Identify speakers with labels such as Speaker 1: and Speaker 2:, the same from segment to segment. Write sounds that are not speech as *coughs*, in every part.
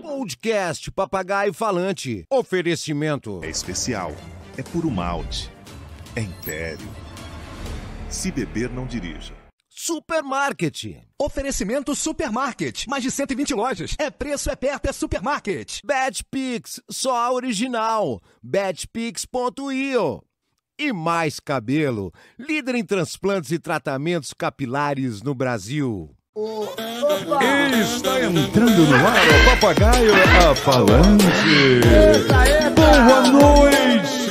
Speaker 1: Podcast Papagaio Falante. Oferecimento.
Speaker 2: É especial. É puro malte. É império. Se beber, não dirija.
Speaker 1: Supermarket.
Speaker 3: Oferecimento Supermarket. Mais de 120 lojas. É preço, é perto, é supermarket.
Speaker 1: Betpix, só a original. Betpix.io. E mais cabelo, líder em transplantes e tratamentos capilares no Brasil.
Speaker 4: Está entrando no ar o papagaio a falante. Boa noite!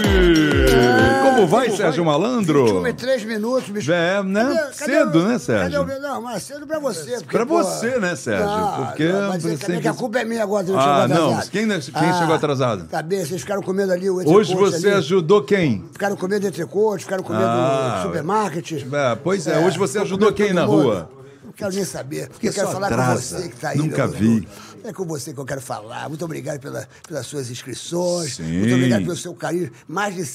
Speaker 4: Como vai, Sérgio Malandro?
Speaker 5: Filme três minutos, bicho.
Speaker 4: É, né? Cedo,
Speaker 5: o- Cadê
Speaker 4: né, Sérgio?
Speaker 5: o, não, mas cedo pra você. porque,
Speaker 4: Pra
Speaker 5: pô,
Speaker 4: você, né, Sérgio?
Speaker 5: não,
Speaker 4: Porque
Speaker 5: não, mas
Speaker 4: você
Speaker 5: você também
Speaker 4: que-
Speaker 5: que a culpa é minha agora, eu
Speaker 4: Ah,
Speaker 5: chego
Speaker 4: não.
Speaker 5: atrasado.
Speaker 4: Quem, né, quem chegou atrasado?
Speaker 5: Cadê? Vocês ficaram comendo ali o entrecote
Speaker 4: Hoje você
Speaker 5: ali.
Speaker 4: ajudou quem?
Speaker 5: Ficaram comendo entrecote, ficaram comendo
Speaker 4: Ah,
Speaker 5: supermarket.
Speaker 4: É, pois é, hoje você
Speaker 5: ficou
Speaker 4: ajudou
Speaker 5: comendo
Speaker 4: quem na
Speaker 5: todo mundo.
Speaker 4: rua?
Speaker 5: Não quero nem saber. Porque eu
Speaker 4: só
Speaker 5: quero falar
Speaker 4: atrasa.
Speaker 5: com você que tá aí.
Speaker 4: Nunca
Speaker 5: meu
Speaker 4: vi.
Speaker 5: garoto. É com você que eu quero falar. Muito obrigado pela- pelas suas inscrições.
Speaker 4: Sim.
Speaker 5: Muito obrigado pelo seu carinho. Mais de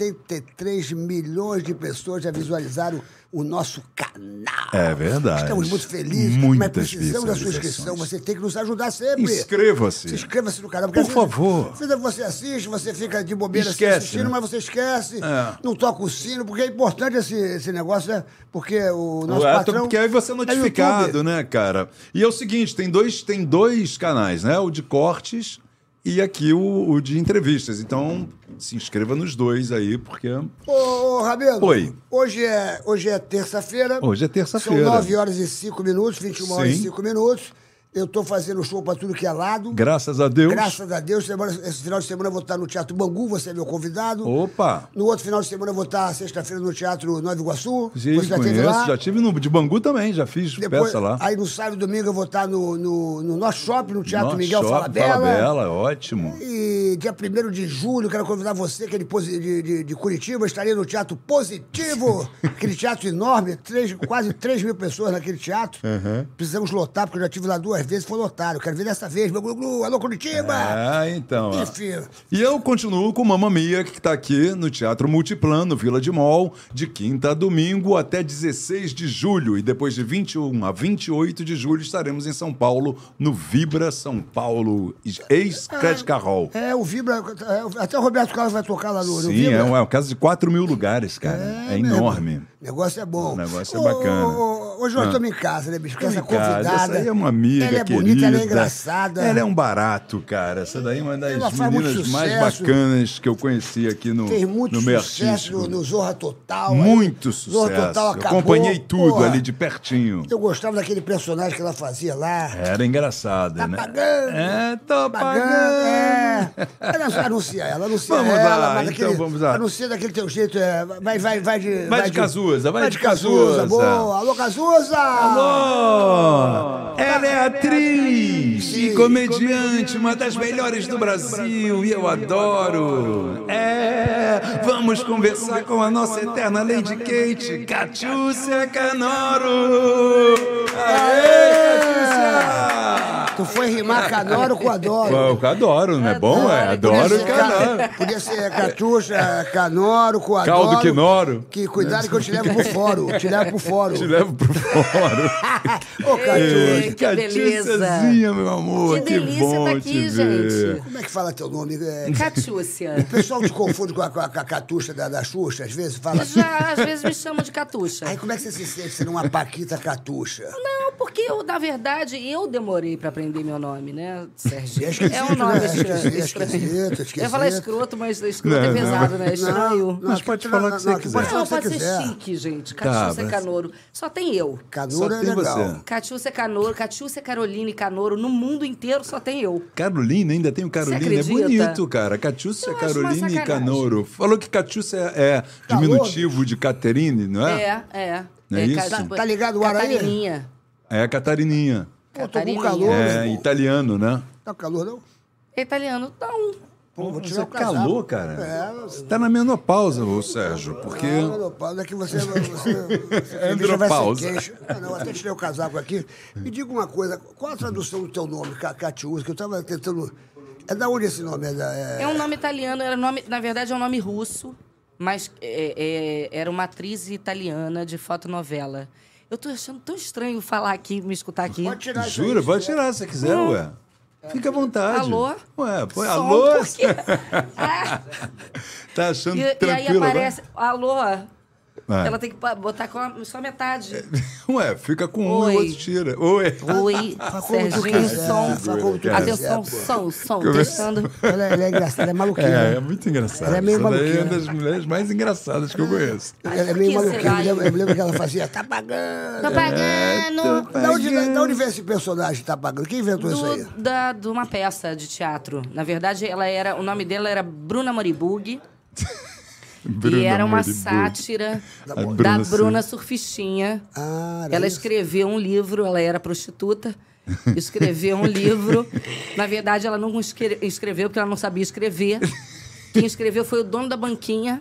Speaker 5: 183 milhões de pessoas já visualizaram o nosso canal.
Speaker 4: É verdade.
Speaker 5: Estamos muito felizes,
Speaker 4: Muitas
Speaker 5: mas precisamos da sua inscrição.
Speaker 4: visualizações.
Speaker 5: Você tem que nos ajudar sempre.
Speaker 4: Inscreva-se.
Speaker 5: Se inscreva-se no canal.
Speaker 4: Por
Speaker 5: às vezes-
Speaker 4: favor.
Speaker 5: às vezes Você assiste, você fica de bobeira
Speaker 4: Esquece,
Speaker 5: assim, assistindo,
Speaker 4: né?
Speaker 5: mas você esquece,
Speaker 4: É.
Speaker 5: não toca o sino, porque é importante esse, esse negócio, né? Porque o nosso
Speaker 4: É,
Speaker 5: patrão...
Speaker 4: porque aí você é
Speaker 5: o
Speaker 4: notificado,
Speaker 5: YouTube.
Speaker 4: né, cara? E é o seguinte, tem dois, tem dois canais, né? O de cortes e aqui o, o de entrevistas. Então, se inscreva nos dois aí, porque...
Speaker 5: Ô, ô Rabelo,
Speaker 4: Oi.
Speaker 5: hoje é, hoje é terça-feira.
Speaker 4: Hoje é terça-feira.
Speaker 5: São 9 horas e 5 minutos, 21 horas
Speaker 4: Sim.
Speaker 5: e 5 minutos. Eu tô fazendo show pra tudo que é lado.
Speaker 4: Graças a Deus.
Speaker 5: Graças a Deus, semana- esse final de semana eu vou estar no Teatro Bangu, você é meu convidado.
Speaker 4: Opa!
Speaker 5: No outro final de semana eu vou estar sexta-feira no Teatro Nova Iguaçu.
Speaker 4: Sim,
Speaker 5: você já
Speaker 4: conheço.
Speaker 5: esteve lá.
Speaker 4: Já tive no de Bangu também, já fiz
Speaker 5: Depois,
Speaker 4: peça lá.
Speaker 5: Aí no sábado e domingo eu vou estar no, no, no nosso shopping, no Teatro
Speaker 4: Nossa,
Speaker 5: Miguel
Speaker 4: shopping,
Speaker 5: Falabella.
Speaker 4: Falabella, ótimo.
Speaker 5: E dia 1 de julho, quero convidar você, que é de, Posi- de, de, de Curitiba, estarei no Teatro
Speaker 4: *laughs*
Speaker 5: Positivo, aquele teatro enorme, três, quase 3 mil pessoas naquele teatro. Precisamos lotar, porque eu já estive lá duas vezes, foi lotado. Quero ver dessa vez, meu glu, glu, alô Curitiba!
Speaker 4: Ah, então. ó.
Speaker 5: Enfim.
Speaker 4: E eu continuo com Mamma Mia, que está aqui no Teatro Multiplano, Vila de Mol, de quinta a domingo até 16 de julho. E depois de 21 a 28 de julho estaremos em São Paulo, no Vibra São Paulo, ex-Cred Carrol.
Speaker 5: É, o Vibra, é, até o Roberto Carlos vai tocar lá no, no
Speaker 4: Sim,
Speaker 5: Vibra. né?
Speaker 4: é um, é um caso de 4 mil lugares, cara. É,
Speaker 5: mesmo.
Speaker 4: enorme.
Speaker 5: O negócio é bom.
Speaker 4: O negócio é
Speaker 5: Ô,
Speaker 4: bacana. Ah.
Speaker 5: ô, ô, hoje nós estamos em casa, né, bicho? Porque essa
Speaker 4: Essa Cara, essa
Speaker 5: convidada.
Speaker 4: aí é uma amiga
Speaker 5: Ela é
Speaker 4: querida.
Speaker 5: bonita, ela é engraçada.
Speaker 4: Ela é um barato, cara. Essa daí é uma das
Speaker 5: Ela faz muito
Speaker 4: meninas mais
Speaker 5: sucesso.
Speaker 4: bacanas que eu conheci aqui no,
Speaker 5: Fez muito
Speaker 4: no meio
Speaker 5: sucesso
Speaker 4: artístico.
Speaker 5: no, no Zorra Total. aí.
Speaker 4: Muito sucesso.
Speaker 5: Zorra Total
Speaker 4: eu
Speaker 5: acabou.
Speaker 4: acompanhei tudo
Speaker 5: Porra,
Speaker 4: ali de pertinho.
Speaker 5: Eu gostava daquele personagem que ela fazia lá.
Speaker 4: Era engraçado, É, né?
Speaker 5: Tá pagando. Tá
Speaker 4: É, tô
Speaker 5: Pagando,
Speaker 4: pagando.
Speaker 5: é. Ela anuncia ela, anuncia
Speaker 4: Vamos
Speaker 5: ela.
Speaker 4: lá,
Speaker 5: mas
Speaker 4: então vamos lá.
Speaker 5: Anuncia daquele teu jeito, é, vai, vai, vai de...
Speaker 4: Vai de Cazuza, vai de Cazuza.
Speaker 5: Boa, alô Cazuza!
Speaker 4: Alô! Ela é atriz e comediante, uma das melhores do Brasil, e eu adoro. É, vamos conversar com a nossa eterna Lady Kate, Catiúcia Canoro. Aê, Catiúcia!
Speaker 5: Tu foi rimar Canoro com Adoro.
Speaker 4: Eu adoro, não é bom? É,
Speaker 5: Podia
Speaker 4: adoro
Speaker 5: ser
Speaker 4: Canoro.
Speaker 5: ca- Podia ser Catuxa, Canoro, Coadoro.
Speaker 4: Caldo Quinoro.
Speaker 5: Que cuidado que eu te levo pro fórum. Te levo pro fórum.
Speaker 4: *laughs* Te levo pro fórum.
Speaker 5: Ô, Catuxa.
Speaker 6: que beleza.
Speaker 4: Catiúciazinha, meu amor,
Speaker 6: Que
Speaker 4: que,
Speaker 6: delícia
Speaker 4: bom
Speaker 6: tá aqui,
Speaker 4: te ver.
Speaker 6: gente.
Speaker 5: Como é que fala teu nome? É,
Speaker 6: Catiúcia.
Speaker 5: o pessoal te confunde com a, com a- com a Catuxa da, da Xuxa, às vezes fala assim.
Speaker 6: Já, às vezes me chamam de Catuxa.
Speaker 5: Aí como é que você se sente sendo uma Paquita Catuxa?
Speaker 6: Não, porque eu, na verdade, eu demorei pra aprender meu nome, né, Sérgio?
Speaker 5: É esquisito,
Speaker 6: é um nome
Speaker 5: né?
Speaker 6: estra-
Speaker 5: Esquisito,
Speaker 6: estranho.
Speaker 5: esquisito,
Speaker 6: Eu ia falar
Speaker 5: esquisito.
Speaker 6: escroto, mas escroto
Speaker 4: Não,
Speaker 6: é pesado,
Speaker 4: não.
Speaker 6: né? É Estranho.
Speaker 5: Não,
Speaker 6: Não,
Speaker 4: Mas
Speaker 5: que-
Speaker 4: pode falar o que você
Speaker 5: não,
Speaker 4: quiser.
Speaker 5: Pode falar o que
Speaker 6: pode
Speaker 5: você
Speaker 6: ser
Speaker 5: quiser.
Speaker 6: chique, gente.
Speaker 4: Tá,
Speaker 6: Catiúcia
Speaker 4: mas-
Speaker 6: Canoro. Só tem eu. é
Speaker 5: Canoro
Speaker 4: Só
Speaker 5: é
Speaker 4: tem
Speaker 5: legal.
Speaker 4: você.
Speaker 6: Catiúcia Canoro, Catiúcia Caroline Canoro. No mundo inteiro só tem eu.
Speaker 4: Carolina, ainda tem o Carolina. É
Speaker 6: acredita?
Speaker 4: bonito, cara. Catiúcia,
Speaker 6: Eu acho uma
Speaker 4: Carolina e
Speaker 6: sacanagem.
Speaker 4: Canoro. Falou que Catiúcia é diminutivo de Caterine, não é?
Speaker 6: É, é.
Speaker 4: Não é isso?
Speaker 6: Catiúcia-
Speaker 5: Tá ligado o ar aí?
Speaker 6: Catarininha.
Speaker 4: É, Catarininha.
Speaker 5: Pô, tô com
Speaker 6: Catarinha.
Speaker 5: calor, meu
Speaker 4: É
Speaker 5: irmão.
Speaker 4: italiano, né?
Speaker 5: Tá com calor, não?
Speaker 6: É Italiano. Não.
Speaker 5: Pô, É, vou
Speaker 4: Você
Speaker 5: tirar o casaco.
Speaker 4: calor, cara. Você tá na menopausa, ô Sérgio, porque.
Speaker 5: Não, menopausa, é que você.
Speaker 4: *laughs*
Speaker 5: você
Speaker 4: É
Speaker 5: a bicha vai
Speaker 4: andropausa.
Speaker 5: ser queixa. Ah, Não, não, até tirei o casaco aqui. Me diga uma coisa, qual a tradução do teu nome, Ca- Catiúcia, que eu estava tentando. É da onde esse nome? É da, é-
Speaker 6: É um nome italiano, era nome, na verdade é um nome russo, mas é, é, era uma atriz italiana de fotonovela. Eu tô achando tão estranho falar aqui, me escutar aqui.
Speaker 5: Pode tirar isso aí,
Speaker 4: Jura?
Speaker 5: se
Speaker 4: Pode
Speaker 5: quiser.
Speaker 4: tirar se quiser, ué.
Speaker 5: É,
Speaker 4: Fica à vontade.
Speaker 6: Alô?
Speaker 4: Ué, pô,
Speaker 6: Som,
Speaker 4: alô?
Speaker 6: porque- um
Speaker 4: *laughs*
Speaker 6: Ah,
Speaker 4: Tá achando
Speaker 6: e, e aí
Speaker 4: tranquilo,
Speaker 6: aparece, alô,
Speaker 4: né? É.
Speaker 6: ela tem que pa- botar com a- só metade.
Speaker 4: *laughs* Ué, fica com um e
Speaker 6: Oi.
Speaker 4: o outro tira. Oi.
Speaker 6: Oi,
Speaker 4: Ah, tá,
Speaker 5: como tu
Speaker 6: É Serginho,
Speaker 5: quiser,
Speaker 6: som.
Speaker 5: fala como tu
Speaker 6: Atenção,
Speaker 5: quiser,
Speaker 6: som, som,
Speaker 4: Começa-
Speaker 6: testando.
Speaker 5: é, Ela, é- ela é engraçada, ela é maluquinha.
Speaker 4: É, é
Speaker 5: né?
Speaker 4: muito engraçado.
Speaker 5: Ela é meio
Speaker 4: Essa daí é
Speaker 5: maluquinha.
Speaker 4: uma das mulheres mais engraçadas que eu conheço.
Speaker 5: Ela é meio
Speaker 6: que
Speaker 5: maluquinha. Eu
Speaker 6: será,
Speaker 5: me lembro-
Speaker 6: hein?
Speaker 5: eu me lembro que ela fazia, tá pagando.
Speaker 7: Tô
Speaker 4: É, tá.
Speaker 7: pagando.
Speaker 5: Da onde, da onde vem esse personagem, tá pagando? Quem inventou isso aí?
Speaker 6: Do, da, de uma peça de teatro. Na verdade, ela era. O nome dela era Bruna Moribug.
Speaker 4: Bruna
Speaker 6: e era uma
Speaker 4: Moribug.
Speaker 6: sátira da,
Speaker 4: Bruna
Speaker 6: Bruna,
Speaker 4: Sur-
Speaker 6: Surfistinha.
Speaker 5: Ah, era
Speaker 6: ela
Speaker 5: isso.
Speaker 6: escreveu um livro, ela era prostituta. Escreveu um livro. Na verdade, ela não escre- escreveu porque ela não sabia escrever. Quem escreveu foi o dono da banquinha.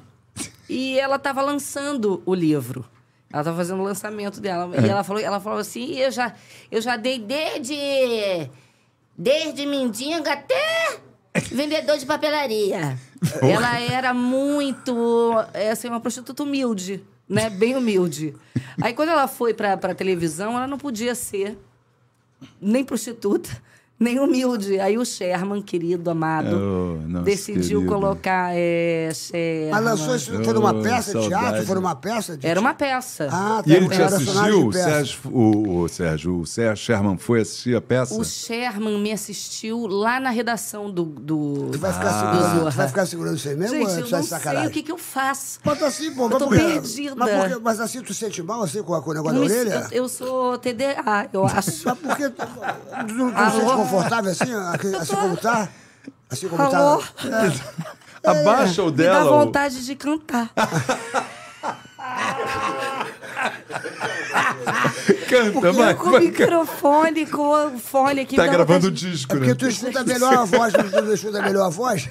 Speaker 6: E ela estava lançando o livro. Ela estava fazendo o lançamento dela.
Speaker 4: É.
Speaker 6: E ela falou, ela falou assim: "Ih, eu já, eu já dei desde.
Speaker 7: Desde mendigo até vendedor de papelaria.
Speaker 6: Ela era muito, é, assim, uma prostituta humilde, né? Bem humilde. Aí quando ela foi pra, pra televisão, ela não podia ser nem prostituta, *laughs* nem humilde. Aí o Sherman, querido, amado,
Speaker 4: Oh, nosso
Speaker 6: decidiu
Speaker 4: querido.
Speaker 6: colocar é, Sherman.
Speaker 5: Mas lançou isso, foi numa
Speaker 4: Oh,
Speaker 5: peça de teatro?
Speaker 4: saudade.
Speaker 5: Foi numa peça de
Speaker 6: Era uma peça.
Speaker 5: Ah, tá.
Speaker 4: E ele te
Speaker 5: era personagem
Speaker 4: assistiu?
Speaker 5: de
Speaker 4: O
Speaker 5: peça.
Speaker 4: Sérgio, o, o Sérgio, o Sérgio Sherman foi assistir a
Speaker 5: tá
Speaker 4: peça?
Speaker 6: O Sherman me assistiu lá na redação do... do...
Speaker 5: Tu vai ficar,
Speaker 4: Ah.
Speaker 6: do
Speaker 5: segurando,
Speaker 6: Zorra.
Speaker 5: tu vai ficar segurando isso aí mesmo? ou
Speaker 6: Gente,
Speaker 5: tu
Speaker 6: eu
Speaker 5: tá
Speaker 6: não
Speaker 5: de sacanagem?
Speaker 6: sei o que, que eu faço.
Speaker 5: Mas assim, pô,
Speaker 6: Eu
Speaker 5: mas
Speaker 6: tô
Speaker 5: por quê?
Speaker 6: perdida.
Speaker 5: Mas, por quê? Mas assim, tu sente mal assim com, a- com o negócio
Speaker 6: Eu me-
Speaker 5: da orelha?
Speaker 6: eu, eu sou TDA, eu acho.
Speaker 5: Mas por que tu, tu não tu não
Speaker 6: Alô?
Speaker 5: sente confortável assim, aqui- assim como tá? Assim como tá?
Speaker 6: Alô?
Speaker 5: É.
Speaker 4: Abaixa o
Speaker 6: Me dá
Speaker 4: dela. o-
Speaker 6: vontade de cantar.
Speaker 4: *laughs* Canta, Então vai.
Speaker 6: eu com o microfone, com o fone aqui.
Speaker 4: Tá
Speaker 6: dá
Speaker 4: gravando o
Speaker 6: vontade de-
Speaker 4: disco,
Speaker 5: É porque
Speaker 4: né?
Speaker 5: tu escuta melhor a voz, tu não escuta melhor a voz.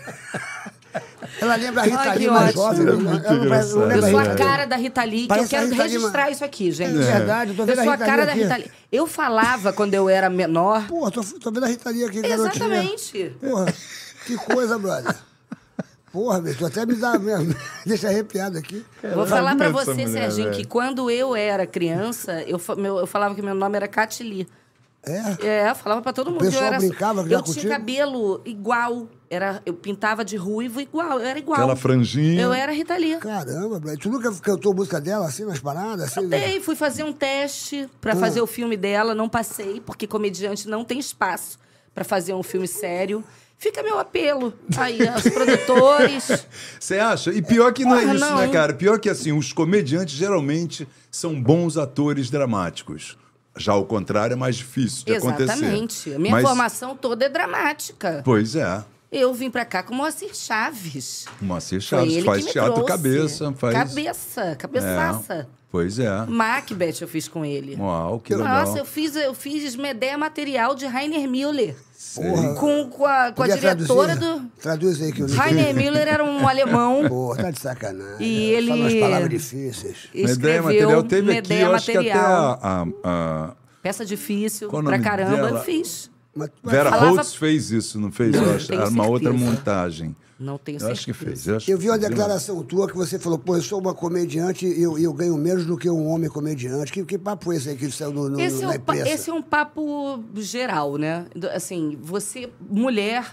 Speaker 5: Ela lembra a Rita
Speaker 6: Ai, que
Speaker 5: Lee mais
Speaker 6: ótimo.
Speaker 5: jovem. né?
Speaker 4: É muito
Speaker 5: Ela não parece- não
Speaker 4: engraçado.
Speaker 5: lembra
Speaker 6: Eu
Speaker 5: a
Speaker 6: sou
Speaker 5: Rita
Speaker 6: a
Speaker 5: Lee.
Speaker 6: cara da Rita Lee, que eu
Speaker 5: Parece a
Speaker 6: quero
Speaker 5: Rita Lee,
Speaker 6: registrar
Speaker 5: mano.
Speaker 6: isso aqui, gente.
Speaker 5: É verdade, eu tô vendo
Speaker 6: sou
Speaker 5: a
Speaker 6: a
Speaker 5: Rita
Speaker 6: cara
Speaker 5: Lee
Speaker 6: da
Speaker 5: aqui.
Speaker 6: Rita Lee. Eu falava quando eu era menor.
Speaker 5: Porra, tô, tô vendo a Rita Lee aqui, garotinha.
Speaker 6: Exatamente.
Speaker 5: Porra, que coisa, brother. Porra, meu, tu até me dá mesmo. *laughs* Deixa arrepiado aqui.
Speaker 6: Vou falar pra
Speaker 4: essa
Speaker 6: você,
Speaker 4: mulher, né?
Speaker 6: Serginho,
Speaker 4: velho.
Speaker 6: que quando eu era criança, eu, fa- meu- eu falava que meu nome era Cat Lee.
Speaker 5: É?
Speaker 6: É, eu falava pra todo mundo.
Speaker 5: pessoal
Speaker 6: eu era,
Speaker 5: brincava já
Speaker 6: Eu
Speaker 5: contigo?
Speaker 6: tinha cabelo igual. Era, eu pintava de ruivo igual, eu era igual.
Speaker 4: Aquela franjinha.
Speaker 6: Eu era Rita Lee.
Speaker 5: Caramba, brother. Tu nunca cantou música dela assim nas paradas? Assim,
Speaker 6: Tentei, fui fazer um teste pra
Speaker 4: Hum.
Speaker 6: fazer o filme dela, não passei, porque comediante não tem espaço pra fazer um filme sério. Fica meu apelo aí
Speaker 4: *laughs*
Speaker 6: aos produtores.
Speaker 4: Você acha? E pior que não é
Speaker 6: Porra,
Speaker 4: isso,
Speaker 6: não.
Speaker 4: né, cara? Pior que assim, os comediantes geralmente são bons atores dramáticos. Já ao contrário, é mais difícil de acontecer.
Speaker 6: Exatamente. A minha
Speaker 4: Mas-
Speaker 6: formação toda é dramática.
Speaker 4: Pois é.
Speaker 6: Eu vim pra cá com o Moacir Chaves.
Speaker 4: O Moacir
Speaker 6: Foi
Speaker 4: Chaves
Speaker 6: ele
Speaker 4: faz
Speaker 6: que me
Speaker 4: teatro
Speaker 6: trouxe.
Speaker 4: cabeça. Faz...
Speaker 6: Cabeça, cabeçaça. Hum,
Speaker 4: É. Pois é.
Speaker 6: Macbeth eu fiz com ele.
Speaker 4: Uau, que legal.
Speaker 6: Nossa, eu fiz, eu fiz Medea Material de Rainer Müller.
Speaker 5: Porra.
Speaker 6: Com, com a, com a
Speaker 5: Podia
Speaker 6: diretora
Speaker 5: traduzir?
Speaker 6: do.
Speaker 5: Traduz aí que eu não
Speaker 6: Rainer
Speaker 5: entendi.
Speaker 6: Müller era um alemão.
Speaker 5: *laughs* Porra, tá de sacanagem.
Speaker 6: E ele-
Speaker 5: Fala umas palavras difíceis.
Speaker 4: Medea
Speaker 6: escreveu
Speaker 4: Material teve aqui,
Speaker 6: Medea
Speaker 4: eu acho que até
Speaker 6: Material.
Speaker 4: a- a- a
Speaker 6: Peça difícil,
Speaker 4: Qual o
Speaker 6: pra
Speaker 4: nome
Speaker 6: caramba,
Speaker 4: dela?
Speaker 6: eu fiz.
Speaker 5: Mas, mas
Speaker 4: Vera
Speaker 6: Falava-
Speaker 4: Holtz fez isso, não fez? Eu acho.
Speaker 6: tenho
Speaker 4: Era uma outra
Speaker 6: certeza.
Speaker 4: montagem.
Speaker 6: Não tenho
Speaker 4: Eu acho que
Speaker 6: certeza.
Speaker 4: fez. Eu, acho
Speaker 5: eu vi uma
Speaker 4: que fez, eu acho.
Speaker 5: declaração tua que você falou, pô, eu sou uma comediante e eu, eu ganho menos do que um homem comediante. Que, que papo é esse aí que saiu no, no,
Speaker 6: Esse
Speaker 5: na
Speaker 6: é, um, pa-
Speaker 5: imprensa?
Speaker 6: esse é um papo geral, né? Do- Assim, você, mulher,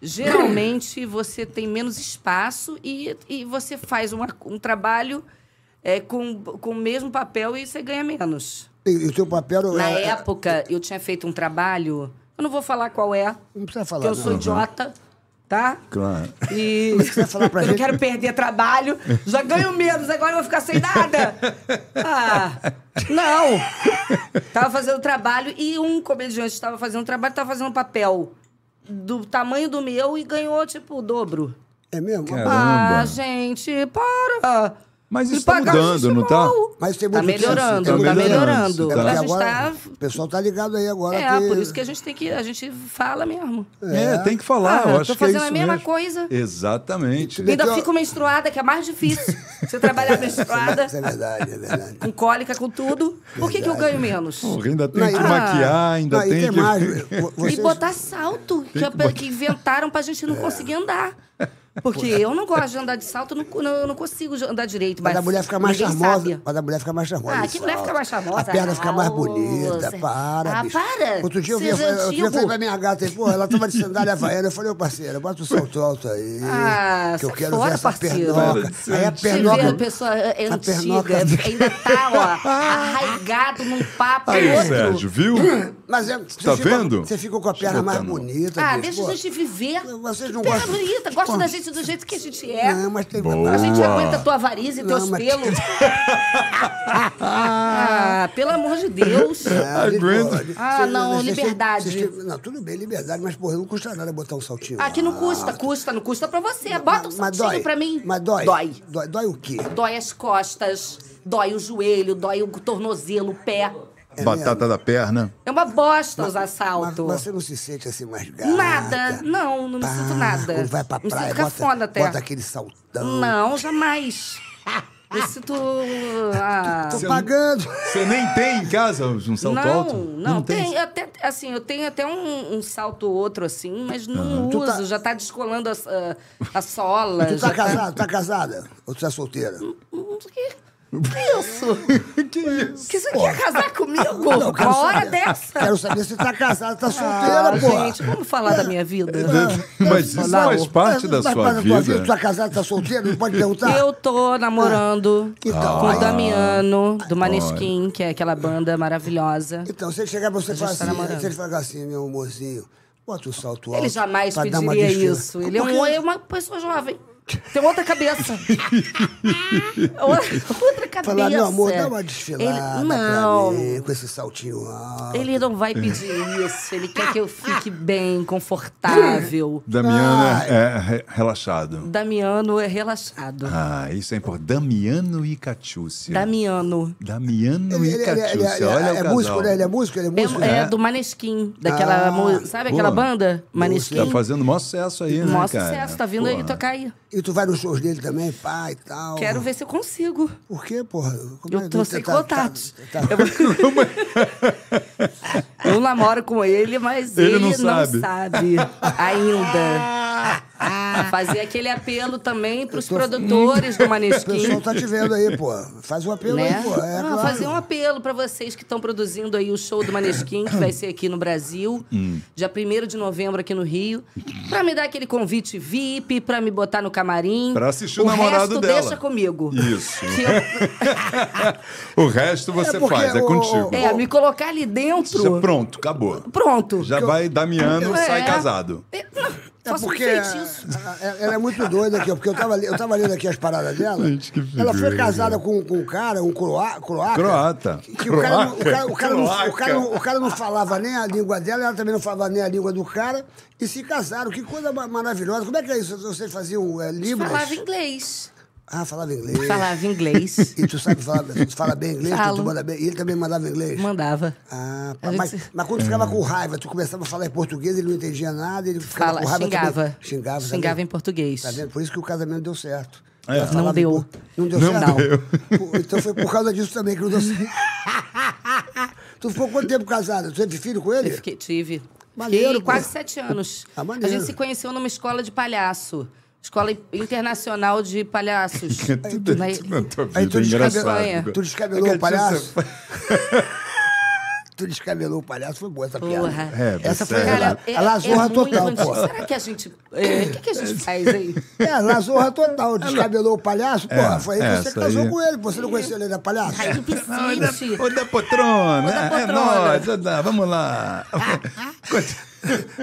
Speaker 6: geralmente *clears throat* você tem menos espaço e, e você faz uma- um trabalho é, com, com o mesmo papel e você ganha menos.
Speaker 5: E, e o teu papel...
Speaker 6: Na
Speaker 5: é- é-
Speaker 6: época, eu tinha feito um trabalho, eu não vou falar qual é,
Speaker 5: Não precisa falar,
Speaker 6: porque eu sou
Speaker 5: não.
Speaker 6: idiota, tá?
Speaker 4: Claro.
Speaker 6: E
Speaker 5: Mas você vai falar pra
Speaker 6: eu
Speaker 5: gente?
Speaker 6: não quero perder trabalho. Já ganho menos, agora eu vou ficar sem nada. Ah, não. Tava fazendo trabalho e um comediante estava fazendo trabalho, tava fazendo um papel do tamanho do meu e ganhou, tipo, o dobro.
Speaker 5: É mesmo?
Speaker 4: Caramba.
Speaker 6: Ah, gente, para.
Speaker 4: Mas
Speaker 6: Me
Speaker 4: isso tá
Speaker 6: pagar
Speaker 4: mudando,
Speaker 6: isso
Speaker 4: não tá?
Speaker 5: Mas tem
Speaker 6: Tá
Speaker 5: muito que-
Speaker 6: melhorando,
Speaker 5: tem
Speaker 4: tá
Speaker 5: muito que-
Speaker 4: melhorando.
Speaker 5: É
Speaker 4: Tá.
Speaker 5: porque
Speaker 4: A
Speaker 6: gente
Speaker 5: agora
Speaker 6: tá-
Speaker 5: O pessoal tá ligado aí agora.
Speaker 6: É, por isso que a gente tem que... A gente fala mesmo.
Speaker 4: É, tem que falar.
Speaker 6: Ah,
Speaker 4: eu
Speaker 6: tô
Speaker 4: acho que é
Speaker 6: fazendo
Speaker 4: isso
Speaker 6: a mesma
Speaker 4: mesmo.
Speaker 6: coisa.
Speaker 4: Exatamente.
Speaker 5: Entendeu?
Speaker 6: Ainda
Speaker 5: Daqui a-
Speaker 6: fico menstruada, que é mais difícil. Você trabalhar menstruada,
Speaker 5: Isso é verdade, é verdade.
Speaker 6: com cólica, com tudo. Por que, que eu ganho menos?
Speaker 4: Porra, ainda tem
Speaker 5: Não,
Speaker 4: que
Speaker 5: e-
Speaker 4: maquiar, Ah, ainda
Speaker 5: Não, e
Speaker 4: tem,
Speaker 5: tem
Speaker 4: que.
Speaker 5: mais. eh, vo-
Speaker 6: E
Speaker 5: Vocês,
Speaker 6: botar salto, que, é pe- que inventaram pra gente não conseguir andar. Porque eu não gosto de andar de salto, eu não, co- não- eu não consigo jo- andar direito.
Speaker 5: Mas a mulher fica mais
Speaker 6: ninguém
Speaker 5: charmosa.
Speaker 6: sabe.
Speaker 5: Mas a mulher fica mais charmosa.
Speaker 6: Ah,
Speaker 5: no
Speaker 6: que mulher
Speaker 5: salto.
Speaker 6: fica mais charmosa, Ah,
Speaker 5: A perna fica mais
Speaker 6: Raul?
Speaker 5: bonita. Para,
Speaker 7: Ah,
Speaker 5: bicho.
Speaker 7: para.
Speaker 5: Outro dia eu vi, eu,
Speaker 7: Seja
Speaker 5: eu, eu
Speaker 7: antigo.
Speaker 5: falei pra minha gata aí, pô, ela tava de sandália havaiana. Eu falei, ô parceira, bota o salto alto aí.
Speaker 6: Ah,
Speaker 5: que eu
Speaker 6: sai
Speaker 5: quero
Speaker 6: fora,
Speaker 5: ver essa
Speaker 6: parceiro.
Speaker 5: pernoca.
Speaker 4: Para de ser
Speaker 5: Aí a
Speaker 4: antigo.
Speaker 6: Você vê a
Speaker 5: pernoca...
Speaker 6: pessoa é
Speaker 5: A
Speaker 6: antiga,
Speaker 5: pernoca-
Speaker 6: ainda tá, ó, arraigado num papo
Speaker 4: Aí,
Speaker 6: outro.
Speaker 4: Sérgio, viu?
Speaker 5: Mas é, você
Speaker 4: Tá
Speaker 5: ficou-
Speaker 4: vendo?
Speaker 5: Você ficou com a perna
Speaker 4: eu
Speaker 5: mais
Speaker 4: botar no-
Speaker 5: bonita.
Speaker 6: Ah,
Speaker 5: bicho,
Speaker 6: deixa
Speaker 5: pô.
Speaker 6: a gente viver.
Speaker 5: Vocês não
Speaker 6: Pera,
Speaker 5: gostam-
Speaker 6: bonita, gosta da gente do jeito que a gente é.
Speaker 5: Não, mas tem...
Speaker 6: A
Speaker 4: Boa.
Speaker 6: gente aguenta tua varize e teus
Speaker 5: Não, mas- *laughs*
Speaker 6: pelos. ah, pelo amor de Deus.
Speaker 5: Ah, de
Speaker 4: Aguenta.
Speaker 5: boa, de-
Speaker 6: Ah,
Speaker 5: vocês-
Speaker 6: não,
Speaker 5: vocês têm-
Speaker 6: liberdade.
Speaker 5: vocês têm- não, tudo bem, liberdade, mas, porra, não custa nada botar um saltinho.
Speaker 6: Aqui Ah, não
Speaker 5: alto.
Speaker 6: custa, custa, não custa pra você. Bota um
Speaker 5: Mas
Speaker 6: saltinho
Speaker 5: dói.
Speaker 6: pra mim.
Speaker 5: Mas dói.
Speaker 6: Dói.
Speaker 5: Dói, dói o quê?
Speaker 6: Dói as costas, dói o joelho, dói o tornozelo, o pé.
Speaker 5: É.
Speaker 4: Batata da perna.
Speaker 6: É uma bosta usar
Speaker 5: Mas
Speaker 6: salto.
Speaker 5: você não se sente assim mais gata?
Speaker 6: Nada. Não, não me
Speaker 5: Pá,
Speaker 6: sinto nada.
Speaker 5: Quando vai pra
Speaker 6: me
Speaker 5: praia,
Speaker 6: sinto
Speaker 5: bota,
Speaker 6: cafona até.
Speaker 5: bota aquele saltão.
Speaker 6: Não, jamais.
Speaker 5: *laughs*
Speaker 6: Me sinto. ah,
Speaker 5: Tô pagando.
Speaker 4: Você nem tem em casa um salto
Speaker 6: não,
Speaker 4: alto?
Speaker 6: Não, tem. até, assim, eu tenho até um, um salto ou outro, assim, mas não
Speaker 5: Tu
Speaker 6: uso.
Speaker 5: tá-
Speaker 6: Já tá descolando a, a, a sola.
Speaker 5: Tu
Speaker 6: já
Speaker 5: tá casado? Tá casada? Ou tu tá solteira?
Speaker 6: Hum, Que, que isso?
Speaker 4: *laughs* que isso?
Speaker 6: Que você quer casar comigo?
Speaker 5: Ah, eu quero
Speaker 6: Uma hora
Speaker 5: saber.
Speaker 6: dessa?
Speaker 5: Quero saber se tá casada, tá solteira,
Speaker 6: Ah,
Speaker 5: pô. É,
Speaker 6: gente, vamos falar da minha vida?
Speaker 4: Mas isso
Speaker 5: Não,
Speaker 4: faz parte da
Speaker 5: mas- mas
Speaker 4: sua
Speaker 5: tua
Speaker 4: vida.
Speaker 5: Tu tá casada, tá solteira? Não pode perguntar?
Speaker 6: *laughs* Eu tô namorando
Speaker 5: Então,
Speaker 6: com
Speaker 5: aí-
Speaker 6: o Damiano, do Maneskin, que é aquela banda maravilhosa.
Speaker 5: Então, se ele chegar pra você e falar
Speaker 6: gente tá
Speaker 5: assim,
Speaker 6: namorando.
Speaker 5: se ele falar assim, meu mozinho, bota o salto alto.
Speaker 6: Ele jamais
Speaker 5: pra dar uma
Speaker 6: pediria
Speaker 5: desfila.
Speaker 6: isso. Ele é,
Speaker 5: Porque-
Speaker 6: um, é uma pessoa jovem. Tem
Speaker 5: *laughs*
Speaker 6: outra cabeça. É outra outra cabeça.
Speaker 5: Falar, meu amor, dá uma desfilada
Speaker 6: Ele,
Speaker 5: não.
Speaker 6: não,
Speaker 5: pra mim, com esse saltinho alto.
Speaker 6: ele não vai pedir isso. Ele quer que eu fique bem,
Speaker 5: *laughs*
Speaker 6: confortável.
Speaker 4: Damiana é re- relaxado.
Speaker 6: Damiano é relaxado.
Speaker 4: Ah, isso é importante. Damiano e Catiúcia.
Speaker 6: Damiano.
Speaker 4: Damiano
Speaker 5: Ele-
Speaker 4: e
Speaker 5: ele- ele- ele-
Speaker 4: Catiúcia. Olha
Speaker 5: é, é
Speaker 4: o casal.
Speaker 5: músico, né? Ele é músico, ele é músico.
Speaker 6: É,
Speaker 5: né?
Speaker 6: é do Maneskin, daquela
Speaker 5: Ah,
Speaker 6: mu- sabe aquela
Speaker 4: boa.
Speaker 6: banda? Maneskin.
Speaker 4: Tá fazendo o maior sucesso aí, né,
Speaker 6: Mó
Speaker 4: cara?
Speaker 6: sucesso, tá vindo
Speaker 4: Pô.
Speaker 6: aí tocar aí.
Speaker 5: E tu vai nos shows dele também, pai e tal.
Speaker 6: Quero ver se eu consigo.
Speaker 5: Por quê, porra? Como
Speaker 6: Eu
Speaker 5: é-
Speaker 6: tô sem contatos.
Speaker 5: tá- *laughs* tá-
Speaker 6: Eu namoro com ele, mas
Speaker 4: Ele
Speaker 6: ele,
Speaker 4: não
Speaker 6: não,
Speaker 4: sabe.
Speaker 6: sabe.
Speaker 4: *laughs*
Speaker 6: ainda. Fazer aquele apelo também pros produtores do
Speaker 5: O pessoal
Speaker 6: Maneskin.
Speaker 5: tá te vendo aí, pô. Faz um apelo
Speaker 6: Né?
Speaker 5: aí, pô. É,
Speaker 6: Ah,
Speaker 5: claro.
Speaker 6: Fazer um apelo pra vocês que estão produzindo aí o show do Maneskin, que vai ser aqui no Brasil,
Speaker 4: Hum.
Speaker 6: dia 1 de novembro aqui no Rio, pra me dar aquele convite VIP, pra me botar no camarim.
Speaker 4: Pra assistir o
Speaker 6: o
Speaker 4: namorado
Speaker 6: resto
Speaker 4: dela.
Speaker 6: deixa comigo.
Speaker 4: Isso.
Speaker 6: Que eu-
Speaker 4: O resto você
Speaker 5: É porque
Speaker 4: faz, é
Speaker 5: o-
Speaker 4: contigo.
Speaker 6: é, me colocar ali
Speaker 4: Já
Speaker 6: dentro.
Speaker 4: pronto, acabou.
Speaker 6: Pronto.
Speaker 4: Já vai Damiano,
Speaker 6: É.
Speaker 4: sai casado. *laughs*
Speaker 6: É,
Speaker 5: É
Speaker 6: não, faço um
Speaker 5: porque
Speaker 6: feitiço.
Speaker 5: a- a- ela é muito doida aqui, ó, porque eu tava, li- eu tava lendo aqui as paradas dela. ela foi casada com, com um cara, um croa, croata.
Speaker 4: Croata.
Speaker 5: Que o cara, não- o, cara, o, cara não,
Speaker 4: Croaca.
Speaker 5: o, cara, não- o cara não falava nem a língua dela, ela também não falava nem a língua do cara, e se casaram. Que coisa ma- maravilhosa. Como é que é isso? Vocês faziam é, Libras?
Speaker 6: Falava inglês.
Speaker 5: Ah, falava inglês.
Speaker 6: Falava inglês.
Speaker 5: E tu sabe falar, tu fala bem inglês, tu, tu
Speaker 6: Falo.
Speaker 5: manda bem. E ele também mandava inglês?
Speaker 6: Mandava.
Speaker 5: Ah, pá,
Speaker 6: A gente
Speaker 5: mas,
Speaker 6: se-
Speaker 5: mas quando
Speaker 4: É.
Speaker 5: ficava com raiva, tu começava a falar em português, ele não entendia nada, ele ficava
Speaker 6: Fala,
Speaker 5: com raiva
Speaker 6: xingava.
Speaker 5: também. Xingava. também.
Speaker 6: Xingava em português.
Speaker 5: Tá vendo? Por isso que o casamento deu certo.
Speaker 4: É.
Speaker 5: Ela falava
Speaker 6: Não deu.
Speaker 5: por- Não deu
Speaker 6: Não
Speaker 5: certo?
Speaker 6: deu.
Speaker 5: Por- Então foi por causa disso também que não deu certo. *laughs* tu ficou quanto tempo casado? Tu teve filho com
Speaker 6: Eu
Speaker 5: ele?
Speaker 6: fiquei, tive.
Speaker 5: Maneiro,
Speaker 6: Fiquei
Speaker 5: pô.
Speaker 6: quase sete anos.
Speaker 5: Ah, maneiro.
Speaker 6: a gente se conheceu numa escola de palhaço. Escola Internacional de Palhaços.
Speaker 4: *laughs* É Tudo
Speaker 6: Na-
Speaker 4: na tua
Speaker 5: Aí
Speaker 4: vida
Speaker 5: tu
Speaker 4: é
Speaker 5: descabelou,
Speaker 4: engraçado. É
Speaker 5: tu descabelou
Speaker 4: Catiúcia,
Speaker 5: o palhaço? tu descabelou o palhaço, foi boa essa piada.
Speaker 6: Porra. é
Speaker 4: É,
Speaker 5: Essa foi
Speaker 4: sério.
Speaker 5: a, a lazorra
Speaker 6: muito
Speaker 5: total,
Speaker 6: antigo.
Speaker 5: porra.
Speaker 6: Será que a gente. é, O que, que
Speaker 4: *laughs*
Speaker 6: a gente faz aí?
Speaker 5: É, lazorra
Speaker 6: *laughs*
Speaker 5: total, descabelou o palhaço, porra. Foi aí que você
Speaker 4: essa
Speaker 5: casou
Speaker 4: É, aí.
Speaker 5: com ele, pô. Você não conheceu ele, era palhaço?
Speaker 6: Ai, que
Speaker 4: Ô, da-
Speaker 6: piscite.
Speaker 4: Ô, da potrona,
Speaker 6: Ô, da
Speaker 4: é
Speaker 6: potrona.
Speaker 4: nóis, ô, da- vamos lá.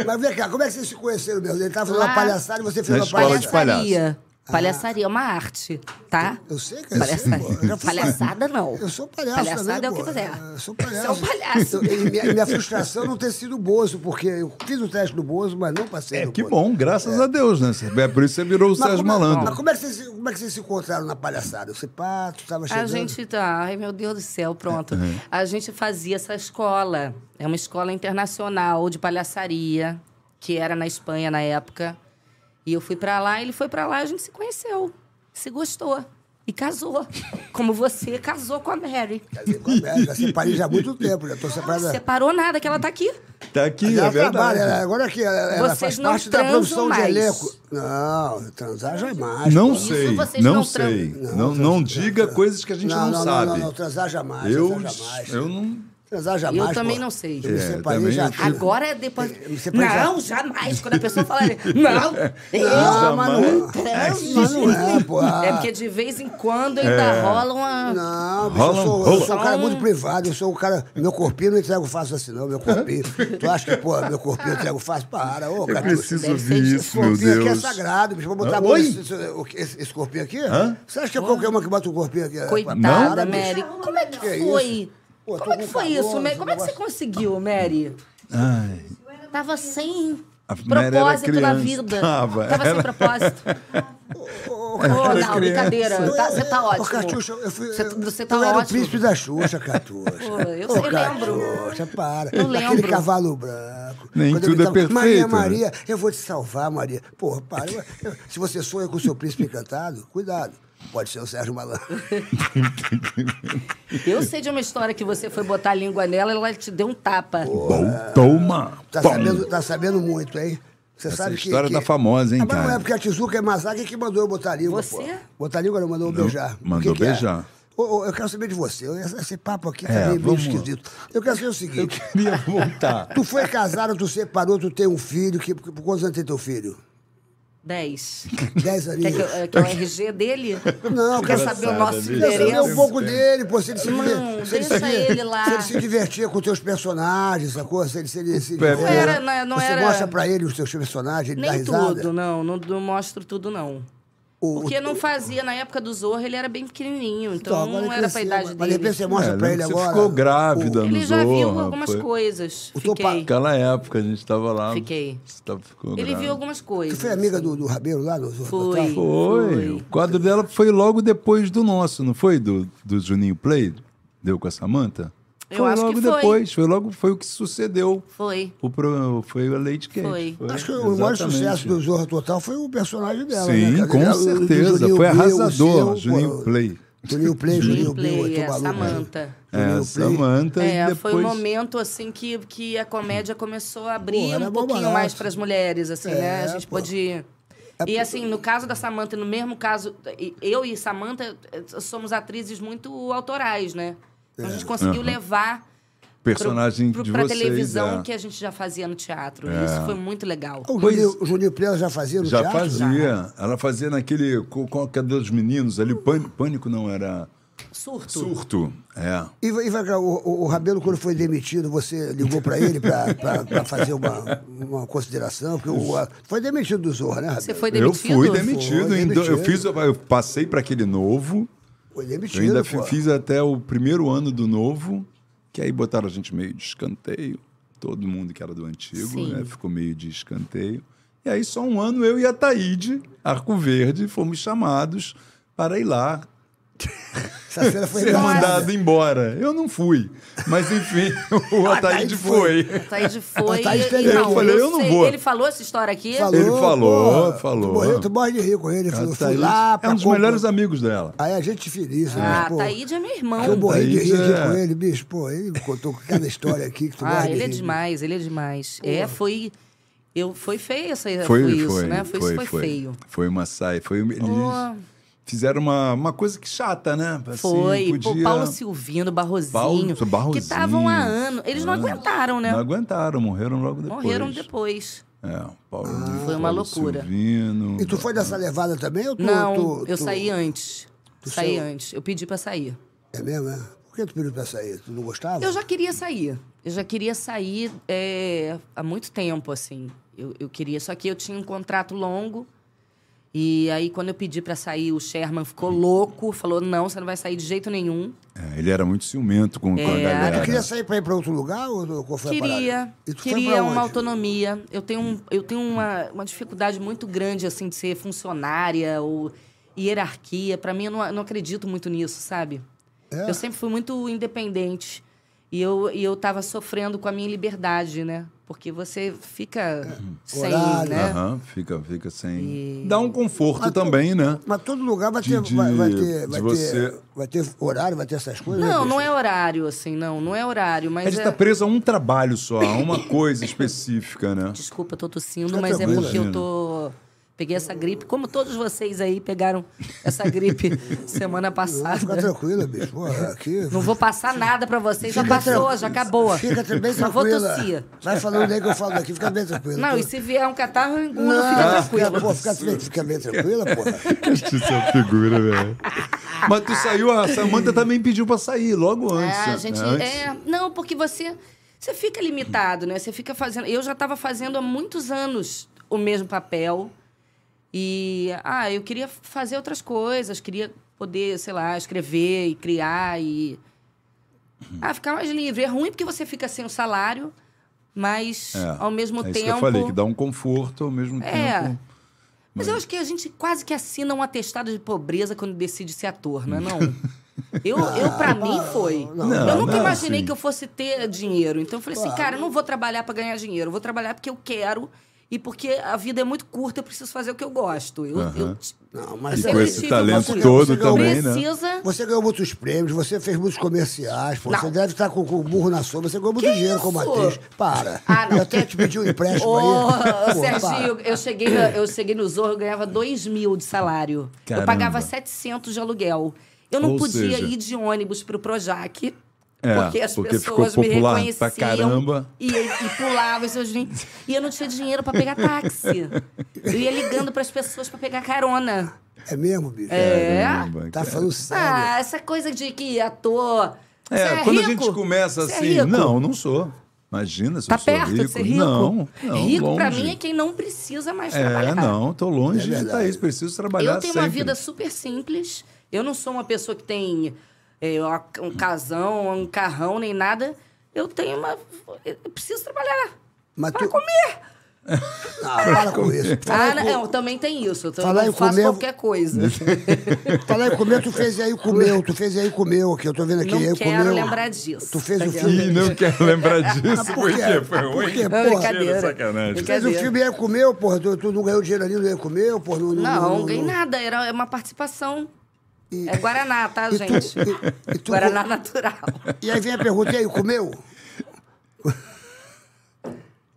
Speaker 5: Mas vem cá, como é que vocês se conheceram mesmo? Ele tava fazendo uma
Speaker 6: Lá-
Speaker 5: palhaçada e você fez
Speaker 4: Na
Speaker 5: uma
Speaker 4: escola de
Speaker 5: palhaçada.
Speaker 6: Palhaçaria. Palhaçaria é uma arte, tá?
Speaker 5: Eu sei que eu sei, pô. Eu já fui-
Speaker 6: Palhaçaria. Palhaçada não.
Speaker 5: Eu sou palhaço
Speaker 6: Palhaçada
Speaker 5: também,
Speaker 6: é o que
Speaker 5: pô.
Speaker 6: você é.
Speaker 5: Eu sou palhaço.
Speaker 6: Você é um palhaço.
Speaker 5: Eu- *laughs* e minha, minha frustração é não ter sido Bozo, porque eu fiz o teste do Bozo, mas não passei
Speaker 4: É,
Speaker 5: no
Speaker 4: que
Speaker 5: Bozo.
Speaker 4: bom, graças a Deus, né? É por isso que você virou o
Speaker 5: Mas
Speaker 4: Sérgio
Speaker 5: como,
Speaker 4: Malandro.
Speaker 5: Mas como é, que vocês, se- como é que vocês se encontraram na palhaçada? Você, pá, tu tava chegando... É,
Speaker 6: A gente tá. Ai, meu Deus do céu, pronto. A gente fazia essa escola. É uma escola internacional de palhaçaria, que era na Espanha na época. E eu fui pra lá, ele foi pra lá, a gente se conheceu, se gostou e casou. *laughs* Como você casou com a Mary.
Speaker 5: Quer dizer, como é? Já né? separei já há muito tempo, já tô
Speaker 6: Não
Speaker 5: separada...
Speaker 6: separou nada, que ela tá aqui.
Speaker 4: Tá aqui, é
Speaker 5: ela
Speaker 4: verdade.
Speaker 5: trabalha, né? ela- agora aqui, ela, ela
Speaker 6: Vocês
Speaker 5: faz
Speaker 6: não
Speaker 5: parte da
Speaker 6: transam
Speaker 5: produção de
Speaker 6: mais.
Speaker 5: elenco. Não, transar jamais.
Speaker 4: Não
Speaker 5: pô.
Speaker 4: sei,
Speaker 7: vocês
Speaker 4: não
Speaker 7: não
Speaker 4: sei.
Speaker 7: tran-
Speaker 4: Não, não, diga coisas que a gente não,
Speaker 5: não,
Speaker 4: sabe.
Speaker 5: Não, não, não, transar jamais.
Speaker 4: Eu,
Speaker 5: transar jamais.
Speaker 4: eu não.
Speaker 5: Transar jamais.
Speaker 6: Eu também
Speaker 5: pô.
Speaker 6: não sei.
Speaker 5: Eu me
Speaker 4: É,
Speaker 5: separei
Speaker 4: também
Speaker 5: já.
Speaker 4: eu-
Speaker 5: fiz.
Speaker 6: Agora, depois...
Speaker 5: Você pode
Speaker 6: Não, jamais. Quando a pessoa fala...
Speaker 5: *laughs*
Speaker 6: Não, eu...
Speaker 5: Ah, mas não,
Speaker 6: transo.
Speaker 5: mas não é, pô. Ah,
Speaker 6: É porque de vez em quando ainda
Speaker 5: É.
Speaker 6: rola uma...
Speaker 5: Não, bicho,
Speaker 4: Rola um-
Speaker 5: eu, sou, eu
Speaker 4: rola.
Speaker 5: sou um cara muito privado, eu sou um cara. Meu corpinho eu não entrego fácil assim, não, meu corpinho. tu acha que, pô, meu corpinho eu entrego fácil? Para, ô,
Speaker 4: Eu
Speaker 5: cara.
Speaker 4: preciso
Speaker 6: deve ser
Speaker 4: ouvir
Speaker 6: de
Speaker 4: isso,
Speaker 5: Esse
Speaker 4: meu
Speaker 5: corpinho aqui é
Speaker 4: Deus.
Speaker 5: sagrado, bicho. Vou botar
Speaker 4: Hã?
Speaker 5: a mão
Speaker 4: Oi?
Speaker 5: nesse, esse- esse, esse corpinho aqui?
Speaker 4: Hã?
Speaker 5: Você acha que é qualquer uma que bota o corpinho aqui?
Speaker 6: Coitada,
Speaker 5: Para, bicho.
Speaker 6: Mary. Como é que,
Speaker 5: um Que isso?
Speaker 6: foi?
Speaker 5: Pô, tô
Speaker 6: Como é que
Speaker 5: com
Speaker 6: foi
Speaker 5: calor,
Speaker 6: isso, Mary?
Speaker 5: esse
Speaker 6: Como é que você
Speaker 5: negócio.
Speaker 6: conseguiu, Mary?
Speaker 4: Ai,
Speaker 7: Tava sem
Speaker 4: A Mary era
Speaker 7: propósito na
Speaker 4: criança.
Speaker 7: vida.
Speaker 4: Tava.
Speaker 7: sem propósito.
Speaker 5: *laughs* Ô,
Speaker 6: Ô,
Speaker 5: Catuxa,
Speaker 6: não, brincadeira. tá- Você tá
Speaker 5: Ô, Catuxa,
Speaker 6: ótimo.
Speaker 5: eu fui.
Speaker 6: Você-
Speaker 5: eu-
Speaker 6: você tá
Speaker 5: eu era o
Speaker 6: ótimo.
Speaker 5: príncipe da Xuxa, Catuxa.
Speaker 6: *laughs* Pô, eu
Speaker 5: Ô,
Speaker 6: sei, eu lembro.
Speaker 5: Catuxa, para.
Speaker 6: Eu
Speaker 5: Aquele
Speaker 6: lembro.
Speaker 5: cavalo branco.
Speaker 4: Nem
Speaker 5: Quando eu
Speaker 4: tudo é
Speaker 5: gritava,
Speaker 4: perfeito,
Speaker 5: Maria,
Speaker 4: né?
Speaker 5: Maria, eu vou te salvar, Maria. Porra, para. eu- eu- se você sonha com o seu príncipe encantado, cuidado. Pode ser o Sérgio Malandro.
Speaker 6: Eu sei de uma história que você foi botar a língua nela e ela te deu um tapa.
Speaker 4: *laughs* bom, toma.
Speaker 5: Tá
Speaker 4: pom.
Speaker 5: sabendo, tá sabendo muito, hein? Você
Speaker 4: Essa
Speaker 5: sabe que-
Speaker 4: história
Speaker 5: que,
Speaker 4: tá famosa, hein,
Speaker 5: Ah, mas
Speaker 4: cara?
Speaker 5: Não é porque a Tizuka é Masaki que mandou eu botar a língua.
Speaker 6: Você?
Speaker 5: pô. Botar a língua não, mandou eu beijar.
Speaker 4: mandou
Speaker 5: O que que é?
Speaker 4: beijar.
Speaker 5: Ô, ô, eu quero saber de você. Esse, esse papo aqui tá
Speaker 4: É,
Speaker 5: meio, meio
Speaker 4: vamos-
Speaker 5: esquisito. Eu quero saber o
Speaker 4: *laughs*
Speaker 5: seguinte.
Speaker 4: Queria voltar.
Speaker 5: Tu foi casado, tu separou, tu tem um filho. Que, por quantos anos tem teu filho?
Speaker 6: 10.
Speaker 5: Dez
Speaker 6: Quer
Speaker 5: aninhos.
Speaker 6: que, eu- é que é o RG dele? né,
Speaker 5: Não,
Speaker 6: Quer
Speaker 5: quero
Speaker 6: saber
Speaker 5: saber.
Speaker 6: o nosso
Speaker 4: bicho.
Speaker 5: Quero saber um
Speaker 6: endereço?
Speaker 5: pouco dele, pô. Se ele se,
Speaker 6: Não,
Speaker 5: diver- se ele se
Speaker 6: deixa
Speaker 5: diver-
Speaker 6: ele lá.
Speaker 5: se ele se divertia com teus personagens, sacou? Se ele se. Ele, se
Speaker 4: Pepe. Não
Speaker 6: era, né, não
Speaker 5: Você
Speaker 6: era-
Speaker 5: mostra pra ele os teus personagens, ele dá
Speaker 6: Nem
Speaker 5: risada.
Speaker 6: tudo, não, não. Não mostro tudo, não.
Speaker 5: O-
Speaker 6: Porque não fazia, na época do Zorro, ele era bem pequenininho, então
Speaker 5: agora
Speaker 6: não
Speaker 5: ele
Speaker 6: era pra
Speaker 5: cresceu,
Speaker 6: idade
Speaker 5: mas- Mas de repente
Speaker 6: dele.
Speaker 5: você mostra
Speaker 4: É,
Speaker 5: pra ele
Speaker 4: você
Speaker 5: agora.
Speaker 4: ficou grávida.
Speaker 5: o-
Speaker 6: Ele já viu
Speaker 4: Zorro,
Speaker 6: algumas
Speaker 4: foi-
Speaker 6: coisas.
Speaker 5: O teu
Speaker 6: Fiquei.
Speaker 4: Naquela época a gente tava lá.
Speaker 6: Fiquei.
Speaker 4: Você tava- ficou
Speaker 6: Ele
Speaker 4: grávida.
Speaker 6: viu algumas
Speaker 5: Tu
Speaker 6: coisas.
Speaker 5: foi amiga do, do Rabelo lá? No,
Speaker 6: Fui.
Speaker 4: Foi. O quadro dela foi logo depois do nosso, não foi? Do, do Juninho Play? Deu com a Samanta?
Speaker 6: Eu
Speaker 4: foi
Speaker 6: acho que
Speaker 4: logo
Speaker 6: foi.
Speaker 4: depois. Foi logo foi o que sucedeu.
Speaker 6: Foi.
Speaker 4: O pro, foi a Lady Kate.
Speaker 6: Foi.
Speaker 5: Acho que o maior sucesso do Zorra Total foi o personagem dela.
Speaker 4: Sim,
Speaker 5: né, cara?
Speaker 4: com
Speaker 5: O- o- o
Speaker 4: certeza.
Speaker 5: Juninho
Speaker 4: Foi
Speaker 5: Bill, o
Speaker 4: arrasador,
Speaker 5: seu, pô,
Speaker 4: Juninho Play.
Speaker 5: Juninho Play, Juninho Bill, eu
Speaker 6: Play,
Speaker 5: tô
Speaker 6: é,
Speaker 5: maluco. né?
Speaker 6: Samanta.
Speaker 4: É, Samanta
Speaker 6: É,
Speaker 4: e depois...
Speaker 6: foi o momento assim que, que a comédia começou a
Speaker 5: Porra,
Speaker 6: abrir
Speaker 5: era
Speaker 6: um
Speaker 5: bom
Speaker 6: pouquinho
Speaker 5: barato.
Speaker 6: mais para as mulheres, assim, né? A
Speaker 5: É,
Speaker 6: gente
Speaker 5: pô.
Speaker 6: pôde E assim, no caso da Samantha, no mesmo caso, e- eu e Samantha eh, somos atrizes muito autorais, né? Então a
Speaker 5: É.
Speaker 6: gente conseguiu levar
Speaker 4: Personagem
Speaker 6: pro, pro,
Speaker 4: de
Speaker 6: pra
Speaker 4: vocês,
Speaker 6: televisão
Speaker 4: é.
Speaker 6: que a gente já fazia no teatro. Isso foi muito legal.
Speaker 5: O Juninho, o Juninho Play ela já fazia no
Speaker 4: Já
Speaker 5: teatro?
Speaker 4: fazia. Ela fazia naquele... Com, com a cadeira é dos meninos ali. Pânico, pânico não, era...
Speaker 6: Surto.
Speaker 4: Surto. É.
Speaker 5: E, vai- e vai cá, o, o- o Rabelo, quando foi demitido, você ligou pra ele pra, pra, pra fazer uma, uma consideração? Porque o, a- foi demitido do Zorra, né, Rabelo?
Speaker 6: Você foi
Speaker 4: Eu
Speaker 6: demitido?
Speaker 4: fui demitido.
Speaker 5: Foi
Speaker 4: em do- Eu,
Speaker 5: demitido.
Speaker 4: fiz, eu passei para aquele novo.
Speaker 5: Foi
Speaker 4: Eu
Speaker 5: demitido,
Speaker 4: ainda fi-
Speaker 5: pô.
Speaker 4: fiz até o primeiro ano do novo, que aí botaram a gente meio de escanteio. Todo mundo que era do antigo,
Speaker 6: Sim.
Speaker 4: né? Ficou meio de escanteio. E aí, só um ano, eu e a Taíde, Arco Verde, fomos chamados para ir lá
Speaker 5: Essa cena
Speaker 4: *laughs*
Speaker 5: foi
Speaker 4: ser
Speaker 5: engraçada.
Speaker 4: mandado embora. Eu não fui. Mas, enfim, *laughs* o Ataíde foi.
Speaker 6: Ataíde foi.
Speaker 5: A Thaís
Speaker 6: e-
Speaker 5: teve-
Speaker 6: não,
Speaker 4: Eu falei, eu não
Speaker 6: sei,
Speaker 4: vou.
Speaker 6: Ele falou essa história aqui.
Speaker 5: Falou,
Speaker 4: Ele falou,
Speaker 5: pô,
Speaker 4: falou.
Speaker 5: Tu, morreu, tu morre de rir com ele. Ele falou, fui lá pra
Speaker 4: é um dos
Speaker 5: compra-
Speaker 4: melhores amigos dela.
Speaker 5: Aí a gente feliz, né?
Speaker 6: Ah,
Speaker 5: pô.
Speaker 6: Ataíde é meu
Speaker 5: Eu
Speaker 6: irmão.
Speaker 5: morri de rir
Speaker 4: Thaís é-
Speaker 5: aqui com ele, bicho. Pô, ele me contou cada história aqui que tu morre
Speaker 6: Ah,
Speaker 5: de
Speaker 6: ele é
Speaker 5: rir.
Speaker 6: demais, ele é demais. É, foi. Eu, foi feio essa, foi,
Speaker 4: Foi,
Speaker 6: isso,
Speaker 4: foi,
Speaker 6: né? Foi, isso foi feio.
Speaker 4: Foi uma saia. Foi, um, eles
Speaker 6: Oh.
Speaker 4: fizeram uma, uma coisa que chata, né? Assim,
Speaker 6: Foi, pô,
Speaker 4: podia-
Speaker 6: Paulo Silvino, Barrozinho,
Speaker 4: Paulo- Barrozinho. Ah,
Speaker 6: que estavam há anos. Eles não aguentaram, né?
Speaker 4: Não aguentaram, morreram logo depois.
Speaker 6: Morreram depois.
Speaker 4: É, o Paulo,
Speaker 6: Foi uma
Speaker 4: Paulo
Speaker 6: loucura.
Speaker 4: Silvino.
Speaker 5: E tu foi dessa levada também? Ou tu,
Speaker 6: não,
Speaker 5: tu-
Speaker 6: eu
Speaker 5: tu-
Speaker 6: saí antes. Saí
Speaker 5: saiu?
Speaker 6: antes. Eu pedi pra sair.
Speaker 5: É mesmo, é? Por que tu pediu pra sair? Tu não gostava?
Speaker 6: Eu já queria sair. Eu já queria sair é, há muito tempo, assim. Eu, eu queria, só que eu tinha um contrato longo. E aí, quando eu pedi pra sair, o Sherman ficou louco, falou: não, você não vai sair de jeito nenhum.
Speaker 4: É, ele era muito ciumento com, com a
Speaker 6: É,
Speaker 4: galera.
Speaker 5: Tu queria sair pra ir pra outro lugar? Ou qual foi a parada?
Speaker 6: Queria,
Speaker 5: E tu foi pra
Speaker 6: queria
Speaker 5: onde?
Speaker 6: uma autonomia. Eu tenho, um- eu tenho uma, uma dificuldade muito grande, assim, de ser funcionária ou hierarquia. Pra mim, eu não, não acredito muito nisso, sabe?
Speaker 5: É?
Speaker 6: Eu sempre fui muito independente. E eu, e eu tava sofrendo com a minha liberdade, né? Porque você fica sem,
Speaker 5: É. Horário.
Speaker 6: né?
Speaker 4: Aham, fica, fica sem. Dá um conforto também, né?
Speaker 5: Mas todo lugar vai
Speaker 4: De-
Speaker 5: ter,
Speaker 4: de-
Speaker 5: vai, vai ter,
Speaker 4: de
Speaker 5: vai,
Speaker 4: você-
Speaker 5: ter, vai ter horário, vai ter essas coisas.
Speaker 6: Não,
Speaker 5: né,
Speaker 6: não
Speaker 5: bicho?
Speaker 6: é horário, assim, não. Não é horário,
Speaker 4: A
Speaker 6: mas
Speaker 4: gente
Speaker 6: é...
Speaker 4: tá preso a um trabalho só, a
Speaker 6: *coughs*
Speaker 4: uma coisa específica, né?
Speaker 6: Desculpa, eu tô tossindo,
Speaker 5: Fica
Speaker 6: mas é
Speaker 5: tranquila.
Speaker 6: porque eu tô... Peguei essa gripe, como todos vocês aí pegaram essa
Speaker 5: *laughs*
Speaker 6: gripe semana
Speaker 5: Fica
Speaker 6: passada.
Speaker 5: tranquila, bicho. Pô, aqui.
Speaker 6: *laughs* Não vou passar nada pra vocês, já
Speaker 5: Fica
Speaker 6: passou,
Speaker 5: tranquila.
Speaker 6: já acabou.
Speaker 5: Fica tra- bem
Speaker 6: Só vou
Speaker 5: tranquila.
Speaker 6: tossir.
Speaker 5: Vai falando aí que eu falo daqui, fica bem tranquila.
Speaker 6: Não,
Speaker 5: Pô.
Speaker 6: e se vier um catarro, eu engulo,
Speaker 5: Não,
Speaker 6: fica
Speaker 5: fica,
Speaker 6: tranquilo.
Speaker 5: pô, fica, bem- fica bem tranquila, pô.
Speaker 4: é figura, velho. Mas tu saiu, a Samanta também pediu pra sair logo
Speaker 6: É,
Speaker 4: antes.
Speaker 6: a
Speaker 4: né?
Speaker 6: gente.
Speaker 4: Antes.
Speaker 6: É, não, porque você. Você fica limitado, né? Você fica fazendo. Eu já estava fazendo há muitos anos o mesmo papel. E. Ah, eu queria fazer outras coisas, queria poder, sei lá, escrever e criar e. Ah, ficar mais livre. É ruim porque você fica sem o salário, mas
Speaker 4: É,
Speaker 6: ao mesmo
Speaker 4: é
Speaker 6: tempo.
Speaker 4: isso que eu falei, que dá um conforto ao mesmo
Speaker 6: É.
Speaker 4: tempo.
Speaker 6: Mas eu acho que a gente quase que assina um atestado de pobreza quando decide ser ator, não
Speaker 4: *laughs*
Speaker 6: é não? Eu, eu para mim foi. eu nunca
Speaker 4: Ah, não,
Speaker 6: imaginei
Speaker 4: sim.
Speaker 6: que eu fosse ter dinheiro. Então eu falei assim, cara, eu não vou trabalhar para ganhar dinheiro, eu vou trabalhar porque eu quero e porque a vida é muito curta, eu preciso fazer o que eu gosto. Eu, eu
Speaker 4: Aham.
Speaker 5: Não, mas
Speaker 4: E
Speaker 5: você-
Speaker 4: com esse
Speaker 5: você-
Speaker 4: talento
Speaker 5: você-
Speaker 4: todo
Speaker 5: você ganhou-
Speaker 4: também, né?
Speaker 6: precisa.
Speaker 5: Você ganhou muitos prêmios, você fez muitos comerciais, pô,
Speaker 6: Não.
Speaker 5: você deve estar com, com o burro na sombra, você ganhou muito
Speaker 6: Que
Speaker 5: dinheiro como
Speaker 6: isso?
Speaker 5: atriz. Para.
Speaker 6: Ah, não.
Speaker 5: Eu até te pedi um empréstimo
Speaker 6: Ô,
Speaker 5: aí. Pô, para.
Speaker 6: Serginho, eu cheguei, na- eu cheguei no Zorro, eu ganhava 2 mil de salário.
Speaker 4: Caramba.
Speaker 6: Eu pagava 700 de aluguel. Eu não
Speaker 4: Ou
Speaker 6: podia
Speaker 4: seja-
Speaker 6: ir de ônibus pro Projac.
Speaker 4: É,
Speaker 6: porque as
Speaker 4: porque ficou
Speaker 6: pessoas me
Speaker 4: popular
Speaker 6: reconheciam.
Speaker 4: pra caramba.
Speaker 6: E, e pulavam e seus vinhos. E eu não tinha dinheiro pra pegar táxi. Eu ia ligando pras pessoas pra pegar carona.
Speaker 5: É mesmo, bicho?
Speaker 6: É.
Speaker 4: Caramba,
Speaker 5: Tá
Speaker 4: cara.
Speaker 5: falando sério.
Speaker 6: Ah, essa coisa de que ator.
Speaker 4: É,
Speaker 6: Você
Speaker 4: quando a
Speaker 6: rico?
Speaker 4: gente começa
Speaker 6: Você é
Speaker 4: assim,
Speaker 6: rico?
Speaker 4: não, não sou. Imagina se
Speaker 6: Tá
Speaker 4: eu sou
Speaker 6: perto
Speaker 4: rico.
Speaker 6: de ser rico?
Speaker 4: Não, não
Speaker 6: rico
Speaker 4: longe.
Speaker 6: pra mim é quem não precisa mais
Speaker 4: É,
Speaker 6: trabalhar.
Speaker 4: não, tô longe
Speaker 5: É
Speaker 4: de estar isso, preciso trabalhar
Speaker 6: Eu tenho
Speaker 4: sempre.
Speaker 6: uma vida super simples. Eu não sou uma pessoa que tem é, uma- um casão, um carrão, nem nada. Eu tenho uma. Eu preciso trabalhar.
Speaker 5: Mas
Speaker 6: Para
Speaker 5: tu...
Speaker 6: comer.
Speaker 5: Ah, para com isso.
Speaker 6: Ah,
Speaker 5: Falar
Speaker 6: não,
Speaker 5: em co-
Speaker 6: eu também tem isso. Eu tô-
Speaker 5: Falar em
Speaker 6: eu faço
Speaker 5: comer-
Speaker 6: qualquer
Speaker 5: *laughs*
Speaker 6: coisa.
Speaker 5: Falar em comer, tu fez aí o comeu, tu fez aí o comeu aqui, eu tô vendo aqui.
Speaker 6: Não
Speaker 5: aí o
Speaker 6: quero
Speaker 5: comeu.
Speaker 6: lembrar disso.
Speaker 5: é um Tu fez
Speaker 6: Tá
Speaker 5: o
Speaker 6: vendo?
Speaker 5: filme.
Speaker 4: *laughs* Ih, não quero
Speaker 6: *laughs*
Speaker 4: lembrar disso,
Speaker 5: Ah, por
Speaker 4: porque
Speaker 5: quê?
Speaker 4: foi
Speaker 5: Ah, por
Speaker 4: ruim.
Speaker 5: quê?
Speaker 6: Não,
Speaker 5: Porra,
Speaker 6: *laughs* brincadeira. um
Speaker 4: sacanagem.
Speaker 5: Fez o
Speaker 6: brincadeeu.
Speaker 5: filme aí comeu, porra. Tu, tu não ganhou dinheiro ali, não ganhou comeu, porra. Não, não,
Speaker 6: Não, ganhei nada. Era uma participação. É Guaraná, tá,
Speaker 5: E tu-
Speaker 6: gente?
Speaker 5: e- e tu-
Speaker 6: Guaraná natural.
Speaker 5: E aí vem a pergunta, e aí, comeu?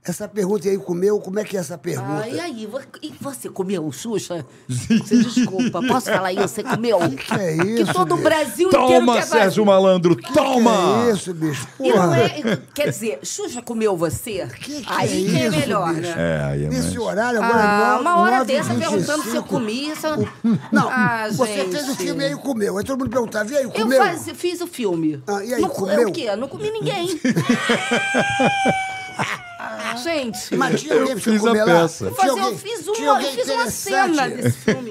Speaker 5: Essa pergunta, e aí, comeu? Como é que é essa pergunta?
Speaker 6: Ah, e aí? vo- E você comeu, Xuxa? Você desculpa, posso falar isso? Você comeu?
Speaker 5: que é isso,
Speaker 6: Que todo o
Speaker 5: bicho?
Speaker 6: Brasil inteiro
Speaker 4: Toma,
Speaker 6: quer
Speaker 4: Sérgio
Speaker 6: Brasil.
Speaker 4: Malandro, toma!
Speaker 5: Que É isso, bicho?
Speaker 6: E não
Speaker 5: Porra.
Speaker 6: é, quer dizer, Xuxa comeu você?
Speaker 5: Que que
Speaker 6: aí
Speaker 5: é
Speaker 6: que é
Speaker 5: isso,
Speaker 6: melhor,
Speaker 5: bicho?
Speaker 6: né?
Speaker 4: É, aí é mais...
Speaker 5: Nesse horário, agora
Speaker 6: Ah,
Speaker 5: nove-
Speaker 6: uma hora
Speaker 5: nove e
Speaker 6: dessa
Speaker 5: vinte e
Speaker 6: perguntando se eu
Speaker 5: cinco.
Speaker 6: comi. Essa...
Speaker 5: Não,
Speaker 6: ah,
Speaker 5: você
Speaker 6: gente.
Speaker 5: fez o filme e aí comeu. Aí todo mundo perguntava, e aí,
Speaker 6: Eu
Speaker 5: comeu?
Speaker 6: faz- fiz o filme.
Speaker 5: Ah, e aí,
Speaker 6: não,
Speaker 5: comeu?
Speaker 6: Eu, o quê? Não comi
Speaker 5: *laughs*
Speaker 6: ninguém. gente.
Speaker 5: Mas tinha alguém pra você
Speaker 4: fiz a
Speaker 5: comer lá?
Speaker 4: peça.
Speaker 6: Eu,
Speaker 5: Tinha
Speaker 6: fazia-
Speaker 5: alguém-
Speaker 6: eu fiz
Speaker 5: tinha
Speaker 6: uma,
Speaker 5: alguém
Speaker 6: eu fiz uma
Speaker 5: interessante?
Speaker 6: cena desse filme.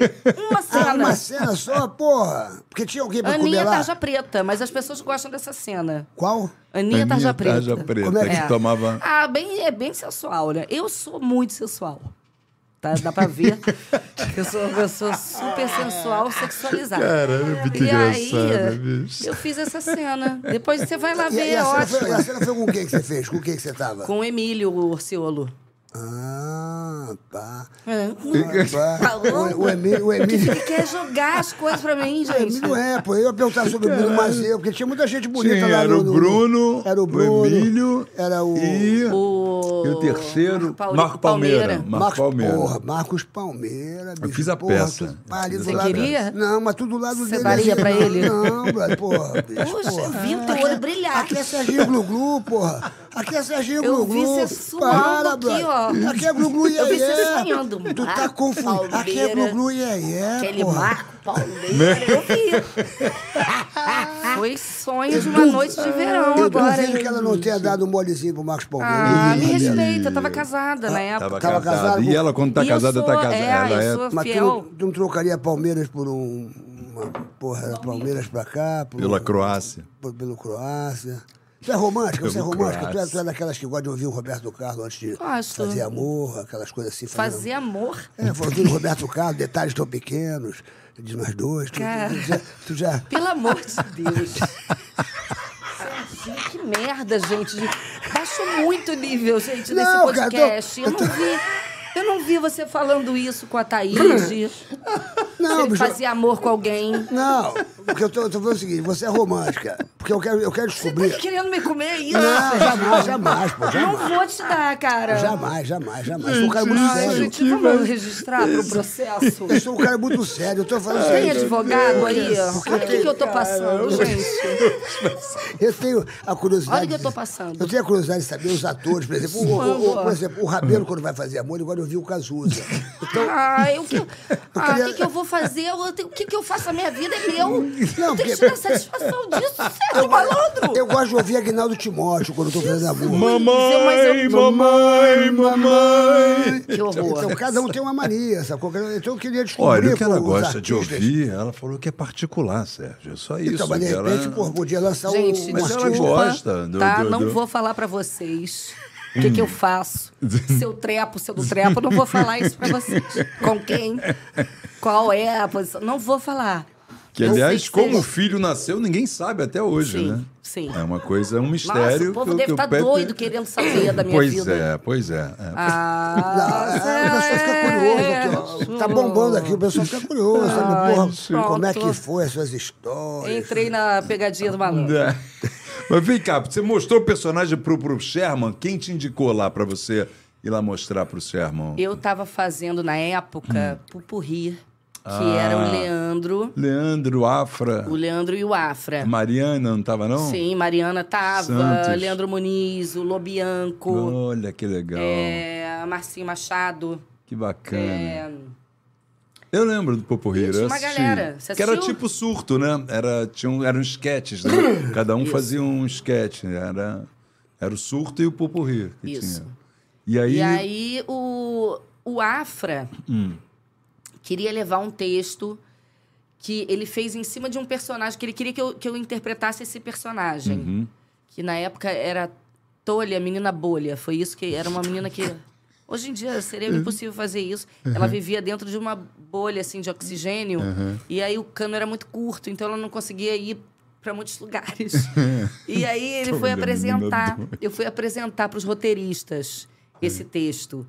Speaker 6: Uma cena.
Speaker 5: Ah, uma cena só, porra. Porque tinha alguém pra
Speaker 6: Aninha
Speaker 5: comer lá.
Speaker 6: Tarja Preta, mas as pessoas gostam dessa cena.
Speaker 5: Qual?
Speaker 6: Aninha, Tarja Preta.
Speaker 4: Tarja Preta,
Speaker 5: Como é que-
Speaker 4: que tomava...
Speaker 6: Ah, bem, é bem sensual, né? Eu sou muito sensual. Tá? Dá pra ver. eu sou uma pessoa super sensual, sexualizada.
Speaker 4: Caralho, é muito
Speaker 6: e
Speaker 4: engraçado,
Speaker 6: aí,
Speaker 4: bicho.
Speaker 6: Eu fiz essa cena. Depois você vai lá
Speaker 5: E,
Speaker 6: ver,
Speaker 5: e
Speaker 6: é
Speaker 5: a, cena foi,
Speaker 6: ótimo.
Speaker 5: a cena foi com quem que você fez? Com quem que você tava?
Speaker 6: Com o Emílio, o Orciolo.
Speaker 5: Ah, pá.
Speaker 6: É.
Speaker 5: Pá. O, o Emílio... O
Speaker 6: *laughs* Que
Speaker 5: Emílio...
Speaker 6: fica- quer jogar as coisas pra mim,
Speaker 5: Ah,
Speaker 6: gente.
Speaker 5: Emílio é, pô. Eu ia perguntar sobre o Bruno Mazeu, porque tinha muita gente bonita
Speaker 4: Tinha,
Speaker 5: lá no-
Speaker 4: era o
Speaker 5: no-
Speaker 4: Bruno,
Speaker 5: Era o Bruno.
Speaker 4: Emílio
Speaker 5: Era o...
Speaker 4: e...
Speaker 6: O...
Speaker 4: e o terceiro...
Speaker 6: Marco Pauli-
Speaker 4: Marco Palmeira.
Speaker 6: Palmeira.
Speaker 4: Marco Palmeira.
Speaker 5: Porra, Marcos Palmeira. bicho,
Speaker 4: fiz a
Speaker 5: porra,
Speaker 4: peça.
Speaker 5: tudo- ah, ali
Speaker 4: Eu fiz
Speaker 5: do
Speaker 4: essa
Speaker 5: lado-
Speaker 6: peça.
Speaker 5: Não, mas tudo do lado
Speaker 6: Você
Speaker 5: dele.
Speaker 6: daria
Speaker 5: assim,
Speaker 6: pra
Speaker 5: não,
Speaker 6: ele?
Speaker 5: Não, brother, porra.
Speaker 6: *laughs*
Speaker 5: bicho,
Speaker 6: Poxa,
Speaker 5: porra.
Speaker 6: vi o teu
Speaker 5: Aqui é-
Speaker 6: olho brilhar.
Speaker 5: Aqui é Serginho Gluglu, porra. Aqui é Serginho
Speaker 6: Eu
Speaker 5: Gluglu.
Speaker 6: vi você suando aqui,
Speaker 5: brother.
Speaker 6: ó.
Speaker 5: Aqui é Gluglu e
Speaker 6: Eu vi
Speaker 5: aí.
Speaker 6: você sonhando.
Speaker 5: Tu tá
Speaker 6: Marco
Speaker 5: confundindo. Aqui é
Speaker 6: Palmeira.
Speaker 5: Gluglu e aí, é,
Speaker 6: Aquele
Speaker 5: porra.
Speaker 6: *laughs* Marco Palmeira, eu vi. *laughs* Foi sonho de uma noite de verão
Speaker 5: Eu
Speaker 6: agora.
Speaker 5: duvido que ela não tenha dado um molezinho pro Marcos Palmeira.
Speaker 6: Ah, me
Speaker 5: Ih,
Speaker 6: respeita, tava casada né? na época.
Speaker 4: Tava,
Speaker 5: Tava
Speaker 4: casada.
Speaker 5: casado
Speaker 4: E
Speaker 5: com-
Speaker 4: ela, quando tá
Speaker 6: E eu
Speaker 4: casada,
Speaker 6: sou-
Speaker 4: tá casada.
Speaker 6: é,
Speaker 4: ela
Speaker 6: eu
Speaker 4: é
Speaker 6: sou
Speaker 5: Mas tu,
Speaker 6: fiel.
Speaker 5: não- tu não trocaria Palmeiras por um. Uma, porra, era Palmeiras pra cá. Por, um-
Speaker 4: pela Croácia.
Speaker 5: por- pelo Croácia. Tu é romântica, você é
Speaker 4: Pelo
Speaker 5: romântica. Tu é,
Speaker 4: Croácia.
Speaker 5: tu é daquelas que gosta de ouvir o Roberto Carlos antes de
Speaker 6: Gosto.
Speaker 5: fazer amor, aquelas coisas assim. fazendo-
Speaker 6: Fazer um amor.
Speaker 5: É, foi ouvindo o Roberto Carlos, detalhes tão pequenos, de nós dois. Tu, tu-
Speaker 6: Cara.
Speaker 5: tu já, tu já-
Speaker 6: Pelo amor de Deus. Que merda, gente. de- Baixou muito o nível, gente, desse
Speaker 5: Não, cara, então,
Speaker 6: podcast.
Speaker 5: eu tô-
Speaker 6: Eu não vi. Eu não vi você falando isso com a Thaís. de- se
Speaker 5: Não,
Speaker 6: ele
Speaker 5: bicho,
Speaker 6: fazia amor com alguém. Tá
Speaker 5: Não, porque eu tô, eu tô falando o seguinte, você é romântica. Porque eu quero, eu quero
Speaker 6: Você tá
Speaker 5: descobrir.
Speaker 6: querendo me comer isso?
Speaker 5: Não, jamais, jamais, pô.
Speaker 6: Não
Speaker 5: Jamais,
Speaker 6: vou te dar, cara.
Speaker 5: jamais, jamais. jamais. Eu sou um cara muito
Speaker 6: Ai,
Speaker 5: sério.
Speaker 6: gente, vamos registrar pro processo.
Speaker 5: Eu sou um cara muito sério. Eu tô falando o
Speaker 6: Tem
Speaker 5: seguinte,
Speaker 6: advogado aí?
Speaker 5: Porque
Speaker 6: Olha o que,
Speaker 5: tem-
Speaker 6: que eu tô passando, gente.
Speaker 5: eu tenho a curiosidade.
Speaker 6: Olha o que eu tô
Speaker 5: de-
Speaker 6: passando.
Speaker 5: Eu tenho a curiosidade de saber os atores, por exemplo. O, o, o, por exemplo, o Rabelo, quando vai fazer amor, agora eu vi o Cazuza.
Speaker 6: Ai, o que, ah, o
Speaker 5: queria-
Speaker 6: que, que eu vou fazer? Eu tenho- o que, que eu faço? A minha vida é
Speaker 5: Não,
Speaker 6: meu. Não, tem
Speaker 5: porque-
Speaker 6: que tirar satisfação disso, certo, malandro?
Speaker 5: Eu gosto de ouvir Aguinaldo Timóteo quando eu tô fazendo amor.
Speaker 6: Mas
Speaker 4: Mamãe,
Speaker 6: eu-
Speaker 4: mamãe, mamãe.
Speaker 6: Que horror.
Speaker 5: Então, cada um tem uma mania, sacou? Então, eu queria descobrir.
Speaker 4: Olha, o que ela
Speaker 5: com os
Speaker 4: gosta de
Speaker 5: artistas.
Speaker 4: ouvir, ela falou que é particular, Sérgio. É só isso.
Speaker 5: Então, mas de
Speaker 4: que ela-
Speaker 5: repente, pô, podia lançar
Speaker 6: Gente,
Speaker 5: um, um
Speaker 4: Mas ela
Speaker 5: artista.
Speaker 6: desculpa,
Speaker 4: gosta do-
Speaker 6: tá?
Speaker 4: do-
Speaker 6: não
Speaker 4: do-
Speaker 6: vou falar pra vocês o que, que eu faço. Se eu trepo, se eu não trepo, não vou falar isso pra vocês. Com quem? Qual é a posição? Não vou falar.
Speaker 4: Que,
Speaker 6: Eu
Speaker 4: aliás,
Speaker 6: sei que
Speaker 4: como o
Speaker 6: vocês-
Speaker 4: filho nasceu, ninguém sabe até hoje,
Speaker 6: Sim,
Speaker 4: né?
Speaker 6: sim.
Speaker 4: É uma coisa, é um
Speaker 6: Nossa,
Speaker 4: mistério.
Speaker 6: o povo
Speaker 4: que- que
Speaker 6: deve
Speaker 4: o
Speaker 6: estar
Speaker 4: Pepe-
Speaker 6: doido querendo saber da minha
Speaker 4: Pois
Speaker 6: vida.
Speaker 4: é, pois é. é.
Speaker 6: Ah,
Speaker 5: Ah, o pessoal fica curioso.
Speaker 6: é.
Speaker 5: aqui, ó. Tá bombando aqui, o pessoal fica curioso, sabe? Porra,
Speaker 6: pronto.
Speaker 5: como é que foi as suas histórias?
Speaker 6: Entrei na pegadinha do malandro.
Speaker 4: *laughs* É. Mas vem cá, você mostrou o personagem pro, pro Sherman? Quem te indicou lá pra você ir lá mostrar pro Sherman?
Speaker 6: Eu tava fazendo, na época, Pupurri, que era
Speaker 4: Ah.
Speaker 6: o Leandro,
Speaker 4: Leandro, Afra,
Speaker 6: o Leandro e o Afra.
Speaker 4: Mariana, não tava não?
Speaker 6: Sim, Mariana tava,
Speaker 4: Santos.
Speaker 6: Leandro Muniz, o Lobianco,
Speaker 4: Olha que legal,
Speaker 6: é, Marcinho Machado.
Speaker 4: que bacana. Eu lembro do Poporri,
Speaker 6: Tinha
Speaker 4: eu
Speaker 6: uma
Speaker 4: assisti.
Speaker 6: galera, você
Speaker 4: que era
Speaker 6: assistiu?
Speaker 4: tipo surto, né? Era, tinham, eram esquetes,
Speaker 6: *coughs*
Speaker 4: né? Cada um fazia um esquete. Era, era o surto e o Poporri que
Speaker 6: Isso.
Speaker 4: tinha. E aí,
Speaker 6: E aí o, o Afra queria levar um texto que ele fez em cima de um personagem, que ele queria que eu, que eu interpretasse esse personagem. Que na época era Tolha, menina bolha. Foi isso que era uma menina que. Hoje em dia
Speaker 4: Uhum.
Speaker 6: seria impossível fazer isso. Ela vivia dentro de uma bolha assim de oxigênio
Speaker 4: Uhum.
Speaker 6: e aí o cano era muito curto, então ela não conseguia ir para
Speaker 4: *laughs*
Speaker 6: muitos lugares. e aí ele foi
Speaker 4: Tolha, menina
Speaker 6: apresentar,
Speaker 4: doida. Uhum.
Speaker 6: eu fui apresentar para os roteiristas esse texto.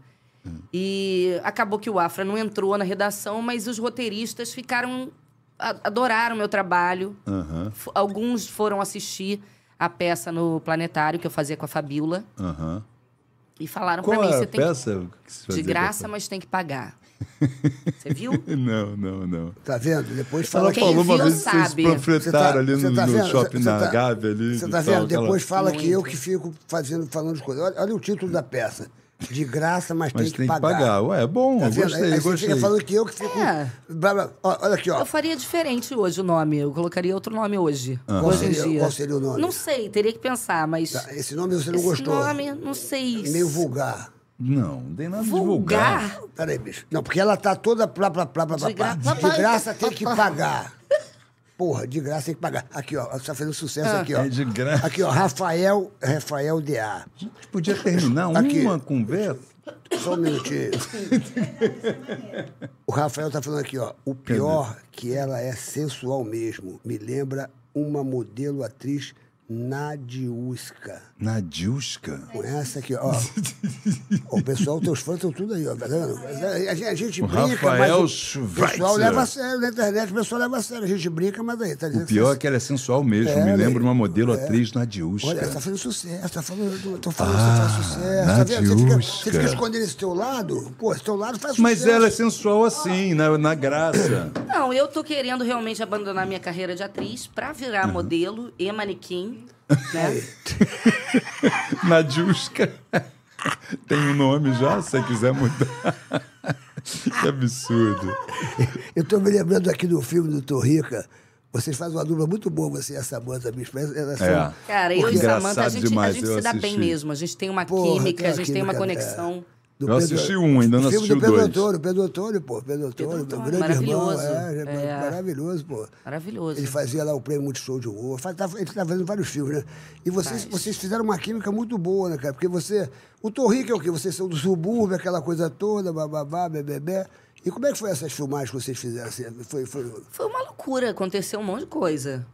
Speaker 6: E acabou que o Afra não entrou na redação, mas os roteiristas ficaram a- adoraram meu trabalho.
Speaker 4: Aham,
Speaker 6: F- Alguns foram assistir a peça no Planetário que eu fazia com a Fabiola
Speaker 4: aham.
Speaker 6: e falaram pra
Speaker 4: Qual
Speaker 6: mim,
Speaker 4: era
Speaker 6: você
Speaker 4: a
Speaker 6: tem que
Speaker 4: peça que se
Speaker 6: de
Speaker 4: fazia com
Speaker 6: graça,
Speaker 4: essa-
Speaker 6: mas tem que pagar.
Speaker 4: *laughs*
Speaker 6: Você viu?
Speaker 4: Não, não, não.
Speaker 5: Tá vendo? Depois fala
Speaker 4: Ela
Speaker 5: que.
Speaker 6: quem
Speaker 4: falou uma
Speaker 6: viu
Speaker 4: vez que vocês
Speaker 6: sabe.
Speaker 5: Você tá
Speaker 4: panfletaram ali
Speaker 5: você
Speaker 4: no, no
Speaker 5: vendo?
Speaker 4: shopping
Speaker 5: Você
Speaker 4: na
Speaker 5: tá-
Speaker 4: Gávea ali.
Speaker 5: Você
Speaker 4: e
Speaker 5: tá
Speaker 4: tal,
Speaker 5: vendo?
Speaker 4: aquela-
Speaker 5: Depois fala que
Speaker 6: Muito.
Speaker 5: eu que fico fazendo, falando de coisas. Olha, olha o título da peça. De graça, mas,
Speaker 4: Mas
Speaker 5: tem, que pagar.
Speaker 4: Ué, é bom,
Speaker 5: Tá
Speaker 4: eu
Speaker 5: vendo?
Speaker 4: gostei,
Speaker 5: Aí você
Speaker 4: gostei.
Speaker 5: fica falando que eu que fico.
Speaker 6: É.
Speaker 5: Blá, blá. Ó, Olha aqui, ó.
Speaker 6: Eu faria diferente hoje o nome. Eu colocaria outro nome hoje.
Speaker 4: Ah.
Speaker 5: Qual
Speaker 6: Hoje em
Speaker 5: seria,
Speaker 6: dia.
Speaker 5: qual seria o nome?
Speaker 6: Não sei, teria que pensar, mas.
Speaker 5: Tá, Esse nome você não
Speaker 6: esse
Speaker 5: gostou. É
Speaker 6: nome, é não sei.
Speaker 5: Meio vulgar.
Speaker 4: Não, não tem nada de vulgar.
Speaker 6: Vulgar?
Speaker 5: Peraí, bicho. Não, porque ela tá toda plá, plá, plá, plá, plá,
Speaker 6: De
Speaker 5: plá.
Speaker 6: graça.
Speaker 5: De graça tem que pagar. Porra, de graça tem que pagar. Aqui, ó. Você tá fazendo sucesso
Speaker 6: Ah.
Speaker 5: aqui, ó.
Speaker 4: É de graça.
Speaker 5: Aqui, ó. Rafael, Rafael D.A.
Speaker 4: A gente podia terminar
Speaker 5: Aqui.
Speaker 4: uma conversa.
Speaker 5: Só um minutinho. o Rafael tá falando aqui, ó. O pior que ela é sensual mesmo. Me lembra uma modelo atriz Nadiuska.
Speaker 4: Nadiuska.
Speaker 5: Com essa aqui,
Speaker 4: *laughs*
Speaker 5: ó. Ó, o pessoal, teus fãs estão tudo aí, ó, tá vendo? Mas A, a gente- a gente
Speaker 4: O
Speaker 5: brinca,
Speaker 4: Rafael
Speaker 5: mas o- o pessoal
Speaker 4: Schweitzer.
Speaker 5: leva a sério na internet, o pessoal leva a sério. A gente brinca, mas aí, tá dizendo
Speaker 4: O pior é que ela é sensual mesmo.
Speaker 5: É,
Speaker 4: Me lembra
Speaker 5: né?
Speaker 4: uma modelo
Speaker 5: É.
Speaker 4: atriz
Speaker 5: Olha, você tá
Speaker 4: Nadiuska.
Speaker 5: fazendo sucesso, tá falando, tô falando, que você faz sucesso, tá vendo? Você fica, você
Speaker 4: Ah, Nadiuska.
Speaker 5: fica escondendo esse teu lado, pô, esse teu lado faz sucesso.
Speaker 4: Mas ela é sensual assim, na, na
Speaker 5: *laughs*
Speaker 4: graça.
Speaker 6: Não, eu tô querendo realmente abandonar minha carreira de atriz pra virar modelo
Speaker 5: *laughs*
Speaker 6: e manequim. Né?
Speaker 5: É.
Speaker 4: Nadiuska. *laughs* Tem um nome já, se você quiser mudar. *laughs* Que absurdo.
Speaker 5: *laughs* Eu tô me lembrando aqui do filme do Torrica. Vocês fazem uma dupla muito boa, você e a Samanta, bicho. mas Elas são...
Speaker 4: É.
Speaker 6: Cara, eu e
Speaker 4: Engraçado
Speaker 6: Samanta, a gente,
Speaker 4: demais,
Speaker 6: a gente
Speaker 4: eu
Speaker 6: se dá
Speaker 4: assisti.
Speaker 6: bem mesmo. A gente tem uma
Speaker 5: Porra,
Speaker 6: química,
Speaker 5: tem
Speaker 6: a
Speaker 5: uma
Speaker 6: gente tem uma
Speaker 5: química,
Speaker 6: conexão.
Speaker 5: do
Speaker 4: Eu assisti um, ainda não
Speaker 5: do filme
Speaker 4: assisti o
Speaker 5: do Pedro
Speaker 4: dois.
Speaker 5: Antônio, Pedro Antônio, pô. Pedro Antônio,
Speaker 6: Pedro Antônio,
Speaker 5: grande
Speaker 6: maravilhoso,
Speaker 5: irmão. É,
Speaker 6: é.
Speaker 5: é Maravilhoso, pô.
Speaker 6: Maravilhoso.
Speaker 5: Ele fazia lá o prêmio Multishow de Ouro. Faz- tá- Ele tá fazendo vários filmes, né? E vocês, vocês fizeram uma química muito boa, né, cara? Porque você. O Torrica é o quê? Vocês são do subúrbio, aquela coisa toda, bababá, bebê. E como é que foi essas filmagens que vocês fizeram? Assim, Foi, foi...
Speaker 6: Foi uma loucura, aconteceu um monte de coisa.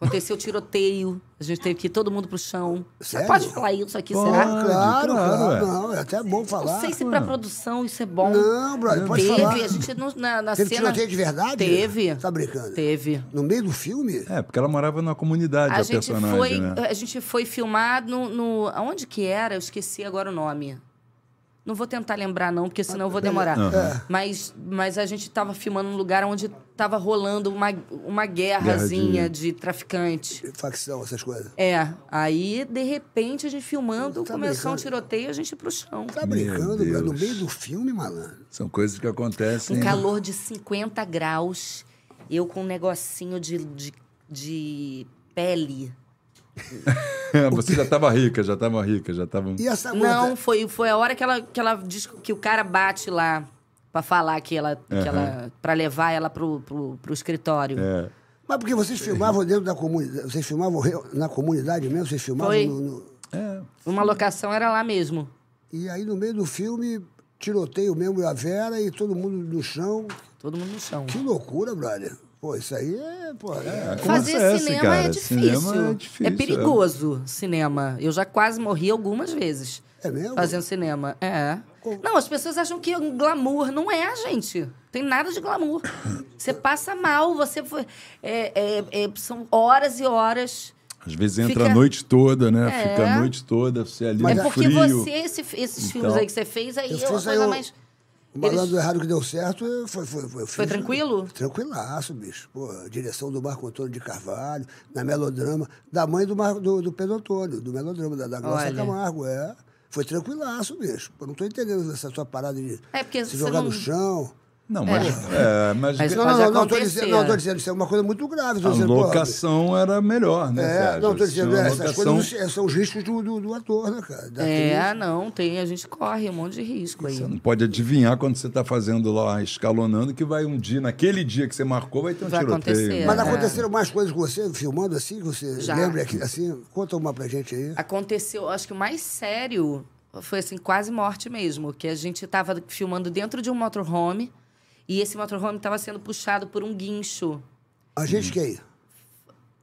Speaker 6: Aconteceu tiroteio, a gente teve que ir todo mundo pro chão.
Speaker 5: Sério?
Speaker 6: Pode falar isso aqui,
Speaker 4: Pode.
Speaker 6: será?
Speaker 5: Claro,
Speaker 4: Ah, claro,
Speaker 5: claro.
Speaker 4: é.
Speaker 5: Não, é até bom falar.
Speaker 6: Não sei se pra produção isso é bom.
Speaker 5: Não, brother, pode
Speaker 6: teve,
Speaker 5: falar.
Speaker 6: a gente não- na, na
Speaker 5: Teve
Speaker 6: cena.
Speaker 5: tiroteio de verdade?
Speaker 6: Teve.
Speaker 5: Tá brincando?
Speaker 6: Teve.
Speaker 5: No meio do filme?
Speaker 4: É, porque ela morava na comunidade, a,
Speaker 6: A gente,
Speaker 4: personagem,
Speaker 6: foi,
Speaker 4: né?
Speaker 6: a gente foi filmar no, no. Aonde que era? Eu esqueci agora o nome. Não vou tentar lembrar, não, porque senão eu vou demorar.
Speaker 5: É.
Speaker 6: Mas, mas a gente estava filmando num lugar onde estava rolando uma, uma guerrazinha
Speaker 4: Guerra
Speaker 6: de traficante.
Speaker 5: Facção, essas coisas.
Speaker 6: É. Aí, de repente, a gente filmando,
Speaker 5: Tá
Speaker 6: começou um
Speaker 5: brincando.
Speaker 6: tiroteio e a gente pro chão.
Speaker 5: Tá brincando, brother? No
Speaker 4: Deus.
Speaker 5: meio do filme, malandro.
Speaker 4: São coisas que acontecem.
Speaker 6: Um calor de 50 graus, eu com um negocinho de, de, de pele.
Speaker 4: *laughs* Você já tava rica, já tava rica, já tava.
Speaker 5: E essa tá-
Speaker 6: Não,
Speaker 5: outra?
Speaker 6: foi, foi a hora que ela, que ela diz que o cara bate lá pra falar que ela. Que ela pra levar ela pro, pro, pro escritório.
Speaker 4: É.
Speaker 5: Mas porque vocês filmavam dentro da comunidade. Vocês filmavam re- na comunidade mesmo? Vocês filmavam
Speaker 6: Foi.
Speaker 5: no, no-
Speaker 4: É.
Speaker 6: Uma locação era lá mesmo.
Speaker 5: E aí no meio do filme, tiroteio mesmo e a Vera e todo mundo no chão.
Speaker 6: Todo mundo no chão.
Speaker 5: Que loucura, brother. Pô, isso aí é. Pô, é.
Speaker 4: Como
Speaker 6: Fazer
Speaker 4: acontece,
Speaker 6: cinema
Speaker 4: cara.
Speaker 6: é difícil.
Speaker 4: Cinema é difícil,
Speaker 6: perigoso cinema. Eu já quase morri algumas vezes
Speaker 5: É mesmo?
Speaker 6: fazendo cinema. É. Não, as pessoas acham que é um glamour. Não é, gente. Tem nada
Speaker 4: *laughs*
Speaker 6: de glamour. Você passa mal, você foi. é- é- é- são horas e horas.
Speaker 4: Às vezes entra a
Speaker 6: Fica-
Speaker 4: noite toda, né?
Speaker 6: É.
Speaker 4: Fica a noite toda, você ali
Speaker 6: É
Speaker 4: no
Speaker 6: porque
Speaker 4: frio.
Speaker 6: você, esse- esses
Speaker 4: Então.
Speaker 6: filmes aí que você fez, aí
Speaker 5: Eu
Speaker 6: é
Speaker 5: fiz
Speaker 6: uma
Speaker 5: aí
Speaker 6: coisa
Speaker 5: o-
Speaker 6: mais.
Speaker 5: O malandro errado que deu certo eh, foi. Foi, foi, eu fiz-
Speaker 6: tranquilo?
Speaker 5: Tranquilaço, bicho. Pô, direção do Marco Antônio de Carvalho, na melodrama, da mãe do, Mar, do, do Pedro Antônio, do melodrama, da, da Glossa
Speaker 6: Olha.
Speaker 5: Camargo, é. Foi tranquilaço, bicho. Pô, não tô entendendo essa sua parada de
Speaker 6: É, porque
Speaker 5: se
Speaker 6: você
Speaker 5: jogar
Speaker 6: não-
Speaker 5: no chão.
Speaker 4: Não, mas. é, mas
Speaker 6: Mas
Speaker 5: Não,
Speaker 6: Mas
Speaker 5: não, não, não, tô
Speaker 6: acontecia.
Speaker 5: dizendo, não, tô dizendo, isso é uma coisa muito grave. Tô
Speaker 4: a
Speaker 5: dizendo, pô,
Speaker 4: locação era melhor, né?
Speaker 5: É,
Speaker 4: Sérgio?
Speaker 5: não, tô
Speaker 4: Você tinha
Speaker 5: dizendo,
Speaker 4: uma
Speaker 5: é, essas
Speaker 4: locação-
Speaker 5: coisas é, são os riscos do, do, do ator, né, cara? Da atriz.
Speaker 6: É, não, tem. A gente corre um monte de risco aí.
Speaker 4: Você
Speaker 5: é
Speaker 4: não pode adivinhar quando você está fazendo lá, escalonando, que vai um dia, naquele dia que você marcou, vai ter um
Speaker 6: Vai
Speaker 4: tiroteio.
Speaker 6: acontecer.
Speaker 5: Mas
Speaker 6: É.
Speaker 5: aconteceram mais coisas com você, filmando assim, que você
Speaker 6: Já.
Speaker 5: lembra aqui, assim? Conta uma pra gente aí.
Speaker 6: Aconteceu, acho que o mais sério foi assim, quase morte mesmo, que a gente tava filmando dentro de um motorhome e esse motorhome tava sendo puxado por um guincho.
Speaker 5: A gente quem?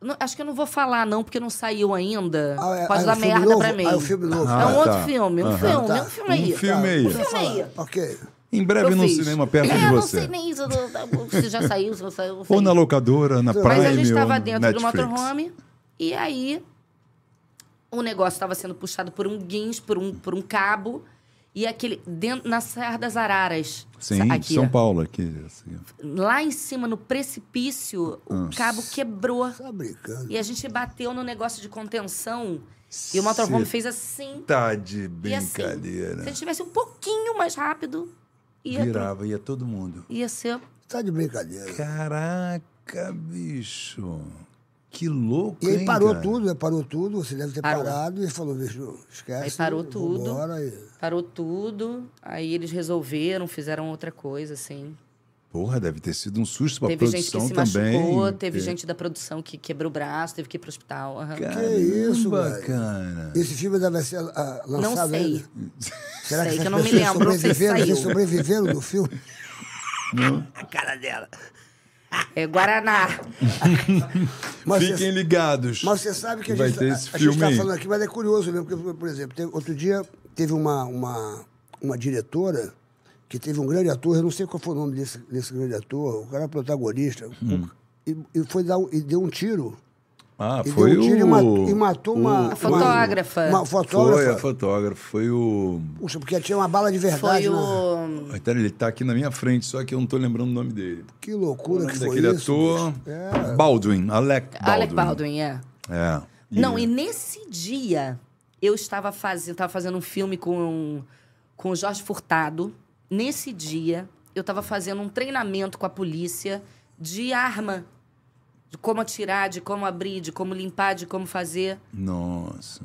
Speaker 6: Não- acho que eu não vou falar não, porque não saiu ainda.
Speaker 5: Ah, é- ah,
Speaker 6: Pode
Speaker 5: é
Speaker 6: dar
Speaker 5: o filme
Speaker 6: merda
Speaker 5: novo?
Speaker 6: pra mim.
Speaker 5: Ah, é o filme novo.
Speaker 6: é um
Speaker 4: Ah,
Speaker 6: outro
Speaker 4: tá.
Speaker 6: filme, um filme,
Speaker 5: Tá.
Speaker 6: é um filme aí.
Speaker 4: Um filme aí.
Speaker 6: Um filme aí.
Speaker 5: Ok.
Speaker 4: Em breve
Speaker 6: Eu
Speaker 4: num
Speaker 6: fiz.
Speaker 4: cinema perto
Speaker 7: É,
Speaker 4: de
Speaker 7: eu não
Speaker 4: você.
Speaker 7: sei nem isso,
Speaker 6: *laughs*
Speaker 7: eu não- se já saiu, se não saiu. não
Speaker 4: Ou
Speaker 7: sei.
Speaker 4: na locadora, na praia.
Speaker 6: Mas a gente
Speaker 4: estava
Speaker 6: estava dentro do motorhome e aí o negócio estava sendo puxado por um guincho, por um, por um cabo e aquele dentro na Serra das Araras,
Speaker 4: Sim,
Speaker 6: aqui,
Speaker 4: São Paulo, aqui. assim.
Speaker 6: lá em cima no precipício, o cabo quebrou
Speaker 5: Tá brincando.
Speaker 6: e a gente bateu no negócio de contenção e o motorhome fez assim
Speaker 4: Tá de
Speaker 6: e assim.
Speaker 4: brincadeira.
Speaker 6: Se a gente tivesse um pouquinho mais rápido, ia, pro-
Speaker 4: Virava, ia todo mundo.
Speaker 6: ia ser
Speaker 5: Tá de brincadeira.
Speaker 4: Caraca, bicho. Que louco,
Speaker 5: E aí
Speaker 4: hein,
Speaker 5: parou
Speaker 4: cara?
Speaker 5: tudo, né? Parou tudo, você deve ter
Speaker 6: Parou.
Speaker 5: parado e falou, bicho, esquece.
Speaker 6: Aí parou tudo.
Speaker 5: Bora e...
Speaker 6: parou tudo. Aí eles resolveram, fizeram outra coisa assim.
Speaker 4: Porra, deve ter sido um susto pra
Speaker 6: teve gente
Speaker 4: produção
Speaker 6: que se
Speaker 4: também. é.
Speaker 6: machucou, teve gente da produção que quebrou o braço, teve que ir pro hospital. aham.
Speaker 4: Caramba,
Speaker 5: isso, velho?
Speaker 4: cara.
Speaker 5: Esse filme deve ser ah, lançado
Speaker 6: Não sei.
Speaker 5: ainda.
Speaker 6: Sei que
Speaker 5: essas
Speaker 6: eu não me
Speaker 5: pessoas
Speaker 6: lembro, não sei se
Speaker 5: sobreviveram? Vocês
Speaker 6: saiu.
Speaker 5: sobreviveram do filme?
Speaker 6: É Guaraná.
Speaker 5: Mas você-
Speaker 4: Fiquem ligados.
Speaker 5: Mas você sabe que a
Speaker 4: Vai
Speaker 5: gente,
Speaker 4: ter
Speaker 5: a-
Speaker 4: esse
Speaker 5: a gente tá
Speaker 4: filme.
Speaker 5: falando aqui, mas é curioso mesmo, porque, por exemplo, teve- outro dia teve uma, uma, uma diretora que teve um grande ator, eu não sei qual foi o nome desse, desse grande ator, o cara é protagonista,
Speaker 4: Hum.
Speaker 5: e, e foi dar um- e deu um tiro.
Speaker 4: Ah,
Speaker 5: E
Speaker 4: foi
Speaker 5: deu um tiro e,
Speaker 4: o...
Speaker 5: matou, e matou
Speaker 4: o-
Speaker 5: uma...
Speaker 6: A fotógrafa.
Speaker 5: Uma, uma
Speaker 4: Foi,
Speaker 5: fotógrafa.
Speaker 4: a fotógrafa. Foi o...
Speaker 5: Puxa, porque tinha uma bala de verdade.
Speaker 6: Foi
Speaker 5: né?
Speaker 6: o.
Speaker 4: Até ele tá aqui na minha frente, só que eu não tô lembrando o nome dele.
Speaker 5: Que
Speaker 4: O
Speaker 5: loucura
Speaker 4: nome
Speaker 5: que foi
Speaker 4: daquele
Speaker 5: isso. É.
Speaker 4: ator... Baldwin, Alec Baldwin.
Speaker 6: Alec Baldwin, é.
Speaker 4: É.
Speaker 6: Não, e nesse dia eu estava fazendo, estava fazendo um filme com, com o Jorge Furtado. Nesse dia, eu estava fazendo um treinamento com a polícia de arma. De como atirar, de como abrir, de como limpar, de como fazer.
Speaker 4: Nossa.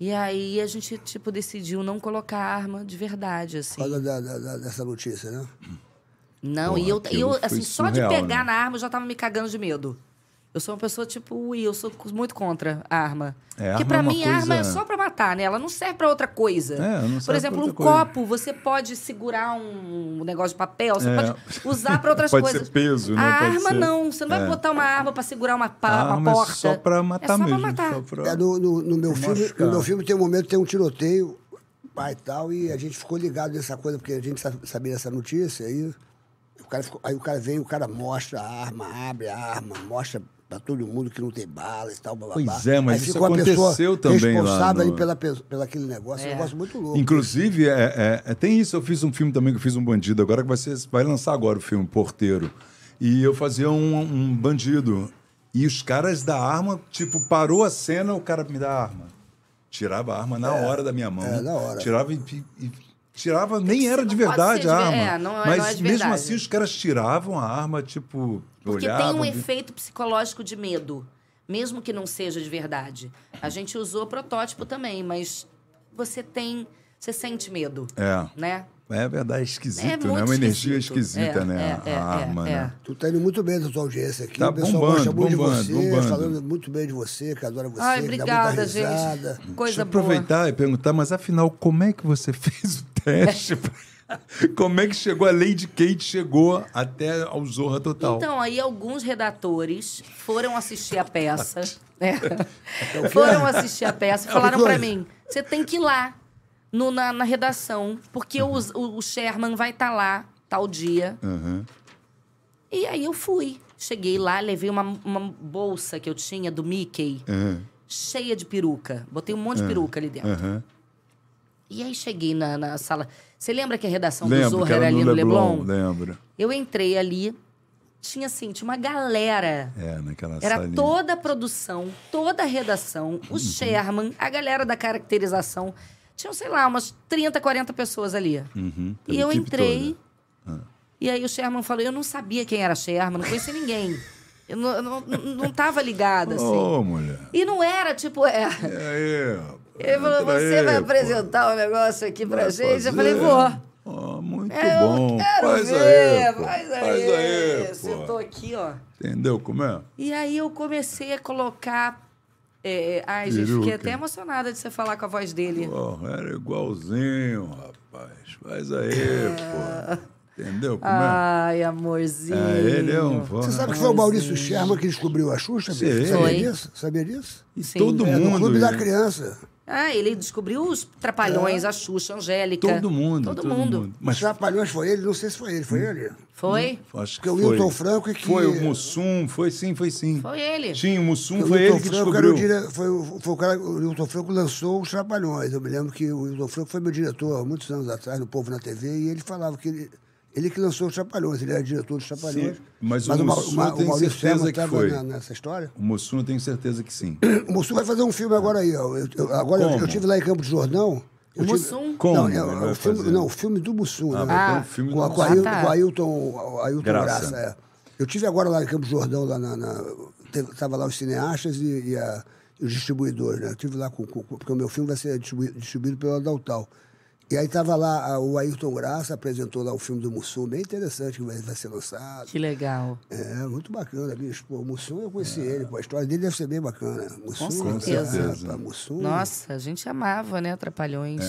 Speaker 6: E aí a gente, tipo, decidiu não colocar arma de verdade,
Speaker 5: Por
Speaker 6: assim.
Speaker 5: causa da- da- da- dessa notícia, né?
Speaker 6: Não,
Speaker 4: Porra,
Speaker 6: e eu, e
Speaker 4: aquilo
Speaker 6: eu
Speaker 4: foi
Speaker 6: assim, só de
Speaker 4: surreal,
Speaker 6: pegar
Speaker 4: né?
Speaker 6: na arma eu já tava me cagando de medo. Eu sou uma pessoa tipo Will, eu sou muito contra a arma.
Speaker 4: É,
Speaker 6: Porque
Speaker 4: arma
Speaker 6: pra
Speaker 4: é uma
Speaker 6: mim a arma é
Speaker 4: coisa-
Speaker 6: só pra matar, né? Ela não serve pra outra coisa.
Speaker 4: É, não serve
Speaker 6: Por
Speaker 4: pra
Speaker 6: exemplo,
Speaker 4: outra
Speaker 6: um
Speaker 4: coisa.
Speaker 6: copo, você pode segurar um negócio de papel, você
Speaker 4: É.
Speaker 6: pode usar pra outras
Speaker 4: *laughs* Pode ser
Speaker 6: coisas.
Speaker 4: peso, né?
Speaker 6: A
Speaker 4: Pode
Speaker 6: arma
Speaker 4: ser- É.
Speaker 6: não, você não vai botar uma arma pra segurar uma, pa...
Speaker 4: A
Speaker 6: uma
Speaker 4: arma é
Speaker 6: porta.
Speaker 4: só pra matar
Speaker 6: é só
Speaker 4: mesmo.
Speaker 6: Pra matar.
Speaker 4: só pra-
Speaker 5: É, no, no- no meu
Speaker 4: Pra
Speaker 5: filme,
Speaker 4: machucar.
Speaker 5: no meu filme tem um momento, tem um tiroteio, pai e tal, e a gente ficou ligado nessa coisa, porque a gente sa- sabia dessa notícia, aí o cara, ficou- aí o cara vem, o cara mostra a arma, abre a arma, mostra pra todo mundo que não tem bala e tal, blá, blá,
Speaker 4: Pois
Speaker 5: blá.
Speaker 4: é, mas
Speaker 5: aí
Speaker 4: isso
Speaker 5: fica uma pessoa
Speaker 4: aconteceu também lá
Speaker 5: responsável
Speaker 4: no-
Speaker 5: ali pela, pe- pela aquele negócio, é um negócio muito louco.
Speaker 4: Inclusive, é- é- é- tem isso. Eu fiz um filme também que eu fiz um bandido agora, que vai, ser- vai lançar agora o filme Porteiro. E eu fazia um, um bandido. E os caras da arma, tipo, parou a cena, o cara me dá a arma. Tirava a arma na hora da minha mão.
Speaker 5: é, na hora.
Speaker 4: Tirava e. e- e tirava, nem era de
Speaker 6: não pode
Speaker 4: verdade
Speaker 6: ser
Speaker 4: a
Speaker 6: de
Speaker 4: arma.
Speaker 6: ver- é, não é-
Speaker 4: Mas
Speaker 6: não é de
Speaker 4: mesmo
Speaker 6: verdade.
Speaker 4: assim, os caras tiravam a arma, tipo,
Speaker 6: Porque
Speaker 4: olhavam.
Speaker 6: tem um
Speaker 4: vi-
Speaker 6: efeito psicológico de medo, mesmo que não seja de verdade. A gente usou protótipo também, mas você tem, você sente medo,
Speaker 4: É.
Speaker 6: né?
Speaker 4: É verdade, é esquisito,
Speaker 6: É
Speaker 4: né? É
Speaker 6: muito
Speaker 4: uma energia
Speaker 6: esquisito.
Speaker 4: esquisita,
Speaker 6: É,
Speaker 4: né?
Speaker 6: é, é,
Speaker 4: a arma,
Speaker 6: é,
Speaker 4: né?
Speaker 5: Tu tá indo muito bem da tua audiência aqui.
Speaker 4: Tá
Speaker 5: o pessoal
Speaker 4: bombando,
Speaker 5: gosta muito
Speaker 4: bombando,
Speaker 5: de você,
Speaker 4: bombando.
Speaker 5: falando muito bem de você, que adora você,
Speaker 6: Ai,
Speaker 5: que dá muita
Speaker 6: obrigada,
Speaker 5: risada.
Speaker 6: gente. Coisa
Speaker 4: Deixa eu
Speaker 6: boa.
Speaker 4: aproveitar e perguntar, mas afinal, como é que você *laughs* fez o teste? pra- como é que chegou a Lady Kate chegou até ao Zorra Total?
Speaker 6: Então, aí alguns redatores foram assistir a peça. né?
Speaker 4: É
Speaker 6: Foram assistir a peça e falaram pra mim: você tem que ir lá no- na, na redação, porque o, o Sherman vai estar lá tal dia.
Speaker 4: Uhum.
Speaker 6: E aí eu fui. Cheguei lá, levei uma, uma bolsa que eu tinha do Mickey,
Speaker 4: É.
Speaker 6: cheia de peruca. Botei um monte de peruca ali dentro.
Speaker 4: Aham.
Speaker 6: E aí cheguei na, na sala. Você lembra que a redação então, do
Speaker 4: Lembro que
Speaker 6: Zorra
Speaker 4: era
Speaker 6: era ali
Speaker 4: no
Speaker 6: no Leblon?
Speaker 4: Leblon, né? lembro.
Speaker 6: Eu entrei ali, tinha assim, tinha uma galera.
Speaker 4: É, naquela
Speaker 6: Era
Speaker 4: salinha.
Speaker 6: toda a produção, toda a redação,
Speaker 4: Uhum.
Speaker 6: o Sherman, a galera da caracterização. Tinham, sei lá, umas 30, 40 pessoas ali.
Speaker 4: Uhum,
Speaker 6: E
Speaker 4: pela
Speaker 6: eu
Speaker 4: equipe
Speaker 6: entrei.
Speaker 4: toda. Ah.
Speaker 6: E aí o Sherman falou: eu não sabia quem era Sherman, não conhecia ninguém. Eu não, eu não, não tava
Speaker 4: Oh.
Speaker 6: ligada, assim.
Speaker 4: Ô, mulher.
Speaker 6: E não era, tipo, é.
Speaker 4: E aí?
Speaker 6: Ele falou:
Speaker 4: Entra
Speaker 6: você
Speaker 4: aí,
Speaker 6: vai
Speaker 4: É, pô.
Speaker 6: apresentar o negócio aqui pra
Speaker 4: Vai
Speaker 6: gente? Eu
Speaker 4: fazer.
Speaker 6: falei, vou. É,
Speaker 4: Ó, muito
Speaker 6: Eu
Speaker 4: bom.
Speaker 6: quero
Speaker 4: faz
Speaker 6: ver,
Speaker 4: aí, pô.
Speaker 6: faz aí. é,
Speaker 4: pô.
Speaker 6: Sentou aqui, ó.
Speaker 4: Entendeu como é?
Speaker 6: E aí eu comecei a colocar. é, é, ai, gente, fiquei
Speaker 4: Peruca.
Speaker 6: até emocionada de você falar com a voz dele.
Speaker 4: Pô, era igualzinho, rapaz. Faz aí, pô. Entendeu como
Speaker 6: Ai,
Speaker 4: é?
Speaker 6: amorzinho.
Speaker 4: é? Ele é um
Speaker 5: Você sabe que foi o Maurício Sherman que descobriu a Xuxa?
Speaker 4: Sim.
Speaker 5: Bia?
Speaker 6: Foi.
Speaker 5: Sabia disso? Sabia disso?
Speaker 4: E
Speaker 6: Sim.
Speaker 4: todo
Speaker 5: É, no
Speaker 4: mundo.
Speaker 5: Clube da
Speaker 4: né?
Speaker 5: Criança.
Speaker 6: Ah, ele descobriu os Trapalhões, a Xuxa, a Angélica.
Speaker 4: É. Todo mundo. Hum.
Speaker 6: Todo, mundo.
Speaker 5: Os
Speaker 4: Mas
Speaker 5: Trapalhões foi ele, não sei se foi ele, foi ele?
Speaker 6: Foi?
Speaker 4: acho que
Speaker 5: Porque o
Speaker 4: foi.
Speaker 5: Wilton Franco é que-
Speaker 4: Foi o Mussum, foi sim, foi sim.
Speaker 6: Foi ele.
Speaker 4: Sim, o Mussum
Speaker 5: Porque
Speaker 4: foi
Speaker 5: o
Speaker 4: ele
Speaker 5: Wilton
Speaker 4: que
Speaker 5: Franco era o
Speaker 4: descobriu.
Speaker 5: dire- foi, o- foi o cara, o Wilton Franco lançou os Trapalhões. Eu me lembro que o Wilton Franco foi meu diretor há muitos anos atrás, no Povo na TV, e ele falava que ele, ele que lançou os Trapalhões, ele era diretor dos Trapalhões.
Speaker 4: Sim, mas o
Speaker 5: Ma-
Speaker 4: Mussum
Speaker 5: Ma-
Speaker 4: eu tenho certeza
Speaker 5: Sherman
Speaker 4: que
Speaker 5: tava
Speaker 4: foi.
Speaker 5: na- nessa história.
Speaker 4: O Mussum eu tenho certeza que
Speaker 6: *coughs*
Speaker 4: sim.
Speaker 5: O Mussum vai fazer um filme agora aí. Ó. Eu, eu- agora eu,
Speaker 4: É. Como?
Speaker 5: eu tive lá em Campo de Jordão. eu
Speaker 6: O
Speaker 5: tive-
Speaker 6: Mussum?
Speaker 4: Como
Speaker 5: Não, é,
Speaker 4: ele
Speaker 5: é
Speaker 4: vai
Speaker 5: o filme,
Speaker 4: fazer?
Speaker 5: não, o filme do Mussum. né?
Speaker 4: Ah,
Speaker 6: Ah,
Speaker 4: o filme
Speaker 5: com,
Speaker 4: do
Speaker 5: a, com, a,
Speaker 6: Ah,
Speaker 5: Ail-
Speaker 6: tá.
Speaker 5: com a Ailton, a- a Ailton
Speaker 4: Graça.
Speaker 5: Graça. é. Eu tive agora lá em Campo Jordão, lá na, na- teve- tava lá os cineastas e, e a- e os distribuidores, né? Eu tive lá com, com- com- porque o meu filme vai ser distribui- distribuído pela Daltal. E aí tava lá a- o Ailton Graça apresentou lá o filme do Mussum, bem interessante que vai, vai ser lançado.
Speaker 6: Que legal.
Speaker 5: É, muito bacana, bicho. Pô, o Mussum eu conheci ele, pô, a história dele deve ser bem bacana. Mussum,
Speaker 6: É. certeza.
Speaker 5: é, rapaz,
Speaker 4: Uh.
Speaker 5: Mussum.
Speaker 6: Nossa, a gente amava, né, Trapalhões.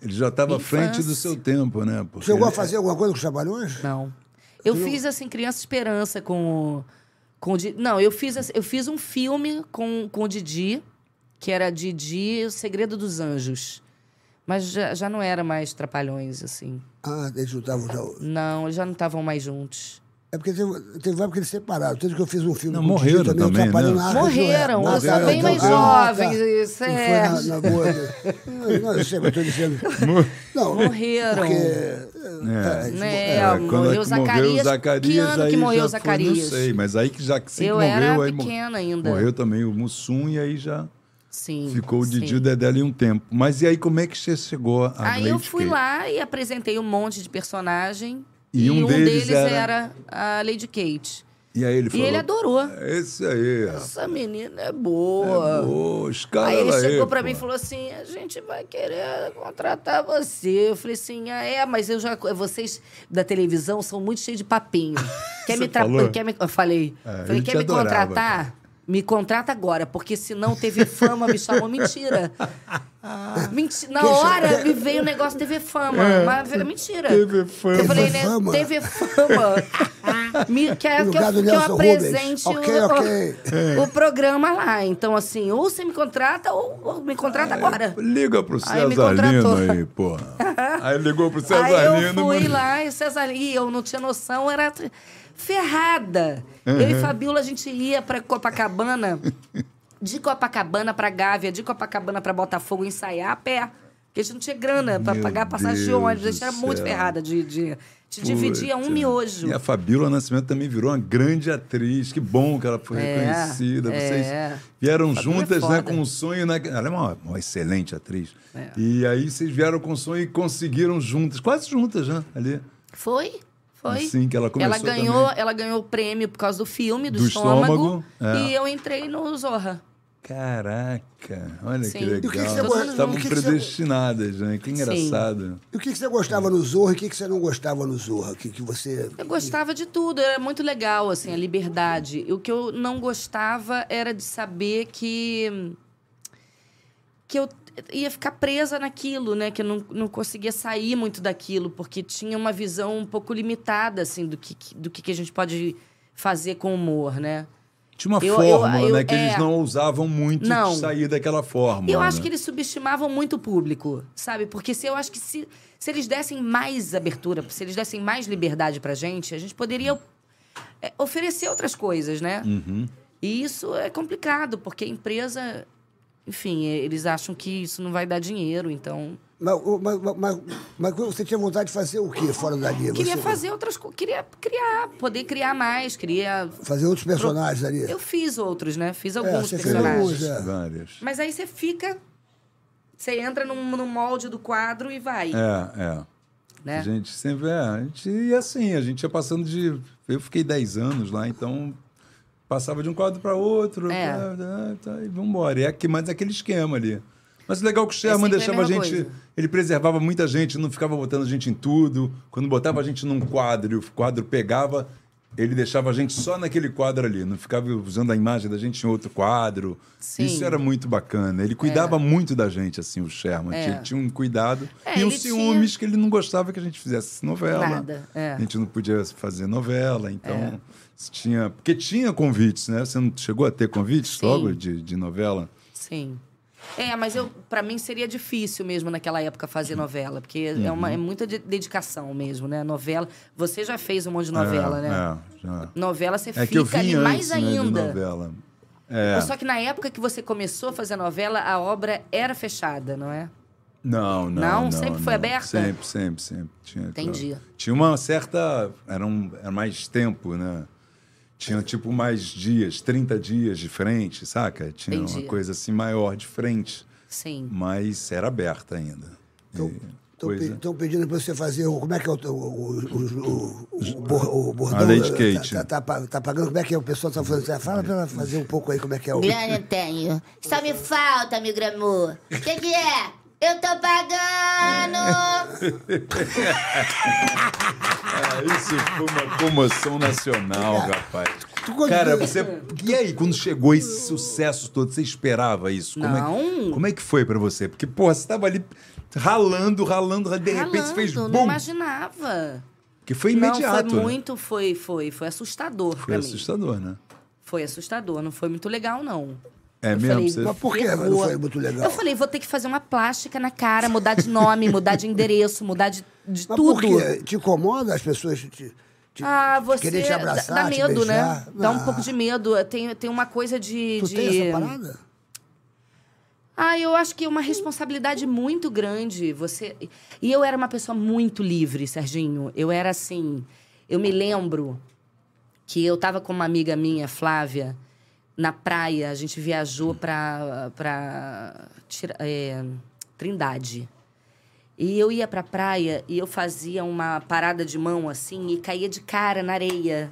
Speaker 4: Ele já estava à frente do
Speaker 6: Infância.
Speaker 4: seu tempo, né? Porque
Speaker 5: Chegou a
Speaker 4: ele-
Speaker 5: fazer alguma coisa com os Trapalhões?
Speaker 6: Não. Eu fiz, assim, Criança Esperança com... o- com o Di- Não, eu fiz, assim, eu fiz um filme com, com o Didi, que era Didi e O Segredo dos Anjos. Mas já, já não era mais Trapalhões, assim.
Speaker 5: Ah, eles não estavam. já-
Speaker 6: Não, eles já não estavam mais juntos.
Speaker 5: É porque teve, teve época que eles separaram. Tanto que eu fiz um filme
Speaker 4: Não,
Speaker 5: com o Didi
Speaker 4: morreram
Speaker 5: eu
Speaker 4: também,
Speaker 5: trabalhei
Speaker 4: né?
Speaker 5: na Arca de Noé.
Speaker 6: Morreram,
Speaker 5: Ah,
Speaker 6: tá, bem mais
Speaker 5: então, tá.
Speaker 6: jovens. Isso
Speaker 5: Não
Speaker 6: é.
Speaker 5: foi na, na boa. né? Não, eu sei, mas estou dizendo. Não,
Speaker 4: é
Speaker 6: Morreram.
Speaker 5: Porque, é, eles morreram.
Speaker 4: Quando é
Speaker 6: Né, amor? Morreu
Speaker 4: que morreu o
Speaker 6: Zacarias. Que
Speaker 4: Zacarias,
Speaker 6: ano
Speaker 4: aí
Speaker 6: que morreu
Speaker 4: já
Speaker 6: o Zacarias?
Speaker 4: Foi, não sei, mas aí que já assim que sempre
Speaker 6: Eu
Speaker 4: morreu,
Speaker 6: era
Speaker 4: aí mor-
Speaker 6: pequena ainda.
Speaker 4: Morreu também o Mussum e aí já
Speaker 6: Sim.
Speaker 4: ficou o
Speaker 6: sim.
Speaker 4: Didi e o Dedé ali um tempo. Mas e aí como é que você chegou a
Speaker 6: Aí eu
Speaker 4: Lady
Speaker 6: fui
Speaker 4: Kate?
Speaker 6: lá e apresentei um monte de personagem.
Speaker 4: E um deles era-
Speaker 6: a Lady Kate.
Speaker 4: E aí ele
Speaker 6: E
Speaker 4: falou... "É,
Speaker 6: ele adorou.
Speaker 4: Esse aí, rapaz.
Speaker 6: Essa menina é boa.
Speaker 4: Ô, escala
Speaker 6: Aí ele
Speaker 5: é,
Speaker 4: ela
Speaker 6: chegou
Speaker 4: aí,
Speaker 6: pra
Speaker 4: pô.
Speaker 6: mim e falou assim: a gente vai querer contratar você. Eu falei assim: ah, é, mas eu já. Vocês da televisão são muito cheios
Speaker 5: *laughs*
Speaker 6: de papinho. Quer me tra-
Speaker 4: falou?
Speaker 6: quer me- Eu falei,
Speaker 4: É,
Speaker 6: falei
Speaker 4: eu
Speaker 6: quer
Speaker 4: te
Speaker 6: me
Speaker 4: adorava,
Speaker 6: contratar?
Speaker 4: cara.
Speaker 6: Me contrata agora, porque senão TV Fama me
Speaker 5: *laughs*
Speaker 6: chamou mentira. Menti- Na hora me veio o negócio TV Fama. mas era mentira.
Speaker 4: TV Fama.
Speaker 6: Eu falei, né?
Speaker 5: TV É. Fama.
Speaker 6: TV Fama.
Speaker 5: *laughs*
Speaker 6: Me, que,
Speaker 5: No
Speaker 6: que,
Speaker 5: lugar
Speaker 6: eu,
Speaker 5: do
Speaker 6: que eu
Speaker 5: Nelson Rubens.
Speaker 6: apresente
Speaker 5: Ok,
Speaker 6: o, *laughs*
Speaker 5: ok.
Speaker 4: É.
Speaker 6: o- o programa lá. Então, assim, ou você me contrata ou, ou me contrata
Speaker 4: Ah, é.
Speaker 6: agora.
Speaker 4: Liga pro
Speaker 6: Aí me
Speaker 4: César Lino
Speaker 6: contratou.
Speaker 4: aí,
Speaker 6: *laughs*
Speaker 4: porra. Aí ligou pro César
Speaker 6: Aí eu
Speaker 4: Lino.
Speaker 6: fui
Speaker 4: mas-
Speaker 6: lá e Cesar e eu não tinha noção, era tr- ferrada. Eu e Fabiola, a gente ia pra Copacabana, de Copacabana pra Gávea, de Copacabana pra Botafogo, ensaiar a pé. Porque a gente não tinha grana pra
Speaker 4: Meu
Speaker 6: pagar a passagem de
Speaker 4: Deus
Speaker 6: ônibus, a gente
Speaker 4: do
Speaker 6: era muito
Speaker 4: céu.
Speaker 6: ferrada de... de te dividia um
Speaker 4: Puta.
Speaker 6: miojo.
Speaker 4: E a Fabíola Nascimento também virou uma grande atriz. Que bom que ela foi
Speaker 6: É,
Speaker 4: reconhecida. Vocês
Speaker 6: é.
Speaker 4: vieram
Speaker 6: Fabíola é
Speaker 4: juntas, né?
Speaker 6: foda. É.
Speaker 4: Com um sonho, né? Ela é uma, uma excelente atriz. E aí vocês vieram com o sonho e conseguiram juntas, quase juntas, né? Ali.
Speaker 6: Foi? Foi.
Speaker 4: Assim que ela começou
Speaker 6: Ela ganhou,
Speaker 4: também.
Speaker 6: ela ganhou o prêmio por causa do filme, do,
Speaker 4: Do
Speaker 6: estômago.
Speaker 4: estômago, é.
Speaker 6: E eu entrei no Zorra.
Speaker 4: Caraca, olha
Speaker 6: Sim.
Speaker 4: que
Speaker 6: E o que
Speaker 4: legal.
Speaker 5: que você
Speaker 6: gosta-
Speaker 4: Vocês Estavam
Speaker 5: o que que você-
Speaker 4: predestinadas, né? Que engraçado.
Speaker 5: E o que, que você gostava no Zorro e o que, que você não gostava no Zorro? O que, que você.
Speaker 6: Eu gostava de tudo, era muito legal, assim, a liberdade. E O que eu não gostava era de saber que. que eu ia ficar presa naquilo, né? Que eu não, não conseguia sair muito daquilo, porque tinha uma visão um pouco limitada, assim, do que, do que que a gente pode fazer com o humor, né?
Speaker 4: Tinha uma
Speaker 6: Eu- eu-
Speaker 4: fórmula,
Speaker 6: eu-
Speaker 4: né? Que eles
Speaker 6: é.
Speaker 4: não ousavam muito
Speaker 6: Não.
Speaker 4: sair daquela fórmula.
Speaker 6: E eu acho
Speaker 4: né?
Speaker 6: que eles subestimavam muito o público, sabe? Porque se eu acho que se, se eles dessem mais abertura, se eles dessem mais liberdade pra gente, a gente poderia é, oferecer outras coisas, né?
Speaker 5: Uhum.
Speaker 6: E isso é complicado, porque a empresa, enfim, é, eles acham que isso não vai dar dinheiro, então.
Speaker 5: Mas, mas, mas- mas- mas você tinha vontade de fazer o quê fora dali?
Speaker 6: Queria
Speaker 5: Você-
Speaker 6: fazer outras coisas, queria criar, poder criar mais, queria.
Speaker 5: Fazer outros personagens ali.
Speaker 6: Eu fiz outros, né? Fiz
Speaker 5: É,
Speaker 6: alguns
Speaker 5: você fez alguns,
Speaker 6: personagens.
Speaker 5: é.
Speaker 4: Várias.
Speaker 6: Mas aí você fica. Você entra num, num molde do quadro e vai.
Speaker 4: É, é.
Speaker 6: né?
Speaker 4: A gente sempre. É, a gente, e assim, a gente ia passando de. Eu fiquei 10 anos lá, então passava de um quadro para outro.
Speaker 6: É.
Speaker 4: tá, tá, tá, e vambora. E é que- mas é aquele esquema ali. Mas o legal é que o Sherman
Speaker 6: sempre a
Speaker 4: deixava a,
Speaker 6: mesma
Speaker 4: gente.
Speaker 6: coisa.
Speaker 4: Ele preservava muita gente, não ficava botando a gente em tudo. Quando botava a gente num quadro e o quadro pegava, ele deixava a gente só naquele quadro ali. Não ficava usando a imagem da gente em outro quadro.
Speaker 6: Sim.
Speaker 4: Isso era muito bacana. Ele cuidava muito da gente, assim, o Sherman.
Speaker 6: É.
Speaker 4: Ele tinha um cuidado.
Speaker 6: É,
Speaker 4: e
Speaker 6: ele
Speaker 4: os ciúmes que ele não gostava que a gente fizesse novela.
Speaker 6: Nada, é.
Speaker 4: A gente não podia fazer novela, então se tinha. Porque tinha convites, né? Você não chegou a ter convites
Speaker 6: Sim.
Speaker 4: logo de, de novela?
Speaker 6: Sim. É, mas eu para mim seria difícil mesmo naquela época fazer novela, porque é,
Speaker 4: Uhum.
Speaker 6: uma, é muita de- dedicação mesmo, né? Novela. Você já fez um monte de novela,
Speaker 4: é,
Speaker 6: né?
Speaker 4: É, já.
Speaker 6: Novela você
Speaker 4: É que eu
Speaker 6: fica
Speaker 4: vim
Speaker 6: ali
Speaker 4: antes,
Speaker 6: mais
Speaker 4: né, de
Speaker 6: ainda.
Speaker 4: novela.
Speaker 6: Só que na época que você começou a fazer novela, a obra era fechada, não é?
Speaker 4: Não, não.
Speaker 6: Não? Sempre foi aberta?
Speaker 4: Sempre, sempre, sempre. Tinha,
Speaker 6: Entendi.
Speaker 4: claro. Tinha uma certa. Era, um, era mais tempo, né? Tinha tipo mais dias, 30 dias de frente, saca? Tinha
Speaker 6: Entendi.
Speaker 4: uma coisa assim maior de frente,
Speaker 6: Sim.
Speaker 4: mas era aberta ainda. E coisa-
Speaker 5: Estão pedindo para você fazer o. Como é que é o. O, o, o, o, bor- o bordão.
Speaker 4: A Lady
Speaker 5: tá-
Speaker 4: Kate.
Speaker 5: Tá, tá pa- tá pagando. Como é que é? O pessoal tá falando. assim, Fala para ela fazer um pouco aí como é que é o.
Speaker 7: Grana tenho. Só me falta, meu gramu. O que, que é? Eu tô pagando!
Speaker 4: Ah, Isso foi uma comoção nacional, rapaz.
Speaker 5: Tu quando-
Speaker 4: Cara, você. E aí, quando chegou esse sucesso todo, você esperava isso? Como É que...
Speaker 6: Não.
Speaker 4: Como é que foi pra você? Porque, porra, você tava ali ralando, ralando, de repente você fez
Speaker 6: Ralando,
Speaker 4: bom.
Speaker 6: não imaginava.
Speaker 4: Que foi imediato.
Speaker 6: não, foi muito, foi, foi, foi assustador
Speaker 4: né?
Speaker 6: pra
Speaker 4: Foi
Speaker 6: mim.
Speaker 4: assustador, né?
Speaker 6: Foi assustador, não foi muito legal, não.
Speaker 4: É
Speaker 6: Eu
Speaker 4: mesmo?
Speaker 6: falei,
Speaker 4: Você-
Speaker 5: Mas por que
Speaker 6: Ferrou.
Speaker 5: não foi muito legal?
Speaker 6: Eu falei, vou ter que fazer uma plástica na cara, mudar de nome, *laughs* mudar de endereço, mudar de, de
Speaker 5: Mas por
Speaker 6: tudo.
Speaker 5: quê? Te incomoda as pessoas te, te,
Speaker 6: Ah,
Speaker 5: te
Speaker 6: você
Speaker 5: querer te abraçar?
Speaker 6: dá dá
Speaker 5: te
Speaker 6: medo, né?
Speaker 5: beijar?
Speaker 6: Dá um
Speaker 5: Ah,
Speaker 6: pouco de medo. Tem, tem uma coisa de.
Speaker 5: Tu
Speaker 6: de...
Speaker 5: tem essa parada?
Speaker 6: Ah, eu acho que é uma responsabilidade muito grande. Você e eu era uma pessoa muito livre, Serginho. Eu era assim. Eu me lembro que eu tava com uma amiga minha, Flávia, na praia. A gente viajou pra para Trindade. E eu ia pra praia e eu fazia uma parada de mão assim e caía de cara na areia.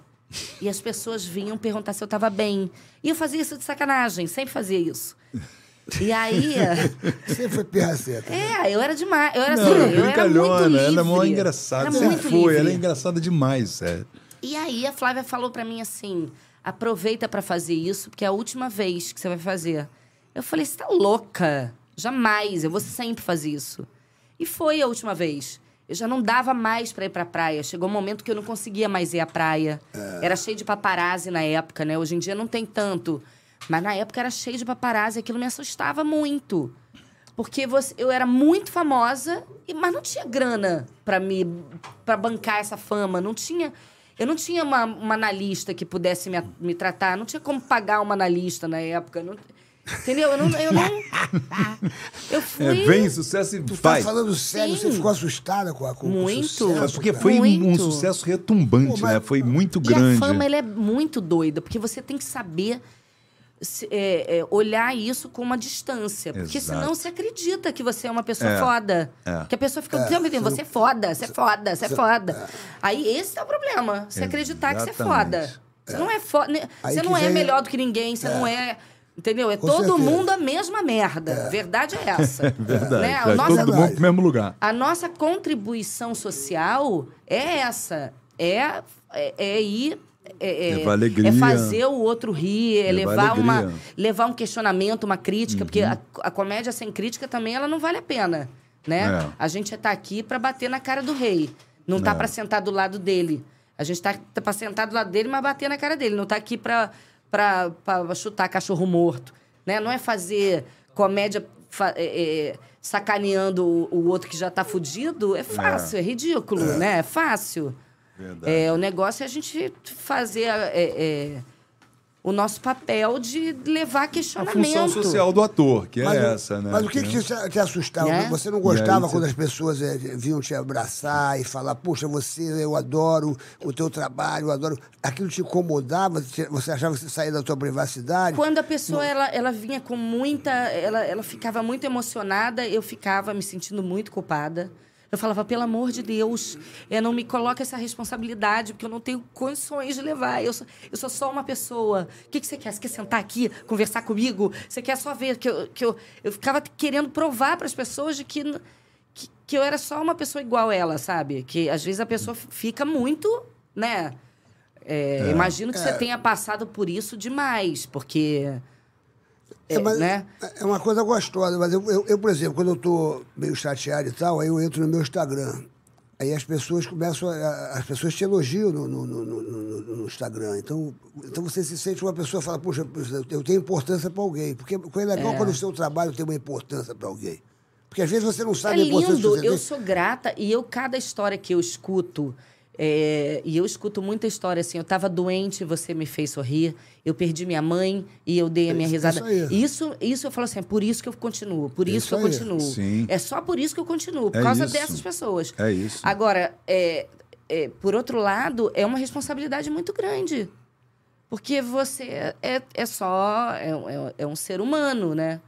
Speaker 6: E as pessoas vinham perguntar se eu estava bem. E eu fazia isso de sacanagem, sempre fazia isso. E aí.
Speaker 5: Você foi né? pirraceta.
Speaker 6: É, eu era demais. Eu era
Speaker 4: Não,
Speaker 6: assim, eu era muito livre.
Speaker 4: ela é mó engraçada.
Speaker 6: Era
Speaker 4: Sempre
Speaker 6: muito
Speaker 4: foi,
Speaker 6: livre.
Speaker 4: ela é engraçada demais, é. sério.
Speaker 6: E aí a Flávia falou pra mim assim: aproveita pra fazer isso, porque é a última vez que você vai fazer. Eu falei: você tá louca? Jamais, eu vou sempre fazer isso. E foi a última vez. Eu já não dava mais pra ir pra praia. Chegou um momento que eu não conseguia mais ir à praia.
Speaker 4: É.
Speaker 6: Era cheio de paparazzi na época, né? Hoje em dia não tem tanto. Mas na época era cheio de paparazzi, aquilo me assustava muito. Porque você- eu era muito famosa, e- mas não tinha grana pra me para bancar essa fama, não tinha. Eu não tinha uma, uma analista que pudesse me, a- me tratar, não tinha como pagar uma analista na época. não- entendeu? Eu não. Eu, não, eu fui.
Speaker 4: É, vem sucesso e
Speaker 5: Tu
Speaker 4: vai.
Speaker 5: tá falando sério, você
Speaker 6: Sim.
Speaker 5: ficou assustada com a com, Com o
Speaker 6: Muito.
Speaker 4: É
Speaker 5: sucesso,
Speaker 4: porque
Speaker 5: cara.
Speaker 4: foi um
Speaker 6: Muito.
Speaker 4: sucesso retumbante,
Speaker 5: Pô, mas-
Speaker 4: né? Foi muito
Speaker 6: E
Speaker 4: grande.
Speaker 6: a fama ela é muito doida, porque você tem que saber se- é, é, olhar isso com uma distância. Porque
Speaker 4: Exato.
Speaker 6: senão você acredita que você é uma pessoa
Speaker 4: É,
Speaker 6: foda.
Speaker 4: é.
Speaker 6: Que a pessoa fica o tempo inteiro, você é foda, você é foda, você é foda. Aí esse é o problema. Você acreditar que você é
Speaker 4: Exatamente.
Speaker 6: foda. Você não é foda. né?
Speaker 5: Aí
Speaker 6: Você
Speaker 5: que
Speaker 6: não é
Speaker 5: vem-
Speaker 6: melhor do que ninguém, você não é. Entendeu? É
Speaker 5: Com
Speaker 6: todo
Speaker 5: certeza.
Speaker 6: mundo a mesma merda. Verdade é essa.
Speaker 4: Verdade.
Speaker 6: Né? A
Speaker 4: Vai
Speaker 6: nossa-
Speaker 4: todo mundo pro mesmo lugar.
Speaker 6: a nossa contribuição social é essa. É, é, é ir. É, é-
Speaker 4: Levar alegria.
Speaker 6: é fazer o outro rir, é
Speaker 4: Levar
Speaker 6: levar, uma,
Speaker 4: alegria.
Speaker 6: levar um questionamento, uma crítica, porque a, a comédia sem crítica também ela não vale a pena. Né?
Speaker 4: É.
Speaker 6: A gente tá aqui para bater na cara do rei. Não tá
Speaker 4: É.
Speaker 6: para sentar do lado dele. A gente tá, tá para sentar do lado dele, mas bater na cara dele. Não tá aqui para chutar cachorro morto. Né? Não é fazer comédia fa- é, é, sacaneando o, o outro que já tá fudido. É fácil, é, ridículo, né? É fácil. É, o negócio é a gente fazer é, é, o nosso papel de levar
Speaker 4: A
Speaker 6: questionamento.
Speaker 4: função social do ator, que é
Speaker 5: Mas o-
Speaker 4: essa, né?
Speaker 5: Mas o que, que te, te assustava?
Speaker 6: Né?
Speaker 5: Você não
Speaker 4: E
Speaker 5: gostava
Speaker 4: aí
Speaker 5: quando
Speaker 4: você-
Speaker 5: as pessoas eh, vinham te abraçar e falar, poxa, você, eu adoro o teu trabalho, eu adoro. Aquilo te incomodava? Te- Você achava que você saía da tua privacidade?
Speaker 6: Quando a pessoa ela, ela vinha com muita. Ela, ela ficava muito emocionada, eu ficava me sentindo muito culpada. Eu falava, pelo amor de Deus, é, não me coloque essa responsabilidade, porque eu não tenho condições de levar. Eu sou, eu sou só uma pessoa. O que, que você quer? Você quer sentar aqui, conversar comigo? Você quer só ver que eu. Que eu, eu ficava querendo provar para as pessoas de que, n- que, que eu era só uma pessoa igual ela, sabe? Que às vezes a pessoa f- fica muito, né? É, Imagino que você tenha passado por isso demais, porque. É,
Speaker 5: mas-
Speaker 6: né?
Speaker 5: é uma coisa gostosa, mas eu, eu- eu, por exemplo, quando eu tô meio chateado e tal, aí eu entro no meu Instagram. Aí as pessoas começam, a- a- as pessoas te elogiam no, no- no- no- no- no- no Instagram. Então, então você se sente uma pessoa que fala, poxa, eu tenho importância para alguém. Porque é legal quando o seu trabalho tem uma importância para alguém. Porque às vezes você não
Speaker 6: É
Speaker 5: sabe a importância que
Speaker 6: lindo,
Speaker 5: você assim
Speaker 6: eu
Speaker 5: tem.
Speaker 6: sou grata e eu, cada história que eu escuto, é, e eu escuto muita história assim: eu tava doente, você me fez sorrir, eu perdi minha mãe e eu dei a minha
Speaker 5: É isso
Speaker 6: risada.
Speaker 5: aí.
Speaker 6: Isso, isso eu falo assim: é por isso que eu continuo, por isso,
Speaker 5: Isso
Speaker 6: que eu
Speaker 5: aí.
Speaker 6: continuo.
Speaker 4: É Sim.
Speaker 6: É só por isso que eu continuo, por
Speaker 4: É
Speaker 6: causa
Speaker 4: isso.
Speaker 6: dessas pessoas.
Speaker 4: É isso.
Speaker 6: Agora, é, é, por outro lado, é uma responsabilidade muito grande. Porque você é, é só. É, é- é um ser humano, né?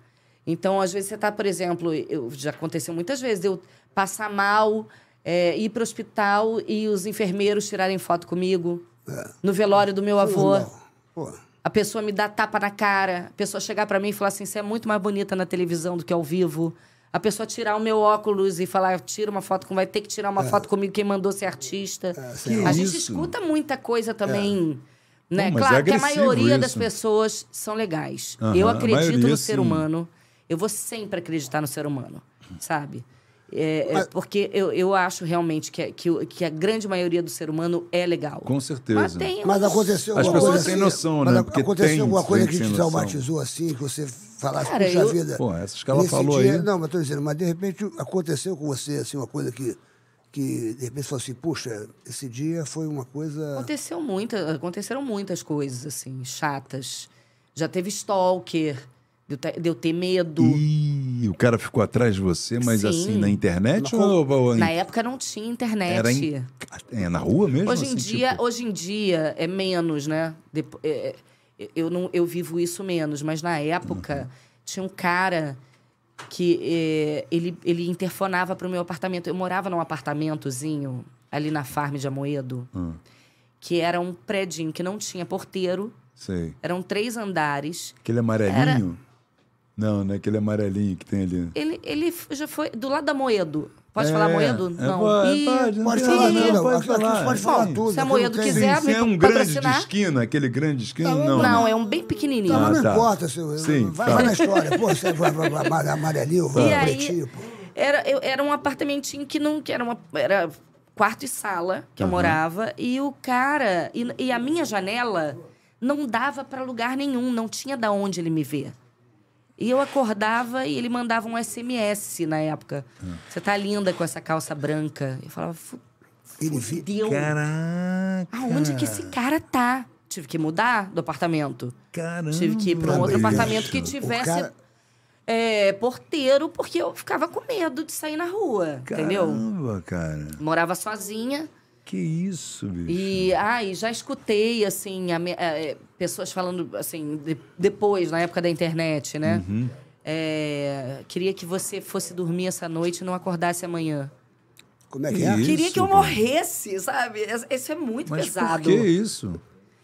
Speaker 6: Então, às vezes, você tá, por exemplo, eu, já aconteceu muitas vezes, eu passar mal, é, ir pro hospital e os enfermeiros tirarem foto comigo. No velório do meu avô.
Speaker 5: Pô,
Speaker 6: A pessoa me dá tapa na cara, a pessoa chegar pra mim e falar assim: você é muito mais bonita na televisão do que ao vivo. A pessoa tirar o meu óculos e falar: tira uma foto, com- vai ter que tirar
Speaker 5: É.
Speaker 6: uma foto comigo, quem mandou ser artista.
Speaker 4: sei lá.
Speaker 6: a
Speaker 4: Isso.
Speaker 6: gente escuta muita coisa também. Né?
Speaker 4: Pô, mas é
Speaker 6: claro que a
Speaker 4: agressivo
Speaker 6: maioria das
Speaker 4: isso.
Speaker 6: pessoas são legais.
Speaker 4: Aham,
Speaker 6: eu
Speaker 4: a
Speaker 6: acredito
Speaker 4: maioria,
Speaker 6: no ser
Speaker 4: sim.
Speaker 6: humano. Eu vou sempre acreditar no ser humano, sabe? É, é
Speaker 5: Mas-
Speaker 6: porque eu, eu acho realmente que, é, que, o- que a grande maioria do ser humano é legal.
Speaker 4: Com certeza.
Speaker 6: Mas tem um
Speaker 5: Mas
Speaker 6: uns-
Speaker 5: aconteceu
Speaker 4: As
Speaker 5: alguma coisa assim,
Speaker 4: pessoas têm noção,
Speaker 5: mas
Speaker 4: né?
Speaker 5: a-
Speaker 4: Porque
Speaker 5: aconteceu
Speaker 4: tem-
Speaker 5: alguma coisa
Speaker 4: tem-
Speaker 5: que
Speaker 4: tem
Speaker 5: te
Speaker 4: noção.
Speaker 5: traumatizou assim, que você falasse,
Speaker 6: Cara,
Speaker 5: puxa
Speaker 6: eu-
Speaker 5: vida.
Speaker 4: Pô, essas que ela
Speaker 5: nesse
Speaker 4: falou
Speaker 5: dia-
Speaker 4: aí.
Speaker 5: Não, mas tô dizendo, mas de repente aconteceu com você assim, uma coisa que, que de repente você falou assim, puxa, esse dia foi uma coisa.
Speaker 6: Aconteceu muita, aconteceram muitas coisas, assim, chatas. Já teve stalker, de eu te- de eu ter medo.
Speaker 4: Ih, o cara ficou atrás de você, mas
Speaker 6: Sim.
Speaker 4: assim, na internet ou, ou em-
Speaker 6: Na época não tinha internet.
Speaker 4: era em, é, na rua mesmo?
Speaker 6: Hoje em,
Speaker 4: assim,
Speaker 6: dia,
Speaker 4: tipo?
Speaker 6: hoje em dia é menos, né? Depo- é, é, eu, não, eu vivo isso menos, mas na
Speaker 4: Uhum.
Speaker 6: época tinha um cara que é, ele, ele interfonava
Speaker 4: Hum.
Speaker 6: pro meu apartamento. Eu morava num apartamentozinho ali na farm de Amoedo. que era um predinho que não tinha porteiro,
Speaker 4: Sei.
Speaker 6: eram três andares.
Speaker 4: Aquele amarelinho? Não, não é aquele amarelinho que tem ali.
Speaker 6: Ele, ele f- já foi do lado da Moedo. Pode
Speaker 4: É,
Speaker 6: falar Moedo?
Speaker 4: é,
Speaker 6: não.
Speaker 4: pode,
Speaker 6: Ih,
Speaker 4: pode, não
Speaker 5: Pode
Speaker 4: tem
Speaker 5: falar,
Speaker 4: nada,
Speaker 5: não.
Speaker 4: pode
Speaker 5: Aqui- aqui
Speaker 4: falar.
Speaker 5: pode falar
Speaker 4: Sim.
Speaker 5: tudo.
Speaker 6: Se
Speaker 5: aqui
Speaker 6: é a
Speaker 5: não
Speaker 6: Moedo
Speaker 5: tem-
Speaker 6: quiser,
Speaker 4: Sim,
Speaker 6: me
Speaker 4: é um grande de
Speaker 6: patrocinar.
Speaker 4: esquina, aquele grande de esquina?
Speaker 5: Tá,
Speaker 4: Não,
Speaker 6: Não,
Speaker 4: não.
Speaker 6: é um bem pequenininho.
Speaker 5: Não, mas não
Speaker 4: Ah, tá.
Speaker 5: importa, seu.
Speaker 4: Sim,
Speaker 5: vai,
Speaker 4: tá.
Speaker 5: vai na história. Pô, você vai, vai, vai, vai amarelinho, vai
Speaker 6: E
Speaker 5: pretinho,
Speaker 6: aí,
Speaker 4: Tipo.
Speaker 5: pô.
Speaker 6: era, eu- era um apartamentinho que não... Que era, uma, era quarto e sala que eu morava. E o cara... E, e a minha janela não dava pra lugar nenhum. Não tinha da onde ele me ver. E eu acordava e ele mandava um SMS na época.
Speaker 4: Hum.
Speaker 6: Você tá linda com essa calça branca. Eu falava, "Fu-
Speaker 5: Ele vi-
Speaker 6: fudeu.
Speaker 4: Caraca.
Speaker 6: Aonde que esse cara tá? Tive que mudar do apartamento.
Speaker 4: Caramba.
Speaker 6: Tive que ir pra um outro
Speaker 5: Bicho,
Speaker 6: apartamento que
Speaker 5: o
Speaker 6: tivesse
Speaker 5: cara-
Speaker 6: é, porteiro, porque eu ficava com medo de sair na rua, entendeu?
Speaker 4: Caramba, cara.
Speaker 6: Morava sozinha
Speaker 4: Que isso, bicho.
Speaker 6: e ai, já escutei assim a me- é, é, pessoas falando assim de- depois na época da internet, né?
Speaker 4: Uhum.
Speaker 6: É, queria que você fosse dormir essa noite e não acordasse amanhã.
Speaker 5: Como é que é?
Speaker 4: Isso,
Speaker 6: queria que eu
Speaker 4: cara.
Speaker 6: morresse, sabe? Es- Isso é muito
Speaker 4: Mas
Speaker 6: pesado.
Speaker 4: por que isso?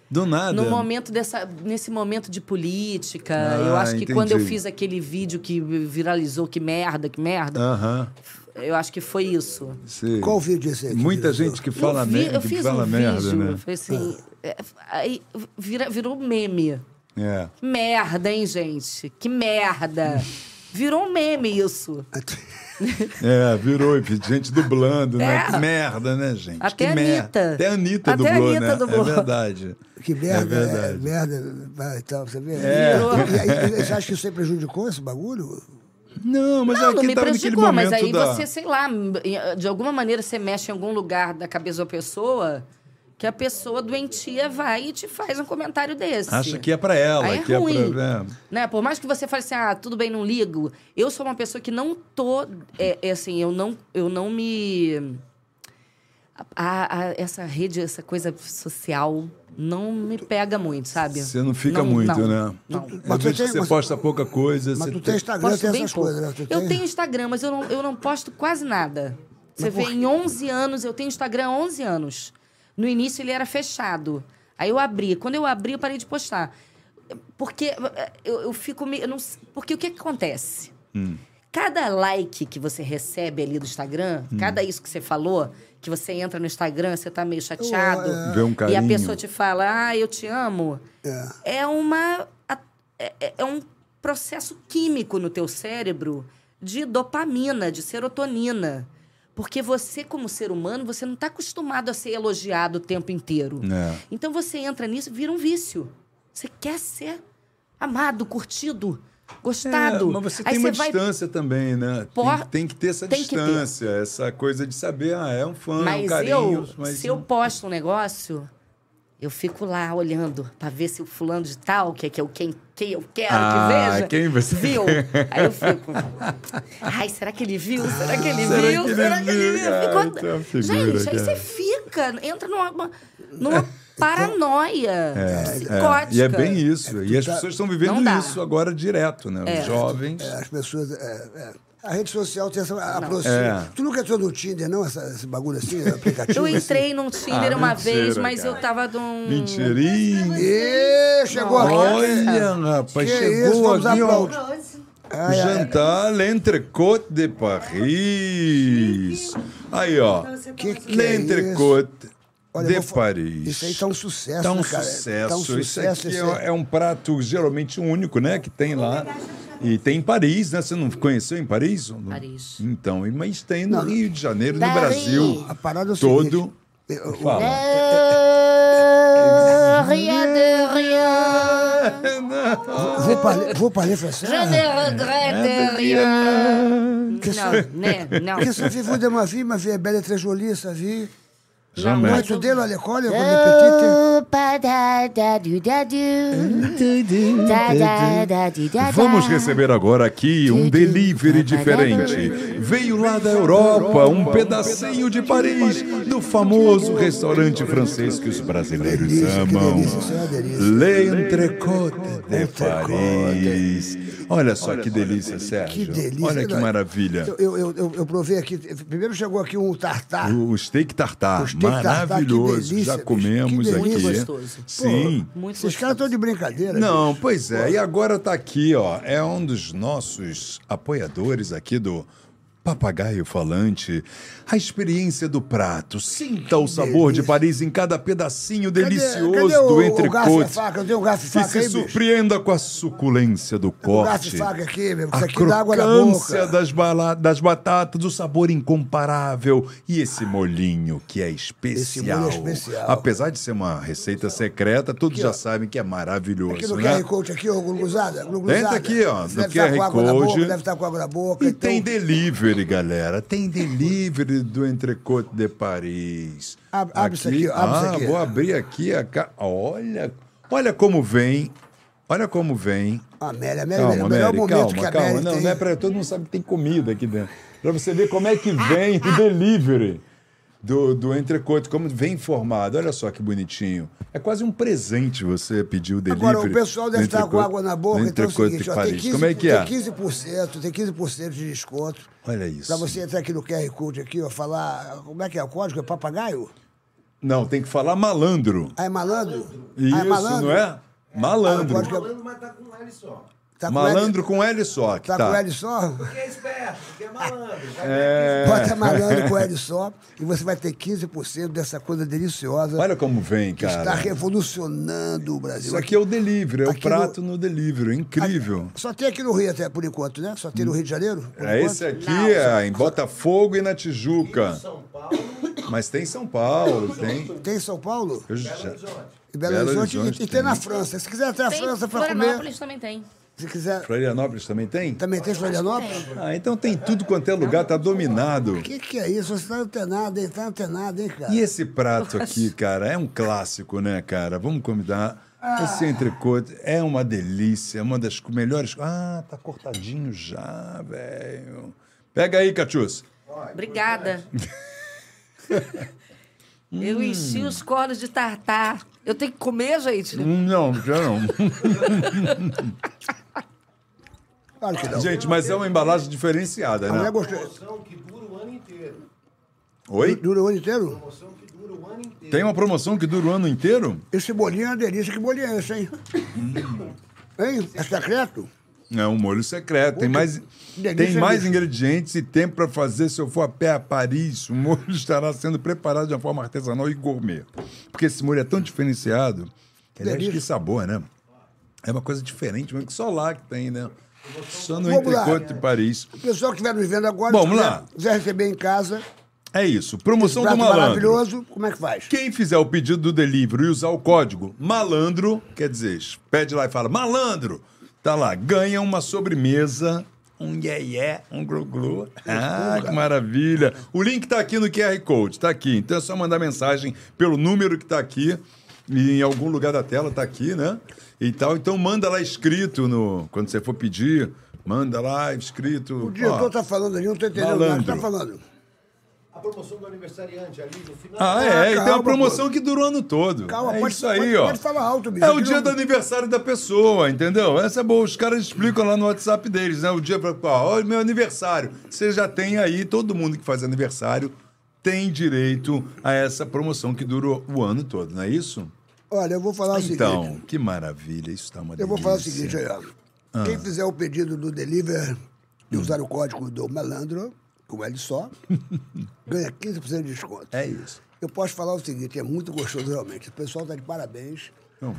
Speaker 4: Do nada.
Speaker 6: No momento dessa, nesse momento de política,
Speaker 4: Ah,
Speaker 6: eu acho que quando eu
Speaker 4: entendi.
Speaker 6: fiz aquele vídeo que viralizou, que merda, que merda,
Speaker 4: Aham.
Speaker 6: eu acho que foi isso.
Speaker 4: sei.
Speaker 5: Qual o vídeo desse aí?
Speaker 4: Muita gente que fala,
Speaker 6: eu, vi-
Speaker 4: merda,
Speaker 6: eu
Speaker 4: que
Speaker 6: fiz
Speaker 4: fala
Speaker 6: um
Speaker 4: merda,
Speaker 6: vídeo,
Speaker 4: né?
Speaker 6: foi assim, é, aí vira- virou um meme.
Speaker 4: É.
Speaker 6: Que merda, hein, gente? Que merda. Virou um meme isso.
Speaker 5: *laughs*
Speaker 4: É, virou e gente dublando, né?
Speaker 6: É.
Speaker 4: Que merda, né, gente?
Speaker 6: Até
Speaker 4: que
Speaker 6: a
Speaker 4: mer-
Speaker 6: Anitta.
Speaker 4: Até a Anitta
Speaker 6: Até a
Speaker 4: dublou,
Speaker 6: Anitta
Speaker 4: né?
Speaker 6: dublou.
Speaker 4: É verdade.
Speaker 5: Que merda,
Speaker 4: É
Speaker 5: é
Speaker 4: verdade.
Speaker 5: merda. vai, Então, você vê?
Speaker 4: É.
Speaker 5: E, e, e, você acha que isso aí prejudicou esse bagulho?
Speaker 4: Não, mas
Speaker 6: Não,
Speaker 4: aqui
Speaker 6: não me
Speaker 4: tá naquele
Speaker 6: prejudicou,
Speaker 4: momento
Speaker 6: mas aí
Speaker 4: da...
Speaker 6: você, sei lá, de alguma maneira você mexe em algum lugar da cabeça da pessoa que a pessoa doentia vai e te faz um comentário desse.
Speaker 4: Acha que é pra ela,
Speaker 6: Aí é
Speaker 4: que
Speaker 6: ruim.
Speaker 4: é pra... é.
Speaker 6: Né? Por mais que você fale assim, ah, tudo bem, não ligo. Eu sou uma pessoa que não tô. É, é assim, eu não, eu não me. a- a- essa rede, essa coisa social não me pega muito, sabe?
Speaker 4: Você não fica
Speaker 6: Não,
Speaker 4: muito,
Speaker 6: não,
Speaker 4: né?
Speaker 6: não.
Speaker 4: Eu
Speaker 5: Mas
Speaker 4: vejo
Speaker 5: você
Speaker 4: que
Speaker 5: tem-
Speaker 4: você
Speaker 5: mas-
Speaker 4: posta pouca coisa.
Speaker 5: Mas
Speaker 4: você
Speaker 5: tu tem Instagram,
Speaker 6: Posto
Speaker 5: tem
Speaker 6: bem
Speaker 5: essas
Speaker 6: pouco.
Speaker 5: coisas, né? Tu
Speaker 6: Eu
Speaker 5: tem-
Speaker 6: tenho Instagram, mas eu não, eu não posto quase nada. Você
Speaker 5: Mas
Speaker 6: vê,
Speaker 5: por
Speaker 6: em 11 anos, eu tenho Instagram há 11 anos. No início ele era fechado. Aí eu abri. Quando eu abri, eu parei de postar. Porque eh, eu, eu fico meio. eu não s- porque o que, que acontece?
Speaker 5: Hum.
Speaker 6: Cada like que você recebe ali do Instagram,
Speaker 5: Hum.
Speaker 6: cada isso que você falou, que você entra no Instagram, você tá meio chateado.
Speaker 5: é.
Speaker 4: Vê um
Speaker 6: E a
Speaker 4: carinho.
Speaker 6: pessoa te fala, ah, eu te amo. É, uma. a- É, é- é um processo químico no teu cérebro de dopamina, de serotonina. Porque você, como ser humano, você não está acostumado a ser elogiado o tempo inteiro.
Speaker 4: É.
Speaker 6: Então você entra nisso e vira um vício. Você quer ser amado, curtido, gostado.
Speaker 4: É, mas você
Speaker 6: Aí
Speaker 4: tem uma
Speaker 6: você vai-
Speaker 4: distância também, né?
Speaker 6: Por-
Speaker 4: Tem, tem que ter essa
Speaker 6: Tem que ter.
Speaker 4: distância, essa coisa de saber, ah, é um fã, é um
Speaker 6: Mas
Speaker 4: carinho.
Speaker 6: eu,
Speaker 4: mas...
Speaker 6: se eu posto um negócio, eu fico lá olhando pra ver se o fulano de tal, que é que eu, quem, quem eu quero
Speaker 4: Ah,
Speaker 6: que veja,
Speaker 4: quem você-
Speaker 6: viu. Aí eu fico... Ai, será que ele viu? Será que ele
Speaker 4: Será que
Speaker 6: viu?
Speaker 4: ele
Speaker 6: será que ele
Speaker 4: viu,
Speaker 6: viu?
Speaker 4: cara?
Speaker 6: Ficou-
Speaker 4: Isso é uma figura,
Speaker 6: Gente, aí
Speaker 4: cara.
Speaker 6: você fica, entra numa, uma- numa paranoia
Speaker 4: É,
Speaker 6: psicótica.
Speaker 4: e é bem isso. e as
Speaker 5: tá-
Speaker 4: pessoas estão vivendo
Speaker 6: Não dá.
Speaker 4: isso agora direto, né? Os jovens.
Speaker 5: É, As pessoas. é, é. A rede social tem essa. Aproxima.
Speaker 4: É.
Speaker 5: Tu nunca entrou no Tinder, não? Essa- esse bagulho
Speaker 6: *laughs*
Speaker 5: assim, aplicativo?
Speaker 6: Eu
Speaker 5: assim?
Speaker 6: entrei num Tinder
Speaker 4: Ah,
Speaker 6: uma
Speaker 4: mentira,
Speaker 6: vez, mas eu
Speaker 4: cara.
Speaker 6: tava num...
Speaker 4: Mentirinha.
Speaker 5: Ê, chegou aqui.
Speaker 4: Olha, rapaz,
Speaker 5: Que isso,
Speaker 4: chegou
Speaker 5: vamos
Speaker 4: aqui, ó.
Speaker 5: aplaudir. Ah, é.
Speaker 4: O jantar l'entrecôte de Paris. Aí, ó.
Speaker 5: Que que é
Speaker 4: L'entrecôte
Speaker 5: Olha, eu
Speaker 4: de
Speaker 5: vou fa-
Speaker 4: Paris.
Speaker 5: Isso aí tá um sucesso,
Speaker 4: Tá um
Speaker 5: né, cara?
Speaker 4: sucesso.
Speaker 5: Tá um
Speaker 4: Isso
Speaker 5: sucesso.
Speaker 4: aqui
Speaker 5: Esse
Speaker 4: é, é um prato geralmente único, né? Que tem lá. E tem em Paris, né? Você não conheceu em Paris?
Speaker 6: Paris.
Speaker 4: Então, e- mas tem no Rio de Janeiro, no
Speaker 7: Paris.
Speaker 4: Brasil.
Speaker 5: A parada é o
Speaker 4: Todo.
Speaker 5: seguinte, eu- eu-
Speaker 4: Fala.
Speaker 7: Euh, rien de rien.
Speaker 5: Vou parler, vou parler français.
Speaker 6: Je ne regrette rien. Não, né? Não.
Speaker 5: Porque se vivou de ma vie, ma vie est belle et très jolie, sa vie.
Speaker 4: Jamais.
Speaker 5: Moi, tu dès l'école, quand j'étais
Speaker 7: Oh, pa da da du da du. Da da da du da da.
Speaker 4: Vamos receber agora aqui um delivery diferente. Veio lá da Europa, um pedacinho de Paris, do famoso restaurante francês que os brasileiros
Speaker 5: petite, que
Speaker 4: amam.
Speaker 5: delícia, isso é uma delícia.
Speaker 4: L'entrecôte de Paris. Olha só que delícia, Sérgio.
Speaker 5: Que delícia.
Speaker 4: Olha que
Speaker 5: Não,
Speaker 4: maravilha.
Speaker 5: Eu, eu, eu, eu provei aqui. Primeiro chegou aqui um tartar.
Speaker 4: O steak tartar,
Speaker 5: O steak tartar,
Speaker 4: maravilhoso.
Speaker 5: que delícia,
Speaker 4: Já
Speaker 5: bicho,
Speaker 4: comemos
Speaker 5: que
Speaker 4: aqui.
Speaker 5: delícia.
Speaker 6: Muito gostoso.
Speaker 4: Sim.
Speaker 6: Muito
Speaker 5: Esses caras estão de brincadeira.
Speaker 4: Não, pois é. E agora tá aqui, ó. É um dos nossos apoiadores aqui do Papagaio Falante. A experiência do prato. Sinta o sabor de
Speaker 5: delícia.
Speaker 4: Paris em cada pedacinho delicioso
Speaker 5: cadê o-
Speaker 4: do
Speaker 5: o garfo e a
Speaker 4: entrecote.
Speaker 5: faca? Eu tenho um garfo e
Speaker 4: E
Speaker 5: faca
Speaker 4: se
Speaker 5: aí, bicho.
Speaker 4: surpreenda com a suculência do
Speaker 5: Um garfo
Speaker 4: corte.
Speaker 5: e faca aqui, meu. Isso
Speaker 4: A
Speaker 5: aqui dá água na
Speaker 4: crocância
Speaker 5: boca.
Speaker 4: das, bala- das batatas, o sabor incomparável e esse molinho que é especial.
Speaker 5: molho é especial.
Speaker 4: Apesar de ser uma receita secreta, todos já sabem que é maravilhoso,
Speaker 5: Aqui no
Speaker 4: né?
Speaker 5: QR Code é aqui, ô gluguzada. gluguzada.
Speaker 4: Entra aqui, ó,
Speaker 5: Você
Speaker 4: no
Speaker 5: deve estar
Speaker 4: QR
Speaker 5: com água na boca,
Speaker 4: Code.
Speaker 5: deve estar com água na boca.
Speaker 4: E
Speaker 5: então-
Speaker 4: tem delivery, galera. Tem delivery do Entrecote de Paris.
Speaker 5: Ab- abre isso aqui, ó, abre
Speaker 4: ah,
Speaker 5: isso aqui.
Speaker 4: vou abrir aqui a ca... Olha, olha como vem. Olha como vem.
Speaker 5: Amélia, Amélia,
Speaker 4: Calma,
Speaker 5: é o melhor
Speaker 4: Mary,
Speaker 5: momento
Speaker 4: calma,
Speaker 5: que a
Speaker 4: calma.
Speaker 5: Amélia
Speaker 4: não,
Speaker 5: tem.
Speaker 4: não é pra... Todo mundo sabe que tem comida aqui dentro. Pra você ver como é que vem o delivery do, do entrecote, como vem informado. Olha só que bonitinho. É quase um presente você pedir o delivery.
Speaker 5: Agora, o pessoal deve
Speaker 4: do
Speaker 5: estar com
Speaker 4: entrecote-
Speaker 5: água na
Speaker 4: do
Speaker 5: boca, então é o
Speaker 4: entrecote
Speaker 5: seguinte,
Speaker 4: de
Speaker 5: ó, tem
Speaker 4: Paris.
Speaker 5: 15%,
Speaker 4: como é que é?
Speaker 5: tem 15%, tem 15% de desconto.
Speaker 4: Olha isso.
Speaker 5: Pra você entrar aqui no QR Code aqui, ó, falar, como é que é o código? É papagaio?
Speaker 4: Não, tem que falar malandro.
Speaker 5: Ah, é malandro?
Speaker 4: Isso,
Speaker 5: ah, é malandro?
Speaker 4: não é?
Speaker 5: Ah,
Speaker 4: Malandro.
Speaker 5: o código é-
Speaker 8: Mas tá com um L só.
Speaker 5: tá com
Speaker 4: Malandro
Speaker 5: L,
Speaker 4: com L só. Que
Speaker 5: Tá,
Speaker 4: tá,
Speaker 5: com L só?
Speaker 8: Porque é esperto, porque é malandro. Vai
Speaker 4: É.
Speaker 5: *laughs* Bota malandro com L só e você vai ter 15% dessa coisa deliciosa
Speaker 4: Olha como vem,
Speaker 5: que está
Speaker 4: cara.
Speaker 5: revolucionando o Brasil.
Speaker 4: Isso aqui é o delivery, é o
Speaker 5: Aqui
Speaker 4: prato no delivery. Incrível.
Speaker 5: Só tem aqui no Rio até por enquanto, né? Só tem no Rio de Janeiro? por
Speaker 4: É
Speaker 5: enquanto.
Speaker 4: esse aqui, é, em Botafogo e na Tijuca. Mas tem em São Paulo, tem.
Speaker 5: Tem em São Paulo?
Speaker 4: Eu já-
Speaker 5: Em Belo,
Speaker 4: Belo
Speaker 5: Horizonte,
Speaker 4: Horizonte
Speaker 5: e, e tem,
Speaker 4: tem.
Speaker 5: na França. Se quiser até a
Speaker 6: Tem
Speaker 5: França para comer,
Speaker 6: Florianópolis também tem.
Speaker 5: se quiser.
Speaker 4: Florianópolis também tem?
Speaker 5: Também tem Florianópolis?
Speaker 4: Ah, então tem tudo quanto é lugar, tá dominado.
Speaker 5: O que, que é isso? Você tá antenado, hein? Tá antenado, hein, cara?
Speaker 4: E esse prato aqui, cara, é um clássico, né, cara? Vamos combinar.
Speaker 5: Ah.
Speaker 4: Esse entrecote é uma delícia, é uma das co- melhores. Ah, tá cortadinho já, velho. Pega aí, Catius.
Speaker 5: *laughs*
Speaker 6: Obrigada.
Speaker 5: Hum.
Speaker 6: Eu enchi os colos de tartar. Eu tenho que comer, gente?
Speaker 4: Hum, Não,
Speaker 5: *laughs*
Speaker 4: já não.
Speaker 5: Claro que não.
Speaker 4: Gente, mas é uma embalagem diferenciada,
Speaker 5: A mulher
Speaker 4: né?
Speaker 5: gostou.
Speaker 8: Promoção que dura o ano inteiro.
Speaker 4: Oi?
Speaker 5: Dura o ano inteiro?
Speaker 8: Promoção que dura o ano inteiro.
Speaker 4: Tem uma promoção que dura o ano inteiro?
Speaker 5: Esse bolinho é uma delícia. Que bolinho é esse, hein?
Speaker 4: Hum.
Speaker 5: hein? É secreto?
Speaker 4: É um molho secreto. Tem mais,
Speaker 5: delícia,
Speaker 4: tem mais
Speaker 5: bicho.
Speaker 4: ingredientes e tempo para fazer. Se eu for a pé a Paris, o molho *laughs* estará sendo preparado de uma forma artesanal e gourmet. Porque esse molho é tão diferenciado. Que, aliás,
Speaker 5: Delícia.
Speaker 4: que sabor, né? É uma coisa diferente, mesmo que só lá que tem, né? Só no
Speaker 5: Vamos lá.
Speaker 4: entrecote de Paris.
Speaker 5: O pessoal que estiver nos vendo agora,
Speaker 4: Vamos
Speaker 5: se
Speaker 4: lá.
Speaker 5: quiser- quiser receber em casa,
Speaker 4: É isso. Promoção do
Speaker 5: prato
Speaker 4: malandro.
Speaker 5: maravilhoso, como é que faz?
Speaker 4: Quem fizer o pedido do delivery e usar o código malandro, quer dizer, pede lá e fala malandro, tá lá, ganha uma sobremesa, um iê-iê, um glu-glu. Ah, que maravilha. O link tá aqui no QR Code, tá aqui. Então é só mandar mensagem pelo número que tá aqui, e em algum lugar da tela tá aqui, né? E tal. Então manda lá escrito no quando você for pedir, manda lá escrito.
Speaker 5: O
Speaker 4: ó.
Speaker 5: diretor tá falando ali, não tô entendendo nada que tá
Speaker 4: malandro.
Speaker 5: falando.
Speaker 8: A promoção do aniversariante ali no final.
Speaker 4: Ah, é, e tem uma
Speaker 5: calma,
Speaker 4: promoção que dura o ano todo.
Speaker 5: Calma,
Speaker 4: é
Speaker 5: pode-
Speaker 4: isso aí,
Speaker 5: pode-
Speaker 4: ó.
Speaker 5: pode falar alto, bicho,
Speaker 4: É o
Speaker 5: que
Speaker 4: dia
Speaker 5: não-
Speaker 4: do aniversário da pessoa, entendeu? Essa é boa. Os caras explicam lá no WhatsApp deles, né? O dia pra. Ó, ó, meu aniversário. Você já tem aí, todo mundo que faz aniversário tem direito a essa promoção que dura o ano todo, não é isso?
Speaker 5: Olha, eu vou falar o seguinte.
Speaker 4: Então, que maravilha. Isso tá uma delícia. Ah.
Speaker 5: Eu vou falar o seguinte, aí, ó. quem fizer o pedido do Deliver e usar o código do malandro, com L
Speaker 4: *laughs*
Speaker 5: só, ganha 15% de desconto.
Speaker 4: É isso.
Speaker 5: Eu posso falar o seguinte, é muito gostoso realmente. O pessoal tá de parabéns.
Speaker 4: Então,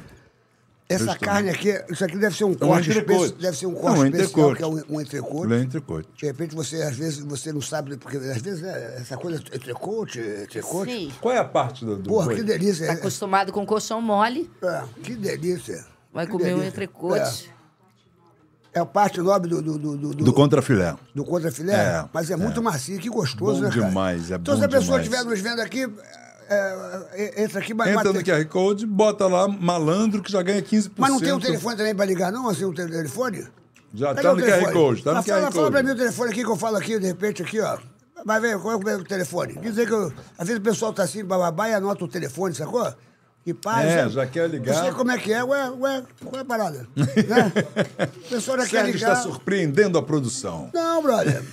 Speaker 5: Essa
Speaker 4: Gostou.
Speaker 5: carne aqui, isso aqui deve ser um corte
Speaker 4: entrecote.
Speaker 5: especial, deve ser um
Speaker 4: É um
Speaker 5: corte especial,
Speaker 4: entrecote.
Speaker 5: que é um, um entrecote.
Speaker 4: lê entrecote.
Speaker 5: De repente você, às vezes, você não sabe, porque às vezes né, essa coisa é entrecote, é entrecote.
Speaker 6: Sim.
Speaker 4: Qual é a parte do. do
Speaker 5: Porra,
Speaker 4: coisa?
Speaker 5: que delícia.
Speaker 6: Tá acostumado com colchão mole,
Speaker 5: É, que delícia.
Speaker 6: vai
Speaker 5: Que
Speaker 6: comer um
Speaker 5: delícia.
Speaker 6: entrecote.
Speaker 5: É, é a parte nobre do- do- do- do,
Speaker 4: Do contrafilé.
Speaker 5: do contrafilé,
Speaker 4: É,
Speaker 5: mas é muito macio, que gostoso,
Speaker 4: Bom
Speaker 5: né, cara?
Speaker 4: demais, é
Speaker 5: então,
Speaker 4: bom
Speaker 5: se a pessoa
Speaker 4: demais.
Speaker 5: estiver nos vendo aqui, é, é, entra aqui, mas,
Speaker 4: Entra
Speaker 5: mas, tem-
Speaker 4: no QR Code, bota lá malandro que já ganha 15%.
Speaker 5: mas não tem um telefone também para ligar, não? Assim, um te- telefone?
Speaker 4: Já
Speaker 5: Cadê
Speaker 4: tá
Speaker 5: o
Speaker 4: no
Speaker 5: telefone?
Speaker 4: QR Code, tá no
Speaker 5: Ah, fala,
Speaker 4: QR
Speaker 5: Fala pra mim
Speaker 4: Code.
Speaker 5: o telefone aqui que eu falo aqui, de repente, aqui, ó. Vai ver qual é o meu telefone. Diz aí que eu, às vezes o pessoal tá assim, bababá, e anota o telefone, sacou? E pá,
Speaker 4: É,
Speaker 5: já-
Speaker 4: já quer ligar.
Speaker 5: Não sei como é que é, ué, ué, qual é a parada?
Speaker 4: *laughs*
Speaker 5: né? O pessoal já quer
Speaker 4: Sérgio está
Speaker 5: ligar.
Speaker 4: surpreendendo a produção.
Speaker 5: Não, brother.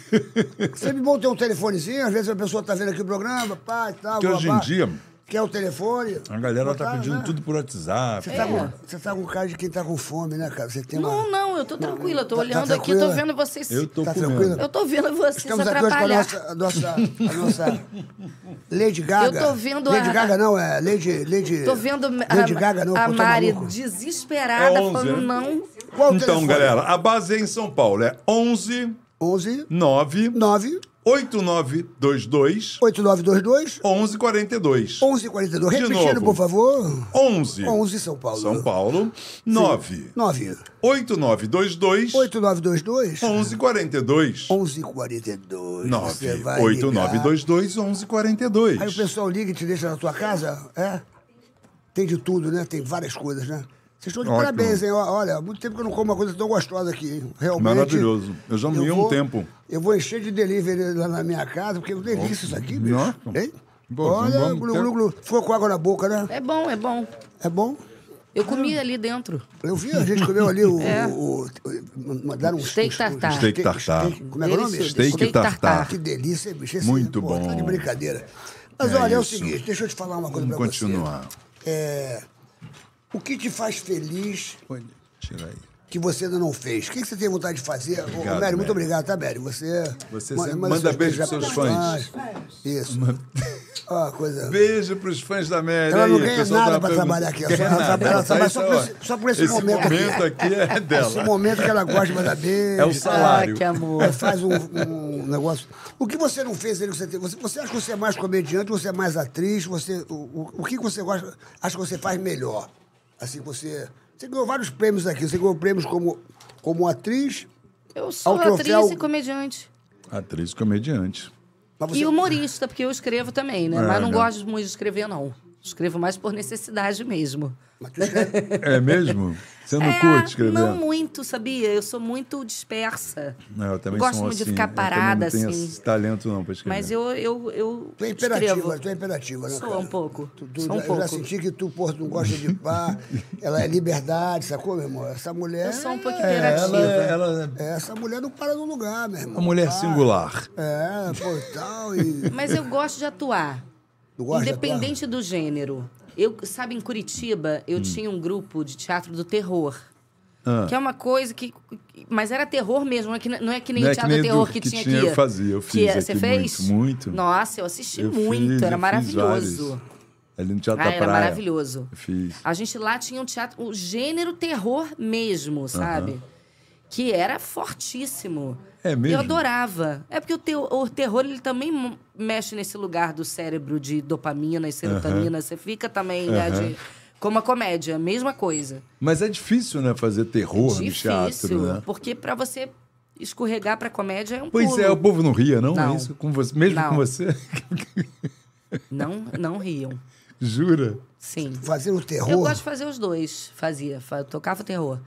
Speaker 5: Sempre bom ter um telefonezinho, às vezes a pessoa tá vendo aqui o programa, pá e tal.
Speaker 4: Porque hoje em
Speaker 5: babá.
Speaker 4: dia-
Speaker 5: Quer o telefone.
Speaker 4: A galera tá
Speaker 5: botar,
Speaker 4: pedindo
Speaker 5: né?
Speaker 4: tudo por WhatsApp.
Speaker 5: Você tá, com, você tá com cara de quem tá com fome, né, cara? Você tem uma...
Speaker 6: É. Não, não, eu tô tranquila, eu tô
Speaker 5: Tá- tá
Speaker 6: olhando aqui,
Speaker 5: tranquila?
Speaker 6: tô vendo vocês.
Speaker 4: Eu tô
Speaker 5: Tá
Speaker 4: comendo.
Speaker 5: tranquilo?
Speaker 6: Eu tô vendo vocês
Speaker 5: Estamos aqui hoje com a
Speaker 6: atrapalhar.
Speaker 5: nossa, eh, a nossa, a nossa Lady Gaga.
Speaker 6: Eu tô vendo a-
Speaker 5: Lady Gaga não, é Lady... Lady
Speaker 6: Tô vendo
Speaker 5: Lady Gaga não,
Speaker 6: a, a
Speaker 5: pô, tá
Speaker 6: Mari
Speaker 5: maluco.
Speaker 6: desesperada,
Speaker 4: É 11,
Speaker 6: falando
Speaker 4: né?
Speaker 6: não.
Speaker 5: Qual o
Speaker 4: Então,
Speaker 5: telefone?
Speaker 4: galera, a base é em São Paulo. É 11
Speaker 5: 11
Speaker 4: 9
Speaker 5: 9
Speaker 4: 8922
Speaker 5: 8922
Speaker 4: 1142.
Speaker 5: 1142.
Speaker 4: De
Speaker 5: Repetindo,
Speaker 4: novo.
Speaker 5: por favor.
Speaker 4: 11.
Speaker 5: 11 São Paulo.
Speaker 4: São Paulo. 9
Speaker 5: 9
Speaker 4: 8922
Speaker 5: 8922
Speaker 4: 1142.
Speaker 5: 1142.
Speaker 4: 9
Speaker 5: Você vai ligar.
Speaker 4: 8922 1142.
Speaker 5: Aí o pessoal liga e te deixa na tua casa, é? Tem de tudo, né? Tem várias coisas, né? Vocês estão de
Speaker 4: Ótimo.
Speaker 5: parabéns, hein? Ó, Olha, há muito tempo que eu não como uma coisa tão gostosa aqui, hein? Realmente.
Speaker 4: Maravilhoso. Eu já não ia há um
Speaker 5: é vou-
Speaker 4: tempo.
Speaker 5: Eu vou encher de delivery lá na minha casa, porque é uma delícia isso aqui, bicho.
Speaker 4: Nossa.
Speaker 5: Hein?
Speaker 4: Pô, não
Speaker 5: Olha,
Speaker 4: vamos
Speaker 5: glu,
Speaker 4: ter-
Speaker 5: glu, glu. Ficou com água na boca, né?
Speaker 6: É bom, é bom.
Speaker 5: É bom?
Speaker 6: Eu comi
Speaker 5: Hum.
Speaker 6: ali dentro.
Speaker 5: Eu vi, a gente comeu ali o.
Speaker 6: É.
Speaker 5: o- o- mandaram um
Speaker 6: Steak tartar.
Speaker 4: Steak tartar.
Speaker 5: Como é que é o nome?
Speaker 6: Delicioso.
Speaker 4: Steak tartar.
Speaker 5: Que delícia, bicho. Esse,
Speaker 4: Muito
Speaker 5: pô,
Speaker 4: bom.
Speaker 5: Tá de brincadeira. Mas
Speaker 4: É
Speaker 5: olha, é o
Speaker 4: isso.
Speaker 5: seguinte, deixa eu te falar uma coisa
Speaker 4: Vamos
Speaker 5: pra
Speaker 4: continuar.
Speaker 5: você. É, o que te faz feliz
Speaker 4: Tira aí.
Speaker 5: que você ainda não fez? O que, que você tem vontade de fazer? Ô,
Speaker 4: Obrigado,
Speaker 5: Mério, muito
Speaker 4: Mério.
Speaker 5: obrigado, tá, Mério? Você,
Speaker 4: Você
Speaker 5: ma-
Speaker 4: sempre manda
Speaker 5: seus
Speaker 4: beijo
Speaker 5: beijos
Speaker 4: pros
Speaker 5: pra
Speaker 4: seus
Speaker 5: Isso. Ó, uma coisa...
Speaker 4: Beijo pros fãs da Amélia.
Speaker 5: Ela não
Speaker 4: aí, o
Speaker 5: ganha
Speaker 4: pessoal
Speaker 5: nada
Speaker 4: tá
Speaker 5: pra
Speaker 4: perguntando.
Speaker 5: trabalhar aqui, ela
Speaker 4: Ganha
Speaker 5: só- ela
Speaker 4: nada,
Speaker 5: trabalha- ela trabalha
Speaker 4: faz
Speaker 5: só por esse- só por esse momento aqui.
Speaker 4: momento aqui é
Speaker 5: Esse
Speaker 4: dela.
Speaker 5: momento que ela gosta mais da
Speaker 4: É o
Speaker 5: beijo.
Speaker 4: salário.
Speaker 6: Ah, que amor.
Speaker 5: Aí faz um, um negócio. O que você não fez aí que você tem? Você, você acha que você é mais comediante, você é mais atriz? Você, o, o, o que que você gosta, acha que você faz melhor? Assim, você. Você ganhou vários prêmios aqui. Você ganhou prêmios como, como atriz,
Speaker 6: Eu sou
Speaker 5: Ao
Speaker 6: atriz
Speaker 5: troféu-
Speaker 6: e comediante.
Speaker 4: Atriz e comediante.
Speaker 5: mas você.
Speaker 6: E humorista, porque eu escrevo também, né?
Speaker 4: um É,
Speaker 6: Mas não
Speaker 4: né?
Speaker 6: gosto muito de escrever, não. Escrevo mais por necessidade mesmo.
Speaker 5: Mas tu escreve-
Speaker 4: É mesmo? Você não
Speaker 6: É,
Speaker 4: curte escrever?
Speaker 6: Não muito, sabia? Eu sou muito dispersa.
Speaker 4: Não, eu também
Speaker 6: Gosto
Speaker 4: sou
Speaker 6: muito
Speaker 4: assim.
Speaker 6: de ficar
Speaker 4: Eu também
Speaker 6: parada,
Speaker 4: não tenho
Speaker 6: assim.
Speaker 4: esse talento não pra escrever.
Speaker 6: Mas eu, eu, eu
Speaker 5: tu é
Speaker 6: escrevo.
Speaker 5: imperativa, tu é imperativa, né?
Speaker 6: Sou
Speaker 5: cara?
Speaker 6: um pouco,
Speaker 5: Tu, tu,
Speaker 6: sou
Speaker 5: eu
Speaker 6: um
Speaker 5: já
Speaker 6: pouco.
Speaker 5: senti que tu, porra, tu não gosta de pá, ela é liberdade, sacou, meu irmão? Essa mulher.
Speaker 6: Eu sou um pouco
Speaker 4: É,
Speaker 6: imperativa.
Speaker 4: ela, ela é
Speaker 5: é- Essa mulher não para no lugar, meu irmão.
Speaker 4: uma mulher singular.
Speaker 5: É, pô, e tal,
Speaker 6: *laughs*
Speaker 4: é.
Speaker 5: e...
Speaker 6: Mas eu gosto de atuar.
Speaker 5: Tu gosta de
Speaker 6: Independente do gênero. Eu, sabe, em Curitiba,
Speaker 4: Hum.
Speaker 6: eu tinha um grupo de teatro do terror.
Speaker 4: Ah.
Speaker 6: Que é uma coisa que. Mas era terror mesmo, não é que, não é que nem
Speaker 4: Não é que
Speaker 6: teatro do
Speaker 4: nem
Speaker 6: terror
Speaker 4: do-
Speaker 6: que,
Speaker 4: que
Speaker 6: tinha aqui.
Speaker 4: tinha, eu fazia, eu
Speaker 6: que, é,
Speaker 4: fiz
Speaker 6: Você
Speaker 4: aqui
Speaker 6: fez?
Speaker 4: muito, muito.
Speaker 6: Nossa, eu assisti
Speaker 4: Eu
Speaker 6: muito,
Speaker 4: fiz, eu
Speaker 6: era
Speaker 4: fiz
Speaker 6: maravilhoso.
Speaker 4: vários. Ali no Teatro
Speaker 6: Ah,
Speaker 4: da
Speaker 6: era
Speaker 4: Praia.
Speaker 6: maravilhoso.
Speaker 4: Eu fiz.
Speaker 6: A gente lá tinha um teatro, o gênero terror mesmo, sabe? Que era fortíssimo.
Speaker 4: É mesmo?
Speaker 6: Eu adorava. É porque o, teu- o terror ele também mo- mexe nesse lugar do cérebro de dopamina e serotonina. Você fica também, né, de- como a comédia, mesma coisa.
Speaker 4: Mas é difícil, né, fazer terror
Speaker 6: Difícil,
Speaker 4: no teatro, né?
Speaker 6: porque pra você escorregar pra comédia é um
Speaker 4: Pois
Speaker 6: pulo.
Speaker 4: é, o povo não ria, não?
Speaker 6: Não.
Speaker 4: É isso? Com você, mesmo
Speaker 6: Não.
Speaker 4: com você? *laughs*
Speaker 6: Não, não riam.
Speaker 4: Jura?
Speaker 6: Sim.
Speaker 5: Fazer o terror.
Speaker 6: Eu gosto de fazer os dois. Fazia, fa- tocava terror.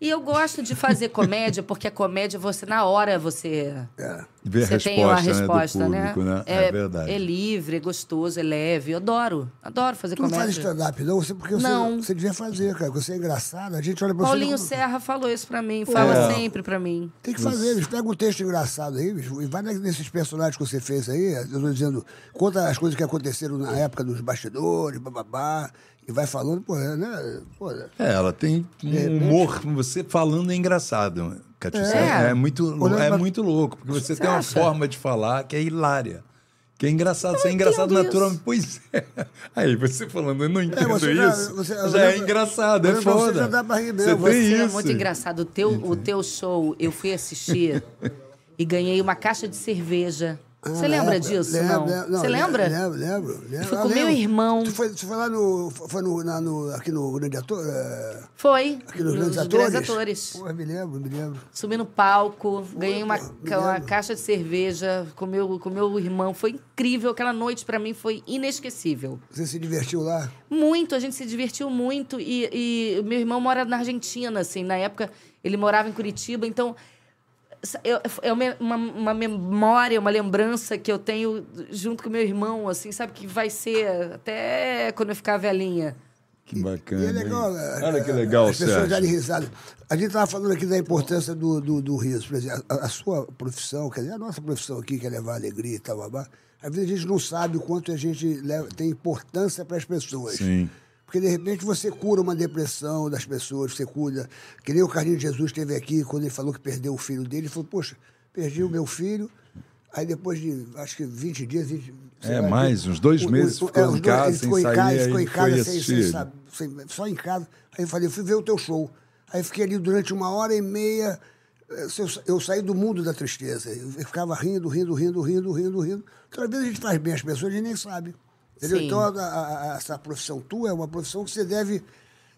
Speaker 6: E eu gosto de fazer comédia, *laughs* porque a comédia, você, na hora, você.
Speaker 5: É.
Speaker 4: Ver
Speaker 6: você
Speaker 4: a
Speaker 6: tem uma
Speaker 4: resposta, né,
Speaker 6: resposta,
Speaker 4: do
Speaker 6: né?
Speaker 4: público, né? É, verdade.
Speaker 6: É livre, é gostoso, é leve. Eu adoro. Adoro fazer
Speaker 5: Tu não faz
Speaker 6: comédia.
Speaker 5: stand-up, não? Você, porque você,
Speaker 6: Não.
Speaker 5: você devia fazer, cara. Você é engraçado, a gente olha pra
Speaker 6: Paulinho
Speaker 5: você...
Speaker 6: Serra falou isso pra
Speaker 4: É.
Speaker 6: mim, fala sempre pra mim.
Speaker 5: Tem que fazer, bicho. Pega um texto engraçado aí, bicho, e vai nesses personagens que você fez aí, eh, eu tô dizendo, conta as coisas que aconteceram na época dos bastidores, bababá, e vai falando, pô, é, né? Pô, é.
Speaker 4: É, ela tem um humor, você falando é engraçado, Catiúcia.
Speaker 6: É.
Speaker 4: É, muito, lou-
Speaker 5: Olhando
Speaker 4: é
Speaker 5: pra-
Speaker 4: muito louco, porque você, tem uma
Speaker 6: acha?
Speaker 4: forma de falar que é hilária. Que é engraçado, você é engraçado
Speaker 6: entendo
Speaker 4: naturalmente. Pois é. *laughs* Aí você falando, eu não entendo
Speaker 5: É, você já-
Speaker 4: isso. Já,
Speaker 5: você- eu
Speaker 4: é
Speaker 5: lembro-
Speaker 4: engraçado, é
Speaker 5: eu lembro, você
Speaker 4: foda.
Speaker 5: já dá pra rir
Speaker 4: Você
Speaker 5: mesmo.
Speaker 4: tem
Speaker 6: Você
Speaker 4: isso.
Speaker 6: é muito engraçado. O teu, o teu show, eu fui assistir e ganhei uma caixa de cerveja.
Speaker 5: Ah,
Speaker 6: Você lembra
Speaker 5: lembro,
Speaker 6: disso?
Speaker 5: lembro,
Speaker 6: não?
Speaker 5: lembro,
Speaker 6: Você lembra?
Speaker 5: Lembro, lembro. lembro.
Speaker 6: Fui
Speaker 5: Ah,
Speaker 6: com meu
Speaker 5: lembro.
Speaker 6: irmão.
Speaker 5: Tu foi, tu foi lá no. Foi no, na- no- aqui no Grande Ator? é,
Speaker 6: Foi.
Speaker 5: Aqui nos Grandes
Speaker 6: Nos
Speaker 5: Atores?
Speaker 6: Grandes Atores.
Speaker 5: Porra, me lembro, me lembro.
Speaker 6: Subi no palco, ganhei uma,
Speaker 5: pô,
Speaker 6: ca- uma
Speaker 5: lembro.
Speaker 6: caixa de cerveja com meu, com meu irmão. Foi incrível. Aquela noite, pra mim, foi inesquecível.
Speaker 5: Você se divertiu lá?
Speaker 6: Muito, a gente se divertiu muito. E, e meu irmão mora na Argentina, assim. Na época, ele morava em Curitiba. Então, sa- eu- é uma, uma- uma memória, uma lembrança que eu tenho junto com meu irmão, assim, sabe? Que vai ser até quando eu ficar velhinha.
Speaker 4: Que bacana.
Speaker 5: E é legal.
Speaker 4: hein?
Speaker 5: né?
Speaker 4: Olha que legal,
Speaker 5: As pessoas darem
Speaker 4: Sérgio.
Speaker 5: risada. A gente estava falando aqui da importância do, do, do riso. Por exemplo, a, a sua profissão, quer dizer, a nossa profissão aqui, que é levar alegria e tal, babá. Às vezes a gente não sabe o quanto a gente leva- tem importância para as pessoas.
Speaker 4: Sim.
Speaker 5: Porque, de repente, você cura uma depressão das pessoas, você cura. Que nem o Carlinhos Jesus esteve aqui, quando ele falou que perdeu o filho dele, ele falou: Poxa, perdi o meu filho. Aí, depois de, acho que 20 dias. 20, sei
Speaker 4: É,
Speaker 5: lá,
Speaker 4: mais uns dois meses ficou
Speaker 5: é, os
Speaker 4: em
Speaker 5: dois-
Speaker 4: casa,
Speaker 5: ele
Speaker 4: sem
Speaker 5: ficou em
Speaker 4: sair,
Speaker 5: casa,
Speaker 4: aí
Speaker 5: ficou em
Speaker 4: foi
Speaker 5: casa sem, sem,
Speaker 4: assistir.
Speaker 5: saber sem- só em casa. Aí eu falei, fui ver o teu show. Aí fiquei ali durante uma hora e meia. eh, Eu, sa- eu saí do mundo da tristeza. Eu ficava rindo, rindo, rindo, rindo, rindo, rindo. Outra vez a gente faz bem as pessoas, a gente nem sabe. Entendeu?
Speaker 6: Sim.
Speaker 5: Então, a- a- a- essa profissão tua é uma profissão que você deve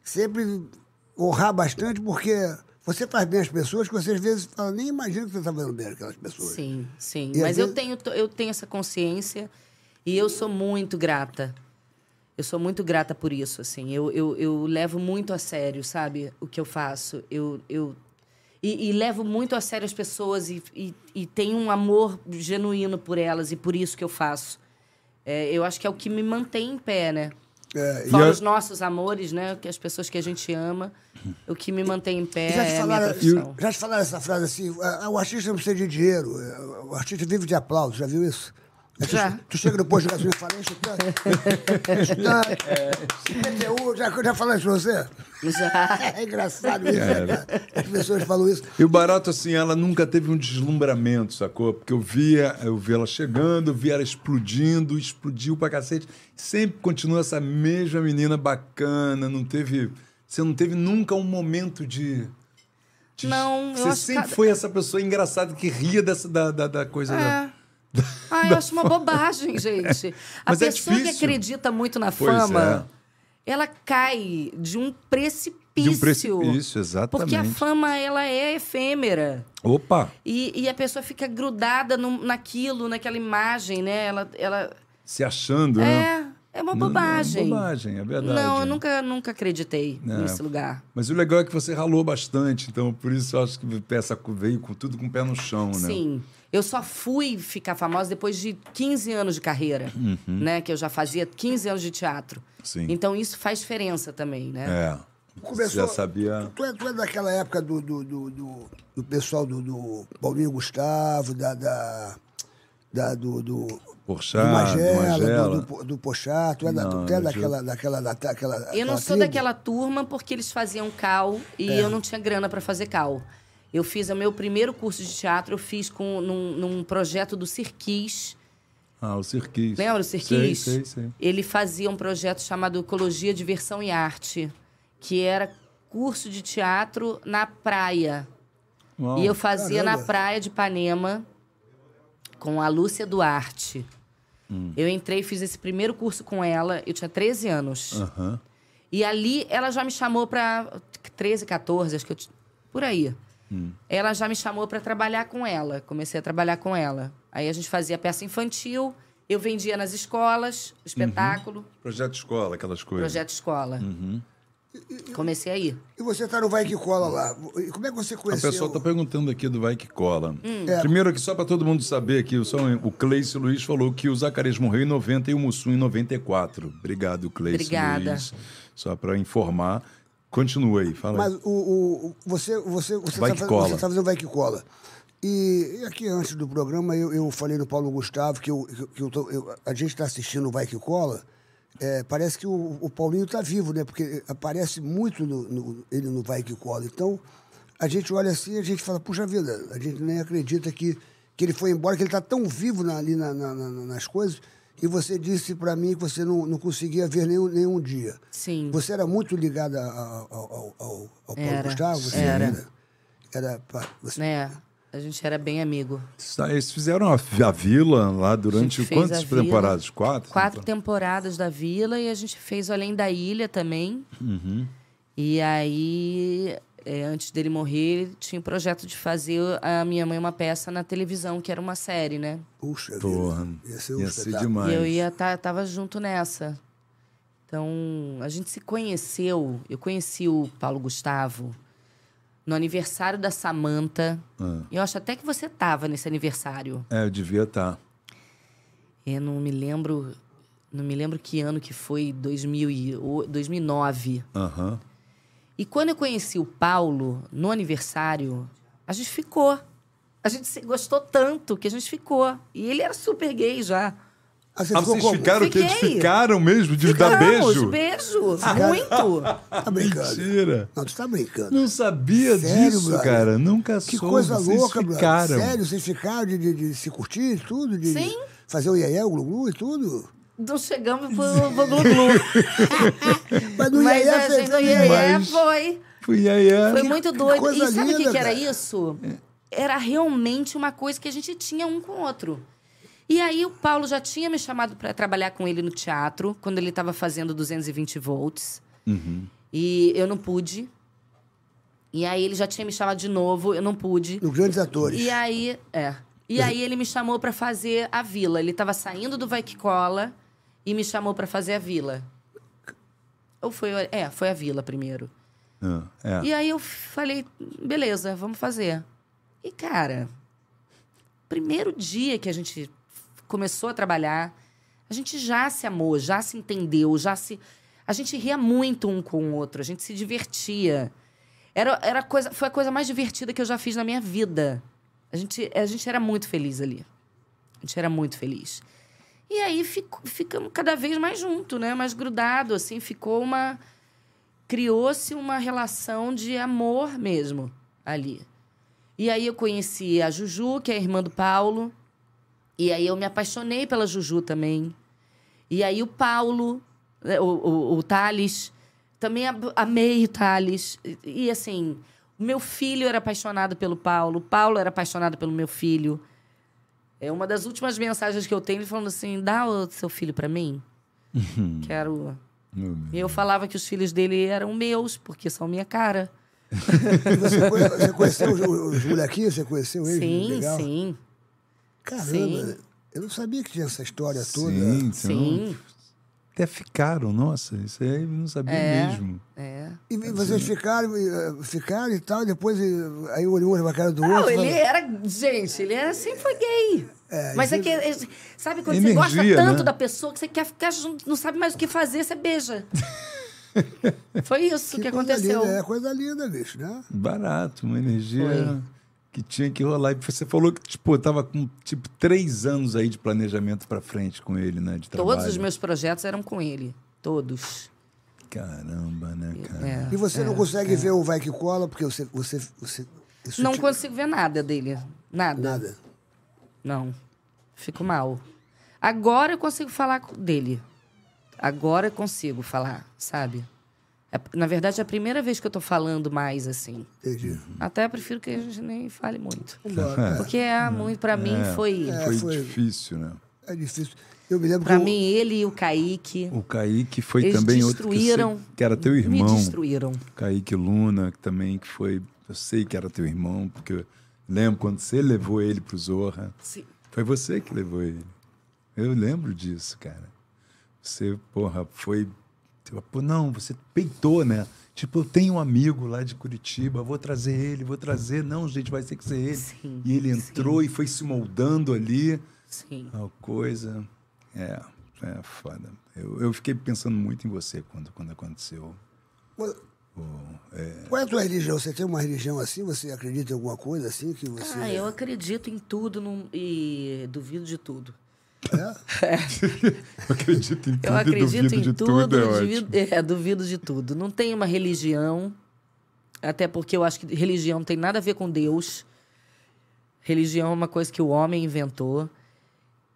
Speaker 5: sempre honrar bastante, porque você faz bem as pessoas que você às vezes fala, nem imagina que você está fazendo bem aquelas pessoas.
Speaker 6: Sim, sim.
Speaker 5: E às
Speaker 6: Mas eu
Speaker 5: vezes-
Speaker 6: tenho, to- eu tenho essa consciência e eu sou muito grata. Eu sou muito grata por isso, assim. Eu, eu, eu levo muito a sério, sabe? O que eu faço. Eu, eu... E, e levo muito a sério as pessoas e, e, e tenho um amor genuíno por elas e por isso que eu faço. É, eu acho que é o que me mantém em pé, né?
Speaker 5: É,
Speaker 6: Fora
Speaker 4: a-
Speaker 6: os nossos amores, né? Que as pessoas que a gente ama, o que me mantém em pé
Speaker 5: Já te,
Speaker 6: é a minha
Speaker 5: falaram,
Speaker 6: profissão.
Speaker 5: já te falaram essa frase assim, "Ah, o artista não precisa de dinheiro, ah, o artista vive de aplausos, já viu isso? Aí tu-
Speaker 6: Já.
Speaker 5: Tu, chega no posto de gasolina e fala, enche o tanque, enche o tanque, PTU, já, já falaram isso pra você? *laughs*
Speaker 6: *laughs* Já.
Speaker 5: É engraçado isso, né, cara? As pessoas falam isso.
Speaker 4: E o barato, assim, ela nunca teve um deslumbramento, sacou? Porque eu via, eu via ela chegando, via ela explodindo, explodiu pra cacete. Sempre continua essa mesma menina bacana, não teve. Você não teve nunca um momento de. de-
Speaker 6: Não, eu
Speaker 4: Você
Speaker 6: acho que
Speaker 4: sempre
Speaker 6: cada-
Speaker 4: foi essa pessoa engraçada que ria dessa, da, da, da coisa.
Speaker 6: É, *laughs*
Speaker 4: da-
Speaker 6: Ah, eu acho uma bobagem, gente. A
Speaker 4: Mas é
Speaker 6: pessoa que
Speaker 4: difícil.
Speaker 6: acredita muito na
Speaker 4: Pois é.
Speaker 6: fama, ela cai de um precipício.
Speaker 4: De um precipício, exatamente.
Speaker 6: Porque a fama, ela é efêmera.
Speaker 4: Opa!
Speaker 6: E, e a pessoa fica grudada no- naquilo, naquela imagem, né? Ela, ela
Speaker 4: Se achando, né?
Speaker 6: é, é uma bobagem.
Speaker 4: Não, é bobagem, é verdade.
Speaker 6: Não, eu nunca, nunca acreditei
Speaker 4: É.
Speaker 6: nesse lugar.
Speaker 4: Mas o legal é que você ralou bastante, então por isso eu acho que essa co- veio com tudo com o pé no chão, né?
Speaker 6: Sim. Eu só fui ficar famosa depois de 15 anos de carreira, né? Que eu já fazia 15 anos de teatro.
Speaker 4: Uhum. Sim.
Speaker 6: Então isso faz diferença também, né?
Speaker 4: É. Você
Speaker 5: Começou-
Speaker 4: já sabia.
Speaker 5: Tu é, tu é daquela época do, do, do, do- do pessoal do, do Paulinho Gustavo, da... da, da- do, do-
Speaker 4: Porchat,
Speaker 5: do
Speaker 4: do Magela.
Speaker 5: Magela, do, do, do Pochá, tu é, da, tu
Speaker 4: Não,
Speaker 5: é
Speaker 4: eu já-
Speaker 5: daquela, daquela, da- daquela.
Speaker 6: Eu não
Speaker 5: aquela
Speaker 6: sou
Speaker 5: tribo?
Speaker 6: daquela turma porque eles faziam cal e eu não tinha grana pra fazer cal. Eu fiz o meu primeiro curso de teatro, eu fiz com, num, num projeto do Cirquis.
Speaker 4: Ah, o Cirquis.
Speaker 6: Lembra o Cirquis?
Speaker 4: Sei, sei, sei.
Speaker 6: Ele fazia um projeto chamado Ecologia, Diversão e Arte, que era curso de teatro na praia.
Speaker 4: Uau.
Speaker 6: E eu fazia
Speaker 5: Caramba.
Speaker 6: na praia de Ipanema com a Lúcia Duarte. Eu entrei e fiz esse primeiro curso com ela, eu tinha 13 anos.
Speaker 4: Aham.
Speaker 6: E ali ela já me chamou para 13, 14, acho que eu ti- por aí. Ela já me chamou para trabalhar com ela. Comecei a trabalhar com ela. Aí a gente fazia peça infantil, eu vendia nas escolas, espetáculo,
Speaker 4: Projeto escola, aquelas coisas.
Speaker 6: projeto escola. Comecei aí.
Speaker 5: E você tá no Vai Que Cola lá. E como é que você
Speaker 4: A
Speaker 5: conheceu?
Speaker 4: pessoa está perguntando aqui do Vai Que Cola.
Speaker 5: É.
Speaker 4: Primeiro aqui, só para todo mundo saber, que só o Cleice Luiz falou que o Zacarias morreu em 90 e o Mussum em 94. Obrigado, Cleice
Speaker 6: Obrigada.
Speaker 4: Luiz. Só para informar. Continua aí, fala
Speaker 5: Mas
Speaker 4: aí.
Speaker 5: o, o- o- você, você, você,
Speaker 4: Vai
Speaker 5: tá
Speaker 4: que
Speaker 5: fazendo,
Speaker 4: cola.
Speaker 5: você tá fazendo Vai Que Cola. E, e aqui antes do programa eu, eu falei no Paulo Gustavo que, eu, que eu- que eu tô- eu- a gente está assistindo o Vai Que Cola. É, parece que o, o Paulinho está vivo, né? Porque aparece muito no- no- ele no Vai Que Cola. Então a gente olha assim e a gente fala, puxa vida, a gente nem acredita que, que ele foi embora, que ele está tão vivo na- ali na- na- na- nas coisas. E você disse para mim que você não, não conseguia ver nenhum, nenhum dia.
Speaker 6: Sim.
Speaker 5: Você era muito ligada ao, ao, ao- ao- ao Paulo
Speaker 6: Era,
Speaker 5: Gustavo? Você
Speaker 6: era.
Speaker 5: Era pá, você-
Speaker 6: Né? A gente era bem amigo.
Speaker 4: Tá, Eles fizeram a, a vila lá durante
Speaker 6: gente fez
Speaker 4: quantas
Speaker 6: a Vila.
Speaker 4: temporadas? Quatro?
Speaker 6: Quatro temporadas da Vila e a gente fez o Além da Ilha também. E aí, é, antes dele morrer, ele tinha o projeto de fazer a Minha Mãe uma peça na televisão, que era uma série, né?
Speaker 5: Puxa
Speaker 4: Porra,
Speaker 5: vida. Ia ser um
Speaker 4: ia ser
Speaker 5: espetáculo.
Speaker 4: demais.
Speaker 6: E eu ia tá, tava junto nessa. Então, a gente se conheceu. Eu conheci o Paulo Gustavo no aniversário da Samanta. E eu acho até que você tava nesse aniversário.
Speaker 4: tá. É, eu devia estar.
Speaker 6: Eu não me lembro. Não me lembro que ano que foi, 2000 e o- 2009.
Speaker 4: Aham.
Speaker 6: E quando eu conheci o Paulo, no aniversário, a gente ficou. A gente se gostou tanto que a gente ficou. E ele era super gay já.
Speaker 5: Ah, você
Speaker 4: Ah,
Speaker 5: ficou
Speaker 4: vocês
Speaker 5: como?
Speaker 4: ficaram o quê? Eles
Speaker 6: Fiquei.
Speaker 4: ficaram mesmo de dar
Speaker 6: Ficamos,
Speaker 4: beijo?
Speaker 5: *laughs*
Speaker 6: beijo,
Speaker 5: Ah.
Speaker 6: muito.
Speaker 5: Tá brincando.
Speaker 4: Mentira.
Speaker 5: Não, tu tá brincando.
Speaker 4: Não sabia
Speaker 5: Sério,
Speaker 4: disso,
Speaker 5: brother?
Speaker 4: cara. Nunca
Speaker 5: Que
Speaker 4: soube.
Speaker 5: coisa
Speaker 4: Vocês
Speaker 5: louca, brother.
Speaker 4: ficaram.
Speaker 5: Sério, vocês ficaram de, de- de se curtir e tudo? De
Speaker 6: Sim.
Speaker 5: Fazer o iaié, o glu-glu e tudo?
Speaker 6: Não chegamos pro, pro Glu Glu.
Speaker 5: Mas *laughs* no
Speaker 6: Mas
Speaker 5: iaié...
Speaker 6: a
Speaker 5: fez-
Speaker 6: gente no Iê
Speaker 4: Mas-
Speaker 6: foi.
Speaker 4: Fui aí, é.
Speaker 6: Foi
Speaker 5: Que-
Speaker 6: muito
Speaker 5: que
Speaker 6: doido.
Speaker 5: coisa
Speaker 6: E sabe o que,
Speaker 5: linda,
Speaker 6: que era
Speaker 5: cara. É.
Speaker 6: isso? Era realmente uma coisa que a gente tinha um com o outro. E aí o Paulo já tinha me chamado para trabalhar com ele no teatro, quando ele estava fazendo 220 volts.
Speaker 5: Uhum.
Speaker 6: E eu não pude. E aí ele já tinha me chamado de novo, eu não pude.
Speaker 5: Dos grandes atores.
Speaker 6: E aí, é. E aí ele me chamou pra fazer a Vila. Ele tava saindo do Vai Que Cola e me chamou pra fazer a Vila. Ou foi, é, foi a Vila primeiro.
Speaker 4: Ah, é.
Speaker 6: E aí eu falei, beleza, vamos fazer. E cara, primeiro dia que a gente começou a trabalhar, a gente já se amou, já se entendeu, já se a gente ria muito um com o outro, a gente se divertia. Era, era a coisa, foi a coisa mais divertida que eu já fiz na minha vida. A gente, a gente era muito feliz ali. A gente era muito feliz. E aí fico- ficamos cada vez mais junto, né? Mais grudado, assim, ficou uma criou-se uma relação de amor mesmo ali. E aí eu conheci a Juju, que é a irmã do Paulo. E aí eu me apaixonei pela Juju também. E aí o Paulo, né, o, o, o Thales, também ab- amei o Thales. E, e assim, o meu filho era apaixonado pelo Paulo, o Paulo era apaixonado pelo meu filho. É uma das últimas mensagens que eu tenho, ele falando assim, dá o seu filho pra mim. Quero e eu falava que os filhos dele eram meus, porque são minha cara.
Speaker 5: E Você, conhe- você conheceu os, os molequinhos? Você conheceu eles?
Speaker 6: sim,
Speaker 5: Legal.
Speaker 6: sim,
Speaker 5: Caramba,
Speaker 6: sim.
Speaker 5: eu não sabia que tinha essa história toda.
Speaker 4: Sim, então,
Speaker 6: sim.
Speaker 4: Até ficaram, nossa, isso aí eu não sabia
Speaker 6: É.
Speaker 4: mesmo.
Speaker 6: É.
Speaker 5: E vocês ficaram, e, eh, ficaram e tal, depois eh, aí olhou um na cara do
Speaker 6: Não,
Speaker 5: outro.
Speaker 6: ele é
Speaker 5: falou-
Speaker 6: era. Gente, ele era, sempre foi gay. Mas é que. é- Sabe quando
Speaker 4: Energia,
Speaker 6: você gosta tanto
Speaker 4: né?
Speaker 6: da pessoa que você quer ficar junto, não sabe mais o que fazer, você beija. foi isso que,
Speaker 5: coisa
Speaker 6: aconteceu.
Speaker 5: Linda, é coisa linda, bicho, né?
Speaker 4: Barato, uma energia que tinha que rolar. E você falou que, tipo, eu tava com, tipo, três anos aí de planejamento pra frente com ele, né? De trabalho.
Speaker 6: Todos os meus projetos eram com ele. Todos.
Speaker 4: Caramba, né, cara?
Speaker 6: É.
Speaker 5: E você não consegue ver o Vai Que Cola, porque você. você, você isso
Speaker 6: Não
Speaker 5: te-
Speaker 6: consigo ver nada dele. Nada.
Speaker 5: Nada.
Speaker 6: Não. Fico mal. Agora eu consigo falar co- dele. Agora eu consigo falar, sabe? É p- na verdade, é a primeira vez que eu tô falando mais assim.
Speaker 5: Entendi.
Speaker 6: Até prefiro que a gente nem fale muito.
Speaker 5: Embora,
Speaker 6: Porque é muito, pra mim foi.
Speaker 4: Foi,
Speaker 5: É, foi-
Speaker 4: difícil, né?
Speaker 5: É difícil. Eu me lembro
Speaker 6: Pra
Speaker 5: que. o-
Speaker 6: mim, ele e o Kaique
Speaker 4: O Kaique foi
Speaker 6: Eles
Speaker 4: também
Speaker 6: destruíram,
Speaker 4: outro que, você- que era teu
Speaker 6: me
Speaker 4: irmão.
Speaker 6: destruíram.
Speaker 4: Kaique Luna, que também que foi, eu sei que era teu irmão, porque eu lembro quando você levou ele pro Zorra.
Speaker 6: Sim.
Speaker 4: Foi você que levou ele. Eu lembro disso, cara. Você, porra, foi. tipo, pô, Não, você peitou, né? Tipo, eu tenho um amigo lá de Curitiba, vou trazer ele, vou trazer. Não, gente, vai ter que ser ele.
Speaker 6: Sim,
Speaker 4: e ele entrou e foi se moldando ali.
Speaker 6: Sim.
Speaker 4: Tal coisa. É, é foda. Eu, eu fiquei pensando muito em você quando, quando aconteceu.
Speaker 5: Qual é a tua religião? Você tem uma religião assim? Você acredita em alguma coisa assim que você.
Speaker 6: Ah, eu acredito em tudo num- e duvido de tudo.
Speaker 5: É?
Speaker 4: Eu acredito em tudo
Speaker 6: Eu
Speaker 4: e
Speaker 6: acredito
Speaker 4: duvido
Speaker 6: em
Speaker 4: de
Speaker 6: tudo,
Speaker 4: tudo. é ótimo.
Speaker 6: duvido, é, duvido de tudo. Não tem uma religião, até porque eu acho que religião não tem nada a ver com Deus. Religião é uma coisa que o homem inventou.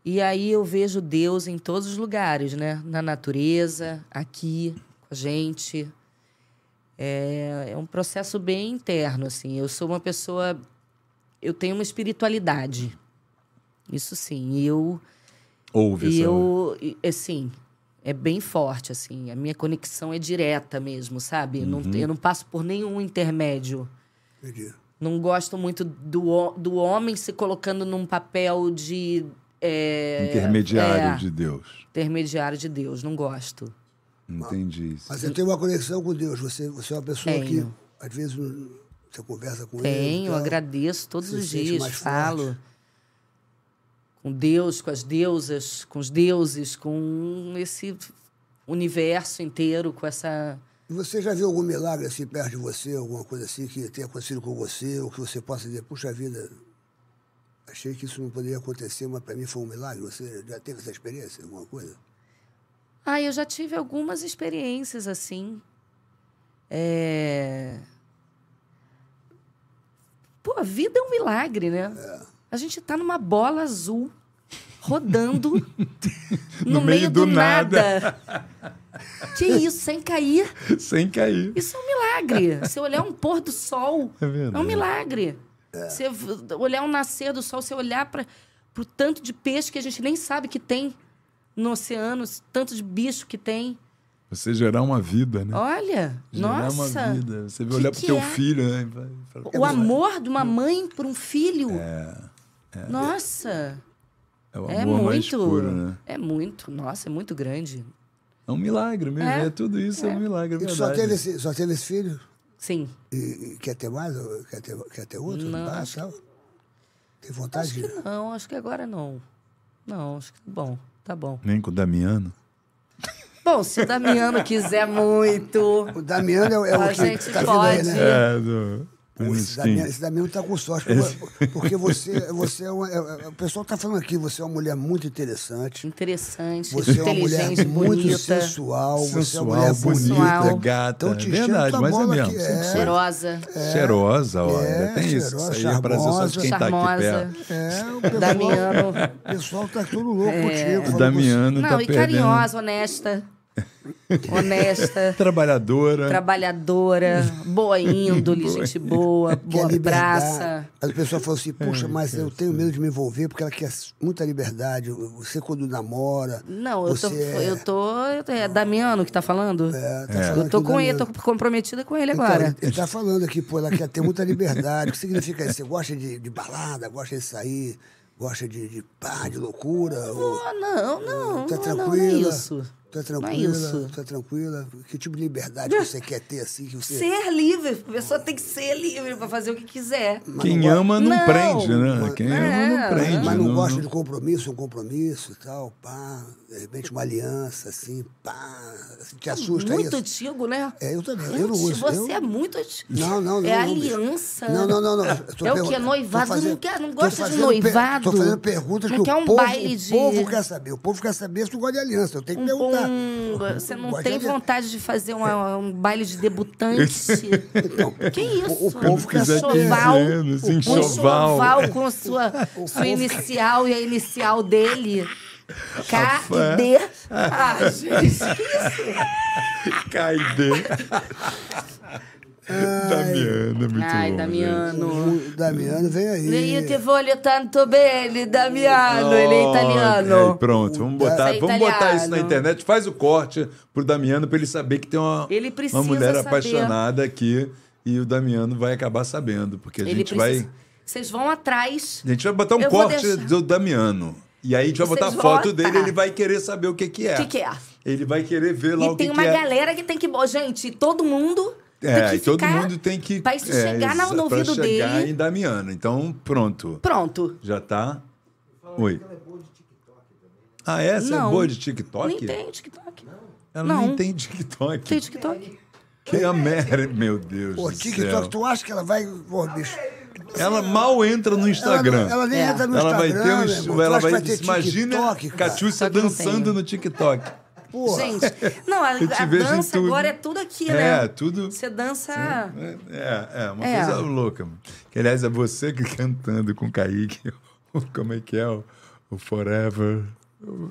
Speaker 6: E aí eu vejo Deus em todos os lugares, né? Na natureza, aqui, com a gente. É, é um processo bem interno, assim. Eu sou uma pessoa... Eu tenho uma espiritualidade. Isso sim. E eu...
Speaker 4: Ouve
Speaker 6: E
Speaker 4: essa-
Speaker 6: eu, e, assim, é bem forte, assim. A minha conexão é direta mesmo, sabe? Não,
Speaker 4: Uhum.
Speaker 6: eu não passo por nenhum intermédio.
Speaker 5: Entendi.
Speaker 6: Não gosto muito do, ho- do homem se colocando num papel de. é,
Speaker 4: intermediário
Speaker 6: é,
Speaker 4: de Deus.
Speaker 6: intermediário de Deus. Não gosto.
Speaker 4: Entendi isso.
Speaker 5: Mas você tem uma conexão com Deus. Você, você é uma pessoa
Speaker 6: Tenho.
Speaker 5: que, às vezes, não- você conversa com ele.
Speaker 6: Tenho,
Speaker 5: tal.
Speaker 6: agradeço todos
Speaker 5: se
Speaker 6: os
Speaker 5: sente
Speaker 6: dias,
Speaker 5: mais forte.
Speaker 6: falo. com Deus, com as deusas, com os deuses, com esse universo inteiro, com essa.
Speaker 5: E Você já viu algum milagre assim perto de você, alguma coisa assim que tenha acontecido com você, ou que você possa dizer, puxa vida, achei que isso não poderia acontecer, mas para mim foi um milagre. Você já teve essa experiência, alguma coisa?
Speaker 6: Ah, eu já tive algumas experiências assim. É... Pô, a vida é um milagre, né? A gente tá numa bola azul, rodando *laughs* no, meio, do, nada. Que isso, sem cair.
Speaker 4: *laughs* Sem cair.
Speaker 6: Isso é um milagre. Você olhar um pôr do sol
Speaker 4: É verdade.
Speaker 6: é um milagre. Você v- olhar um nascer do sol, você olhar para o tanto de peixe que a gente nem sabe que tem no oceano, s- tanto de bicho que tem.
Speaker 4: Você gerar uma vida, né?
Speaker 6: Olha,
Speaker 4: gerar
Speaker 6: Oh, nossa.
Speaker 4: uma vida. Você
Speaker 6: que
Speaker 4: vai olhar pro
Speaker 6: que
Speaker 4: teu
Speaker 6: é?
Speaker 4: filho, né? e vai- fala,
Speaker 6: O amor de uma mãe por um filho. Nossa,
Speaker 4: É o amor
Speaker 6: é,
Speaker 4: mais
Speaker 6: muito.
Speaker 4: puro, né?
Speaker 6: É muito, nossa, é muito grande.
Speaker 4: É um milagre mesmo. É,
Speaker 6: É.
Speaker 4: tudo isso, é, um milagre, é
Speaker 5: E tu
Speaker 4: verdade.
Speaker 5: só teve esse, só teve esse filho?
Speaker 6: Sim.
Speaker 5: E, e quer ter mais? Ou Quer ter, quer ter outro?
Speaker 6: Não,
Speaker 5: Ah,
Speaker 6: acho
Speaker 5: tal? Tem vontade de.
Speaker 6: Não, acho que agora não. Não, acho que tá bom, tá bom.
Speaker 4: Nem com o Damiano.
Speaker 6: Bom, se o Damiano quiser muito.
Speaker 5: O Damiano é, é
Speaker 6: A
Speaker 5: o que
Speaker 6: gente
Speaker 5: tá vindo aí, né?
Speaker 6: pode.
Speaker 4: É, do...
Speaker 5: Pô, esse Damiano, esse Damiano tá com sorte, porque- porque você, você é uma. é- é- o pessoal tá falando aqui, você é uma mulher muito interessante.
Speaker 6: Interessante,
Speaker 5: Você é uma mulher
Speaker 6: inteligente,
Speaker 5: muito
Speaker 6: bonita,
Speaker 5: sensual, você é uma
Speaker 4: Sensual,
Speaker 5: mulher
Speaker 4: bonita,
Speaker 6: sensual.
Speaker 5: bonita. Então,
Speaker 4: gata.
Speaker 5: Tão te enchendo
Speaker 4: verdade,
Speaker 5: tua
Speaker 4: mas é
Speaker 5: bola
Speaker 4: mesmo.
Speaker 5: aqui, é.
Speaker 4: sensual.
Speaker 6: cheirosa.
Speaker 4: Cheirosa, olha.
Speaker 5: É,
Speaker 4: tem isso.
Speaker 5: cheirosa,
Speaker 4: isso aí é prazer só de quem tá aqui
Speaker 6: charmosa.
Speaker 4: perto.
Speaker 6: *laughs*
Speaker 5: É, o pessoal,
Speaker 6: Damiano. É.
Speaker 5: o pessoal tá todo louco contigo. assim,
Speaker 4: O
Speaker 5: falando
Speaker 4: Damiano
Speaker 6: Não,
Speaker 4: tá
Speaker 6: e
Speaker 4: perdendo. *laughs*
Speaker 6: carinhosa, honesta. Honesta.
Speaker 4: Trabalhadora.
Speaker 6: *laughs* Trabalhadora, boa índole, gente boa,
Speaker 5: que *laughs* quer
Speaker 6: boa
Speaker 5: liberdade.
Speaker 6: praça.
Speaker 5: Aí o pessoal falou assim, puxa, mas eu tenho medo de me envolver porque ela quer muita liberdade. Você quando namora.
Speaker 6: Não, eu
Speaker 5: você
Speaker 6: tô, eu tô. É Damiano que tá falando?
Speaker 5: É, tá falando
Speaker 6: Eu tô
Speaker 5: que o
Speaker 6: com ele,
Speaker 5: Damiano-
Speaker 6: tô comprometida com ele
Speaker 5: Então,
Speaker 6: agora.
Speaker 5: ele- ele tá falando aqui, pô, ela quer ter muita liberdade. O que significa isso? Você gosta de, de balada, gosta de sair, gosta de, de pá, de loucura? ou-
Speaker 6: Ah, não, não,
Speaker 5: tá
Speaker 6: não,
Speaker 5: tranquila?
Speaker 6: não, não é isso.
Speaker 5: Tá
Speaker 6: Não
Speaker 5: tranquila?
Speaker 6: é isso.
Speaker 5: Tá tranquila? Que tipo de liberdade que você quer ter assim? Que você...
Speaker 6: Ser livre, a pessoa tem que ser livre pra fazer o que quiser.
Speaker 4: Quem ama não,
Speaker 6: Não.
Speaker 4: prende, né? Quem
Speaker 6: É,
Speaker 4: ama não prende.
Speaker 5: Mas não gosta de compromisso, um compromisso e tal, pá. De repente uma aliança, assim, pá. assim, Te assusta
Speaker 6: É muito
Speaker 5: isso?
Speaker 6: antigo, né?
Speaker 5: É, eu também, eu
Speaker 6: Antes,
Speaker 5: não uso.
Speaker 6: Você
Speaker 5: eu...
Speaker 6: é muito antigo.
Speaker 5: Não, não, não.
Speaker 6: É
Speaker 5: não, bicho.
Speaker 6: aliança.
Speaker 5: Não, não, não. não. eu tô
Speaker 6: É o
Speaker 5: pergun-
Speaker 6: que? É noivado?
Speaker 5: tô
Speaker 6: Você não quer- não
Speaker 5: tô
Speaker 6: gosta de
Speaker 5: fazendo per-
Speaker 6: noivado?
Speaker 5: Tô fazendo perguntas
Speaker 6: Não
Speaker 5: que
Speaker 6: quer
Speaker 5: o
Speaker 6: um
Speaker 5: povo,
Speaker 6: baile
Speaker 5: o
Speaker 6: de-
Speaker 5: povo quer saber. O povo quer saber se tu gosta de aliança. Eu tenho que
Speaker 6: Um
Speaker 5: perguntar.
Speaker 6: bom- Você não
Speaker 5: Gosta de
Speaker 6: tem
Speaker 5: aliança.
Speaker 6: vontade de fazer uma- um baile de debutante? que isso?
Speaker 5: É. Então, o- o povo quer
Speaker 6: um
Speaker 5: saber.
Speaker 6: choval,
Speaker 4: Anos,
Speaker 6: um
Speaker 4: enxoval.
Speaker 6: choval com sua, sua inicial e a inicial
Speaker 4: *laughs*
Speaker 6: dele. K
Speaker 4: fã.
Speaker 6: e D. Ah, gente, que isso?
Speaker 4: Caide.
Speaker 5: *laughs*
Speaker 4: *laughs* Damiana, é muito
Speaker 6: Ai,
Speaker 4: bom,
Speaker 6: Damiano.
Speaker 5: O Damiano vem aí.
Speaker 6: Io ti voglio tanto bene, Damiano. Ele é italiano.
Speaker 4: Ok, pronto, vamos botar,
Speaker 6: Isso é
Speaker 4: vamos botar isso na
Speaker 6: italiano.
Speaker 4: internet. Faz o corte pro Damiano pra ele saber que tem uma,
Speaker 6: Ele precisa
Speaker 4: uma mulher
Speaker 6: saber.
Speaker 4: apaixonada aqui e o Damiano vai acabar sabendo, porque a
Speaker 6: Ele
Speaker 4: gente
Speaker 6: precisa-
Speaker 4: vai
Speaker 6: Vocês vão atrás.
Speaker 4: a gente vai botar um
Speaker 6: Eu vou
Speaker 4: corte
Speaker 6: deixar.
Speaker 4: do Damiano. E aí a gente vai
Speaker 6: Vocês
Speaker 4: botar a
Speaker 6: vão
Speaker 4: foto
Speaker 6: botar.
Speaker 4: dele, ele vai querer saber o que que é.
Speaker 6: O que, que é?
Speaker 4: Ele vai querer ver lá o
Speaker 6: E
Speaker 4: que
Speaker 6: tem
Speaker 4: que
Speaker 6: uma
Speaker 4: é.
Speaker 6: galera que tem que. Ó, Gente, todo mundo.
Speaker 4: É,
Speaker 6: tem
Speaker 4: e
Speaker 6: que
Speaker 4: todo
Speaker 6: ficar
Speaker 4: mundo tem que
Speaker 6: Pra isso
Speaker 4: é,
Speaker 6: chegar na-
Speaker 4: exa-
Speaker 6: no
Speaker 4: pra
Speaker 6: ouvido
Speaker 4: chegar
Speaker 6: dele.
Speaker 4: em Damiano. Então, pronto.
Speaker 6: Pronto.
Speaker 4: Já tá? Oi.
Speaker 5: é né?
Speaker 4: Ah, essa é
Speaker 6: Não.
Speaker 4: boa de TikTok?
Speaker 6: Nem tem TikTok.
Speaker 4: Ela
Speaker 6: Não.
Speaker 4: nem tem TikTok.
Speaker 6: Tem TikTok?
Speaker 4: Que a Mary, meu Deus
Speaker 5: Pô,
Speaker 4: do
Speaker 5: TikTok,
Speaker 4: céu.
Speaker 5: tu acha que ela vai. Pô, bicho.
Speaker 4: Ela mal entra no Instagram.
Speaker 5: Ela, ela nem
Speaker 6: É.
Speaker 5: entra no
Speaker 4: Ela vai
Speaker 5: Instagram.
Speaker 4: ter um...
Speaker 5: meu irmão. Tu
Speaker 4: ela
Speaker 5: acha que
Speaker 4: vai...
Speaker 5: ter
Speaker 4: Imagina
Speaker 5: TikTok, cara?
Speaker 4: Catiúcia
Speaker 6: Só que não
Speaker 4: dançando
Speaker 6: tem.
Speaker 4: no TikTok.
Speaker 5: Porra.
Speaker 4: *laughs*
Speaker 6: Gente, não, a,
Speaker 4: Eu te
Speaker 6: a
Speaker 4: vejo em
Speaker 6: dança
Speaker 4: tudo.
Speaker 6: agora é tudo aqui,
Speaker 4: É,
Speaker 6: né?
Speaker 4: tudo...
Speaker 6: Você dança.
Speaker 4: É, é, uma
Speaker 6: É.
Speaker 4: coisa louca. mano. Que, aliás, é você que *laughs* cantando com o Kaique. o- Como é que é? O, o Forever. o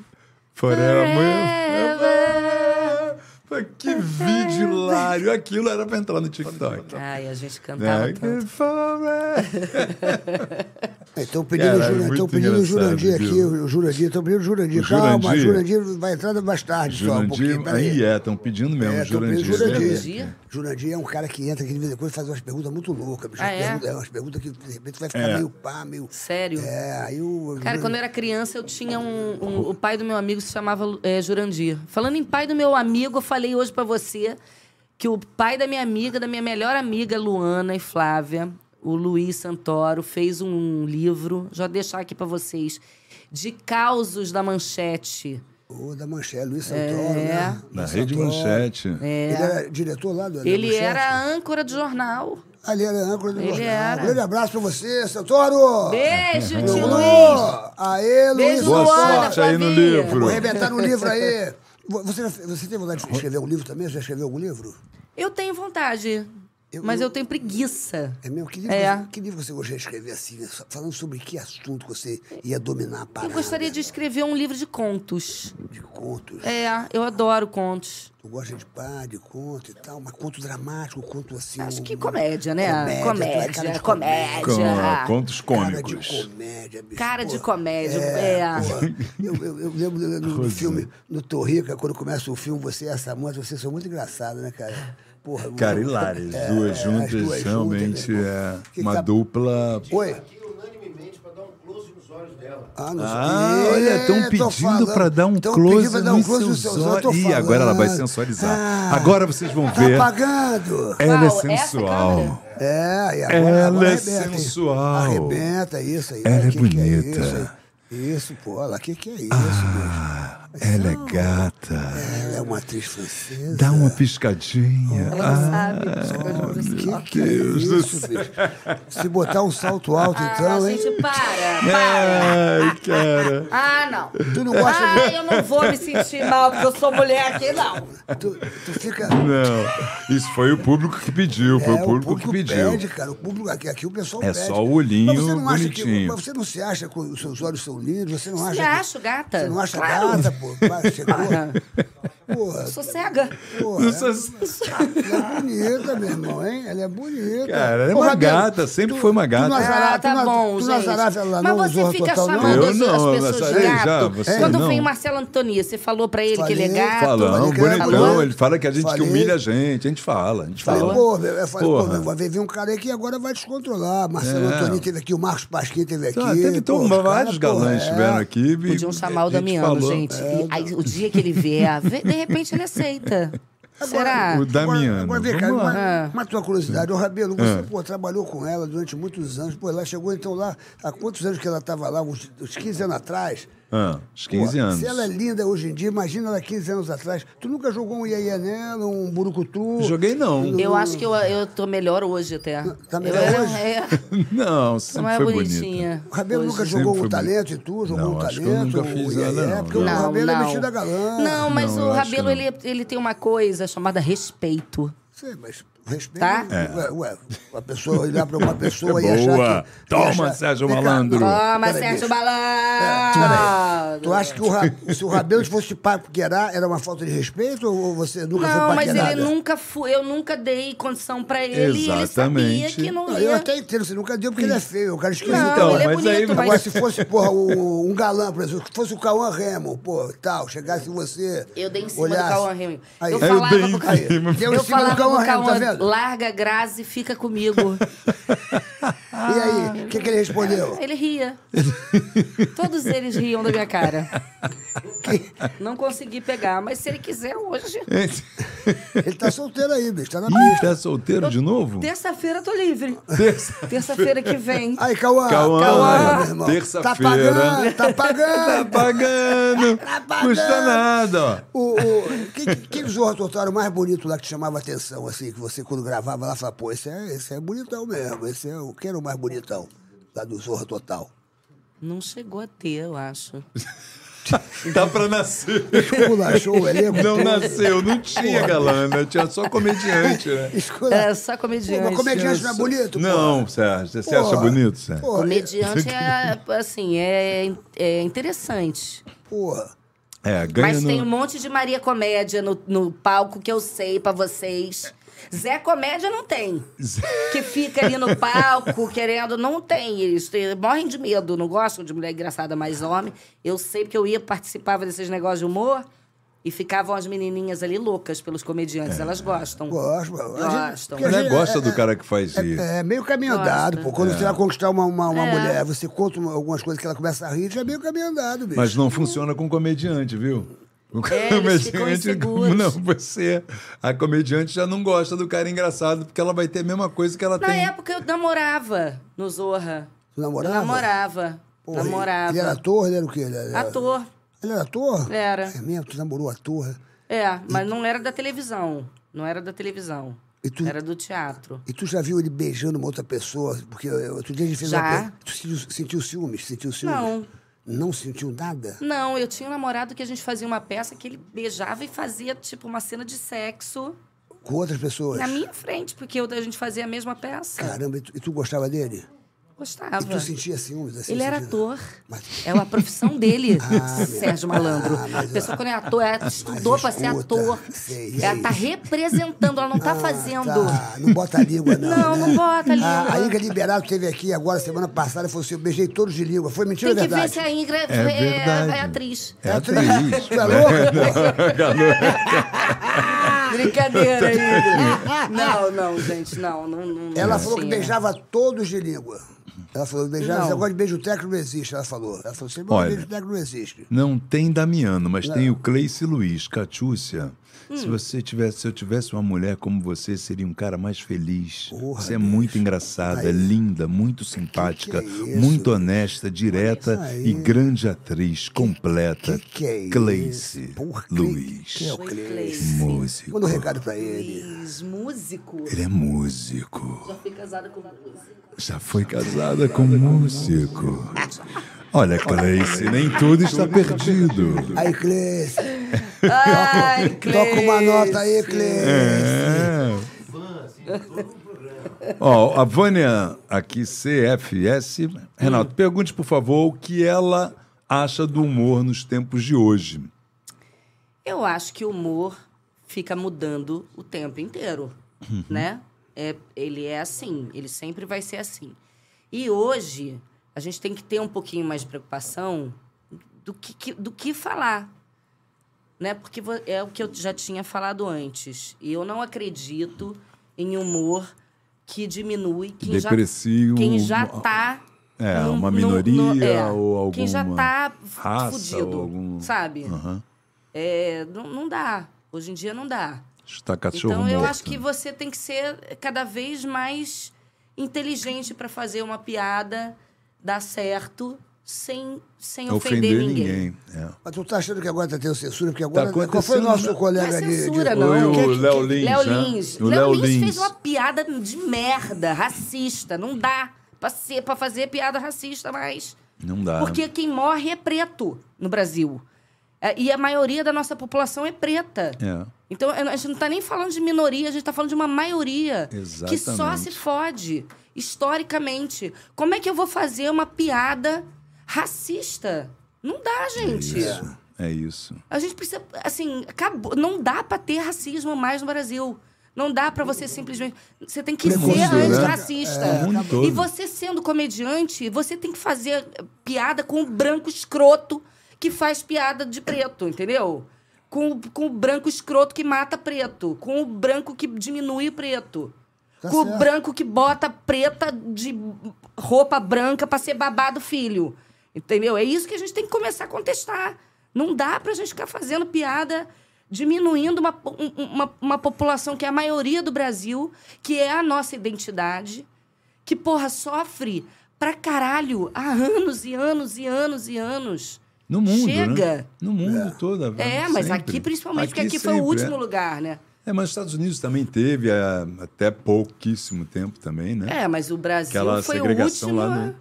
Speaker 4: Forever. Pô, Que vídeo hilário. Aquilo era pra entrar no TikTok.
Speaker 6: Ai, a gente cantava
Speaker 4: Né?
Speaker 6: tanto.
Speaker 4: Que forever.
Speaker 5: *laughs* Estão pedindo,
Speaker 4: Cara, é
Speaker 5: Jura-
Speaker 4: muito
Speaker 5: tão pedindo o
Speaker 4: engraçado,
Speaker 5: Jurandir aqui,
Speaker 4: viu?
Speaker 5: o Jurandir, estão pedindo o Jurandir.
Speaker 4: O
Speaker 5: Calma,
Speaker 4: Jurandir.
Speaker 5: Jurandir vai entrar mais tarde só um
Speaker 4: Jurandir.
Speaker 5: pouquinho. peraí.
Speaker 4: Aí é, estão pedindo mesmo.
Speaker 5: É, tô pedindo
Speaker 4: Jurandir.
Speaker 5: Jurandir.
Speaker 4: né?
Speaker 6: Jurandir?
Speaker 5: Jurandir é um cara que entra aqui de vez em quando e faz umas perguntas muito loucas. bicho.
Speaker 6: Ah, é?
Speaker 5: Pergunta- umas perguntas que de repente vai ficar
Speaker 4: É.
Speaker 5: meio pá, meio.
Speaker 6: Sério?
Speaker 5: É, aí o.
Speaker 6: Cara, quando eu era criança, eu tinha um, um- O pai do meu amigo se chamava é, Jurandir. Falando em pai do meu amigo, eu falei hoje pra você que o pai da minha amiga, da minha melhor amiga Luana e Flávia, o Luiz Santoro fez um livro, já deixar aqui para vocês, de causos da manchete.
Speaker 5: O da Manchete, Luiz
Speaker 6: É.
Speaker 5: Santoro, né?
Speaker 4: Na
Speaker 5: Luiz
Speaker 4: Rede
Speaker 5: Santoro.
Speaker 4: Manchete.
Speaker 5: Ele era diretor lá do da
Speaker 6: Ele
Speaker 5: Manchete?
Speaker 6: era âncora de jornal.
Speaker 5: Ali era âncora do
Speaker 6: Ele
Speaker 5: jornal.
Speaker 6: era.
Speaker 5: Grande abraço pra você, Santoro!
Speaker 6: Beijo,
Speaker 5: Lu!
Speaker 6: tio Luiz!
Speaker 5: Aê, Luiz!
Speaker 6: Beijo,
Speaker 4: Boa
Speaker 6: Luana,
Speaker 4: sorte aí no
Speaker 6: Flavinha.
Speaker 4: livro.
Speaker 5: Vou arrebentar no livro
Speaker 6: *laughs*
Speaker 5: aí. Vo- Você, já- você tem vontade de escrever um livro também? Já escreveu algum livro?
Speaker 6: Eu tenho vontade,
Speaker 5: Eu-
Speaker 6: mas
Speaker 5: eu-
Speaker 6: eu tenho preguiça.
Speaker 5: É mesmo? Que livro,
Speaker 6: É.
Speaker 5: você- que livro você gostaria de escrever assim? só- Falando sobre que assunto você ia dominar a
Speaker 6: Eu
Speaker 5: parada?
Speaker 6: gostaria de escrever um livro de contos.
Speaker 5: De contos.
Speaker 6: É, eu adoro contos.
Speaker 5: Tu gosta de pá, de conto e tal, mas conto dramático, conto assim...
Speaker 6: Acho
Speaker 5: um-
Speaker 6: que comédia, né?
Speaker 5: tu é cara
Speaker 6: Comédia, comédia.
Speaker 5: de
Speaker 4: Com,
Speaker 6: Ah,
Speaker 4: contos
Speaker 5: Cara de
Speaker 4: cômicos.
Speaker 5: comédia, bicho.
Speaker 6: Cara de
Speaker 5: Pô,
Speaker 6: comédia, é.
Speaker 5: pô, Eu, eu- eu lembro do- do, do filme, no Torrica, quando começa o filme, você e a Samanta, vocês são muito engraçados, né, cara? Porra,
Speaker 4: Cara,
Speaker 5: eu-
Speaker 4: hilárias.
Speaker 5: é,
Speaker 4: duas
Speaker 5: é,
Speaker 4: juntas
Speaker 5: as duas juntas,
Speaker 4: realmente
Speaker 5: né,
Speaker 4: é
Speaker 5: pô? Que
Speaker 4: uma
Speaker 5: tá-
Speaker 4: dupla.
Speaker 5: Oi?
Speaker 8: Aqui unanimemente pra dar um close nos olhos dela.
Speaker 5: Ah, não
Speaker 4: Ah,
Speaker 5: sei.
Speaker 4: olha, tão
Speaker 5: É, Tô
Speaker 4: pedindo
Speaker 5: falando.
Speaker 4: pra dar um
Speaker 5: Tão
Speaker 4: close
Speaker 5: pedindo pra dar um
Speaker 4: nos
Speaker 5: close nos
Speaker 4: seus
Speaker 5: olhos, eu tô
Speaker 4: olhos. Ih, agora ela vai
Speaker 5: falando. Ah,
Speaker 4: sensualizar. Agora vocês vão ver.
Speaker 5: Tá pagando.
Speaker 4: Ela é
Speaker 6: Qual? Essa
Speaker 4: sensual.
Speaker 6: câmera?
Speaker 5: É, e agora,
Speaker 4: Ela
Speaker 5: agora
Speaker 4: é
Speaker 5: arrebenta, hein?
Speaker 4: sensual.
Speaker 5: Arrebenta, isso aí.
Speaker 4: Ela
Speaker 5: olha,
Speaker 4: é
Speaker 5: que que
Speaker 4: bonita. Ah,
Speaker 5: isso, hein? isso, pô, olha, o que, que é isso, bicho?
Speaker 4: Ela é gata.
Speaker 5: Ela é uma atriz francesa.
Speaker 4: Dá um uma piscadinha. Ah.
Speaker 6: Ela não sabe. Desculpa,
Speaker 5: Que
Speaker 6: desculpa.
Speaker 5: que é isso, bicho? Se botar um salto alto, então,
Speaker 6: Ah,
Speaker 5: hein? É.
Speaker 6: gente, para, para.
Speaker 4: Ai, cara.
Speaker 6: Ah, não.
Speaker 5: Tu não gosta
Speaker 6: ah, eu não vou me sentir mal porque eu sou mulher aqui, não.
Speaker 5: Tu, tu fica.
Speaker 4: Não. Isso foi o público que pediu. Foi
Speaker 5: É,
Speaker 4: o público que pediu.
Speaker 5: pede, cara. O público aqui, aqui o pessoal
Speaker 4: É
Speaker 5: pede.
Speaker 4: só o olhinho
Speaker 5: Mas você não acha que-
Speaker 4: bonitinho.
Speaker 5: mas você não se acha que os seus olhos são lindos? Você não acha.
Speaker 6: Me
Speaker 5: que-
Speaker 6: acho gata.
Speaker 5: Você não acha
Speaker 6: claro.
Speaker 5: gata, pô?
Speaker 6: *laughs*
Speaker 5: Para, chegou. Porra,
Speaker 6: Sou cega.
Speaker 5: porra. Ela é bonita, meu irmão, hein? Ela é bonita.
Speaker 4: Cara, ela é
Speaker 5: Ô,
Speaker 4: uma
Speaker 5: Rabelo,
Speaker 4: gata, sempre foi uma gata.
Speaker 5: Tu não azarava,
Speaker 6: Ah, tá
Speaker 5: tu não,
Speaker 6: bom,
Speaker 5: tu não
Speaker 6: gente.
Speaker 5: azarava ela
Speaker 6: Mas
Speaker 5: não,
Speaker 6: você
Speaker 5: Zorra
Speaker 6: fica
Speaker 5: Total,
Speaker 6: chamando
Speaker 4: Eu
Speaker 6: as,
Speaker 4: não,
Speaker 6: as pessoas
Speaker 4: mas
Speaker 6: de
Speaker 4: aí
Speaker 6: gato.
Speaker 4: já, você
Speaker 6: Quando
Speaker 4: não.
Speaker 6: vem o Marcelo Antoni, você falou pra ele que ele é
Speaker 5: Falei,
Speaker 6: gato.
Speaker 5: falei.
Speaker 4: Falamos,
Speaker 5: Falei que era
Speaker 4: bonitão.
Speaker 5: bonito.
Speaker 4: "Ah, um Ele fala que a gente que
Speaker 5: Falei.
Speaker 4: humilha a gente. A gente fala, a gente
Speaker 5: Falei,
Speaker 4: fala.
Speaker 5: pô, meu, eu falei, pô,
Speaker 4: Porra.
Speaker 5: meu, vai vir um cara aí que agora vai descontrolar. Marcelo
Speaker 4: É.
Speaker 5: Antônio teve aqui, o Marcos Pasquim teve aqui.
Speaker 4: Tá, teve
Speaker 5: É pô,
Speaker 4: tão,
Speaker 5: os caras,
Speaker 4: vários
Speaker 5: pô,
Speaker 4: galãs
Speaker 5: é.
Speaker 4: estiveram aqui. e
Speaker 6: Podiam chamar o
Speaker 4: a gente
Speaker 6: Damiano,
Speaker 4: falou.
Speaker 6: gente. E aí, o dia que ele vier, vê- de repente
Speaker 4: *laughs*
Speaker 6: ele aceita. Será?
Speaker 4: O Damiano.
Speaker 5: Agora, agora vem cá,
Speaker 4: Vamos lá. É.
Speaker 5: uma, uma tua curiosidade. Ô, Rabelo, você, pô, trabalhou com ela durante muitos anos. Pô, ela chegou, então, lá... Há quantos anos que ela estava lá? Uns, uns 15 anos atrás?
Speaker 4: Ah, uns
Speaker 5: Pô,
Speaker 4: 15 anos.
Speaker 5: Se ela é linda hoje em dia, imagina ela 15 anos atrás. Tu nunca jogou um iaia nela, um burucutu?
Speaker 4: Joguei não.
Speaker 6: Eu acho que eu, eu tô melhor hoje até.
Speaker 5: Hum. Tá melhor
Speaker 6: eu, era-
Speaker 5: hoje?
Speaker 6: É,
Speaker 4: *laughs* Não,
Speaker 6: não
Speaker 4: sempre
Speaker 6: é
Speaker 4: foi bonita.
Speaker 6: bonitinha.
Speaker 5: O Rabelo
Speaker 6: hoje.
Speaker 5: nunca jogou um
Speaker 4: foi
Speaker 5: talento e tu, jogou
Speaker 4: Não,
Speaker 5: um
Speaker 4: acho
Speaker 5: talento.
Speaker 4: que eu nunca fiz
Speaker 5: o iaiá,
Speaker 4: nada, não.
Speaker 5: Porque o
Speaker 4: Não,
Speaker 5: Rabelo é metido a galã.
Speaker 6: Não, mas
Speaker 4: Não, eu
Speaker 6: o
Speaker 4: acho que
Speaker 6: Rabelo,
Speaker 4: não.
Speaker 6: ele, ele tem uma coisa chamada respeito.
Speaker 5: Sei, mas respeito.
Speaker 6: Tá?
Speaker 5: Ué, ué, uma pessoa olhar pra uma pessoa e
Speaker 4: É Boa.
Speaker 5: achar que. e
Speaker 4: Toma,
Speaker 5: achar-
Speaker 4: Sérgio
Speaker 5: Vem cá,
Speaker 4: Malandro.
Speaker 6: Toma,
Speaker 5: Peraí,
Speaker 6: Sérgio
Speaker 5: bicho.
Speaker 6: Balão!
Speaker 5: Tu acha que o Ra- se o Rabelo fosse paquerar, era uma falta de respeito ou você tá nunca foi
Speaker 6: Não, mas
Speaker 5: paquerada?
Speaker 6: ele nunca foi. Eu nunca dei condição pra ele. E ele
Speaker 4: Exatamente.
Speaker 6: sabia que não
Speaker 5: Não,
Speaker 6: ia.
Speaker 5: eu até entendo, você nunca deu porque ele é feio, o cara esquisito.
Speaker 6: Não,
Speaker 4: Então,
Speaker 6: ele é
Speaker 4: mas aí-
Speaker 6: bonito,
Speaker 5: Agora,
Speaker 6: mas
Speaker 5: se fosse, porra, o- um galã, por exemplo, se fosse o Cauã Remo, pô, tal, chegasse você.
Speaker 6: eu dei em cima
Speaker 5: olhasse-
Speaker 6: do Cauã Remy.
Speaker 5: Aí,
Speaker 6: Eu
Speaker 4: É, dei
Speaker 6: falava
Speaker 4: em
Speaker 6: pro Cauã.
Speaker 4: cima.
Speaker 5: Deu em
Speaker 6: Eu
Speaker 5: cima do
Speaker 6: falava
Speaker 5: Cauã
Speaker 6: pro
Speaker 5: Remo, tá
Speaker 6: Cauã,
Speaker 5: vendo?
Speaker 6: larga a Grazi e
Speaker 5: *laughs*
Speaker 6: fica comigo.
Speaker 5: E aí, o que, que ele
Speaker 6: *laughs*
Speaker 5: respondeu?
Speaker 6: Ele ria. Todos eles riam da minha cara. Não consegui pegar, mas se ele quiser hoje.
Speaker 5: Ele tá solteiro aí, bicho, tá na
Speaker 4: Ih,
Speaker 5: pista.
Speaker 4: tá solteiro de novo?
Speaker 6: Terça-feira eu tô livre.
Speaker 4: Terça-
Speaker 6: Terça-feira que vem.
Speaker 5: Aí, Cauã.
Speaker 4: Cauã,
Speaker 5: meu irmão.
Speaker 4: terça-feira.
Speaker 5: Tá pagando, tá
Speaker 4: Tá
Speaker 5: pagando.
Speaker 4: *laughs*
Speaker 6: *laughs*
Speaker 4: pagando. Custa nada, ó.
Speaker 5: O, o, que, que zorra total era o mais bonito lá que te chamava atenção, assim, que você quando gravava lá falava, pô, esse é, esse é bonitão mesmo, esse é o que era o mais bonitão lá do Zorra Total.
Speaker 6: Não chegou a ter, eu acho.
Speaker 4: Tá pra nascer.
Speaker 5: Esculachou o
Speaker 6: *laughs*
Speaker 5: elenco.
Speaker 4: Não
Speaker 5: todo.
Speaker 4: nasceu, não tinha galã, né? Tinha só comediante, né?
Speaker 5: Escula-
Speaker 6: É, só
Speaker 5: Pô,
Speaker 6: comediante.
Speaker 5: mas comediante não é bonito,
Speaker 4: Não,
Speaker 5: pô.
Speaker 4: Sérgio. Você
Speaker 5: Pô,
Speaker 4: acha bonito, Sérgio?
Speaker 5: Pô,
Speaker 6: Comediante é, assim, é, é interessante.
Speaker 5: pô.
Speaker 4: É, ganha
Speaker 6: Mas tem um
Speaker 4: no...
Speaker 6: monte de Maria Comédia no, no palco que eu sei pra vocês. Zé Comédia não tem. Que fica ali no palco querendo. Não tem. Eles te- morrem de medo, não gostam de mulher engraçada mais homem. Eu sei porque eu ia, participava desses negócios de humor e ficavam as menininhas ali loucas pelos comediantes.
Speaker 4: É.
Speaker 6: Elas gostam.
Speaker 5: Gosto, a gente-
Speaker 6: Gostam.
Speaker 5: porque a
Speaker 4: Ela
Speaker 5: gente-
Speaker 4: é gosta do cara que faz rir.
Speaker 5: É, é meio caminho andado, pô. Quando você vai conquistar uma, uma, uma mulher, você conta uma- algumas coisas que ela começa a rir, já é meio caminho é andado, bicho.
Speaker 4: Mas não funciona com comediante, viu? O
Speaker 6: É, eles ficam
Speaker 4: *laughs*
Speaker 6: inseguros.
Speaker 4: Não, você. A comediante já não gosta do cara engraçado, porque ela vai ter a mesma coisa que ela
Speaker 6: Na
Speaker 4: tem.
Speaker 6: época eu namorava no Zorra.
Speaker 5: Tu namorava?
Speaker 6: Eu namorava.
Speaker 5: Pô,
Speaker 6: namorava.
Speaker 5: Ele era ator, ele era o quê? Ele era...
Speaker 6: Ator.
Speaker 5: Ele era ator?
Speaker 6: Era.
Speaker 5: É mesmo? Tu namorou ator?
Speaker 6: É, mas não era da televisão. Não era da televisão.
Speaker 5: E tu-
Speaker 6: Era do teatro.
Speaker 5: E tu já viu ele beijando uma outra pessoa? Porque eu- outro dia a gente fez
Speaker 6: Já.
Speaker 5: uma... pe- Tu sentiu, sentiu ciúmes? Sentiu ciúmes?
Speaker 6: Não.
Speaker 5: Não sentiu nada?
Speaker 6: Não, eu tinha um namorado que a gente fazia uma peça que ele beijava e fazia, tipo, uma cena de sexo
Speaker 5: Com outras pessoas?
Speaker 6: na minha frente, porque eu- a gente fazia a mesma peça.
Speaker 5: Caramba, e tu, e tu gostava dele?
Speaker 6: Gostava.
Speaker 5: E tu sentia ciúmes? Assim,
Speaker 6: Ele era
Speaker 5: sentia-
Speaker 6: ator.
Speaker 5: Mas-
Speaker 6: É uma profissão dele,
Speaker 5: *laughs* Ah,
Speaker 6: Sérgio Malandro.
Speaker 5: ah, mas-
Speaker 6: a pessoa quando é ator, ela estudou pra ser
Speaker 5: escuta,
Speaker 6: ator.
Speaker 5: sei,
Speaker 6: ela
Speaker 5: sei.
Speaker 6: tá representando, ela não tá fazendo.
Speaker 5: Tá, não bota a língua, não.
Speaker 6: Não,
Speaker 5: né?
Speaker 6: não bota a língua.
Speaker 5: A, a Inga Liberato teve aqui agora, semana passada, e falou assim: eu beijei todos de língua. Foi mentira
Speaker 6: Tem
Speaker 5: ou
Speaker 6: que ver
Speaker 5: verdade?
Speaker 6: se a Ingra é,
Speaker 4: verdade.
Speaker 6: é atriz. *laughs*
Speaker 4: É
Speaker 5: *laughs*
Speaker 4: atriz.
Speaker 5: Tu é
Speaker 4: *laughs*
Speaker 5: louca? Ah,
Speaker 6: Brincadeira, *laughs* Ingra. Não, não, gente, não. não, não
Speaker 5: Ela
Speaker 6: não
Speaker 5: falou que
Speaker 6: tinha.
Speaker 5: beijava todos de língua. Ela falou, beijar,
Speaker 6: Não.
Speaker 5: esse negócio de beijo técnico não existe, ela falou. Ela falou, esse
Speaker 4: Olha.
Speaker 5: beijo técnico não existe.
Speaker 4: Não tem Damiano, mas tem o Cleice Luiz, Catiúcia.
Speaker 5: Hum.
Speaker 4: Se você tivesse, se eu tivesse uma mulher como você, seria um cara mais feliz.
Speaker 5: Porra,
Speaker 4: você é
Speaker 5: bicho.
Speaker 4: muito engraçada,
Speaker 5: Aí.
Speaker 4: é linda, muito simpática,
Speaker 5: Que que é isso?
Speaker 4: muito honesta, direta
Speaker 5: Aí.
Speaker 4: e grande atriz, completa.
Speaker 5: que que é
Speaker 4: Cleice
Speaker 5: isso? Porra, que-
Speaker 4: Luiz.
Speaker 5: que é o
Speaker 6: Oi, Cleice.
Speaker 4: Músico.
Speaker 5: Manda um recado pra ele.
Speaker 6: Luiz, músico.
Speaker 4: Ele é músico.
Speaker 6: Já fui casada com músico.
Speaker 4: Já foi casada com um músico. Olha, Cleice, nem tudo está perdido.
Speaker 5: Aí, Cleice,
Speaker 6: Ai, Cleice.
Speaker 5: toca uma nota aí, Cleice.
Speaker 4: É. Ó, a Vânia aqui, CFS. Renato, pergunte, por favor, o que ela acha do humor nos tempos de hoje.
Speaker 6: Eu acho que o humor fica mudando o tempo inteiro, né? É, ele é assim, ele sempre vai ser assim. E hoje, a gente tem que ter um pouquinho mais de preocupação do que, que- do que falar, né? Porque vo- é o que eu já tinha falado antes. E eu não acredito em humor que diminui quem já-
Speaker 4: Depressivo,
Speaker 6: quem já tá
Speaker 4: é, uma minoria ou
Speaker 6: é, quem já
Speaker 4: alguma
Speaker 6: tá f-
Speaker 4: raça
Speaker 6: fudido,
Speaker 4: ou algum-
Speaker 6: sabe?
Speaker 4: Aham.
Speaker 6: É, não, não dá. Hoje em dia não dá.
Speaker 4: Está cachorro
Speaker 6: então eu
Speaker 4: morto. né?
Speaker 6: acho que você tem que ser cada vez mais inteligente para fazer uma piada dar certo sem, sem ofender,
Speaker 4: Ofender
Speaker 6: ninguém.
Speaker 4: ninguém. é.
Speaker 5: Mas tu tá achando que agora tá tendo censura? Porque agora. qual foi o
Speaker 4: acontecendo,
Speaker 5: nosso
Speaker 4: né?
Speaker 6: Não
Speaker 5: colega
Speaker 6: é
Speaker 5: ali?
Speaker 6: censura,
Speaker 5: de-
Speaker 6: não.
Speaker 4: Oi, o
Speaker 6: Que- que-
Speaker 4: Léo Lins,
Speaker 6: Léo
Speaker 4: né?
Speaker 6: Lins.
Speaker 4: O
Speaker 6: Léo
Speaker 4: Léo
Speaker 6: Lins fez
Speaker 4: Lins.
Speaker 6: uma piada de merda, racista. Não dá pra, ser, pra fazer piada racista mais.
Speaker 4: Não dá.
Speaker 6: Porque quem morre é preto no Brasil. É, E a maioria da nossa população é preta.
Speaker 4: É.
Speaker 6: Então, eu- a gente não está nem falando de minoria, a gente está falando de uma maioria que só
Speaker 4: Exatamente.
Speaker 6: se fode, historicamente. Como é que eu vou fazer uma piada racista? Não dá, gente.
Speaker 4: Isso, é isso.
Speaker 6: A gente precisa, assim, acabou. Não dá pra ter racismo mais no Brasil. Não dá pra você simplesmente. Você tem que ser
Speaker 4: Preconceito, né?
Speaker 6: antirracista.
Speaker 4: É, o mundo todo.
Speaker 6: e você sendo comediante, você tem que fazer piada com o branco escroto que faz piada de preto, entendeu? Com, o- com o branco escroto que mata preto. Com o branco que diminui o preto.
Speaker 5: Tá
Speaker 6: com o
Speaker 5: certo.
Speaker 6: branco que bota preta de roupa branca pra ser babado filho. Entendeu? É isso que a gente tem que começar a contestar. Não dá pra gente ficar fazendo piada diminuindo uma, um- uma, uma população que é a maioria do Brasil, que é a nossa identidade, que, porra, sofre pra caralho há anos e anos e anos e anos.
Speaker 4: No mundo,
Speaker 6: Chega.
Speaker 4: né? No mundo todo.
Speaker 6: É, mas aqui principalmente, porque aqui foi o último
Speaker 4: lugar.
Speaker 6: lugar, né?
Speaker 4: É, mas os Estados Unidos também teve há até pouquíssimo tempo também, né?
Speaker 6: É, mas o Brasil
Speaker 4: Aquela
Speaker 6: foi o
Speaker 4: segregação
Speaker 6: último.
Speaker 4: lá,
Speaker 6: a-
Speaker 4: né?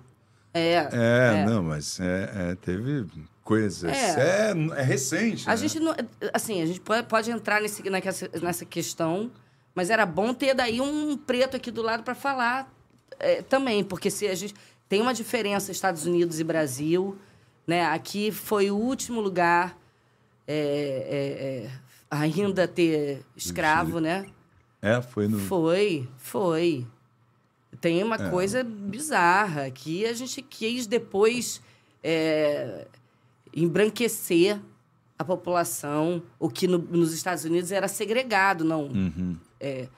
Speaker 6: É.
Speaker 4: É, não, mas é, é, teve coisas.
Speaker 6: É.
Speaker 4: É, é recente.
Speaker 6: A
Speaker 4: né?
Speaker 6: gente não. Assim, a gente pode, pode entrar nesse, naquessa, nessa questão, mas era bom ter daí um preto aqui do lado para falar é, também, porque se a gente. Tem uma diferença Estados Unidos e Brasil, né? Aqui foi o último lugar é, é, é, ainda ter escravo, né?
Speaker 4: É, foi no. É.
Speaker 6: Foi, foi. Tem uma coisa bizarra que a gente quis depois é, embranquecer a população, o que no- nos Estados Unidos era segregado, não.
Speaker 4: Uhum.
Speaker 6: É,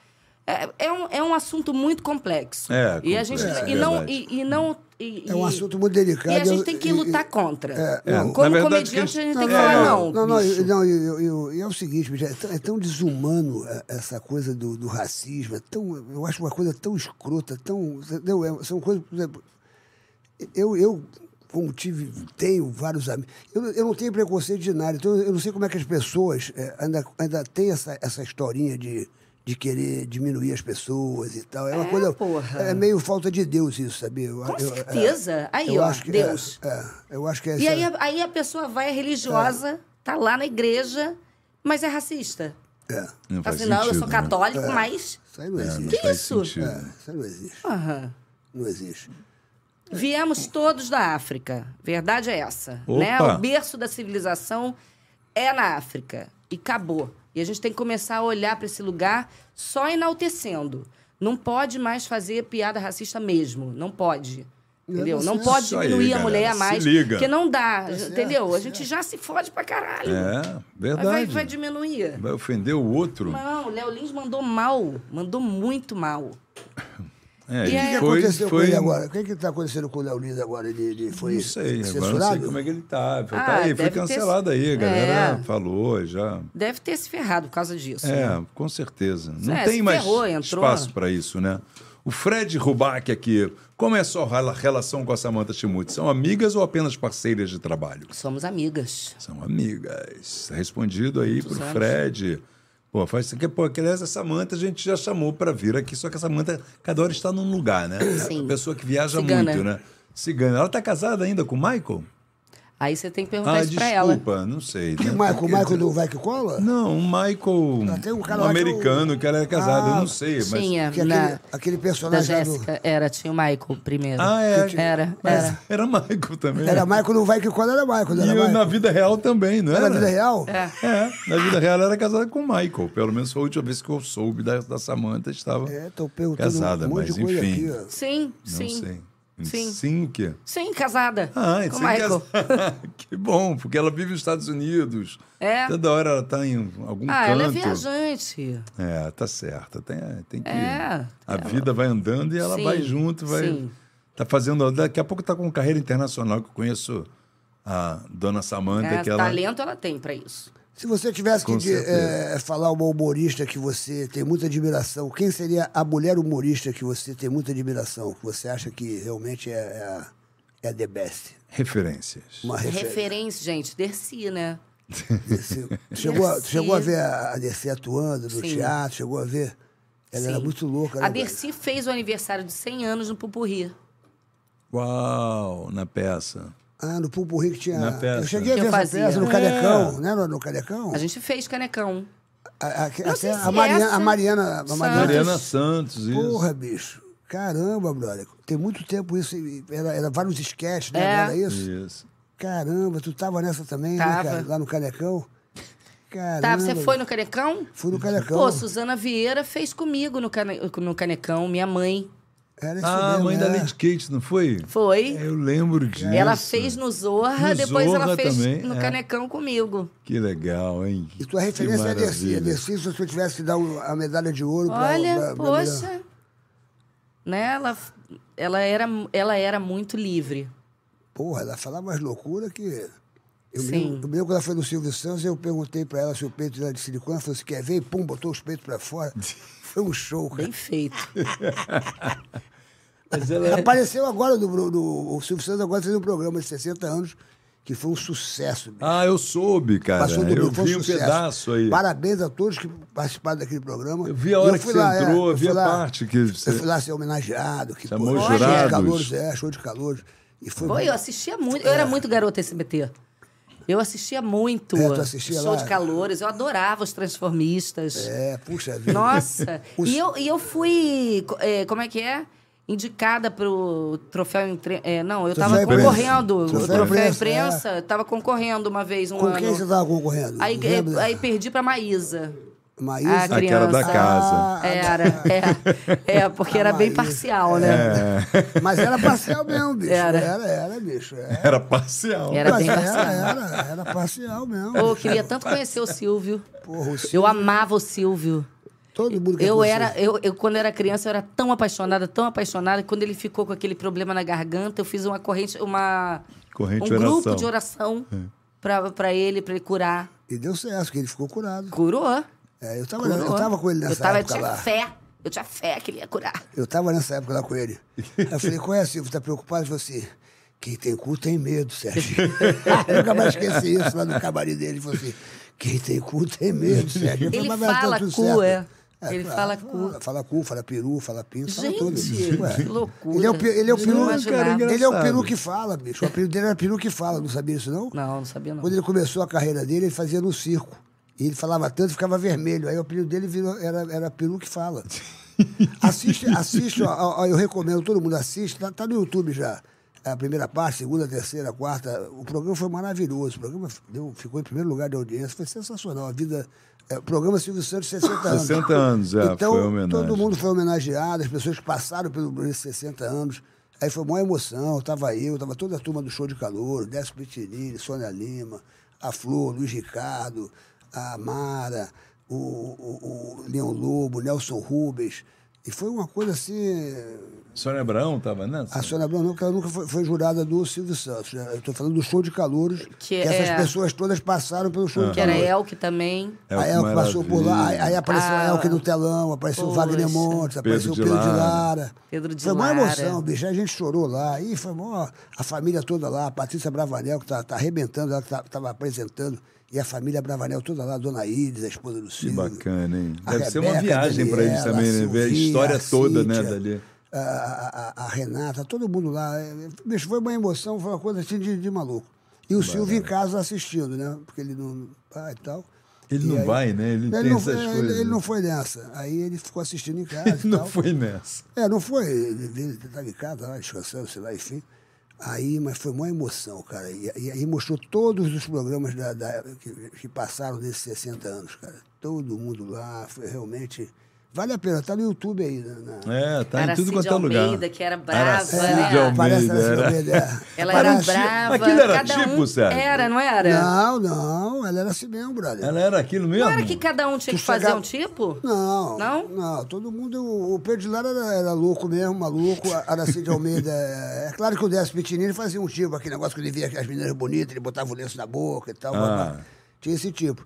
Speaker 6: É, é um, é um assunto muito complexo.
Speaker 4: É,
Speaker 6: e a
Speaker 4: complexo,
Speaker 6: gente
Speaker 4: é
Speaker 6: e não
Speaker 4: verdade.
Speaker 6: e, e não e-
Speaker 5: É um
Speaker 6: e-
Speaker 5: assunto muito delicado.
Speaker 6: E a gente
Speaker 5: Eu-
Speaker 6: tem que
Speaker 5: e-
Speaker 6: lutar
Speaker 5: e-
Speaker 6: contra.
Speaker 4: é,
Speaker 6: Como
Speaker 4: na verdade,
Speaker 6: comediante,
Speaker 4: que-
Speaker 6: a gente tem que falar, não.
Speaker 5: É, Não, não,
Speaker 6: bicho.
Speaker 5: e- não, e- eu- eu- e é o seguinte, bicho, é tão, é tão desumano é, essa coisa do, do racismo, é tão, eu acho uma coisa tão escrota, tão. Entendeu? É, são coisas. por exemplo, Eu, eu como tive, tenho vários amigos. Eu, não- eu não tenho preconceito de nada, então eu não sei como é que as pessoas é, ainda, ainda têm essa, essa historinha de. De querer diminuir as pessoas e tal. É uma
Speaker 6: É,
Speaker 5: coisa.
Speaker 6: porra.
Speaker 5: É meio falta de Deus isso, sabia? Eu-
Speaker 6: Com
Speaker 5: eu- é,
Speaker 6: certeza. Aí, ó,
Speaker 5: que-
Speaker 6: Deus.
Speaker 5: É, é, eu acho que é
Speaker 6: E
Speaker 5: essa-
Speaker 6: aí, a- aí a pessoa vai é religiosa, tá lá na igreja, mas é racista.
Speaker 5: é.
Speaker 4: Não
Speaker 6: Fala
Speaker 4: faz
Speaker 6: assim, não, eu
Speaker 4: sentido,
Speaker 6: sou
Speaker 4: né?
Speaker 6: católico, mas.
Speaker 5: Isso aí não existe.
Speaker 6: Que isso?
Speaker 4: sentido.
Speaker 5: É, isso aí não existe.
Speaker 6: Aham.
Speaker 5: Não existe.
Speaker 6: Viemos todos da África. Verdade é essa.
Speaker 4: Opa.
Speaker 6: Né? O berço da civilização é na África. E acabou. E a gente tem que começar a olhar para esse lugar só enaltecendo. Não pode mais fazer piada racista mesmo. Não pode. Entendeu? Não
Speaker 5: Isso
Speaker 6: pode
Speaker 4: aí,
Speaker 6: diminuir a
Speaker 4: galera.
Speaker 6: mulher a
Speaker 4: Se
Speaker 6: mais.
Speaker 4: liga.
Speaker 6: Porque não dá.
Speaker 5: certo,
Speaker 6: entendeu?
Speaker 5: tá
Speaker 6: A gente já se fode pra caralho.
Speaker 4: É,
Speaker 6: Mas vai,
Speaker 4: verdade.
Speaker 6: vai diminuir.
Speaker 4: Vai ofender o outro.
Speaker 6: Não, o Léo Lins mandou mal. Mandou muito mal.
Speaker 4: É, um-
Speaker 6: E
Speaker 5: O que, que
Speaker 6: aí,
Speaker 5: aconteceu com ele agora? O que está acontecendo com o Léo Lins agora? Ele, ele foi
Speaker 4: Não sei, agora
Speaker 5: censurado?
Speaker 4: não sei como é que ele tá. Tá
Speaker 6: Ah,
Speaker 4: aí, foi
Speaker 6: deve ter-
Speaker 4: cancelado aí, a galera
Speaker 6: É.
Speaker 4: falou já.
Speaker 6: Deve ter se ferrado por causa disso.
Speaker 4: É, com certeza. Não
Speaker 6: É,
Speaker 4: tem
Speaker 6: se
Speaker 4: mais
Speaker 6: ferrou, entrou.
Speaker 4: espaço para isso, né? O Fred Rubac aqui, como é a sua rela- relação com a Samantha Chimuti? São amigas ou apenas parceiras de trabalho?
Speaker 6: Somos amigas.
Speaker 4: São amigas. Tá Respondido aí pro
Speaker 6: anos?
Speaker 4: Fred. Pô, faz isso aqui. Pô, que, aliás, a Samanta a gente já chamou para vir aqui, só que a Samanta, cada hora está num lugar,
Speaker 6: *clears throat*
Speaker 4: né?
Speaker 6: Sim.
Speaker 4: A pessoa que viaja
Speaker 6: Cigana.
Speaker 4: muito, né? Cigana. Ela tá casada ainda com o Michael?
Speaker 6: Aí você tem que perguntar
Speaker 4: Ah,
Speaker 6: isso pra ela.
Speaker 4: desculpa, não sei.
Speaker 5: O
Speaker 4: né?
Speaker 5: Michael, o
Speaker 4: Porque- tá-
Speaker 5: Michael do Vai Que Cola?
Speaker 4: Não, o Michael.
Speaker 5: Ah, tem um Ah,
Speaker 4: um,
Speaker 5: cara lá que é o-
Speaker 4: americano que, era casado, eu não sei. Mas...
Speaker 6: Tinha,
Speaker 5: Que
Speaker 6: na,
Speaker 5: aquele, aquele
Speaker 6: da
Speaker 5: personagem lá do-
Speaker 6: Jéssica, era, tinha o Michael primeiro.
Speaker 4: Ah, é.
Speaker 6: Era,
Speaker 4: Mas
Speaker 6: era.
Speaker 4: era Michael também. né?
Speaker 5: Era Michael do Vai Que Cola, era Michael. não
Speaker 4: E
Speaker 5: Era, Michael.
Speaker 4: na vida real também, não
Speaker 5: Era
Speaker 4: era?
Speaker 5: a vida real?
Speaker 4: É, na vida real ela era casada com o Michael. Pelo menos foi a última vez que eu soube da, da Samantha estava
Speaker 5: É, tô perguntando
Speaker 4: casada,
Speaker 5: um monte
Speaker 4: mas
Speaker 5: de coisa
Speaker 4: enfim.
Speaker 5: aqui. ó.
Speaker 6: Sim,
Speaker 4: Não
Speaker 6: sim.
Speaker 4: sei.
Speaker 6: Sim.
Speaker 4: Sim, o quê?
Speaker 6: Sim, casada.
Speaker 4: Ah,
Speaker 6: com
Speaker 4: sim,
Speaker 6: o Michael.
Speaker 4: casada. *laughs* que bom, porque ela vive nos Estados Unidos.
Speaker 6: É.
Speaker 4: Toda hora ela está em algum
Speaker 6: Ah,
Speaker 4: Tá canto.
Speaker 6: ela é viajante.
Speaker 4: É, tá certa. Tem, tem que.
Speaker 6: É.
Speaker 4: A vida vai andando e ela
Speaker 6: Sim,
Speaker 4: vai junto, vai.
Speaker 6: sim.
Speaker 4: Tá fazendo. Daqui a pouco tá com carreira internacional, que eu conheço a dona Samanta,
Speaker 6: É,
Speaker 4: que ela.
Speaker 6: Talento ela tem pra isso.
Speaker 5: Se você tivesse que
Speaker 4: Com
Speaker 5: de-
Speaker 4: certeza.
Speaker 5: eh, falar uma humorista que você tem muita admiração, quem seria a mulher humorista que você tem muita admiração, que você acha que realmente é, é, a- é a the best?
Speaker 4: Referências.
Speaker 5: Uma referência.
Speaker 6: Referência, gente, Dercy, né?
Speaker 4: *laughs*
Speaker 5: Você chegou, a,
Speaker 6: Dercy.
Speaker 5: chegou a ver a a Dercy atuando no
Speaker 6: Sim.
Speaker 5: teatro? Chegou a ver? Ela era
Speaker 6: Sim.
Speaker 5: muito louca.
Speaker 6: A
Speaker 5: né,
Speaker 6: Dercy fez o aniversário de 100 anos no Pupurri.
Speaker 4: Uau, na peça.
Speaker 5: cara? Ah, no Pupurri que tinha...
Speaker 4: Na
Speaker 5: Eu
Speaker 4: peça.
Speaker 5: cheguei a
Speaker 6: Que
Speaker 5: ver
Speaker 6: eu
Speaker 5: essa
Speaker 6: fazia.
Speaker 5: peça no
Speaker 6: É.
Speaker 5: Carecão. Né? No, no Carecão?
Speaker 6: A gente fez canecão.
Speaker 5: A, a, até
Speaker 6: sei se é
Speaker 5: a, Mariana,
Speaker 6: essa-
Speaker 5: a Mariana... A
Speaker 6: Santos.
Speaker 5: Mariana
Speaker 4: Mariana Santos, isso.
Speaker 5: Porra, bicho. Caramba, brother. Tem muito tempo isso. e Era, era vários esquetes, né?
Speaker 6: É.
Speaker 5: Não Era isso?
Speaker 4: Isso.
Speaker 5: Caramba, tu tava nessa também,
Speaker 6: Tava.
Speaker 5: né, cara? Lá no Canecão. Caramba.
Speaker 6: Tá, você foi no canecão?
Speaker 5: Fui no Canecão.
Speaker 6: Pô, Suzana Vieira fez comigo no, cane... no canecão, minha mãe.
Speaker 5: Era isso
Speaker 4: Ah,
Speaker 5: mesmo,
Speaker 4: mãe da
Speaker 5: é.
Speaker 4: Lady Kate, não foi?
Speaker 6: Foi.
Speaker 4: Eu lembro disso.
Speaker 6: Ela fez no Zorra,
Speaker 4: No
Speaker 6: depois
Speaker 4: Zorra
Speaker 6: ela fez
Speaker 4: também,
Speaker 6: no
Speaker 4: é.
Speaker 6: Canecão comigo.
Speaker 4: Que legal, hein?
Speaker 5: E tua
Speaker 4: Que
Speaker 5: referência é a Dercy. A
Speaker 4: maravilha.
Speaker 5: Dercy, se tu tivesse que dar o- a medalha de ouro pra-
Speaker 6: Olha,
Speaker 5: pra, pra, mulher.
Speaker 6: poxa. Né, ela, ela, era, ela era muito livre.
Speaker 5: Porra, ela falava umas loucuras que... Eu me,
Speaker 6: Sim.
Speaker 5: lembro, eu me lembro quando ela foi no Silvio Santos, eu perguntei pra ela se o peito era de silicone. Ela falou, você quer ver? E pum, botou os peitos pra
Speaker 4: *laughs*
Speaker 5: fora. Foi um show, cara.
Speaker 6: Bem feito.
Speaker 5: Apareceu agora do, do, o Silvio Santos agora fez um programa de 60 anos que foi um sucesso. bicho.
Speaker 4: Ah, eu soube, cara.
Speaker 5: Passou do
Speaker 4: eu
Speaker 5: Rio, foi
Speaker 4: vi um
Speaker 5: sucesso.
Speaker 4: pedaço aí.
Speaker 5: Parabéns a todos que participaram daquele programa.
Speaker 4: Eu vi a hora
Speaker 5: E
Speaker 4: que
Speaker 5: fui é,
Speaker 4: você entrou,
Speaker 5: eu
Speaker 4: vi
Speaker 5: fui
Speaker 4: a parte que você-
Speaker 5: Eu fui lá ser homenageado. Que,
Speaker 4: Chamou
Speaker 5: pô,
Speaker 4: os
Speaker 5: show de
Speaker 4: jurados.
Speaker 5: calores, é, show de calor. E foi,
Speaker 6: Foi, eu assistia muito. Eu era muito garota SBT. Eu assistia muito.
Speaker 5: É, tu assistia
Speaker 6: Show
Speaker 5: lá?
Speaker 6: de calores. Eu adorava os transformistas.
Speaker 5: É, puxa vida.
Speaker 6: Nossa.
Speaker 5: *laughs* Os-
Speaker 6: e, eu, e eu fui. co- é, como é que é? Indicada pro troféu. Impre... é, não, eu tava
Speaker 5: Troféu imprensa.
Speaker 6: concorrendo.
Speaker 5: Troféu
Speaker 6: o troféu
Speaker 5: imprensa, é.
Speaker 6: imprensa, eu tava concorrendo uma vez, um
Speaker 5: Com
Speaker 6: ano.
Speaker 5: quem você estava concorrendo?
Speaker 6: Aí,
Speaker 5: Não lembra?
Speaker 6: é, aí perdi pra Maísa.
Speaker 5: Maísa?
Speaker 6: a
Speaker 4: que era da
Speaker 6: criança.
Speaker 4: casa.
Speaker 5: Ah,
Speaker 6: Era,
Speaker 5: *laughs*
Speaker 6: é, é, porque era bem
Speaker 5: Maísa. É.
Speaker 6: parcial, né?
Speaker 5: *laughs* Mas era parcial mesmo, bicho. Era,
Speaker 6: Era.
Speaker 5: era, bicho. é.
Speaker 4: É. *laughs* Era parcial.
Speaker 6: Era
Speaker 5: Mas
Speaker 6: bem
Speaker 5: era,
Speaker 6: parcial.
Speaker 5: era, era parcial mesmo.
Speaker 6: Pô, eu queria tanto conhecer o Silvio.
Speaker 5: Porra, o Silvio-
Speaker 6: Eu amava o Silvio.
Speaker 5: Todo mundo quer
Speaker 6: Eu
Speaker 5: conhecer.
Speaker 6: era, eu, eu, quando era criança, eu era tão apaixonada, tão apaixonada, que quando ele ficou com aquele problema na garganta, eu fiz uma corrente, uma.
Speaker 4: Corrente
Speaker 6: um
Speaker 4: de oração. É.
Speaker 6: grupo de oração pra, pra ele, pra ele curar.
Speaker 5: E deu certo, que ele ficou curado.
Speaker 6: Curou?
Speaker 5: É, eu, tava,
Speaker 6: curou.
Speaker 5: eu tava com ele nessa
Speaker 6: eu tava,
Speaker 5: época
Speaker 6: Eu tinha
Speaker 5: lá.
Speaker 6: fé. Eu tinha fé que ele ia curar.
Speaker 5: Eu tava nessa época lá com ele. Aí eu falei, qual é, Silvio? Tá preocupado? Ele falou assim, quem tem cu tem medo, Sérgio. *laughs* eu nunca mais esqueci isso lá no camarim dele. Ele falou assim, quem tem cu tem medo, Sérgio. Eu falei,
Speaker 6: Ele
Speaker 5: "Mas vai dar
Speaker 6: fala
Speaker 5: tudo
Speaker 6: cu,
Speaker 5: certo."
Speaker 6: é. Ele fala
Speaker 5: Fala,
Speaker 6: cu.
Speaker 5: fala cu, fala peru, fala pinto, fala
Speaker 6: Gente,
Speaker 5: tudo. Ué,
Speaker 6: que loucura.
Speaker 5: Ele é o, pe- ele é o
Speaker 6: Não
Speaker 5: peru.
Speaker 6: imaginava.
Speaker 5: ele é o peru que fala, bicho. O apelido dele era peru que fala, não sabia isso, não?
Speaker 6: Não, não sabia não.
Speaker 5: Quando ele começou a carreira dele, ele fazia no circo. E ele falava tanto, ficava vermelho. Aí o apelido dele virou- era, era Peru que fala. Assiste, assiste ó, ó, ó, eu recomendo, todo mundo assiste. Tá, tá no YouTube já. É A primeira parte, segunda, terceira, quarta. O programa foi maravilhoso. O programa deu- ficou em primeiro lugar de audiência. Foi sensacional. A vida. é, o programa Silvio Santos, 60 anos.
Speaker 4: 60 anos, é,
Speaker 5: Então,
Speaker 4: foi uma homenagem.
Speaker 5: todo mundo foi homenageado, as pessoas que passaram pelo Bruno 60 anos. Aí foi uma emoção, tava eu, tava toda a turma do show de calor, Décio Pitinini, Sônia Lima, a Flor, Luiz Ricardo, a Mara, o, o, o Leão Lobo, Nelson Rubens. E foi uma coisa assim.
Speaker 4: Sônia Abrão tava nessa?
Speaker 5: A Sônia Abrão, não, porque ela nunca foi, foi jurada do Silvio Santos. né? Eu tô falando do show de calouros, que,
Speaker 6: Que
Speaker 5: essas
Speaker 6: é- Ah.
Speaker 5: pessoas todas passaram pelo show de
Speaker 6: Que era
Speaker 5: calouros.
Speaker 6: Elke também.
Speaker 4: É o
Speaker 5: Aí ela
Speaker 4: que
Speaker 5: passou por lá, aí,
Speaker 4: maravilha.
Speaker 5: aí apareceu a
Speaker 6: Ah,
Speaker 5: Elke no telão, apareceu o
Speaker 6: poxa.
Speaker 5: Wagner Montes, apareceu o
Speaker 4: de
Speaker 5: Pedro de
Speaker 4: Lara.
Speaker 5: Lara.
Speaker 6: Pedro de
Speaker 5: foi uma
Speaker 6: Lara.
Speaker 5: emoção, bicho. A gente chorou lá. E foi mó, a família toda lá, a Patrícia Bravanel, que tá, tá arrebentando, ela que tá, tava apresentando, e a família Bravanel toda lá, a dona Iris, a esposa do
Speaker 4: Que
Speaker 5: Silvio.
Speaker 4: bacana, hein?
Speaker 5: a
Speaker 4: Deve ser uma
Speaker 5: Rebeca, a
Speaker 4: viagem pra eles
Speaker 5: Daniela,
Speaker 4: também,
Speaker 5: a
Speaker 4: né? Ver a
Speaker 5: Silvia,
Speaker 4: história toda, né,
Speaker 5: Cíntia,
Speaker 4: dali.
Speaker 5: A, a- a- a Renata, todo mundo lá. É, Bicho, foi uma emoção, foi uma coisa assim de, de maluco. E o Silvio em casa assistindo, né? Porque ele não. Ah, e tal.
Speaker 4: Ele
Speaker 5: E
Speaker 4: não vai, né? Ele tem
Speaker 5: não,
Speaker 4: essas
Speaker 5: ele-
Speaker 4: coisas.
Speaker 5: ele não foi nessa. Aí ele ficou assistindo em
Speaker 4: *laughs*
Speaker 5: casa. e
Speaker 4: *laughs* Não
Speaker 5: tal.
Speaker 4: foi nessa.
Speaker 5: É, não foi. Ele estava em casa, lá, descansando, sei lá, enfim. Aí, mas foi uma emoção, cara. E, e aí mostrou todos os programas da, da- que, que passaram desses 60 anos, cara. Todo mundo lá, foi realmente. Vale a pena, tá no YouTube aí. né, na-
Speaker 4: É, tá em tudo
Speaker 6: Aracide
Speaker 4: quanto é lugar.
Speaker 6: Almeida, que era brava,
Speaker 4: Aracide
Speaker 6: né?
Speaker 4: Almeida,
Speaker 5: parece assim,
Speaker 4: era-
Speaker 5: Almeida, é.
Speaker 6: Ela era
Speaker 5: Parece-
Speaker 6: brava.
Speaker 4: Aquilo era
Speaker 6: cada
Speaker 4: tipo,
Speaker 6: um
Speaker 4: Sérgio?
Speaker 6: Era, não era?
Speaker 5: Não, não, ela era assim mesmo, brother.
Speaker 4: É. Ela era aquilo mesmo?
Speaker 6: Não era que cada um tinha
Speaker 5: Tu
Speaker 6: que fazer
Speaker 5: chegava-
Speaker 6: um tipo?
Speaker 5: Não, *laughs*
Speaker 6: Não?
Speaker 5: todo mundo. O Pedro de Lara era, era louco mesmo, maluco. a Aracide
Speaker 4: *laughs*
Speaker 5: Almeida. É é claro que o Décio Pitinini fazia um tipo, aquele negócio que ele via as meninas bonitas, ele botava o lenço na boca e tal.
Speaker 4: Ah.
Speaker 5: babá. Tinha esse tipo.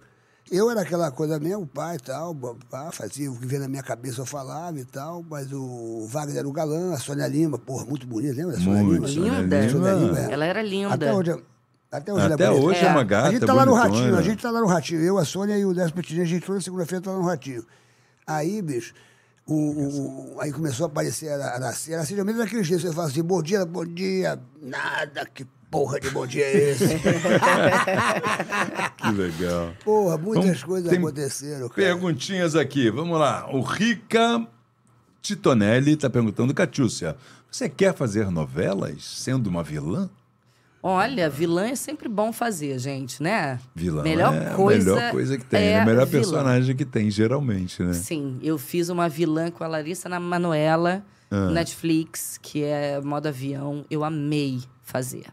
Speaker 5: Eu era aquela coisa mesmo, pai e tal, babá, fazia o que vinha na minha cabeça eu falava e tal, mas o Wagner era o galã, a Sônia Lima, porra, muito bonita, lembra? da Sônia
Speaker 4: Muito,
Speaker 5: Lima?
Speaker 4: Sônia
Speaker 6: Linda.
Speaker 4: Lima.
Speaker 5: Sônia Lima, é.
Speaker 6: Ela era linda.
Speaker 5: Até hoje, é- até hoje, ela é
Speaker 4: Até
Speaker 5: bonita.
Speaker 4: hoje é, uma gata
Speaker 5: A gente tá lá no
Speaker 4: bonitona.
Speaker 5: Ratinho, a gente tá lá no Ratinho. Eu, a Sônia e o Décio Petitinho, a gente toda segunda-feira tá lá no Ratinho. Aí, bicho, o, o- o- aí começou a aparecer a Araci. A Araci também era aquele jeito, você fala assim, bom dia, bom dia, nada, que porra de bom dia é esse?
Speaker 4: *laughs*
Speaker 6: *laughs*
Speaker 4: Que legal.
Speaker 5: porra, muitas
Speaker 4: Vamos-
Speaker 5: coisas
Speaker 4: tem
Speaker 6: É.
Speaker 5: aconteceram, cara.
Speaker 4: Perguntinhas aqui, vamos lá. O Rica Titonelli tá perguntando, Catiúcia, você quer fazer novelas sendo uma vilã?
Speaker 6: Olha, vilã é sempre bom fazer, gente, né?
Speaker 4: Vilã
Speaker 6: melhor
Speaker 4: é
Speaker 6: coisa
Speaker 4: a melhor coisa que tem,
Speaker 6: é
Speaker 4: né? a melhor
Speaker 6: vilã.
Speaker 4: personagem que tem, geralmente, né?
Speaker 6: Sim, eu fiz uma vilã com a Larissa na Manuela,
Speaker 4: Ah.
Speaker 6: no Netflix, que é modo avião. Eu amei fazer.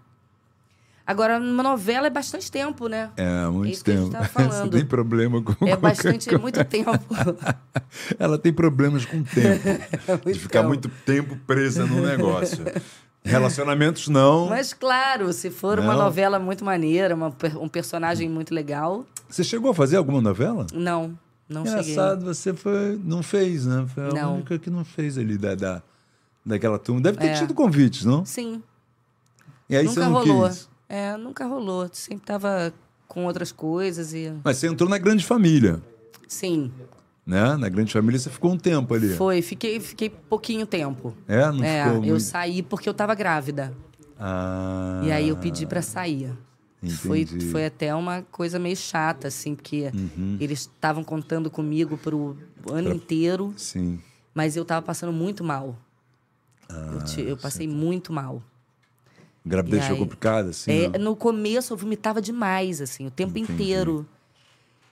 Speaker 6: Agora, uma novela é bastante tempo, né?
Speaker 4: É, há muito
Speaker 6: isso que a
Speaker 4: tempo.
Speaker 6: gente tava
Speaker 4: Você
Speaker 6: falando.
Speaker 4: *laughs* tem problema com
Speaker 6: É
Speaker 4: qualquer
Speaker 6: bastante, é
Speaker 4: coisa.
Speaker 6: muito tempo.
Speaker 4: *laughs*
Speaker 6: *laughs* É
Speaker 4: Ela tem problemas com o tempo.
Speaker 6: *laughs*
Speaker 4: de ficar
Speaker 6: Então.
Speaker 4: muito tempo presa num negócio.
Speaker 6: *laughs*
Speaker 4: Relacionamentos não.
Speaker 6: Mas claro, se for uma
Speaker 4: Não.
Speaker 6: novela muito maneira, uma per- um personagem muito legal,
Speaker 4: Você chegou a fazer alguma novela?
Speaker 6: não, não cheguei.
Speaker 4: Engraçado, você foi, não fez, né? Foi a
Speaker 6: Não.
Speaker 4: única que não fez ali da, da, daquela turma. Deve ter
Speaker 6: É.
Speaker 4: tido convites, não?
Speaker 6: Sim,
Speaker 4: E aí
Speaker 6: nunca
Speaker 4: você não
Speaker 6: rolou.
Speaker 4: quis.
Speaker 6: É, nunca rolou. Sempre tava com outras coisas e.
Speaker 4: Mas você entrou na grande família,
Speaker 6: Sim,
Speaker 4: né? Na grande família você ficou um tempo ali.
Speaker 6: foi. Fiquei, fiquei pouquinho tempo.
Speaker 4: É, não
Speaker 6: é,
Speaker 4: ficou
Speaker 6: eu
Speaker 4: muito.
Speaker 6: saí porque eu tava grávida.
Speaker 4: Ah,
Speaker 6: E aí eu pedi pra sair. Foi,
Speaker 4: entendi. Uhum.
Speaker 6: foi até uma coisa meio chata, assim, porque eles estavam contando comigo pro ano inteiro,
Speaker 4: Sim.
Speaker 6: mas eu tava passando muito mal. eu, ti- eu passei muito mal.
Speaker 4: Gravidez
Speaker 6: E
Speaker 4: foi
Speaker 6: aí-
Speaker 4: complicada, assim.
Speaker 6: É,
Speaker 4: né?
Speaker 6: no começo eu vomitava demais, assim, o tempo inteiro.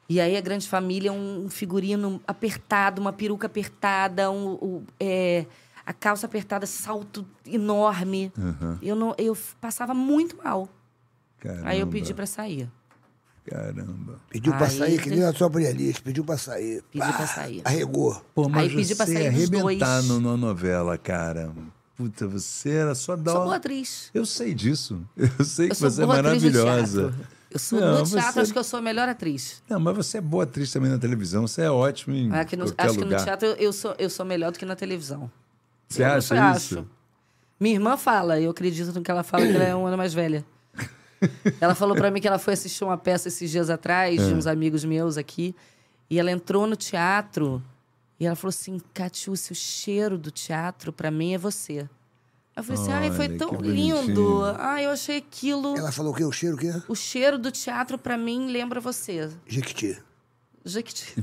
Speaker 6: E aí a grande família é um figurino apertado, uma peruca apertada, um, o- é, a calça apertada, salto enorme. Eu não, eu f- passava muito mal.
Speaker 4: Caramba.
Speaker 6: Aí eu pedi pra sair.
Speaker 4: Caramba.
Speaker 5: Pediu pra
Speaker 6: Aí
Speaker 5: sair, que
Speaker 6: você-
Speaker 5: nem a sua Brialice, pediu pra sair.
Speaker 6: Pediu pra
Speaker 5: Ah,
Speaker 6: sair.
Speaker 5: Arregou.
Speaker 4: Pô, mas
Speaker 6: Aí pedi pra
Speaker 4: você
Speaker 6: sair dos
Speaker 4: arrebentar
Speaker 6: dois.
Speaker 4: no- na novela, cara. Puta, você era só dar
Speaker 6: Sou
Speaker 4: uma-
Speaker 6: boa atriz.
Speaker 4: Eu sei disso. *laughs* Eu sei
Speaker 6: Eu
Speaker 4: que
Speaker 6: sou
Speaker 4: você é
Speaker 6: boa atriz no
Speaker 4: maravilhosa.
Speaker 6: teatro. Eu sou
Speaker 4: Não,
Speaker 6: no teatro,
Speaker 4: você-
Speaker 6: acho que eu sou a melhor atriz.
Speaker 4: Não, mas você é boa atriz também na televisão. Você é ótimo em
Speaker 6: Ah, que no-
Speaker 4: qualquer
Speaker 6: acho que
Speaker 4: lugar.
Speaker 6: no teatro eu- eu sou, eu sou melhor do que na televisão.
Speaker 4: Você
Speaker 6: Eu
Speaker 4: acha
Speaker 6: acho.
Speaker 4: isso?
Speaker 6: Minha irmã fala, eu acredito no que ela fala, que ela é um ano mais
Speaker 4: *laughs*
Speaker 6: velha. Ela falou pra mim que ela foi assistir uma peça esses dias atrás,
Speaker 4: É.
Speaker 6: de uns amigos meus aqui, e ela entrou no teatro e ela falou assim: Catiúcia, o cheiro do teatro pra mim é você. Eu falei assim: ai, foi
Speaker 4: Olha,
Speaker 6: tão
Speaker 4: que
Speaker 6: lindo.
Speaker 4: bonitinho.
Speaker 6: Ai, eu achei aquilo.
Speaker 5: Ela falou o quê? O cheiro o quê?
Speaker 6: O cheiro do teatro pra mim lembra você.
Speaker 5: Jequiti.
Speaker 6: Jequiti.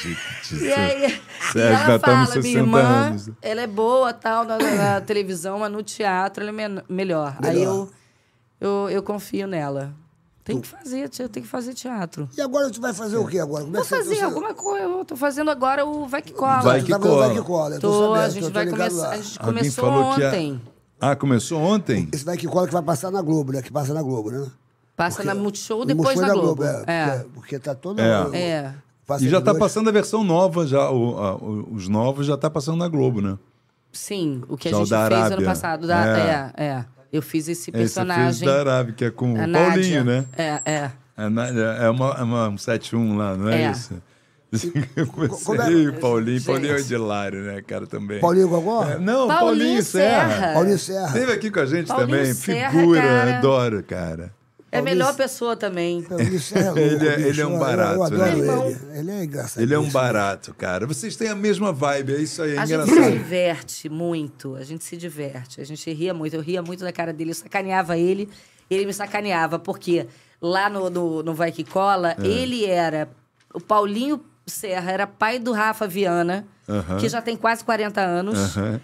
Speaker 4: Gente,
Speaker 6: E aí, *laughs* e
Speaker 4: Sérgio,
Speaker 6: ela
Speaker 4: nós estamos
Speaker 6: fala, minha
Speaker 4: 60
Speaker 6: irmã,
Speaker 4: anos.
Speaker 6: ela é boa, tal, na, na televisão, mas no teatro ela é men- melhor. Aí eu, eu, eu confio nela. Tem que fazer, tia, tem que fazer teatro.
Speaker 5: E agora tu vai fazer o quê agora? Como é
Speaker 6: Vou
Speaker 5: que você-
Speaker 6: fazer
Speaker 5: você-
Speaker 6: alguma coisa, eu tô fazendo agora o Vai Que Cola.
Speaker 4: Vai
Speaker 5: Tu
Speaker 4: que
Speaker 5: tá fazendo
Speaker 4: cola.
Speaker 5: vai que cola. eu tô
Speaker 6: Tô,
Speaker 5: sabendo,
Speaker 6: a gente
Speaker 5: eu tô
Speaker 6: vai
Speaker 5: ligado
Speaker 6: começar,
Speaker 5: lá.
Speaker 6: a gente
Speaker 4: Alguém
Speaker 6: começou
Speaker 4: falou que a-
Speaker 6: ontem.
Speaker 4: Ah, começou ontem?
Speaker 5: Esse vai que cola que vai passar na Globo, né? Que passa na Globo, né?
Speaker 6: Passa na Multishow, depois
Speaker 5: Mostrou
Speaker 6: na Globo.
Speaker 5: é,
Speaker 6: É,
Speaker 5: porque, porque tá todo...
Speaker 4: É.
Speaker 6: é.
Speaker 5: passa
Speaker 4: E já
Speaker 5: de
Speaker 4: tá
Speaker 5: noite.
Speaker 4: passando a versão nova, já o- a- o- os novos já tá passando na Globo, né?
Speaker 6: Sim, o que a
Speaker 4: Já o
Speaker 6: gente fez
Speaker 4: da
Speaker 6: ano
Speaker 4: Arábia.
Speaker 6: passado. Da, é. é, Eu fiz esse personagem.
Speaker 4: Esse fez da Arábia, que é com o
Speaker 6: a Nádia.
Speaker 4: Paulinho, né?
Speaker 6: É, é.
Speaker 4: A Nádia é uma, é uma um 7-1 lá, não é,
Speaker 6: É.
Speaker 4: isso? *laughs* Você
Speaker 5: como é-
Speaker 4: e o Paulinho,
Speaker 6: Gente.
Speaker 4: Paulinho é de Hilário, né, cara, também.
Speaker 5: Paulinho Gogó?
Speaker 4: É, não, Paulinho,
Speaker 6: Paulinho
Speaker 4: Serra.
Speaker 6: Serra.
Speaker 5: Paulinho Serra.
Speaker 4: É. Teve aqui com a gente
Speaker 6: Paulinho
Speaker 4: também,
Speaker 6: Serra,
Speaker 4: figura,
Speaker 6: cara.
Speaker 4: adoro, cara.
Speaker 6: É a melhor pessoa também.
Speaker 5: Paulinho Serra é louco,
Speaker 4: *laughs* Ele é-
Speaker 5: bicho,
Speaker 4: ele é um
Speaker 5: eu- eu-
Speaker 4: barato,
Speaker 5: Eu,
Speaker 4: né?
Speaker 5: adoro
Speaker 6: Irmão.
Speaker 5: ele. Ele é engraçado.
Speaker 4: Ele
Speaker 5: *laughs*
Speaker 4: é um barato, cara. Vocês têm a mesma vibe, é isso aí, é
Speaker 6: A gente
Speaker 4: engraçado.
Speaker 6: se diverte muito, a gente se diverte, a gente ria muito. Eu ria muito da cara dele, eu sacaneava ele, ele me sacaneava, porque lá no, no, no Vai Que Cola,
Speaker 4: É.
Speaker 6: ele era. O Paulinho Serra era pai do Rafa Viana,
Speaker 4: Aham.
Speaker 6: que já tem quase 40 anos.
Speaker 4: Aham.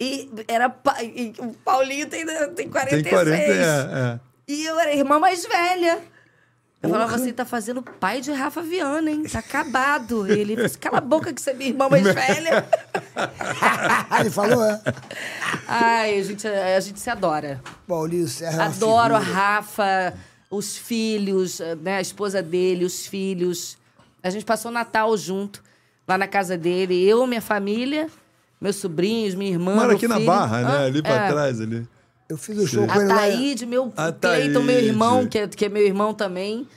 Speaker 6: E era pa- e o Paulinho tem, tem 46.
Speaker 4: Tem 40, é, é.
Speaker 6: E eu era a irmã mais velha. Eu falava assim, tá fazendo pai de Rafa Viana, hein? Tá acabado. Ele, cala a boca que você é minha irmã
Speaker 4: *laughs*
Speaker 6: mais velha.
Speaker 5: Ah, ele falou, é?
Speaker 6: Ai, a gente, a gente se adora.
Speaker 5: Paulinho Serra é uma
Speaker 6: Adoro a
Speaker 5: figura.
Speaker 6: Rafa, os filhos, né? A esposa dele, os filhos. A gente passou o Natal junto, lá na casa dele. Eu, minha família, meus sobrinhos, minha irmã.
Speaker 4: Mora
Speaker 6: meu
Speaker 4: aqui na
Speaker 6: filho.
Speaker 4: Barra, né?
Speaker 6: Ah,
Speaker 4: Ali pra
Speaker 6: é.
Speaker 4: trás, ali.
Speaker 5: Eu fiz o show com
Speaker 6: A
Speaker 5: ele lá. em-
Speaker 6: Taíde, meu
Speaker 4: A
Speaker 6: Cleiton, meu irmão,
Speaker 4: Taíde.
Speaker 6: que é, que é meu irmão também.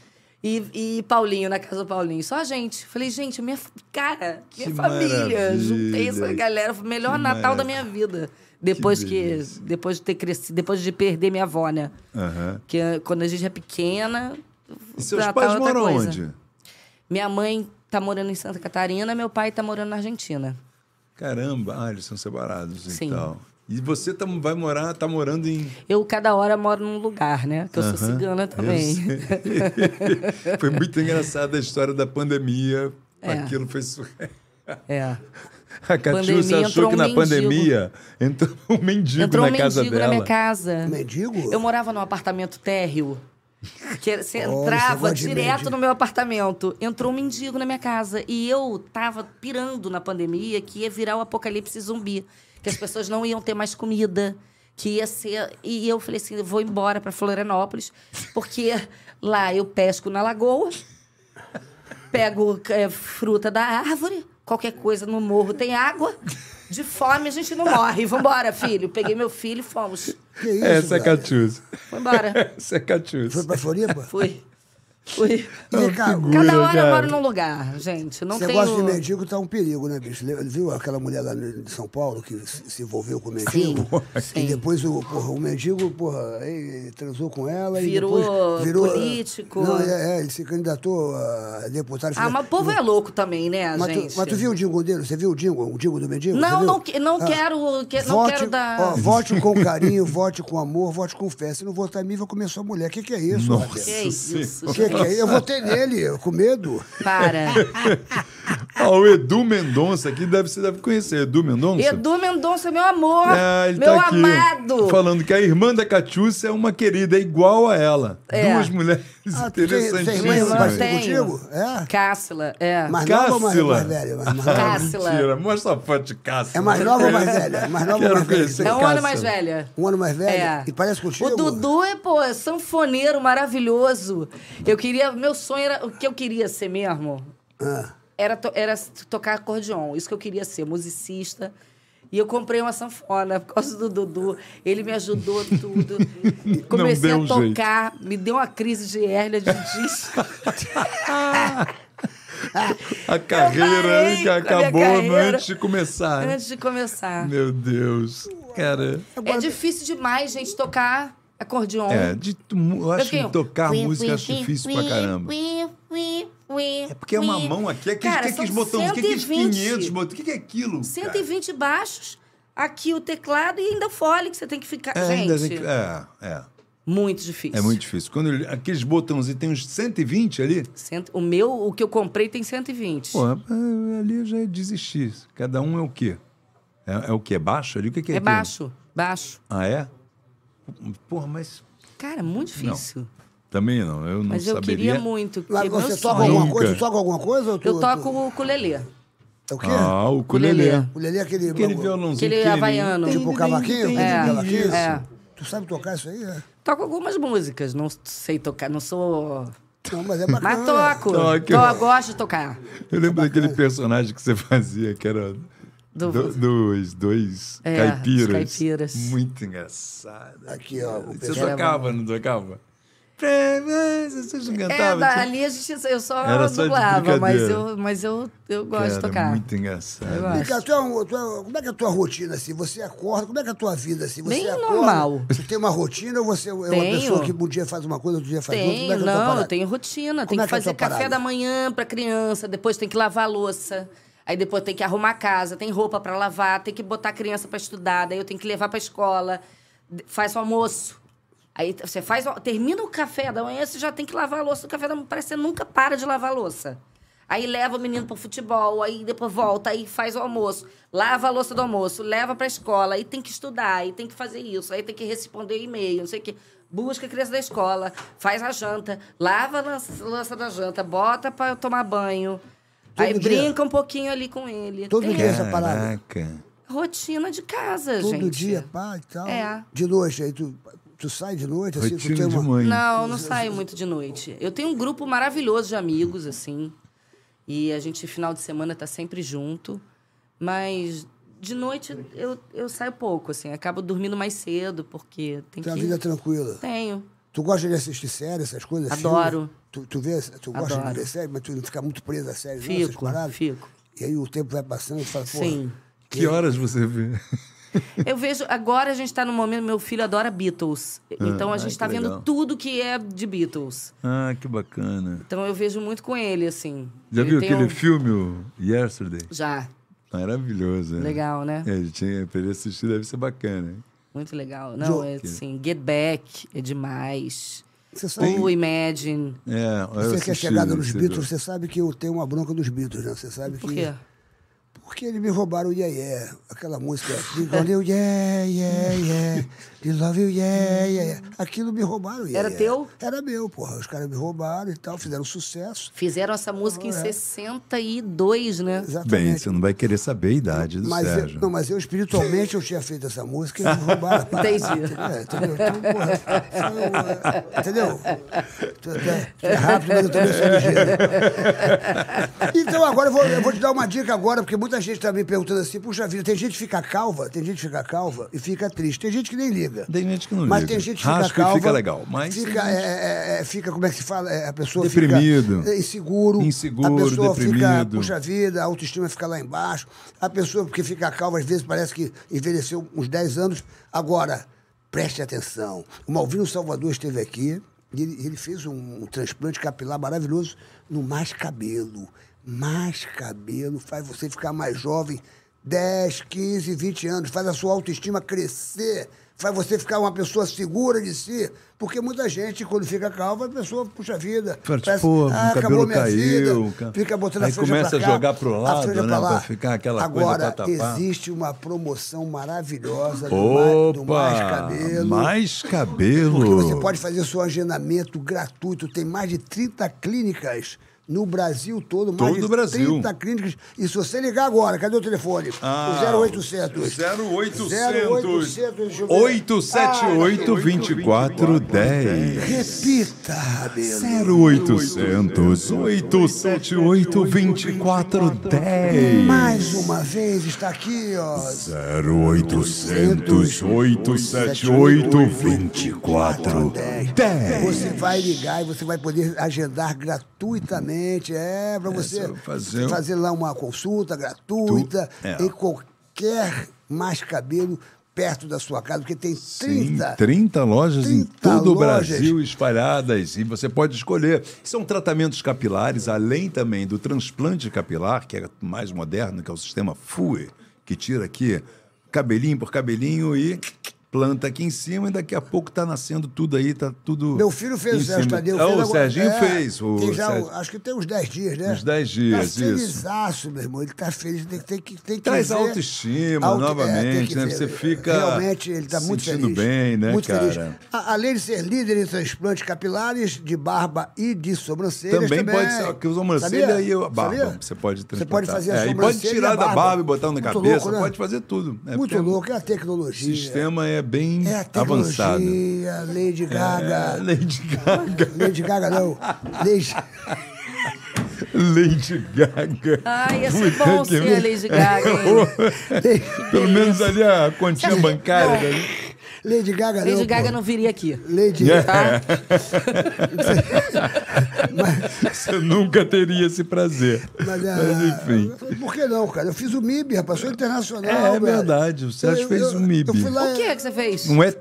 Speaker 6: E, e Paulinho, na casa do Paulinho. Só a gente. Falei, gente, minha. f- Cara, minha
Speaker 4: Que maravilha.
Speaker 6: família. Juntei essa galera. Foi o melhor
Speaker 4: Que
Speaker 6: Natal
Speaker 4: maravilha.
Speaker 6: da minha vida. Depois que.
Speaker 4: delícia.
Speaker 6: Depois de ter crescido, depois de perder minha avó, né?
Speaker 4: Aham.
Speaker 6: Porque ah, quando a gente é pequena.
Speaker 4: E seus
Speaker 6: Natal é
Speaker 4: pais
Speaker 6: outra
Speaker 4: moram
Speaker 6: coisa.
Speaker 4: onde?
Speaker 6: Minha mãe tá morando em Santa Catarina, meu pai tá morando na Argentina.
Speaker 4: Caramba, ah, eles são separados
Speaker 6: Sim.
Speaker 4: e tal. E você tá, vai morar, tá morando
Speaker 6: *laughs*
Speaker 4: em.
Speaker 6: Eu, cada hora, moro num lugar, né? Que eu sou
Speaker 4: Aham,
Speaker 6: cigana
Speaker 4: eu
Speaker 6: também.
Speaker 4: sei. foi muito engraçada a história da pandemia.
Speaker 6: É.
Speaker 4: Aquilo foi surreal.
Speaker 6: *laughs* É.
Speaker 4: *laughs* A Catiúcia
Speaker 6: Pandemia,
Speaker 4: achou
Speaker 6: entrou
Speaker 4: que
Speaker 6: um
Speaker 4: na
Speaker 6: mendigo.
Speaker 4: pandemia entrou um mendigo
Speaker 6: Entrou
Speaker 4: na
Speaker 6: um
Speaker 4: casa
Speaker 6: mendigo
Speaker 4: dela.
Speaker 6: na minha casa.
Speaker 5: Mendigo?
Speaker 6: Eu morava num apartamento térreo. Que era- você
Speaker 5: Olha, esse
Speaker 6: entrava
Speaker 5: negócio de
Speaker 6: direto
Speaker 5: mendigo.
Speaker 6: no meu apartamento. Entrou um mendigo na minha casa. E eu tava pirando na pandemia que ia virar o apocalipse zumbi. Que as pessoas não iam ter mais comida. Que ia ser. E eu falei assim: eu vou embora pra Florianópolis, porque lá eu pesco na lagoa, pego é, fruta da árvore, qualquer coisa no morro tem água. De fome a gente não morre. Vambora, filho. Peguei meu filho e fomos.
Speaker 5: Que isso,
Speaker 4: Essa é a
Speaker 5: cara?
Speaker 4: Catiúcia.
Speaker 6: Foi embora.
Speaker 4: *laughs* Essa é a Catiúcia.
Speaker 5: Foi pra Floripa?
Speaker 6: Fui. Fui.
Speaker 5: Vem cá,
Speaker 6: Cada hora
Speaker 4: cara.
Speaker 6: eu moro num lugar, gente. Não
Speaker 5: Esse
Speaker 6: tenho.
Speaker 5: negócio de mendigo tá um perigo, né, bicho? Ele- Viu aquela mulher lá de São Paulo que se se envolveu com o mendigo?
Speaker 6: sim.
Speaker 5: E depois o, porra, o mendigo, porra, ele transou com ela
Speaker 6: Virou
Speaker 5: e depois virou... ah,
Speaker 6: político.
Speaker 5: Não, é, é, ele se candidatou a deputado.
Speaker 6: Ah, mas o povo é louco também, né,
Speaker 5: Mas
Speaker 6: gente?
Speaker 5: tu, mas tu viu o Dingo dele? Você viu o Dingo? O Dingo do mendigo? Você
Speaker 6: Não,
Speaker 5: viu?
Speaker 6: não, que- não
Speaker 5: Ah.
Speaker 6: quero. que- não
Speaker 5: vote,
Speaker 6: quero dar.
Speaker 5: ó, vote com carinho, vote com amor, vote com fé. Se não votar em mim, vai comer sua mulher. O que, que é isso,
Speaker 4: Nossa.
Speaker 5: Rabelo?
Speaker 6: que isso,
Speaker 5: Que é que
Speaker 6: gente.
Speaker 5: *laughs* é? Eu votei nele, eu com medo.
Speaker 6: Para.
Speaker 4: Ah, o Edu Mendonça aqui deve, você deve conhecer. Edu Mendonça?
Speaker 6: Edu Mendonça, meu amor.
Speaker 4: Ah, ele
Speaker 6: meu
Speaker 4: tá aqui
Speaker 6: amado.
Speaker 4: falando que a irmã da Catiúcia é uma querida, é igual a ela.
Speaker 6: É.
Speaker 4: Duas mulheres
Speaker 5: Ah, tu tem- tem irmã
Speaker 6: irmã,
Speaker 5: mais
Speaker 4: interessantíssimas.
Speaker 6: tem. tenho.
Speaker 5: contigo? É?
Speaker 6: Cássila, é.
Speaker 5: Mais nova ou mais,
Speaker 4: Cássila.
Speaker 5: mais velha? Mais- mais-
Speaker 6: *laughs*
Speaker 4: Ah,
Speaker 6: Cássila.
Speaker 4: mentira, mostra a foto de Cássila.
Speaker 5: É mais nova ou mais velha? É Mais nova
Speaker 4: Quero
Speaker 5: ou mais velha?
Speaker 4: conhecer.
Speaker 6: É um
Speaker 4: Cássila.
Speaker 6: ano mais velha.
Speaker 5: Um ano mais velha?
Speaker 6: É.
Speaker 5: E parece contigo?
Speaker 6: O Dudu é, pô, é sanfoneiro maravilhoso. Eu queria. Meu sonho era. O que eu queria ser mesmo
Speaker 5: Ah.
Speaker 6: era, to- era s- tocar acordeon. Isso que eu queria ser, musicista. E eu comprei uma sanfona por causa do Dudu. Ele me ajudou
Speaker 4: *laughs*
Speaker 6: tudo. Comecei
Speaker 4: deu
Speaker 6: a
Speaker 4: um
Speaker 6: tocar, me deu uma crise de hérnia de
Speaker 4: *laughs*
Speaker 6: disco.
Speaker 4: *laughs* A carreira
Speaker 6: parei
Speaker 4: que
Speaker 6: com a minha
Speaker 4: acabou
Speaker 6: carreira.
Speaker 4: antes de começar.
Speaker 6: antes de começar.
Speaker 4: Meu Deus. Cara.
Speaker 6: É difícil demais, gente, tocar acordeon.
Speaker 4: É, de, eu acho
Speaker 6: fiquei-
Speaker 4: que tocar
Speaker 7: Ui,
Speaker 4: música
Speaker 7: ui,
Speaker 4: eu acho
Speaker 7: ui,
Speaker 4: difícil
Speaker 7: ui,
Speaker 4: pra caramba.
Speaker 7: ui, ui, ui,
Speaker 4: É porque é uma
Speaker 7: ui.
Speaker 4: mão aqui. É que,
Speaker 6: Cara,
Speaker 4: que, que
Speaker 6: são
Speaker 4: os botões? O que, que os
Speaker 6: 120.
Speaker 4: 500 botões? O que, que é aquilo? cara?
Speaker 6: 120 baixos, aqui o teclado e ainda o fole, que você tem que ficar.
Speaker 4: É, ainda
Speaker 6: gente,
Speaker 4: tem que- é, é.
Speaker 6: muito difícil.
Speaker 4: É muito difícil. Quando ele- aqueles botãozinhos tem uns 120 ali,
Speaker 6: Cento- o meu, o que eu comprei, tem 120.
Speaker 4: pô, é- ali eu já desisti. Cada um é o quê? É, é o quê? É baixo ali? O que, que é
Speaker 6: é
Speaker 4: aquilo?
Speaker 6: baixo, baixo.
Speaker 4: Ah, é? Porra, mas
Speaker 6: Cara, é muito difícil.
Speaker 4: também não. Eu não
Speaker 6: Mas eu
Speaker 4: saberia.
Speaker 6: queria muito. Que
Speaker 5: Mas
Speaker 6: meu
Speaker 5: você toca
Speaker 6: sonho.
Speaker 5: alguma
Speaker 4: Nunca.
Speaker 5: coisa? Tu toca alguma coisa? ou tu-
Speaker 6: Eu toco um
Speaker 5: tu-
Speaker 6: o ukulele.
Speaker 5: É o quê?
Speaker 4: Ah, o
Speaker 6: Ukulele.
Speaker 4: ukulele.
Speaker 5: O Lelê é aquele...
Speaker 4: Aquele violãozinho
Speaker 6: Aquele
Speaker 4: pequenininho.
Speaker 6: havaiano.
Speaker 5: Tipo o cavaquinho?
Speaker 6: É,
Speaker 5: o cavaquinho?
Speaker 6: é.
Speaker 5: Tu sabe tocar isso aí? é?
Speaker 6: Toco algumas músicas, não sei tocar, não sou.
Speaker 5: Não, mas é bacana.
Speaker 6: Mas toco.
Speaker 4: Toque.
Speaker 6: Então eu gosto de tocar.
Speaker 4: Eu lembro daquele personagem que você fazia, que era
Speaker 6: Do-
Speaker 4: do- dos dois
Speaker 6: É,
Speaker 4: caipiras.
Speaker 6: dos caipiras.
Speaker 4: Muito engraçado.
Speaker 5: Aqui, ó, o
Speaker 4: Você
Speaker 5: pessoal-
Speaker 4: tocava, não tocava? Você
Speaker 6: É,
Speaker 4: cantava?
Speaker 6: da-
Speaker 4: tinha-
Speaker 6: ali a gente, eu só
Speaker 4: Era só de
Speaker 6: dublava, mas
Speaker 4: brincadeira.
Speaker 6: eu, mas eu, eu gosto de
Speaker 4: Cara, é
Speaker 6: tocar.
Speaker 4: muito
Speaker 6: Eu
Speaker 4: engraçado.
Speaker 6: gosto.
Speaker 5: Vem cá, tu é um- tu é- como é que é a tua rotina assim? Você acorda, como é que é a tua vida assim? Você
Speaker 6: Bem
Speaker 5: acorda,
Speaker 6: normal.
Speaker 5: Tu tem uma rotina ou você é uma
Speaker 6: Tenho.
Speaker 5: pessoa que um dia faz uma coisa, outro dia faz outra? Como
Speaker 6: Tem,
Speaker 5: é que é a tua
Speaker 6: não,
Speaker 5: parada?
Speaker 6: eu tenho rotina.
Speaker 5: Como
Speaker 6: Tem
Speaker 5: é que
Speaker 6: que
Speaker 5: é a tua
Speaker 6: fazer café
Speaker 5: parada?
Speaker 6: da manhã pra criança, depois tem que lavar a louça. Aí depois tem que arrumar a casa, tem roupa pra lavar, tem que botar a criança pra estudar, daí eu tenho que levar pra escola, d- faz o almoço. Aí t- você faz, o- termina o café da manhã, você já tem que lavar a louça do café da manhã, parece que você nunca para de lavar a louça. Aí leva o menino pro futebol, aí depois volta, aí faz o almoço, lava a louça do almoço, leva pra escola, aí tem que estudar, aí tem que fazer isso, aí tem que responder e-mail, não sei o quê. Busca a criança da escola, faz a janta, lava a lança- louça da janta, bota pra tomar banho.
Speaker 5: Todo
Speaker 6: aí
Speaker 5: dia?
Speaker 6: brinca um pouquinho ali com ele.
Speaker 5: Todo
Speaker 6: Tem
Speaker 5: dia
Speaker 6: essa
Speaker 5: essa parada.
Speaker 4: Caraca.
Speaker 6: rotina de casa,
Speaker 5: Todo
Speaker 6: gente.
Speaker 5: dia, pá e tal.
Speaker 6: É.
Speaker 5: De noite, aí tu, tu sai de noite, assim, tu tem
Speaker 4: Rotina de
Speaker 5: uma.
Speaker 4: mãe.
Speaker 6: Não, eu não saio muito de noite. Eu tenho um grupo maravilhoso de amigos, assim. E a gente, final de semana, tá sempre junto. Mas de noite eu, eu saio pouco, assim. Acabo dormindo mais cedo, porque tem
Speaker 5: Tem uma
Speaker 6: que.
Speaker 5: vida tranquila.
Speaker 6: Tenho.
Speaker 5: Tu gosta de assistir séries, essas coisas? filme?
Speaker 6: Adoro.
Speaker 5: Tu, tu, vê, tu gosta de
Speaker 6: Adoro.
Speaker 5: ver séries, mas tu não fica muito preso a séries, não, essas
Speaker 6: Fico,
Speaker 5: paradas?
Speaker 6: fico.
Speaker 5: E aí o tempo vai passando e tu fala, pô,
Speaker 6: Sim.
Speaker 4: Que horas você vê? *laughs*
Speaker 6: Eu vejo, agora a gente tá no momento, meu filho adora Beatles. Então a
Speaker 4: Ah, ai,
Speaker 6: gente
Speaker 4: que
Speaker 6: tá vendo
Speaker 4: legal.
Speaker 6: tudo que é de Beatles.
Speaker 4: Ah, que bacana.
Speaker 6: Então eu vejo muito com ele, assim.
Speaker 4: Já
Speaker 6: Ele
Speaker 4: viu
Speaker 6: tem
Speaker 4: aquele
Speaker 6: um-
Speaker 4: filme, o Yesterday?
Speaker 6: Já.
Speaker 4: Maravilhoso, né?
Speaker 6: Legal, né?
Speaker 4: É, tinha, pra ele assistir deve ser bacana.
Speaker 6: Muito legal. Não, é assim, Get Back é demais.
Speaker 5: Você sabe,
Speaker 6: O Imagine.
Speaker 4: É,
Speaker 5: você que é chegada nos Beatles, você sabe que eu tenho uma bronca dos Beatles, né? Você sabe
Speaker 6: Por
Speaker 5: que.
Speaker 6: quê?
Speaker 5: Porque eles me roubaram o Yeah Yeah, aquela música. "We Love You Yeah Yeah Yeah, We Love You Yeah Yeah Yeah. Aquilo me roubaram o yeah,
Speaker 6: Era
Speaker 5: Yeah.
Speaker 6: teu?
Speaker 5: Era meu, porra. Os caras me roubaram e tal, fizeram sucesso.
Speaker 6: Fizeram essa música em 62, né?
Speaker 5: Exatamente.
Speaker 4: Bem, você não vai querer saber a idade do
Speaker 5: Tá mas eu,
Speaker 4: Sérgio.
Speaker 5: não, mas eu espiritualmente eu tinha feito essa música e eles me roubaram. a parada.
Speaker 6: Entendi.
Speaker 5: É, entendeu? Então, porra, foi, é, entendeu? Tu- tu- tu é rápido, mas eu também sou ligeiro. Então agora eu vou, eu vou te dar uma dica agora, porque muita gente está me perguntando assim, puxa vida, tem gente que fica calva, tem gente que fica calva e fica triste. Tem gente que nem liga.
Speaker 4: Tem gente que não
Speaker 5: Mas
Speaker 4: liga.
Speaker 5: tem gente que
Speaker 4: Raspa
Speaker 5: fica
Speaker 4: e
Speaker 5: calva.
Speaker 4: fica legal, mas tem
Speaker 5: Fica,
Speaker 4: gente-
Speaker 5: é, é, é, fica, como é que se fala? É, A pessoa
Speaker 4: Deprimido.
Speaker 5: fica é, inseguro.
Speaker 4: Inseguro,
Speaker 5: A pessoa fica,
Speaker 4: deprimido.
Speaker 5: puxa vida, a autoestima fica lá embaixo. A pessoa porque fica calva, às vezes parece que envelheceu uns 10 anos. Agora, preste atenção. O Malvino Salvador esteve aqui e ele, ele fez um, transplante capilar maravilhoso no mais cabelo. Mais cabelo faz você ficar mais jovem. 10, 15, 20 anos, faz a sua autoestima crescer, faz você ficar uma pessoa segura de si. Porque muita gente, quando fica calva, a pessoa, puxa vida,
Speaker 4: Fala, tipo,
Speaker 5: ah,
Speaker 4: o cabelo caiu, ca-
Speaker 5: fica botando
Speaker 4: aí
Speaker 5: a franja
Speaker 4: começa
Speaker 5: pra
Speaker 4: a
Speaker 5: cá,
Speaker 4: jogar pro lado,
Speaker 5: a franja
Speaker 4: né,
Speaker 5: pra lá.
Speaker 4: pra ficar aquela coisa
Speaker 5: Agora,
Speaker 4: pra tapar.
Speaker 5: existe uma promoção maravilhosa do, Ma- do Mais
Speaker 4: Opa!
Speaker 5: Cabelo.
Speaker 4: Mais cabelo.
Speaker 5: Porque você pode fazer o seu agendamento gratuito. Tem mais de 30 clínicas no Brasil todo. Mais
Speaker 4: Todo
Speaker 5: de
Speaker 4: o Brasil.
Speaker 5: 30 clínicas. E se você ligar agora, cadê o telefone?
Speaker 4: Ah,
Speaker 5: o 0800.
Speaker 4: 0800.
Speaker 5: 0800. deixa eu ver.
Speaker 4: 878 2410.
Speaker 5: Repita, Rabelo.
Speaker 4: 0800 878 2410.
Speaker 5: Mais uma vez está aqui, ó.
Speaker 4: 0800 878 2410.
Speaker 5: Você vai ligar e você vai poder agendar gratuitamente. É, para você
Speaker 4: só fazer um-
Speaker 5: fazer lá uma consulta gratuita
Speaker 4: Tu- é.
Speaker 5: em qualquer mais cabelo perto da sua casa, porque tem 30.
Speaker 4: Sim, 30 lojas em
Speaker 5: 30
Speaker 4: todo o
Speaker 5: lojas.
Speaker 4: Brasil espalhadas e você pode escolher. São tratamentos capilares, além também do transplante capilar, que é mais moderno, que é o sistema FUE, que tira aqui cabelinho por cabelinho e planta aqui em cima e daqui a pouco está nascendo tudo aí, tá tudo
Speaker 5: Meu filho fez
Speaker 4: em
Speaker 5: o Sérgio
Speaker 4: cima.
Speaker 5: Tadeu.
Speaker 4: Ah,
Speaker 5: fez
Speaker 4: o
Speaker 5: agora-
Speaker 4: Serginho
Speaker 5: é,
Speaker 4: fez. O
Speaker 5: tem já
Speaker 4: Sérgio-
Speaker 5: um- acho que tem uns 10 dias, né?
Speaker 4: Uns 10 dias,
Speaker 5: tá
Speaker 4: isso.
Speaker 5: felizaço, meu irmão. Ele tá feliz, tem, tem que tem que
Speaker 4: Traz
Speaker 5: ver-
Speaker 4: autoestima
Speaker 5: Auto- é, tem
Speaker 4: novamente,
Speaker 5: que
Speaker 4: né?
Speaker 5: ver-
Speaker 4: Você fica
Speaker 5: Realmente, ele tá muito
Speaker 4: sentindo
Speaker 5: feliz.
Speaker 4: bem, né,
Speaker 5: muito Feliz.
Speaker 4: cara?
Speaker 5: A- além de ser líder em transplantes capilares, de barba e de sobrancelhas
Speaker 4: Também,
Speaker 5: também.
Speaker 4: pode ser que os sobrancelha
Speaker 5: Sabia?
Speaker 4: e a barba.
Speaker 5: Sabia?
Speaker 4: Você pode
Speaker 5: Você pode
Speaker 4: transplantar.
Speaker 5: fazer a
Speaker 4: é, e
Speaker 5: sobrancelha
Speaker 4: pode tirar
Speaker 5: e a
Speaker 4: da
Speaker 5: barba.
Speaker 4: barba e botar na
Speaker 5: Muito
Speaker 4: cabeça.
Speaker 5: louco, né?
Speaker 4: Pode fazer tudo. É, porque
Speaker 5: Muito louco, é a
Speaker 4: O
Speaker 5: tecnologia.
Speaker 4: sistema é bem
Speaker 5: é a tecnologia,
Speaker 4: avançado.
Speaker 5: Lady Gaga.
Speaker 4: É, Lady
Speaker 5: *laughs*
Speaker 4: Gaga.
Speaker 5: Lady Gaga não. Lady...
Speaker 4: Lady Gaga.
Speaker 6: Ai, ia ser bom
Speaker 4: Puta que
Speaker 6: ser a Lady Gaga, hein?
Speaker 4: *laughs* Pelo menos ali a continha bancária. né?
Speaker 5: Lady Gaga não.
Speaker 6: Lady Gaga
Speaker 5: pô.
Speaker 6: não viria aqui.
Speaker 5: Lady
Speaker 4: É.
Speaker 6: *laughs* Tá?
Speaker 4: Você nunca teria esse prazer.
Speaker 5: Mas,
Speaker 4: Mas,
Speaker 5: ah,
Speaker 4: enfim.
Speaker 5: Por que não, cara? Eu fiz o MIB, rapaz, sou internacional.
Speaker 4: É, é
Speaker 5: velho.
Speaker 4: verdade, o Sérgio fez um o MIB.
Speaker 5: Eu fui lá,
Speaker 6: O que é que você fez?
Speaker 4: Um ET.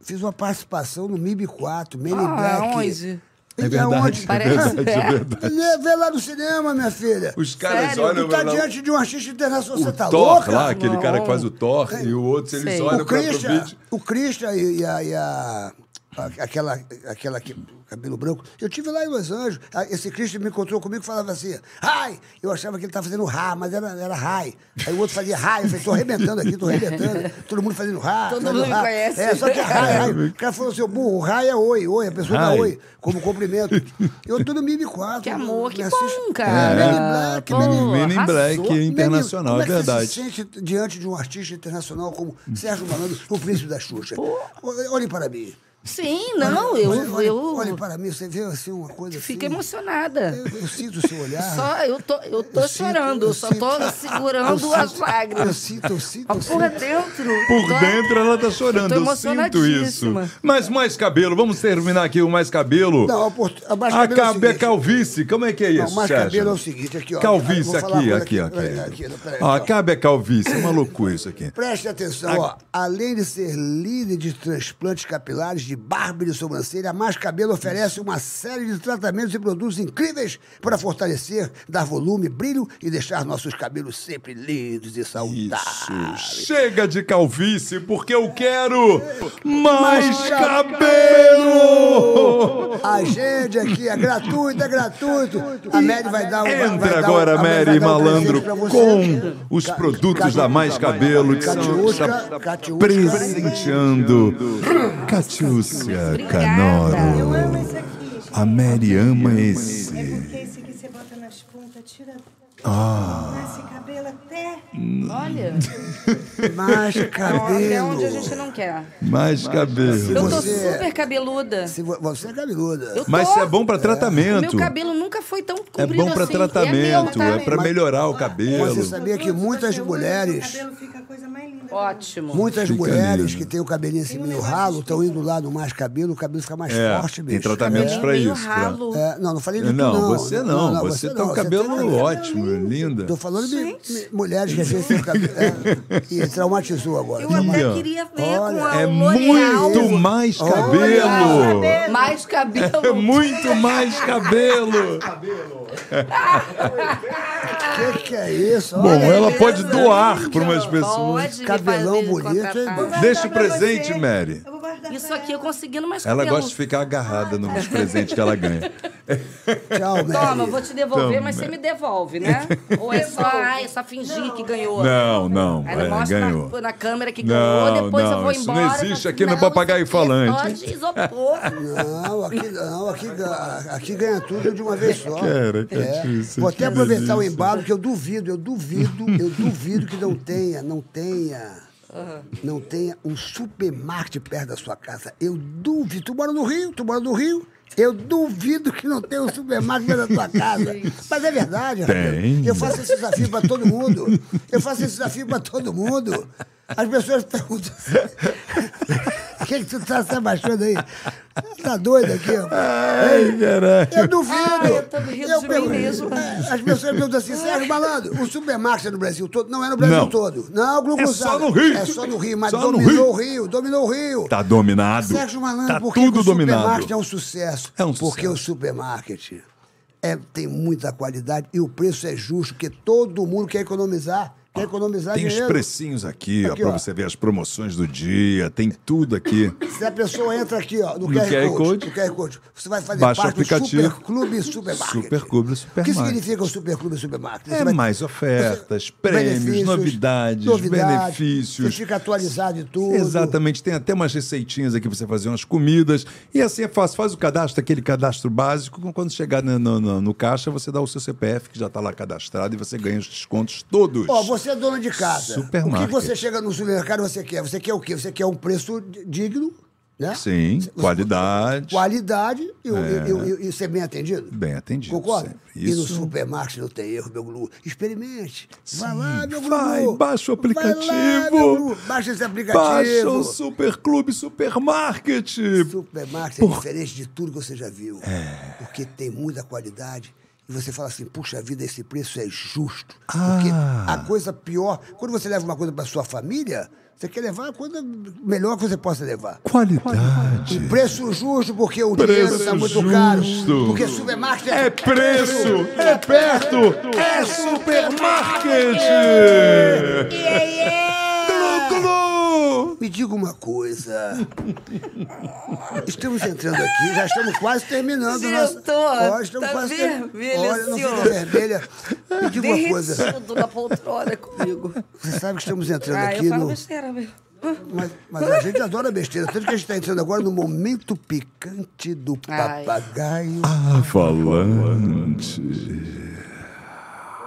Speaker 5: fiz uma participação no MIB 4, Men in
Speaker 6: Ah,
Speaker 5: Black.
Speaker 6: onde?
Speaker 5: E
Speaker 4: É verdade.
Speaker 5: aonde?
Speaker 4: É
Speaker 6: Parece-
Speaker 4: verdade, é verdade.
Speaker 5: Lê- Vê lá no cinema, minha filha.
Speaker 4: Os caras
Speaker 6: Sério?
Speaker 4: olham
Speaker 5: Tu tá
Speaker 4: lá-
Speaker 5: diante de um artista internacional,
Speaker 4: o
Speaker 5: você tá
Speaker 4: Thor
Speaker 5: louca?
Speaker 4: lá, aquele cara que
Speaker 6: Não.
Speaker 4: faz o Thor, e o outro, eles
Speaker 6: Sei.
Speaker 4: olham
Speaker 5: o
Speaker 4: pra
Speaker 5: Christian,
Speaker 4: pro vídeo.
Speaker 5: o Christian e, e a, e a- a- aquela, aquela que, cabelo branco. Eu tive lá em Los Angeles. a- Esse Christian me encontrou comigo e falava assim, hi! Eu achava que ele estava fazendo ra, mas era, era hi. Aí o outro fazia hi. Eu falei, tô arrebentando aqui, tô arrebentando. Todo mundo fazendo ra.
Speaker 6: Todo
Speaker 5: fazendo
Speaker 6: mundo me
Speaker 5: ra.
Speaker 6: conhece.
Speaker 5: É, só que é ra, ra. O cara falou assim, burro, ra é oi, oi. A pessoa dá
Speaker 4: Hi.
Speaker 5: oi, como cumprimento. Eu tô no MIB 4.
Speaker 6: Que amor, que
Speaker 5: me
Speaker 6: bom,
Speaker 5: assiste-
Speaker 6: cara.
Speaker 5: Men in Black, Men in
Speaker 6: Pô,
Speaker 4: Men in Black
Speaker 6: arrasou.
Speaker 4: É internacional,
Speaker 5: Como
Speaker 4: é
Speaker 5: é que
Speaker 4: verdade.
Speaker 5: Você se sente diante de um artista internacional como Sérgio Malandro, o príncipe da Xuxa. Olhe olhe para mim.
Speaker 6: Sim, não, eu,
Speaker 5: Olhe- olhe,
Speaker 6: eu
Speaker 5: olhe para mim, você vê assim uma coisa
Speaker 6: fico
Speaker 5: assim.
Speaker 6: emocionada.
Speaker 5: Eu, eu sinto o seu olhar.
Speaker 6: Só, eu tô, eu tô
Speaker 5: Eu sinto-
Speaker 6: chorando,
Speaker 5: eu
Speaker 6: eu só
Speaker 5: sinto-
Speaker 6: tô
Speaker 5: eu
Speaker 6: segurando
Speaker 5: sinto-
Speaker 6: as lágrimas.
Speaker 5: Eu sinto, eu sinto.
Speaker 6: A
Speaker 5: eu
Speaker 6: porra
Speaker 5: sinto.
Speaker 6: dentro.
Speaker 4: Por
Speaker 6: Tô-
Speaker 4: dentro ela tá chorando,
Speaker 6: tô
Speaker 4: eu sinto isso.
Speaker 6: emocionadíssima.
Speaker 4: Mas mais cabelo, vamos terminar aqui o mais cabelo.
Speaker 5: Não, a por- a mais
Speaker 4: a
Speaker 5: cabelo é o
Speaker 4: cabe-
Speaker 5: seguinte.
Speaker 4: calvície, como é que é isso?
Speaker 5: Não, mais
Speaker 4: Sérgio?
Speaker 5: cabelo é o seguinte, aqui, ó. Eu
Speaker 4: Calvície,
Speaker 5: vou falar
Speaker 4: aqui,
Speaker 5: uma
Speaker 4: aqui,
Speaker 5: coisa
Speaker 4: aqui.
Speaker 5: Peraí, aqui, peraí,
Speaker 4: Ó,
Speaker 5: ó.
Speaker 4: a cabe é calvície, é uma loucura isso aqui.
Speaker 5: Preste atenção, ó. Além de ser líder de transplantes capilares de barba e de sobrancelha, a Mais Cabelo oferece uma série de tratamentos e produtos incríveis para fortalecer, dar volume, brilho e deixar nossos cabelos sempre lindos e saudáveis.
Speaker 4: Chega de calvície, porque eu quero mais cabelo!
Speaker 5: Agende aqui, é gratuito, é gratuito. A Mary vai dar um. vai
Speaker 4: Entra
Speaker 5: dar um-
Speaker 4: agora,
Speaker 5: a Mary vai
Speaker 4: Mary
Speaker 5: dar um
Speaker 4: Malandro,
Speaker 5: presente pra você.
Speaker 4: com os produtos da Mais Cabelo, que são
Speaker 5: Catiusca,
Speaker 4: está
Speaker 5: Catiusca.
Speaker 4: presenteando Catiúcia Canoro. A Mary ama esse.
Speaker 9: Porque esse aqui você bota nas pontas, tira.
Speaker 5: Ah.
Speaker 9: Nasce cabelo até.
Speaker 6: Olha,
Speaker 5: Mais
Speaker 6: até é onde a
Speaker 5: cabelo.
Speaker 6: gente não quer.
Speaker 4: Mais
Speaker 6: Eu
Speaker 4: cabelo.
Speaker 6: tô
Speaker 5: Você- é
Speaker 6: super cabeluda.
Speaker 5: Se vo- Você é cabeluda.
Speaker 6: Eu
Speaker 4: Mas
Speaker 6: tô.
Speaker 4: isso é bom pra tratamento.
Speaker 6: Meu cabelo nunca foi tão comprido
Speaker 4: É bom pra
Speaker 6: assim.
Speaker 4: tratamento,
Speaker 6: meu, tá?
Speaker 4: é pra melhorar o
Speaker 5: Você
Speaker 4: cabelo.
Speaker 5: sabia que muitas
Speaker 9: Você usa,
Speaker 5: mulheres.
Speaker 9: O cabelo fica a coisa mais linda
Speaker 6: Ótimo.
Speaker 5: Muitas
Speaker 4: Fica
Speaker 5: mulheres
Speaker 4: ali, né?
Speaker 5: que têm o cabelinho assim meio ralo estão indo lá no mais cabelo, o cabelo fica mais
Speaker 4: É,
Speaker 5: forte,
Speaker 4: tem
Speaker 5: bicho.
Speaker 4: tratamentos pra
Speaker 6: Meio
Speaker 4: isso. pra-
Speaker 6: ralo.
Speaker 5: É, não, não falei de
Speaker 4: Não,
Speaker 5: tudo, não.
Speaker 4: você não. você tem um
Speaker 5: tá
Speaker 4: cabelo ótimo, linda.
Speaker 5: Tô falando de de mulheres que às vezes têm o cabelo. é, e traumatizou agora.
Speaker 6: Eu até
Speaker 4: Olha.
Speaker 6: queria ver com a
Speaker 4: É
Speaker 6: L'Oreal.
Speaker 4: muito mais cabelo!
Speaker 5: É.
Speaker 6: Mais cabelo.
Speaker 4: É muito mais cabelo!
Speaker 5: O que, que é isso?
Speaker 4: Bom,
Speaker 5: Olha,
Speaker 4: ela pode doar para umas pessoas.
Speaker 6: Pode me
Speaker 5: Cabelão
Speaker 6: fazer
Speaker 5: bonito, hein,
Speaker 6: contratar.
Speaker 5: bicho?
Speaker 4: Deixa o presente, Mary.
Speaker 9: Eu vou guardar
Speaker 6: Isso
Speaker 9: pra
Speaker 6: aqui eu
Speaker 9: ela.
Speaker 6: conseguindo mais
Speaker 4: Ela
Speaker 6: cabelo.
Speaker 4: gosta de ficar
Speaker 6: Ah,
Speaker 4: agarrada
Speaker 6: tá.
Speaker 4: nos presentes que ela
Speaker 6: *laughs*
Speaker 4: ganha.
Speaker 5: Tchau, Mary.
Speaker 6: Toma, eu vou te devolver,
Speaker 4: Toma.
Speaker 6: mas você me
Speaker 4: *laughs*
Speaker 6: devolve, né? Ou é só, ai, é só fingir que ganhou.
Speaker 4: Não, não,
Speaker 6: Aí ela
Speaker 4: é,
Speaker 6: mostra
Speaker 4: ganhou.
Speaker 6: na, na câmera que
Speaker 4: Não,
Speaker 6: ganhou, depois
Speaker 4: não,
Speaker 6: eu vou
Speaker 4: isso não
Speaker 6: embora.
Speaker 4: existe
Speaker 6: falo,
Speaker 4: aqui no
Speaker 6: "Não,
Speaker 4: Papagaio
Speaker 6: isso aqui é
Speaker 4: Falante."
Speaker 6: Só de isopor.
Speaker 5: Não, aqui não, aqui, ga- aqui ganha tudo de uma vez só.
Speaker 4: Cara, que é
Speaker 5: É.
Speaker 4: difícil,
Speaker 5: Vou até
Speaker 4: que
Speaker 5: aproveitar o
Speaker 4: delícia.
Speaker 5: embalo, que eu duvido, eu duvido,
Speaker 4: *laughs*
Speaker 5: eu duvido que não tenha, não tenha. Não tenha um supermarket perto da sua casa. Eu duvido. Tu mora no Rio, tu mora no Rio. Eu duvido que não tenha um supermarket perto da sua casa. Mas é verdade, Rafael.
Speaker 4: Tem.
Speaker 5: Eu faço esse desafio pra todo mundo. Eu faço esse desafio pra todo mundo. As pessoas perguntam assim, *laughs* o que, que tu tá se abaixando aí? Tá doido aqui, ó.
Speaker 4: Ai, caralho. *laughs*
Speaker 5: Eu duvido.
Speaker 6: Ah, eu tô rindo de mim
Speaker 5: pergunto-
Speaker 6: mesmo.
Speaker 5: É, As pessoas perguntam assim, Sérgio Malandro, o supermarket é no Brasil todo? Não é no Brasil
Speaker 4: Não.
Speaker 5: todo. Não, o Globo
Speaker 4: É
Speaker 5: sabe.
Speaker 4: só no Rio.
Speaker 5: É só no Rio, mas
Speaker 4: Só no
Speaker 5: dominou o
Speaker 4: Rio.
Speaker 5: Rio, dominou o Rio.
Speaker 4: Tá dominado.
Speaker 5: Sérgio Malandro,
Speaker 4: tá
Speaker 5: por que que
Speaker 4: tudo
Speaker 5: o supermarket é
Speaker 4: dominado.
Speaker 5: um sucesso?
Speaker 4: É um
Speaker 5: porque
Speaker 4: sucesso.
Speaker 5: o supermarket é, tem muita qualidade e o preço é justo, porque todo mundo quer economizar. Quer economizar
Speaker 4: Ah, Tem os
Speaker 5: dinheiro.
Speaker 4: precinhos aqui, ó,
Speaker 5: um Aqui,
Speaker 4: pra
Speaker 5: ó.
Speaker 4: você ver as promoções do dia, tem tudo aqui.
Speaker 5: Se a pessoa entra aqui, ó, no,
Speaker 4: No
Speaker 5: QR,
Speaker 4: QR
Speaker 5: Code,
Speaker 4: Code.
Speaker 5: no QR Code, você vai fazer
Speaker 4: Baixa o
Speaker 5: parte do
Speaker 4: aplicativo.
Speaker 5: Superclube Supermarket.
Speaker 4: Superclube
Speaker 5: O que
Speaker 4: Supermarket.
Speaker 5: significa o Superclube Supermarket? Você
Speaker 4: É
Speaker 5: vai-
Speaker 4: mais ofertas, prêmios,
Speaker 5: benefícios,
Speaker 4: novidades,
Speaker 5: novidades,
Speaker 4: benefícios.
Speaker 5: Você fica atualizado e tudo.
Speaker 4: Exatamente, tem até umas receitinhas aqui pra você fazer umas comidas. E assim é fácil, faz o cadastro, aquele cadastro básico. Quando chegar no, no- no- no caixa, você dá o seu CPF, que já tá lá cadastrado, e você ganha os descontos todos.
Speaker 5: Ó, você é dona de casa. O
Speaker 4: Supermarket.
Speaker 5: que você chega no supermercado você quer? Você quer o quê? Você quer um preço di- digno, né?
Speaker 4: Sim,
Speaker 5: Você-
Speaker 4: qualidade. É.
Speaker 5: Qualidade e, o- e- e- e- e ser bem atendido?
Speaker 4: Bem atendido,
Speaker 5: Concorda?
Speaker 4: sempre.
Speaker 5: E no
Speaker 4: Isso.
Speaker 5: supermarket não tem erro, meu Glu. Experimente. vai
Speaker 4: Sim,
Speaker 5: lá, meu Glu.
Speaker 4: vai, baixa o
Speaker 5: Vai lá,
Speaker 4: aplicativo.
Speaker 5: meu Glu. Baixa esse aplicativo.
Speaker 4: Baixa o Superclube Supermarket.
Speaker 5: Supermarket é diferente de tudo que você já viu.
Speaker 4: É.
Speaker 5: Porque tem muita qualidade. E você fala assim, puxa vida, esse preço é justo. Porque
Speaker 4: Ah.
Speaker 5: a coisa pior, quando você leva uma coisa para sua família, você quer levar a coisa melhor que você possa levar.
Speaker 4: Qualidade.
Speaker 5: Um preço justo, porque o dinheiro
Speaker 4: Preço
Speaker 5: está muito caro.
Speaker 4: justo.
Speaker 5: Porque supermarket
Speaker 4: É preço, é perto, é
Speaker 5: É.
Speaker 4: supermarket!
Speaker 6: é
Speaker 4: Glu, glu!
Speaker 5: Me diga uma coisa. Estamos entrando aqui, já estamos quase terminando. nossa-
Speaker 6: Gente, tô,
Speaker 5: Ó, estamos
Speaker 6: tá
Speaker 5: quase ter-
Speaker 6: vermelha,
Speaker 5: Olha, não fica
Speaker 6: senhor.
Speaker 5: vermelha. Me diga *laughs* uma coisa.
Speaker 6: Derretido na poltrona comigo.
Speaker 5: Você sabe que estamos entrando
Speaker 6: Ah,
Speaker 5: aqui
Speaker 6: eu falo
Speaker 5: no.
Speaker 6: besteira mesmo.
Speaker 5: Mas, mas a gente adora besteira. Tanto que a gente está entrando agora no momento picante do
Speaker 6: Ai.
Speaker 5: papagaio.
Speaker 4: Ah, falante.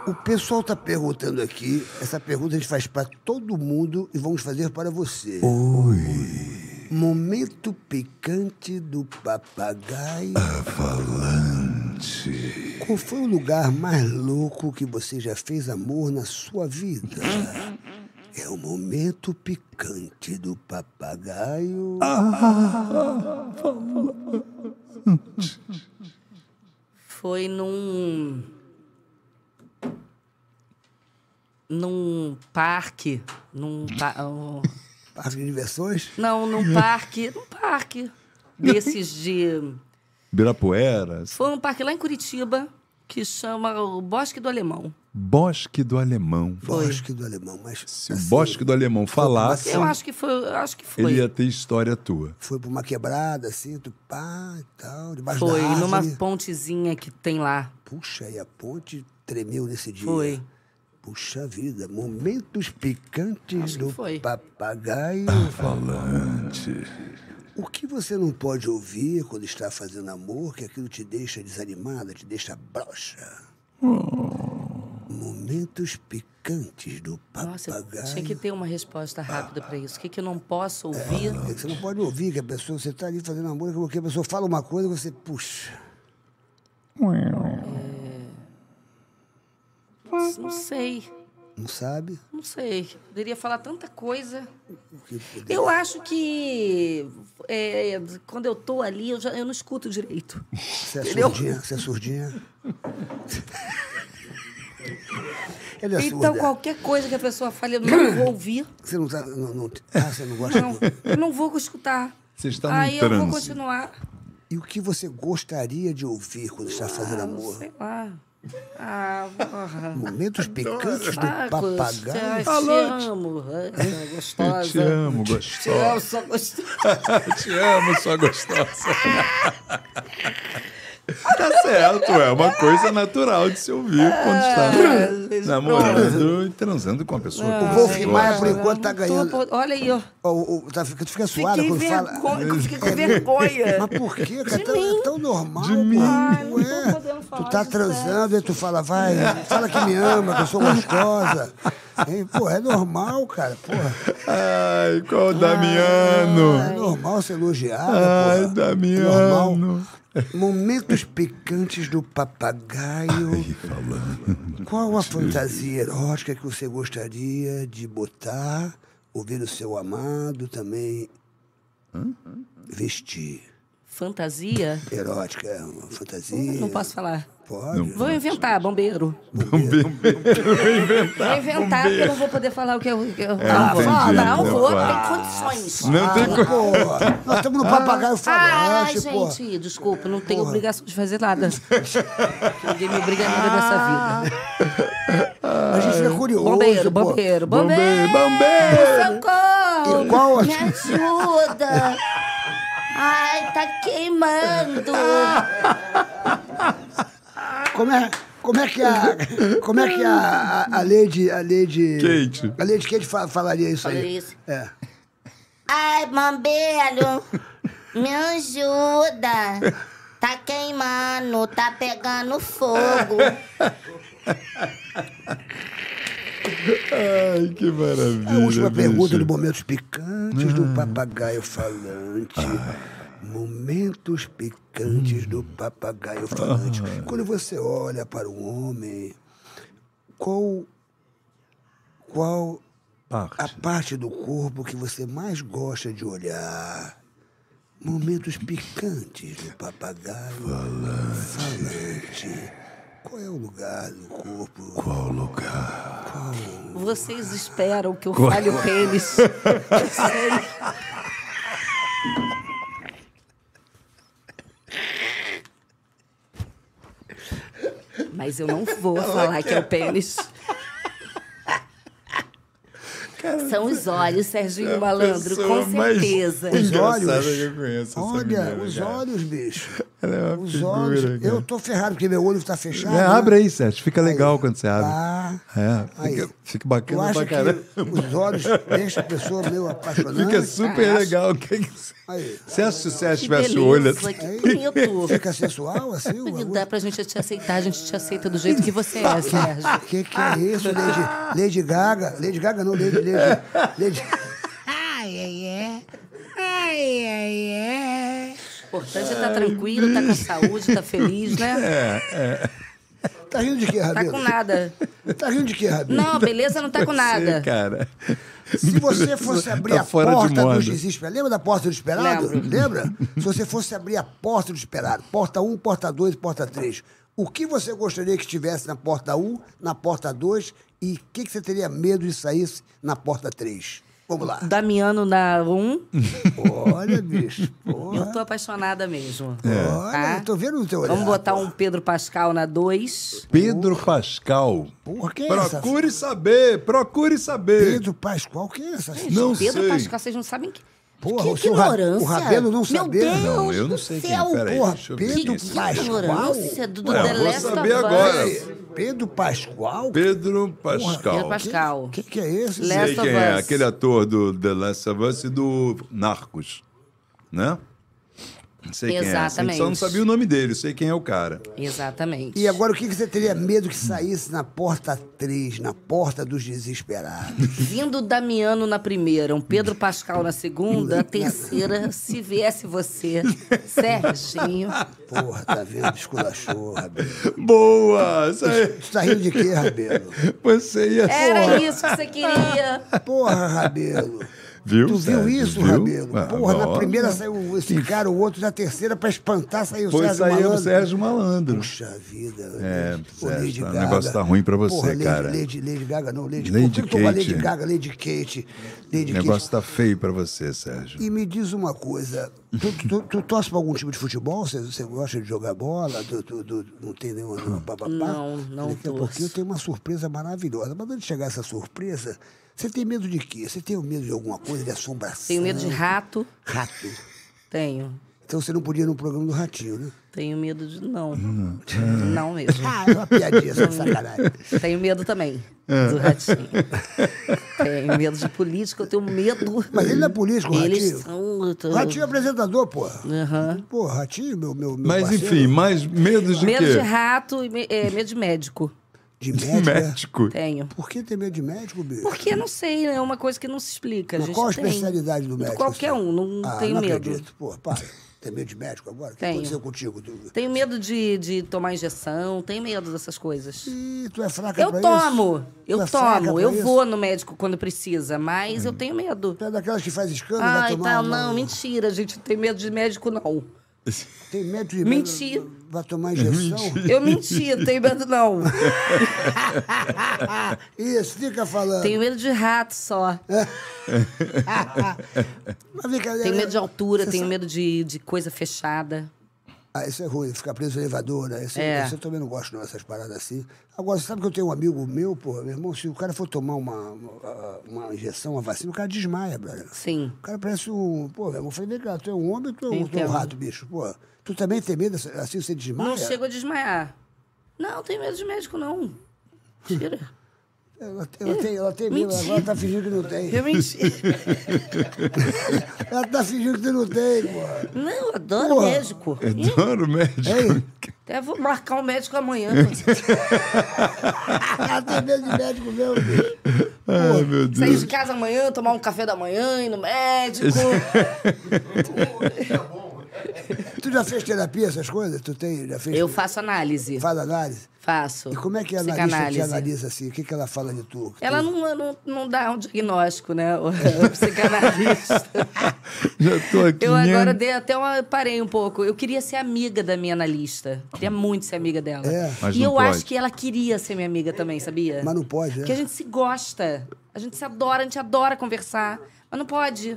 Speaker 5: O pessoal está perguntando aqui. Essa pergunta a gente faz para todo mundo e vamos fazer para você. Oi. Momento picante do papagaio. Avalante. Qual foi o lugar mais louco que você já fez amor na sua vida? É o momento picante do papagaio.
Speaker 6: Foi num. Num parque. Num. pa- um-
Speaker 5: Parque de diversões?
Speaker 6: Não, num parque. Num parque. Desses de.
Speaker 4: Birapuera,
Speaker 6: Foi um parque lá em Curitiba que chama o Bosque do Alemão.
Speaker 4: Bosque do Alemão.
Speaker 5: Bosque do Alemão, mas. assim,
Speaker 4: Se o Bosque do Alemão
Speaker 5: é
Speaker 4: falasse,
Speaker 6: Eu acho que foi. eu acho que foi.
Speaker 4: ele ia ter história tua.
Speaker 5: Foi pra uma quebrada, assim, tu pá e tal, debaixo
Speaker 6: Foi
Speaker 5: da
Speaker 6: numa
Speaker 5: árvore.
Speaker 6: pontezinha que tem lá.
Speaker 5: Puxa, e a ponte tremeu nesse dia.
Speaker 6: Foi.
Speaker 5: Puxa vida, momentos picantes
Speaker 6: que
Speaker 5: do
Speaker 6: foi.
Speaker 5: papagaio.
Speaker 4: Falante.
Speaker 5: *laughs* O que você não pode ouvir quando está fazendo amor, que aquilo te deixa desanimada, te deixa broxa. Momentos picantes do
Speaker 6: Nossa, eu
Speaker 5: é papagaio.
Speaker 6: tinha que ter uma resposta rápida pra isso. O que, que eu não posso ouvir?
Speaker 5: É que você não pode ouvir que a pessoa, você está ali fazendo amor, que a pessoa fala uma coisa e você, puxa.
Speaker 6: Não sei.
Speaker 5: Não sabe?
Speaker 6: Não sei. Poderia falar tanta coisa.
Speaker 5: O que poder-
Speaker 6: Eu acho que é, quando eu tô ali, eu, já, eu não
Speaker 5: *laughs*
Speaker 6: escuto direito.
Speaker 5: Você é
Speaker 6: Entendeu?
Speaker 5: surdinha? Você é surdinha? Ele é
Speaker 6: então,
Speaker 5: surda.
Speaker 6: qualquer coisa que a pessoa fale, eu não vou ouvir.
Speaker 5: Você não, tá, não, não- Ah, você não gosta?
Speaker 6: Não, eu não vou escutar.
Speaker 4: Você está num
Speaker 6: Aí eu vou
Speaker 4: transe.
Speaker 6: continuar.
Speaker 5: E o que você gostaria de ouvir quando está fazendo amor?
Speaker 6: Sei lá. Ah, porra.
Speaker 5: Momentos
Speaker 4: Então,
Speaker 5: picantes do
Speaker 6: Marcos,
Speaker 5: papagaio.
Speaker 6: Te, te amo. Ai, Gostosa.
Speaker 4: Te amo,
Speaker 6: Te
Speaker 4: gostosa.
Speaker 6: amo, só gostosa.
Speaker 4: Te amo,
Speaker 5: *laughs*
Speaker 4: sua gostosa. tá certo, é uma coisa natural de se ouvir quando
Speaker 5: É,
Speaker 4: está namorando e transando com a pessoa. que
Speaker 5: O
Speaker 4: você
Speaker 5: Wolf Maia, por
Speaker 4: gosta.
Speaker 5: enquanto, tá ganhando.
Speaker 6: Tô- Olha aí, ó.
Speaker 5: O- o- tá, fica- tu fica suada
Speaker 6: Fiquei
Speaker 5: quando fala. *laughs* É,
Speaker 6: vergonha. Fiquei com vergonha.
Speaker 5: Mas por quê? cara? É tão, é tão normal.
Speaker 4: De mim.
Speaker 5: porra.
Speaker 6: Ai,
Speaker 5: Tu
Speaker 6: não tô
Speaker 5: é.
Speaker 6: podendo falar
Speaker 5: Tu tá
Speaker 6: de
Speaker 5: transando e tu fala, vai, fala que me ama, que eu sou
Speaker 6: *laughs*
Speaker 5: gostosa. Hein? Porra, é normal, cara. Porra,
Speaker 4: Ai, qual o Damiano?
Speaker 5: é normal ser elogiada.
Speaker 4: Ai,
Speaker 5: porra.
Speaker 4: Damiano.
Speaker 5: Momentos picantes do papagaio. Qual a fantasia erótica que você gostaria de botar, ouvir o seu amado também vestir?
Speaker 6: Fantasia?
Speaker 5: Erótica é uma fantasia?
Speaker 6: Não posso falar.
Speaker 5: Pode?
Speaker 6: Vou inventar, bombeiro. Vou inventar, porque eu não vou poder falar o que eu. o que eu- não, vou,
Speaker 4: É, entendi,
Speaker 6: não
Speaker 4: não
Speaker 6: vou,
Speaker 4: pode.
Speaker 6: tem condições.
Speaker 4: Não tem
Speaker 5: Ah, porra. Nós estamos no papagaio
Speaker 6: Ah,
Speaker 5: falante, porra.
Speaker 6: gente, desculpa, não tenho obrigação de
Speaker 4: *laughs*
Speaker 6: fazer nada. Ninguém me obriga a nada nessa vida.
Speaker 5: A gente
Speaker 4: É.
Speaker 5: fica curioso,
Speaker 6: Bombeiro,
Speaker 5: Ah. pô.
Speaker 6: bombeiro,
Speaker 4: Bombeiro, bombeiro.
Speaker 6: bombeiro.
Speaker 7: Socorro!
Speaker 5: E qual a-
Speaker 7: Me
Speaker 4: *laughs*
Speaker 7: ajuda! Ai, tá queimando!
Speaker 5: Como é, como é que a, como é que a, a, a Lady, a Lady...
Speaker 4: Kate.
Speaker 5: A Lady Kate fa- falaria isso aí.
Speaker 6: Falaria isso.
Speaker 5: É.
Speaker 7: Ai, bombeiro! Me ajuda! Tá queimando, tá pegando fogo!
Speaker 5: É
Speaker 4: Ai, que maravilha. Ah.
Speaker 5: A última
Speaker 4: bicho.
Speaker 5: pergunta do Momentos Picantes do Papagaio Falante.
Speaker 4: Ah.
Speaker 5: Momentos
Speaker 4: Hum.
Speaker 5: picantes do papagaio falante.
Speaker 4: Ah.
Speaker 5: Quando você olha para um homem, qual, qual a
Speaker 4: Parte.
Speaker 5: parte do corpo que você mais gosta de olhar? Momentos picantes do papagaio falante. Qual é o lugar do corpo? Qual lugar?
Speaker 6: Vocês esperam que eu fale
Speaker 4: *laughs*
Speaker 6: o pênis. Eu sei. Mas eu não vou falar que é o pênis. São os olhos, Serginho Malandro,
Speaker 4: pessoa
Speaker 6: com
Speaker 4: mais
Speaker 6: certeza.
Speaker 5: Os
Speaker 4: Engraçada
Speaker 5: olhos.
Speaker 4: É que eu conheço essa
Speaker 5: Olha,
Speaker 4: mulher,
Speaker 5: os
Speaker 4: cara.
Speaker 5: olhos, bicho.
Speaker 4: Ela é uma
Speaker 5: Os
Speaker 4: figura,
Speaker 5: olhos.
Speaker 4: cara.
Speaker 5: Eu tô ferrado porque meu olho tá fechado.
Speaker 4: É,
Speaker 5: né?
Speaker 4: abre aí, Sérgio. Fica legal quando você abre.
Speaker 5: Tá.
Speaker 4: É,
Speaker 5: Aí.
Speaker 4: fica, fica
Speaker 5: Tu
Speaker 4: bacana
Speaker 5: acha
Speaker 4: pra
Speaker 5: que
Speaker 4: caramba.
Speaker 5: os olhos deixam a pessoa meio apaixonada?
Speaker 4: *laughs* Fica super legal. O que que você-
Speaker 5: Aí.
Speaker 4: Você acha que o Sérgio
Speaker 6: Que
Speaker 4: tivesse o olho
Speaker 6: beleza,
Speaker 4: assim?
Speaker 6: que bonito.
Speaker 5: Fica sensual assim? o
Speaker 6: Não
Speaker 5: bagulho?
Speaker 6: Dá pra gente te aceitar, a gente te aceita do jeito que você é, Sérgio.
Speaker 5: Que que é isso, Lady, Lady Gaga? Lady Gaga não, Lady... Lady,
Speaker 4: *laughs*
Speaker 5: Lady...
Speaker 6: O importante é estar tranquilo, tá com saúde, tá
Speaker 4: É,
Speaker 6: feliz, né?
Speaker 5: Tá rindo de quê,
Speaker 6: Tá
Speaker 5: Rabelo?
Speaker 6: com nada.
Speaker 5: Tá rindo de quê, Rabelo?
Speaker 6: Não, a beleza não
Speaker 4: *laughs*
Speaker 6: tá com
Speaker 4: Sei,
Speaker 6: nada.
Speaker 4: cara.
Speaker 5: Se você fosse abrir
Speaker 4: Tá
Speaker 5: a
Speaker 4: fora de
Speaker 5: porta
Speaker 4: moda.
Speaker 5: dos desesperados, lembra da porta do desesperado?
Speaker 6: Lembro.
Speaker 5: Lembra? Se você fosse abrir a porta do desesperado, porta 1, porta 2 e porta 3, o que você gostaria que tivesse na porta 1, na porta 2 e o que, que você teria medo de sair na porta 3? Vamos lá.
Speaker 6: Damiano na 1,
Speaker 4: Uhum.
Speaker 5: Olha, bicho.
Speaker 6: eu
Speaker 5: Porra.
Speaker 6: tô apaixonada mesmo.
Speaker 4: É,
Speaker 5: Olha,
Speaker 6: Tá?
Speaker 5: eu tô vendo no teu olhar.
Speaker 6: Vamos botar um Pedro Pascal na 2.
Speaker 4: Pedro Pascal.
Speaker 5: Porra, quem é essa?
Speaker 4: Procure saber, procure saber.
Speaker 5: Pedro Pascoal, quem é essa?
Speaker 4: Não
Speaker 6: Pedro
Speaker 4: sei.
Speaker 6: Pascal, vocês não sabem que.
Speaker 5: Porra,
Speaker 6: que
Speaker 5: o seu Ra-
Speaker 6: ignorância.
Speaker 5: o Rabelo não
Speaker 6: Meu
Speaker 5: sabia.
Speaker 6: Deus
Speaker 4: Não, eu não
Speaker 6: do
Speaker 4: sei quem é.
Speaker 6: céu.
Speaker 4: Peraí,
Speaker 5: porra,
Speaker 4: deixa eu ver
Speaker 5: Pedro
Speaker 4: quem é esse.
Speaker 5: Pascal.
Speaker 6: Que ignorância do, do
Speaker 4: Ué,
Speaker 6: The
Speaker 4: eu vou
Speaker 6: Last
Speaker 4: saber
Speaker 6: of
Speaker 4: agora.
Speaker 6: Us.
Speaker 5: Pedro Pascoal?
Speaker 4: Pedro Pascal.
Speaker 6: Pedro Pascal.
Speaker 5: O que, que é esse?
Speaker 6: Le-
Speaker 4: Sei
Speaker 6: Last of
Speaker 4: quem é,
Speaker 6: Us.
Speaker 4: aquele ator do The Last of Us e do Narcos, né? Sei quem é.
Speaker 6: Exatamente.
Speaker 4: Só não sabia o nome dele, sei quem é o cara.
Speaker 6: Exatamente.
Speaker 5: E agora, o que que você teria medo que saísse na porta 3, na porta dos desesperados?
Speaker 6: Vindo Damiano na primeira, um Pedro Pascal na segunda, a terceira, se viesse você,
Speaker 4: *laughs*
Speaker 6: Serginho.
Speaker 5: Porra, tá vendo? Esculachou, Rabelo.
Speaker 4: Boa! Isso aí.
Speaker 5: Tu tá rindo de quê, Rabelo?
Speaker 4: Você ia. um
Speaker 6: Era isso que você queria.
Speaker 5: Porra, Rabelo.
Speaker 4: Viu?
Speaker 5: Tu viu
Speaker 4: Sérgio?
Speaker 5: isso,
Speaker 4: Viu?
Speaker 5: Rabelo?
Speaker 4: Ah,
Speaker 5: Porra, na
Speaker 4: agora-
Speaker 5: primeira saiu esse cara, o outro na terceira, pra espantar saiu o
Speaker 4: Foi
Speaker 5: Sérgio
Speaker 4: saiu
Speaker 5: Malandro.
Speaker 4: o Sérgio Malandro.
Speaker 5: Puxa vida.
Speaker 4: É,
Speaker 5: Lady-
Speaker 4: Sérgio,
Speaker 5: Lady
Speaker 4: tá- o
Speaker 5: Gaga.
Speaker 4: negócio tá ruim pra você,
Speaker 5: Porra, Lady-
Speaker 4: cara.
Speaker 5: Lady, Lady Gaga, não. Lady, é
Speaker 4: Lady
Speaker 5: Pô, tudo com a Lady
Speaker 4: Kate.
Speaker 5: Gaga, Lady Kate. Lady
Speaker 4: O
Speaker 5: Kate.
Speaker 4: negócio tá feio pra você, Sérgio.
Speaker 5: E me diz uma coisa, tu, tu, tu, tu torce pra algum tipo de futebol? Você, você gosta de jogar bola? Tu, tu- tu- não tem nenhuma nenhuma papapá?
Speaker 6: Não, não
Speaker 5: Daqui a
Speaker 6: torço.
Speaker 5: pouquinho tem uma surpresa maravilhosa. Mas antes de chegar essa surpresa, você tem medo de quê? Você tem medo de alguma coisa, de assombração?
Speaker 6: Tenho medo de rato.
Speaker 5: rato.
Speaker 6: Tenho.
Speaker 5: Então você não podia ir no programa do Ratinho, né?
Speaker 6: Tenho medo de não. *laughs* Não mesmo.
Speaker 5: Ah, *laughs* é uma piadinha,
Speaker 6: *laughs*
Speaker 5: só de sacanagem.
Speaker 6: Tenho medo também do ratinho. Tenho medo de política, eu tenho medo.
Speaker 5: Mas ele não é político, o
Speaker 6: Eles
Speaker 5: Ratinho?
Speaker 6: são.
Speaker 5: O Ratinho é apresentador, porra. Pô, Ratinho, meu, meu, meu
Speaker 4: *laughs* Mas
Speaker 5: parceiro
Speaker 4: enfim, mais medo de
Speaker 6: Medo
Speaker 4: quê?
Speaker 6: de rato e me- é, medo de médico.
Speaker 5: de
Speaker 4: *laughs* De
Speaker 5: médico. né?
Speaker 4: médico.
Speaker 6: Tenho.
Speaker 5: Por que tem medo de médico, bicho?
Speaker 6: Porque não sei, né? é uma coisa que não se explica. A
Speaker 5: Mas
Speaker 6: gente
Speaker 5: qual a
Speaker 6: tem.
Speaker 5: especialidade do médico?
Speaker 6: Qualquer
Speaker 5: assim?
Speaker 6: um, não
Speaker 5: ah,
Speaker 6: tenho
Speaker 5: não
Speaker 6: medo.
Speaker 5: Acredito. Pô, para. Tem medo de médico agora? O que
Speaker 6: Tenho.
Speaker 5: aconteceu contigo? Tu...
Speaker 6: Tenho medo de, de tomar injeção, tenho medo dessas coisas.
Speaker 5: Ih, tu é fraca
Speaker 6: Eu
Speaker 5: pra
Speaker 6: tomo,
Speaker 5: isso?
Speaker 6: eu
Speaker 5: Tu é fraca
Speaker 6: tomo,
Speaker 5: pra
Speaker 6: eu
Speaker 5: isso?
Speaker 6: vou no médico quando precisa, mas eu tenho medo.
Speaker 5: Tu é daquelas que faz escândalo, vai
Speaker 6: Ai,
Speaker 5: tomar um
Speaker 6: tá,
Speaker 5: uma-
Speaker 6: não, mentira, gente, não tem medo de médico, não.
Speaker 5: Tem medo de
Speaker 6: Mentira.
Speaker 5: Vai tomar injeção?
Speaker 6: Eu menti, tenho medo,
Speaker 5: *laughs*
Speaker 6: não.
Speaker 5: Isso, fica falando.
Speaker 6: Tenho medo de rato só.
Speaker 5: É, Mas vem cá,
Speaker 6: Tenho
Speaker 5: é-
Speaker 6: medo de altura,
Speaker 5: você
Speaker 6: tenho
Speaker 5: sabe-
Speaker 6: medo de, de coisa fechada.
Speaker 5: Ah, isso é ruim, ficar preso no elevador, né? Isso,
Speaker 6: É.
Speaker 5: isso eu também não gosto, não, essas paradas assim. Agora, você sabe que eu tenho um amigo meu, pô, meu irmão, se o cara for tomar uma, uma, uma injeção, uma vacina, o cara desmaia, brother.
Speaker 6: Sim.
Speaker 5: O cara parece um. Pô, meu irmão, eu falei, vem cá, tu é um homem ou tu é um, tu é um
Speaker 6: Entendo.
Speaker 5: rato, bicho? Pô, tu também tem medo assim, assim você desmaia?
Speaker 6: Não chego a desmaiar. Não, tenho medo de médico, não. Mentira.
Speaker 5: *laughs* Ela, ela tem, ela tem medo, agora tá fingindo que não tem.
Speaker 6: Eu menti.
Speaker 5: Ela tá fingindo que tu não tem, pô.
Speaker 6: Não, eu adoro
Speaker 5: Porra. É
Speaker 6: médico.
Speaker 4: Adoro médico.
Speaker 5: Hein?
Speaker 6: Até vou marcar um médico amanhã.
Speaker 5: *laughs* Ela tem medo de médico mesmo, bicho.
Speaker 4: *laughs* Ai, meu Deus. *laughs*
Speaker 6: Sair de casa amanhã, tomar um café da manhã, ir no
Speaker 5: *laughs*
Speaker 6: médico.
Speaker 5: Tu já fez terapia, essas coisas? Tu tem, já fez?
Speaker 6: Eu faço análise.
Speaker 5: Faz análise?
Speaker 6: Faço.
Speaker 5: E como é que a analista te
Speaker 6: Psicanálise.
Speaker 5: analisa assim? O que, que ela fala de tu?
Speaker 6: Ela não, não, não dá um diagnóstico, né? O, *laughs* o psicanalista.
Speaker 5: *laughs*
Speaker 4: Já tô aqui.
Speaker 6: Eu
Speaker 5: é?
Speaker 6: agora dei até uma. Parei um pouco. Eu queria ser amiga da minha analista. Queria muito ser amiga dela.
Speaker 5: É.
Speaker 4: Mas
Speaker 6: e
Speaker 4: não
Speaker 6: eu
Speaker 4: pode.
Speaker 6: acho que ela queria ser minha amiga também, sabia?
Speaker 5: Mas não pode, né?
Speaker 6: Porque a gente se gosta. A gente se adora, a gente adora conversar. Mas não pode.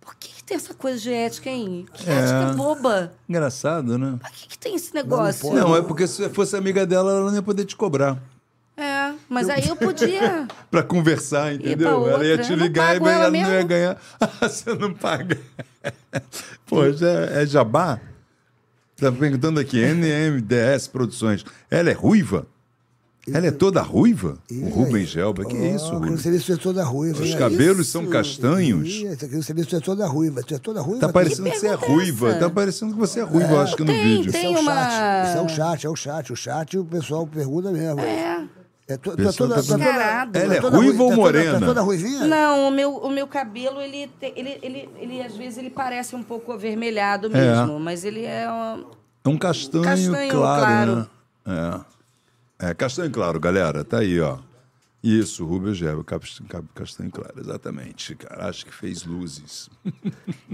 Speaker 6: Por que, que tem essa coisa de ética, hein? Que
Speaker 4: É.
Speaker 6: ética boba.
Speaker 4: Engraçado, né?
Speaker 6: Por que, que tem esse negócio?
Speaker 4: Não, é porque se fosse amiga dela, ela não ia poder te cobrar.
Speaker 6: É, mas aí
Speaker 4: *laughs*
Speaker 6: eu podia.
Speaker 4: Pra conversar, entendeu?
Speaker 6: pra
Speaker 4: ela ia
Speaker 6: outra.
Speaker 4: te
Speaker 6: Eu não
Speaker 4: ligar e
Speaker 6: pago
Speaker 4: bem, ela
Speaker 6: ela
Speaker 4: não ia
Speaker 6: mesmo.
Speaker 4: ganhar. *laughs* Ah, você não paga. *laughs* Pô, já é jabá? Tá perguntando aqui, NMDS Produções. Ela é ruiva? Ela é toda ruiva?
Speaker 6: É.
Speaker 4: O Rubens Gelba, que isso,
Speaker 5: Eu quero
Speaker 4: Rubens?
Speaker 5: saber se tu é toda ruiva.
Speaker 4: Os
Speaker 5: né?
Speaker 4: cabelos
Speaker 6: isso?
Speaker 4: são castanhos?
Speaker 5: Ih, Eu quero saber se tu é toda ruiva. Tu é toda ruiva?
Speaker 4: Tá
Speaker 5: tu-
Speaker 4: parecendo que você é
Speaker 6: pergunta é
Speaker 4: ruiva.
Speaker 6: essa?
Speaker 4: Tá parecendo que você é ruiva, eu acho que no
Speaker 6: tem,
Speaker 4: vídeo.
Speaker 5: Isso
Speaker 6: tem.
Speaker 5: é o
Speaker 6: uma-
Speaker 5: chat. Isso é o chat, é o chat. O chat o pessoal pergunta mesmo.
Speaker 6: É.
Speaker 5: É to- tu é
Speaker 4: Pessoal
Speaker 5: toda,
Speaker 4: tá
Speaker 5: tu é toda-
Speaker 6: Descarado.
Speaker 5: tu
Speaker 4: Ela é
Speaker 5: toda
Speaker 4: ruiva ou
Speaker 5: tu é toda-
Speaker 4: morena?
Speaker 5: Tu é toda ruivinha?
Speaker 6: Não, o meu, o meu cabelo, ele, te- ele, ele, ele, às vezes, ele parece um pouco avermelhado mesmo. Mas ele é uma-
Speaker 4: É um castanho,
Speaker 6: Castanho
Speaker 4: claro, né? É. é, castanho claro, galera. Tá aí, ó. Isso, Rubens Gelba, cas- ca- castanho claro, exatamente. Cara, acho que fez luzes.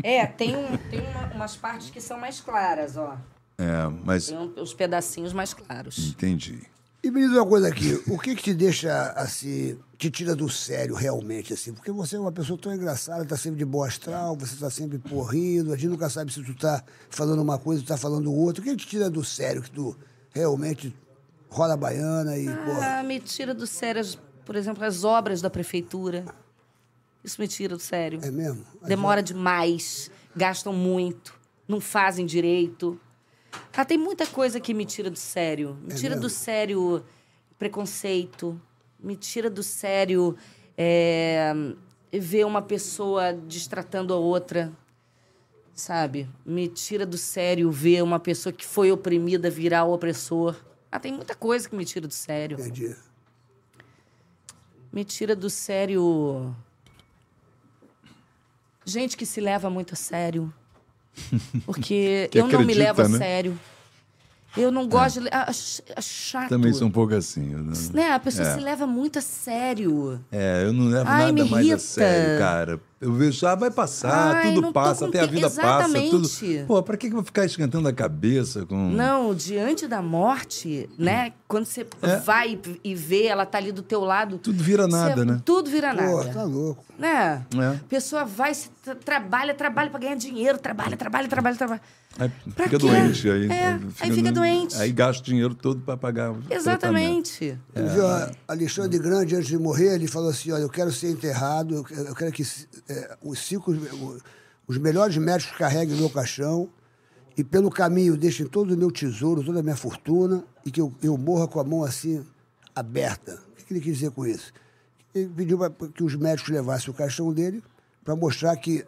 Speaker 6: É, tem, um, tem uma- umas partes que são mais claras, ó.
Speaker 4: É, mas
Speaker 6: Tem um- os pedacinhos mais claros.
Speaker 4: entendi.
Speaker 5: E me diz uma coisa aqui, o que que te deixa, assim, te tira do sério realmente, assim? Porque você é uma pessoa tão engraçada, tá sempre de boa astral, você tá sempre porrindo, a gente nunca sabe se tu tá falando uma coisa, tu tá falando outra. O que que te tira do sério, que tu realmente rola a baiana e, porra...
Speaker 6: Ah, me tira do sério, as- por exemplo, as obras da prefeitura. Isso me tira do sério.
Speaker 5: É mesmo?
Speaker 6: Demora demais, gastam muito, não fazem direito. Ah, tem muita coisa que me tira do sério. Me tira do sério preconceito, me tira do sério é, ver uma pessoa destratando a outra. sabe? Me tira do sério ver uma pessoa que foi oprimida virar o opressor. Ah, tem muita coisa que me tira do sério.
Speaker 5: Entendi.
Speaker 6: Me tira do sério. Gente que se leva muito
Speaker 4: *laughs*
Speaker 6: a sério. Porque
Speaker 4: Que
Speaker 6: eu não me
Speaker 4: acredita,
Speaker 6: levo a
Speaker 4: né?
Speaker 6: sério. Eu não gosto de. le- ah, ch- ah, chato.
Speaker 4: Também sou um pouco assim. eu não-
Speaker 6: Né? A pessoa
Speaker 4: É.
Speaker 6: se leva muito a sério.
Speaker 4: É, eu não levo
Speaker 6: Ai,
Speaker 4: nada
Speaker 6: me
Speaker 4: mais
Speaker 6: irrita.
Speaker 4: a sério, cara. Eu vejo, já vai passar,
Speaker 6: Ai, não
Speaker 4: tudo
Speaker 6: tô
Speaker 4: passa,
Speaker 6: com
Speaker 4: até a
Speaker 6: tempo.
Speaker 4: vida passa.
Speaker 6: Exatamente.
Speaker 4: Tudo... Pô, pra que que eu vou ficar esquentando a cabeça com.
Speaker 6: Não, diante da morte, né? Quando você
Speaker 4: É.
Speaker 6: vai e- e vê, ela tá ali do teu lado.
Speaker 4: Tudo vira nada,
Speaker 6: você-
Speaker 4: né?
Speaker 6: Tudo vira
Speaker 5: Pô,
Speaker 6: nada.
Speaker 5: tá louco.
Speaker 6: Né?
Speaker 4: É.
Speaker 6: Pessoa vai, se tra- trabalha, trabalha pra ganhar dinheiro, trabalha, trabalha, trabalha, trabalha.
Speaker 4: Aí
Speaker 6: Pra
Speaker 4: fica
Speaker 6: quê?
Speaker 4: doente aí. né?
Speaker 6: É, aí fica doente.
Speaker 4: Aí gasta o dinheiro todo pra pagar. o tratamento.
Speaker 6: Exatamente.
Speaker 5: Um dia, Alexandre Grande, antes de morrer, ele falou assim: olha, eu quero ser enterrado, eu que- eu quero que eh, os cinco, o- os melhores médicos carreguem o meu caixão e, pelo caminho, deixem todo o meu tesouro, toda a minha fortuna e que eu, eu morra com a mão assim aberta. O que que ele quis dizer com isso? Ele pediu pra- pra que os médicos levassem o caixão dele para mostrar que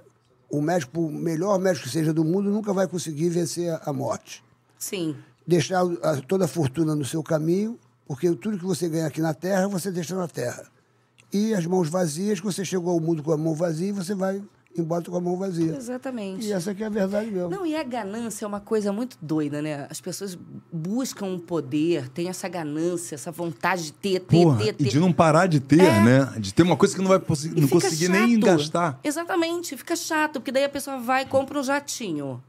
Speaker 5: o médico, o melhor médico que seja do mundo, nunca vai conseguir vencer a- a morte
Speaker 6: Sim.
Speaker 5: deixar a- toda a fortuna no seu caminho, porque tudo que você ganha aqui na terra, você deixa na terra. E as mãos vazias, que você chegou ao mundo com a mão vazia, e você vai embora com a mão vazia.
Speaker 6: Exatamente.
Speaker 5: E essa aqui é a verdade mesmo.
Speaker 6: Não, e a ganância é uma coisa muito doida, né? As pessoas buscam um poder, tem essa ganância, essa vontade de ter, ter,
Speaker 4: Porra,
Speaker 6: ter, ter.
Speaker 4: e de não parar de ter, né? De ter uma coisa que não vai possi-
Speaker 6: E
Speaker 4: não
Speaker 6: fica
Speaker 4: conseguir nem
Speaker 6: chato.
Speaker 4: gastar.
Speaker 6: Exatamente, fica chato, porque daí a pessoa vai e compra um jatinho.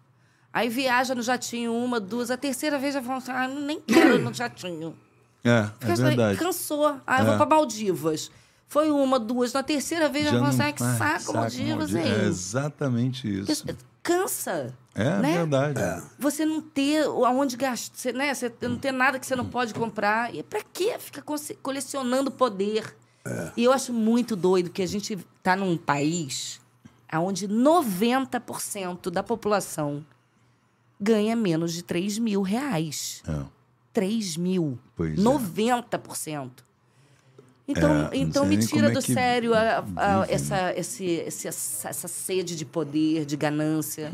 Speaker 6: Aí viaja no jatinho uma, duas, a terceira vez já fala assim, ah, nem
Speaker 4: *coughs*
Speaker 6: quero no jatinho.
Speaker 4: É,
Speaker 6: Fica
Speaker 4: é
Speaker 6: chato,
Speaker 4: verdade.
Speaker 6: Cansou. Ah, eu
Speaker 4: É.
Speaker 6: vou pra Maldivas. Foi uma, duas, na terceira vez já,
Speaker 4: Já
Speaker 6: fala
Speaker 4: não-
Speaker 6: assim, ah, que
Speaker 4: ai,
Speaker 6: saco, Maldivas, hein?
Speaker 4: É exatamente isso.
Speaker 6: Isso- Cansa.
Speaker 4: É
Speaker 6: né?
Speaker 4: verdade.
Speaker 6: Você não ter o- aonde gastar, você- né? Você não ter nada que você não pode comprar. E pra quê ficar conse- colecionando poder?
Speaker 4: É.
Speaker 6: E eu acho muito doido que a gente tá num país onde 90% da população ganha menos de 3 mil reais.
Speaker 4: É.
Speaker 6: 3 mil.
Speaker 4: Pois é.
Speaker 6: 90%. Então,
Speaker 4: É, não
Speaker 6: então
Speaker 4: sei
Speaker 6: me
Speaker 4: nem
Speaker 6: tira
Speaker 4: como é
Speaker 6: do
Speaker 4: que
Speaker 6: sério a- a-
Speaker 4: vive, né?
Speaker 6: essa, esse, esse- essa, essa sede de poder, de ganância.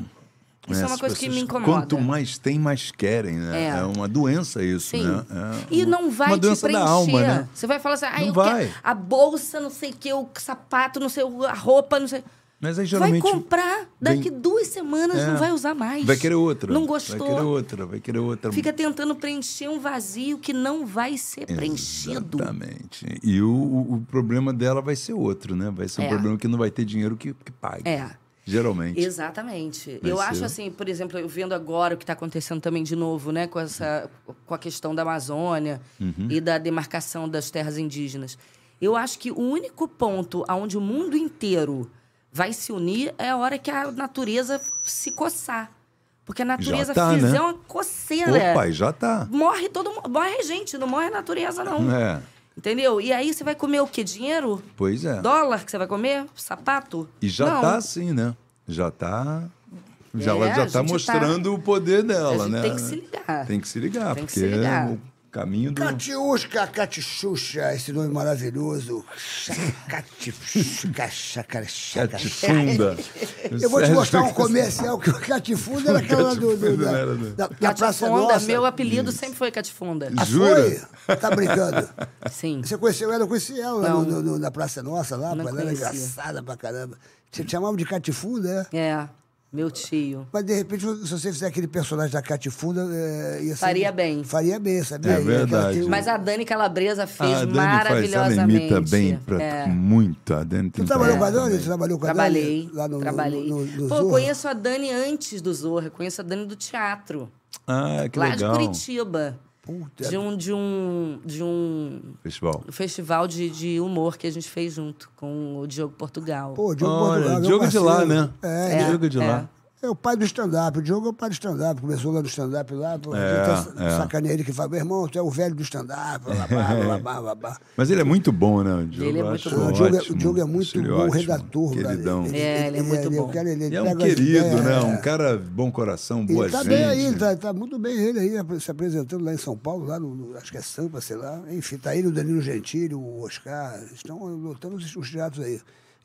Speaker 6: Isso é,
Speaker 4: Essas
Speaker 6: uma coisa que
Speaker 4: Né, pessoas,
Speaker 6: me incomoda.
Speaker 4: Quanto mais tem, mais querem, né?
Speaker 6: É.
Speaker 4: É, uma doença isso,
Speaker 6: Sim.
Speaker 4: né? É
Speaker 6: E
Speaker 4: uma-
Speaker 6: não vai
Speaker 4: uma
Speaker 6: te
Speaker 4: doença
Speaker 6: preencher.
Speaker 4: da alma, né?
Speaker 6: Você vai falar assim, ah,
Speaker 4: Não
Speaker 6: eu
Speaker 4: vai.
Speaker 6: quero a bolsa, não sei o que, o sapato, não sei, o- a roupa, não sei.
Speaker 4: Mas aí
Speaker 6: Vai
Speaker 4: geralmente
Speaker 6: comprar, daqui duas semanas
Speaker 4: É.
Speaker 6: não vai usar mais.
Speaker 4: vai querer outra.
Speaker 6: Não gostou.
Speaker 4: Vai querer outra, vai querer outra.
Speaker 6: Fica tentando preencher um vazio que não vai ser preenchido.
Speaker 4: Exatamente. E o, o- o problema dela vai ser outro, né? Vai ser um
Speaker 6: É.
Speaker 4: problema que não vai ter dinheiro que, que pague.
Speaker 6: É.
Speaker 4: Geralmente.
Speaker 6: Exatamente.
Speaker 4: Vai
Speaker 6: eu
Speaker 4: ser.
Speaker 6: acho assim, por exemplo, eu vendo agora o que está acontecendo também de novo, né, com essa, com a questão da Amazônia
Speaker 4: Uhum.
Speaker 6: e da demarcação das terras indígenas. Eu acho que o único ponto aonde o mundo inteiro vai se unir é a hora que a natureza se coçar, porque a natureza
Speaker 4: tá,
Speaker 6: fizer
Speaker 4: né?
Speaker 6: uma coceira,
Speaker 4: Opa, e já tá.
Speaker 6: morre todo mundo, morre a gente, não morre a natureza não,
Speaker 4: É.
Speaker 6: entendeu? E aí você vai comer o quê? Dinheiro?
Speaker 4: Pois é.
Speaker 6: Dólar que você vai comer? Sapato?
Speaker 4: E já
Speaker 6: não.
Speaker 4: tá assim, né? Já tá. Já,
Speaker 6: É,
Speaker 4: ela já
Speaker 6: a
Speaker 4: tá
Speaker 6: gente
Speaker 4: mostrando o poder dela,
Speaker 6: A gente
Speaker 4: né?
Speaker 6: tem que se ligar.
Speaker 4: Tem que se ligar,
Speaker 6: Tem que
Speaker 4: porque
Speaker 6: se ligar.
Speaker 4: é o caminho do.
Speaker 5: Catiusca, Catichuxa, esse nome maravilhoso. Catichuca,
Speaker 6: *laughs*
Speaker 4: Catifunda. é
Speaker 5: Eu vou te
Speaker 4: Sérgio *laughs*
Speaker 5: mostrar um
Speaker 4: Catifunda.
Speaker 5: comercial que o Catifunda era aquela do, do,
Speaker 4: Catifunda
Speaker 5: da,
Speaker 4: era né? do-
Speaker 5: da- da Praça
Speaker 6: Catifunda,
Speaker 5: é
Speaker 6: é
Speaker 5: Nossa.
Speaker 6: meu apelido sempre foi Catifunda.
Speaker 5: Ah,
Speaker 4: Jura?
Speaker 5: Foi? Tá brincando.
Speaker 6: Sim.
Speaker 5: Você conheceu ela? Eu conheci ela lá
Speaker 6: Não.
Speaker 5: no- no- no- na Praça Nossa, lá,
Speaker 6: Não
Speaker 5: rapaz, ela era
Speaker 6: conhecia.
Speaker 5: engraçada pra caramba. Você te chamava de Catifunda, né?
Speaker 6: É, meu tio.
Speaker 5: Mas de repente, se você fizer aquele personagem da Catifunda, é, ia ser-
Speaker 6: Faria bem.
Speaker 5: Faria bem, sabia?
Speaker 4: É
Speaker 5: Aquela
Speaker 4: verdade.
Speaker 5: tem- um-
Speaker 6: Mas a Dani Calabresa fez
Speaker 4: A ah, Dani faz, ela
Speaker 6: maravilhosamente.
Speaker 4: imita bem pra
Speaker 6: É.
Speaker 4: muito. A Dani tem
Speaker 5: Tu trabalhou
Speaker 4: talento
Speaker 5: com a Dani?
Speaker 4: também.
Speaker 5: Tu trabalhou com a Dani?
Speaker 6: Trabalhei,
Speaker 5: Lá no, no-
Speaker 6: trabalhei.
Speaker 5: no- no
Speaker 6: Pô, eu
Speaker 5: Zorra?
Speaker 6: conheço a Dani antes do Zorra, eu conheço a Dani do teatro,
Speaker 4: Ah, que
Speaker 6: lá
Speaker 4: legal.
Speaker 6: de Curitiba.
Speaker 5: Puta.
Speaker 6: De um, de um, de um
Speaker 4: Festival.
Speaker 6: festival de, de humor que a gente fez junto com o Diogo Portugal.
Speaker 5: Pô, o Diogo Portugal,
Speaker 4: Olha,
Speaker 5: meu
Speaker 4: Diogo de lá,
Speaker 5: parceiro.
Speaker 4: né?
Speaker 5: É,
Speaker 6: É,
Speaker 4: Diogo de
Speaker 6: é.
Speaker 4: lá.
Speaker 5: É o pai do stand-up. O Diogo é o pai do stand-up. Começou lá no stand-up lá. Pô,
Speaker 4: É,
Speaker 5: a gente tá
Speaker 4: é.
Speaker 5: sacaneia ele que fala, meu irmão, tu é o velho do stand-up. blá, blá, blá, blá, blá, blá.
Speaker 4: Mas ele é muito bom, né? O Diogo,
Speaker 6: Ele é
Speaker 4: eu
Speaker 6: muito
Speaker 4: acho
Speaker 6: bom.
Speaker 5: O Diogo, é- o
Speaker 4: ótimo.
Speaker 5: Diogo é muito
Speaker 4: Acho ele
Speaker 5: bom
Speaker 4: ótimo.
Speaker 5: redator, né? cara.
Speaker 4: Queridão.
Speaker 6: É, ele muito
Speaker 5: ele-
Speaker 6: bom.
Speaker 5: o cara, ele
Speaker 4: E é um
Speaker 5: pega as
Speaker 4: querido,
Speaker 5: ideias,
Speaker 4: né? Um cara bom coração, boa
Speaker 5: Ele tá
Speaker 4: gente.
Speaker 5: bem aí, tá, tá muito bem ele aí, né, se apresentando lá em São Paulo, lá no, no- acho que é Sampa, sei lá. Enfim, tá ele, o Danilo Gentili, o Oscar, estão lotando os, os teatros aí.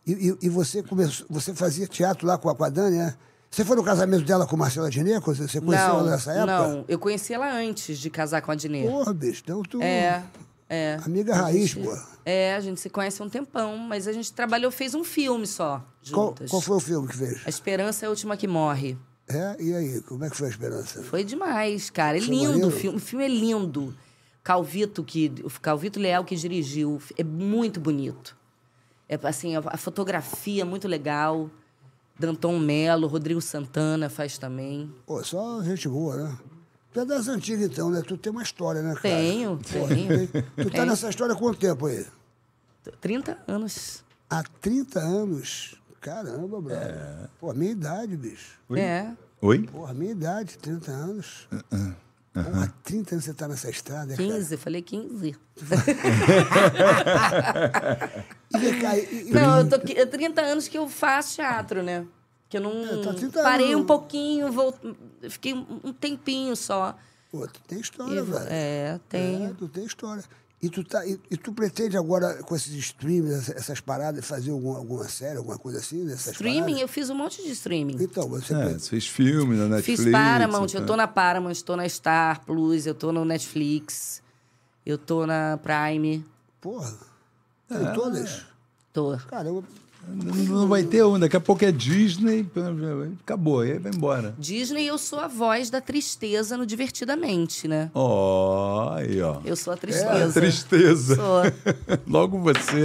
Speaker 5: E, e- e você começou, você fazia teatro lá com a, com a Dani, né? Você foi no casamento dela com Marcela Dineco? Você conheceu
Speaker 6: não,
Speaker 5: ela nessa época?
Speaker 6: não, eu conheci ela antes de casar com a Dinê.
Speaker 5: Porra, bicho, então tu.
Speaker 6: É, é.
Speaker 5: Amiga
Speaker 6: A
Speaker 5: raiz,
Speaker 6: gente-
Speaker 5: pô.
Speaker 6: É, a gente se conhece há um tempão, mas a gente trabalhou, fez um filme só,
Speaker 5: Qual,
Speaker 6: juntas.
Speaker 5: qual foi o filme que fez?
Speaker 6: A Esperança é a Última que Morre.
Speaker 5: É? E aí, como é que foi a esperança?
Speaker 6: Foi demais, cara. É
Speaker 5: Foi
Speaker 6: lindo
Speaker 5: maneiro?
Speaker 6: o filme. O filme é lindo. Calvito, que, o Calvito Leal que dirigiu. É muito bonito. É assim, a, a fotografia é muito legal. Danton Melo, Rodrigo Santana faz também.
Speaker 5: Pô, só gente boa, né? Tu é das antigas, então, né? Tu tem uma história, né, cara? *laughs*
Speaker 6: Tenho, tenho.
Speaker 5: Tu tá
Speaker 6: Tem.
Speaker 5: nessa história há quanto tempo aí?
Speaker 6: 30 anos.
Speaker 5: Há 30 anos. Caramba, brother. Pô, a minha idade, bicho.
Speaker 6: É.
Speaker 4: Oi?
Speaker 5: Pô, a minha idade, 30 anos. Pô, há 30 anos você tá nessa estrada, cara.
Speaker 6: 15,
Speaker 5: *laughs*
Speaker 6: falei 15.
Speaker 5: E vem cá, e- e-
Speaker 6: Não, eu tô qui- é 30 anos que eu faço teatro, né? Que eu não.
Speaker 5: É, tá 30
Speaker 6: parei
Speaker 5: anos.
Speaker 6: um pouquinho, vou, fiquei um um tempinho só.
Speaker 5: Pô, tu tem
Speaker 6: E-
Speaker 5: história, Ah, velho.
Speaker 6: é, tenho.
Speaker 5: É, tu tem história. E tu, tá, e, e tu pretende agora, com esses streams, essa- essas paradas, fazer alguma, alguma série, alguma coisa assim? Dessas
Speaker 6: Streaming,
Speaker 5: paradas?
Speaker 6: eu fiz um monte de streaming.
Speaker 5: Então, né? você
Speaker 4: É,
Speaker 5: pretende-
Speaker 4: você fez filme na Netflix.
Speaker 6: Fiz Paramount,
Speaker 4: tá?
Speaker 6: eu tô na Paramount, tô na Star Plus, eu tô no Netflix, eu tô na Prime,
Speaker 5: Porra. Tem todas?
Speaker 6: tô.
Speaker 5: Caramba.
Speaker 4: Não vai ter um, daqui a pouco é Disney, acabou, aí vai embora.
Speaker 6: Disney, eu sou a voz da tristeza no Divertidamente, né?
Speaker 4: Ó, aí, ó.
Speaker 6: Eu sou a
Speaker 4: É,
Speaker 6: tristeza.
Speaker 4: tristeza.
Speaker 6: Sou.
Speaker 4: *laughs* Logo você.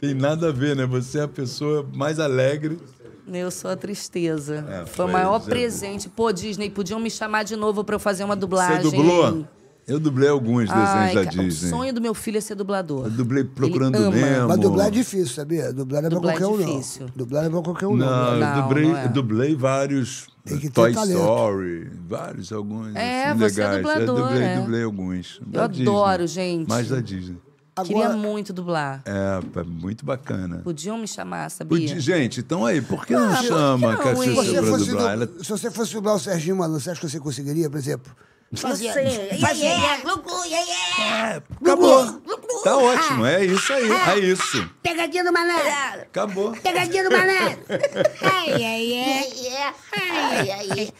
Speaker 4: Tem nada a ver, né? Você é a pessoa mais alegre.
Speaker 6: Eu sou a tristeza.
Speaker 4: É,
Speaker 6: foi o
Speaker 4: foi,
Speaker 6: maior
Speaker 4: já-
Speaker 6: presente. Pô, Disney, podiam me chamar de novo pra eu fazer uma
Speaker 4: Você
Speaker 6: dublagem.
Speaker 4: dublou? Eu dublei alguns
Speaker 6: Ai,
Speaker 4: desenhos da
Speaker 6: cara,
Speaker 4: Disney.
Speaker 6: O sonho do meu filho é ser dublador.
Speaker 4: Eu dublei Procurando
Speaker 6: Ele ama.
Speaker 4: Nemo.
Speaker 5: Mas dublar é difícil, sabia? Dublar não é pra
Speaker 6: Dublar é
Speaker 5: qualquer um,
Speaker 6: difícil.
Speaker 5: não. Dublar não é pra qualquer um,
Speaker 4: Não,
Speaker 5: não.
Speaker 4: eu
Speaker 6: Não,
Speaker 4: dublei,
Speaker 6: não é.
Speaker 4: eu dublei vários. eh,
Speaker 5: Tem que ter
Speaker 4: Toy
Speaker 5: talento.
Speaker 4: Story, vários, alguns.
Speaker 6: É,
Speaker 4: assim,
Speaker 6: você é
Speaker 4: legais.
Speaker 6: dublador,
Speaker 4: Eu dublei,
Speaker 6: é.
Speaker 4: dublei alguns.
Speaker 6: Eu
Speaker 4: Da Disney.
Speaker 6: adoro, gente.
Speaker 4: Mais da Disney.
Speaker 6: Queria
Speaker 5: Agora-
Speaker 6: muito dublar.
Speaker 4: É, é muito bacana.
Speaker 6: Podiam me chamar, sabia?
Speaker 4: Podia- gente, então aí, por que não
Speaker 6: Ah, por que
Speaker 4: chama
Speaker 6: não,
Speaker 4: a
Speaker 5: Se
Speaker 6: hein?
Speaker 4: Cacilda
Speaker 5: você,
Speaker 4: pra
Speaker 5: fosse
Speaker 4: dublar?
Speaker 5: dublar,
Speaker 4: Ela-
Speaker 5: se você fosse dublar o Serginho Malandro, você acha que você conseguiria, por exemplo?
Speaker 7: Fazia. Fazia. Fazia.
Speaker 4: é, Acabou. Tá ótimo, é isso aí, é isso.
Speaker 7: Pegadinha do
Speaker 4: É.
Speaker 7: malandro.
Speaker 4: Acabou.
Speaker 7: Pegadinha do malandro. Ai, ai, ai. Ai, ai, ai.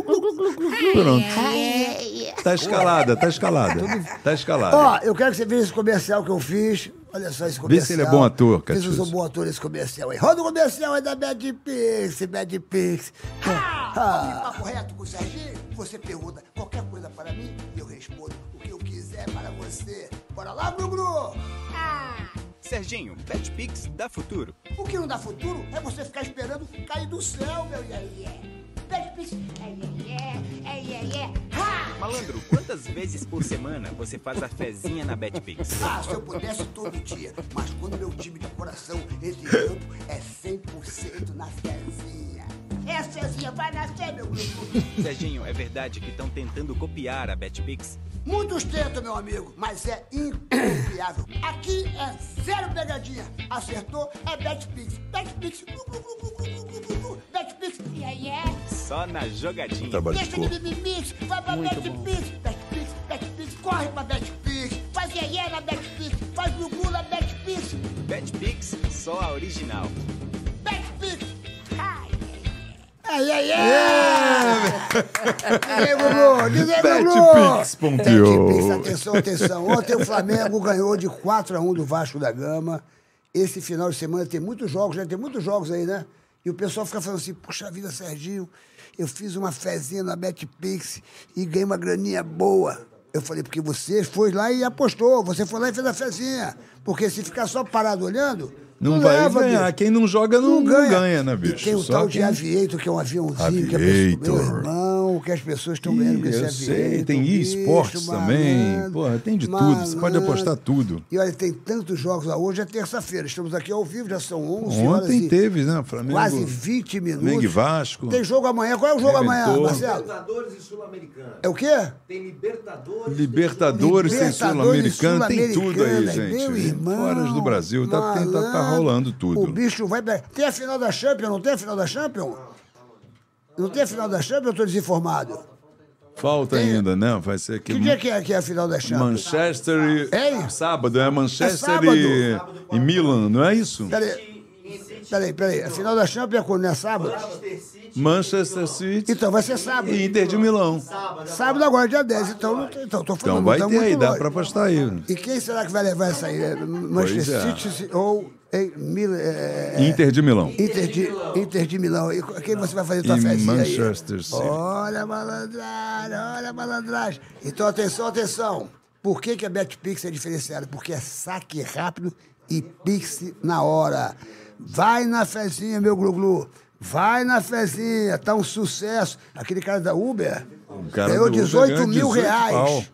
Speaker 4: Pronto.
Speaker 7: Ai, ai,
Speaker 4: Tá escalada, tá escalada. Tá escalada.
Speaker 5: Ó, eu quero que você veja esse comercial que eu fiz. Olha só esse comercial.
Speaker 4: Vê se ele é bom ator,
Speaker 5: Vê se eu sou um
Speaker 4: Catiúcio.
Speaker 5: bom ator esse comercial aí. Roda o comercial aí da Bad Pix, Bad Pix. Ah, papo reto com o Serginho, você pergunta qualquer coisa para mim e eu respondo o que eu quiser para você. Bora lá, Bruno!
Speaker 3: Serginho, BetPix dá futuro.
Speaker 5: O que não dá futuro é você ficar esperando cair do céu, meu iê Bad Pix.
Speaker 7: ai. Ai, ai, ai. Ha!
Speaker 3: Malandro, quantas vezes por semana você faz a fezinha na BetPix?
Speaker 5: Ah, se eu pudesse todo dia, mas quando meu time de coração entra em campo, é 100% na Cezinha. É Cezinha, vai nascer, meu grupo.
Speaker 3: Serginho, é verdade que estão tentando copiar a BetPix?
Speaker 5: Muitos tentam, meu amigo, mas é inconfiável. Aqui é zero pegadinha. Acertou, é BetPix. BetPix. Gu, gu, gu, gu, gu, gu, gu, gu. BetPix. E aí é?
Speaker 3: Só na jogadinha.
Speaker 4: Trabalho de
Speaker 5: Deixa
Speaker 4: corpo.
Speaker 5: de mimimix. Vai pra
Speaker 6: Muito bom.
Speaker 5: BetPix. BetPix, BetPix. Corre pra BetPix. Faz e na BetPix. Faz gugu na BetPix.
Speaker 3: BetPix, só a original.
Speaker 5: Backflip! Ai, ai, ai! Dizer, Gugu! Dizer, Gugu!
Speaker 4: Betpix.io.
Speaker 5: Betpix, Atenção, atenção. Ontem o Flamengo ganhou de 4 a 1 do Vasco da Gama. Esse final de semana tem muitos jogos, né? Tem muitos jogos aí, né? E o pessoal fica falando assim, puxa vida, Serginho, eu fiz uma fezinha na Betpix e ganhei uma graninha boa. Eu falei, porque você foi lá e apostou, você foi lá e fez a fezinha. Porque se ficar só parado olhando,
Speaker 4: Não vai
Speaker 5: leva,
Speaker 4: ganhar.
Speaker 5: bicho.
Speaker 4: Quem não joga não, não ganha. né, bicho?
Speaker 5: E tem o
Speaker 4: Só
Speaker 5: tal de
Speaker 4: quem-
Speaker 5: Aviator, que é um aviãozinho que a
Speaker 4: Aviator.
Speaker 5: pessoa, meu irmão, que as pessoas estão
Speaker 4: Ih,
Speaker 5: ganhando com esse
Speaker 4: eu sei,
Speaker 5: Aviator,
Speaker 4: tem
Speaker 5: bicho,
Speaker 4: e-sports também.
Speaker 5: malandro,
Speaker 4: Porra, tem de tudo, você pode apostar tudo.
Speaker 5: E olha, tem tantos jogos lá. Hoje é terça-feira, estamos aqui ao vivo, já são 11 horas
Speaker 4: Ontem
Speaker 5: e
Speaker 4: teve, né? Flamengo.
Speaker 5: quase 20 minutos.
Speaker 4: Flamengo e Vasco.
Speaker 5: Tem jogo amanhã. Qual é o jogo amanhã,
Speaker 4: Reventou.
Speaker 5: Marcelo?
Speaker 8: Libertadores e Sul-Americana.
Speaker 5: É o quê?
Speaker 8: Tem Libertadores.
Speaker 4: Libertadores, tem
Speaker 5: Libertadores,
Speaker 4: Sul-Americano, tem tudo aí,
Speaker 5: Sul-Americana,
Speaker 4: gente.
Speaker 5: Meu irmão,
Speaker 4: Foras do Brasil, tá, tem- tá, tá
Speaker 5: malandro.
Speaker 4: rolando
Speaker 5: O
Speaker 4: tudo.
Speaker 5: bicho vai. pe- Tem a final da Champions, não tem a final da Champions? Não tem a final da Champions, eu tô desinformado.
Speaker 4: Falta ainda, né? Vai ser que,
Speaker 5: Que dia que é, que é a final da Champions?
Speaker 4: Manchester e...
Speaker 5: É?
Speaker 4: Sábado, é Manchester
Speaker 5: É sábado.
Speaker 4: E... e Milan, não é isso?
Speaker 5: Pera aí.
Speaker 8: Tem City
Speaker 5: Peraí, peraí. A final da Champions é quando? Não é sábado?
Speaker 4: Manchester City
Speaker 5: Então, vai ser sábado.
Speaker 4: e Inter de Milão.
Speaker 5: Sábado agora, dia 10. Então, não, então tô falando.
Speaker 4: Então vai
Speaker 5: não tá
Speaker 4: ter aí,
Speaker 5: muito
Speaker 4: dá
Speaker 5: longe.
Speaker 4: pra apostar aí.
Speaker 5: E quem será que vai levar essa aí? É, Manchester
Speaker 4: é.
Speaker 5: City ou eh, Mil- eh,
Speaker 4: Inter de Milão.
Speaker 5: Inter, de, Inter de Milão. E quem você vai fazer tua
Speaker 4: E
Speaker 5: festinha
Speaker 4: Manchester
Speaker 5: aí?
Speaker 4: City.
Speaker 5: Olha a malandragem, olha a malandragem. Então, atenção, atenção. Por que, que a BetPix é diferenciada? Porque é saque rápido e pix na hora. Vai na fezinha, meu glu-glu. Vai na fezinha, tá um sucesso. Aquele cara da Uber
Speaker 4: cara
Speaker 5: ganhou
Speaker 4: do Uber
Speaker 5: 18
Speaker 4: ganha
Speaker 5: mil
Speaker 4: 18
Speaker 5: reais.
Speaker 4: pau.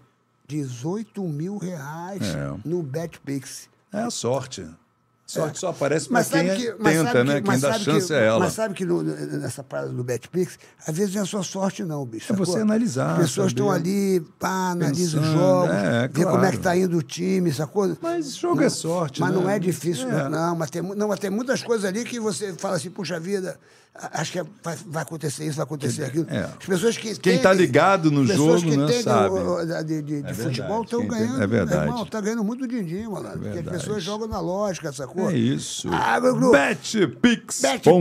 Speaker 5: 18 mil reais
Speaker 4: É.
Speaker 5: no BetPix.
Speaker 4: É a sorte. Sorte só aparece
Speaker 5: É.
Speaker 4: pra
Speaker 5: Mas
Speaker 4: quem
Speaker 5: sabe
Speaker 4: é-
Speaker 5: que, mas
Speaker 4: tenta,
Speaker 5: sabe
Speaker 4: né?
Speaker 5: que-
Speaker 4: Quem
Speaker 5: mas
Speaker 4: dá
Speaker 5: sabe que-
Speaker 4: chance é ela.
Speaker 5: Mas sabe que no- nessa parada do BetPix, às vezes não é só sorte, não, bicho.
Speaker 4: É você
Speaker 5: sacou?
Speaker 4: analisar,
Speaker 5: As pessoas
Speaker 4: saber.
Speaker 5: estão ali, pá, analisam os
Speaker 4: Pensando,
Speaker 5: jogos,
Speaker 4: é,
Speaker 5: vê como é
Speaker 4: claro.
Speaker 5: que tá indo o time, sacou?
Speaker 4: Mas jogo
Speaker 5: Não-
Speaker 4: é sorte,
Speaker 5: Mas
Speaker 4: né?
Speaker 5: não é difícil,
Speaker 4: É.
Speaker 5: não. Mas tem, mu- não, mas tem muitas coisas ali que você fala assim, puxa vida, a- acho que é- vai, vai acontecer isso, vai acontecer aquilo.
Speaker 4: É.
Speaker 5: As pessoas que
Speaker 4: Quem tá ligado no
Speaker 5: pessoas
Speaker 4: jogo,
Speaker 5: que
Speaker 4: né,
Speaker 5: entendem
Speaker 4: sabe.
Speaker 5: o- o- da- de, de- de futebol estão
Speaker 4: quem entende-
Speaker 5: ganhando.
Speaker 4: é verdade. É
Speaker 5: Irmão, tá ganhando muito din-din, mano. porque as
Speaker 4: verdade.
Speaker 5: pessoas jogam na lógica, sacou?
Speaker 4: É isso.
Speaker 5: Ah, Glu-Glu.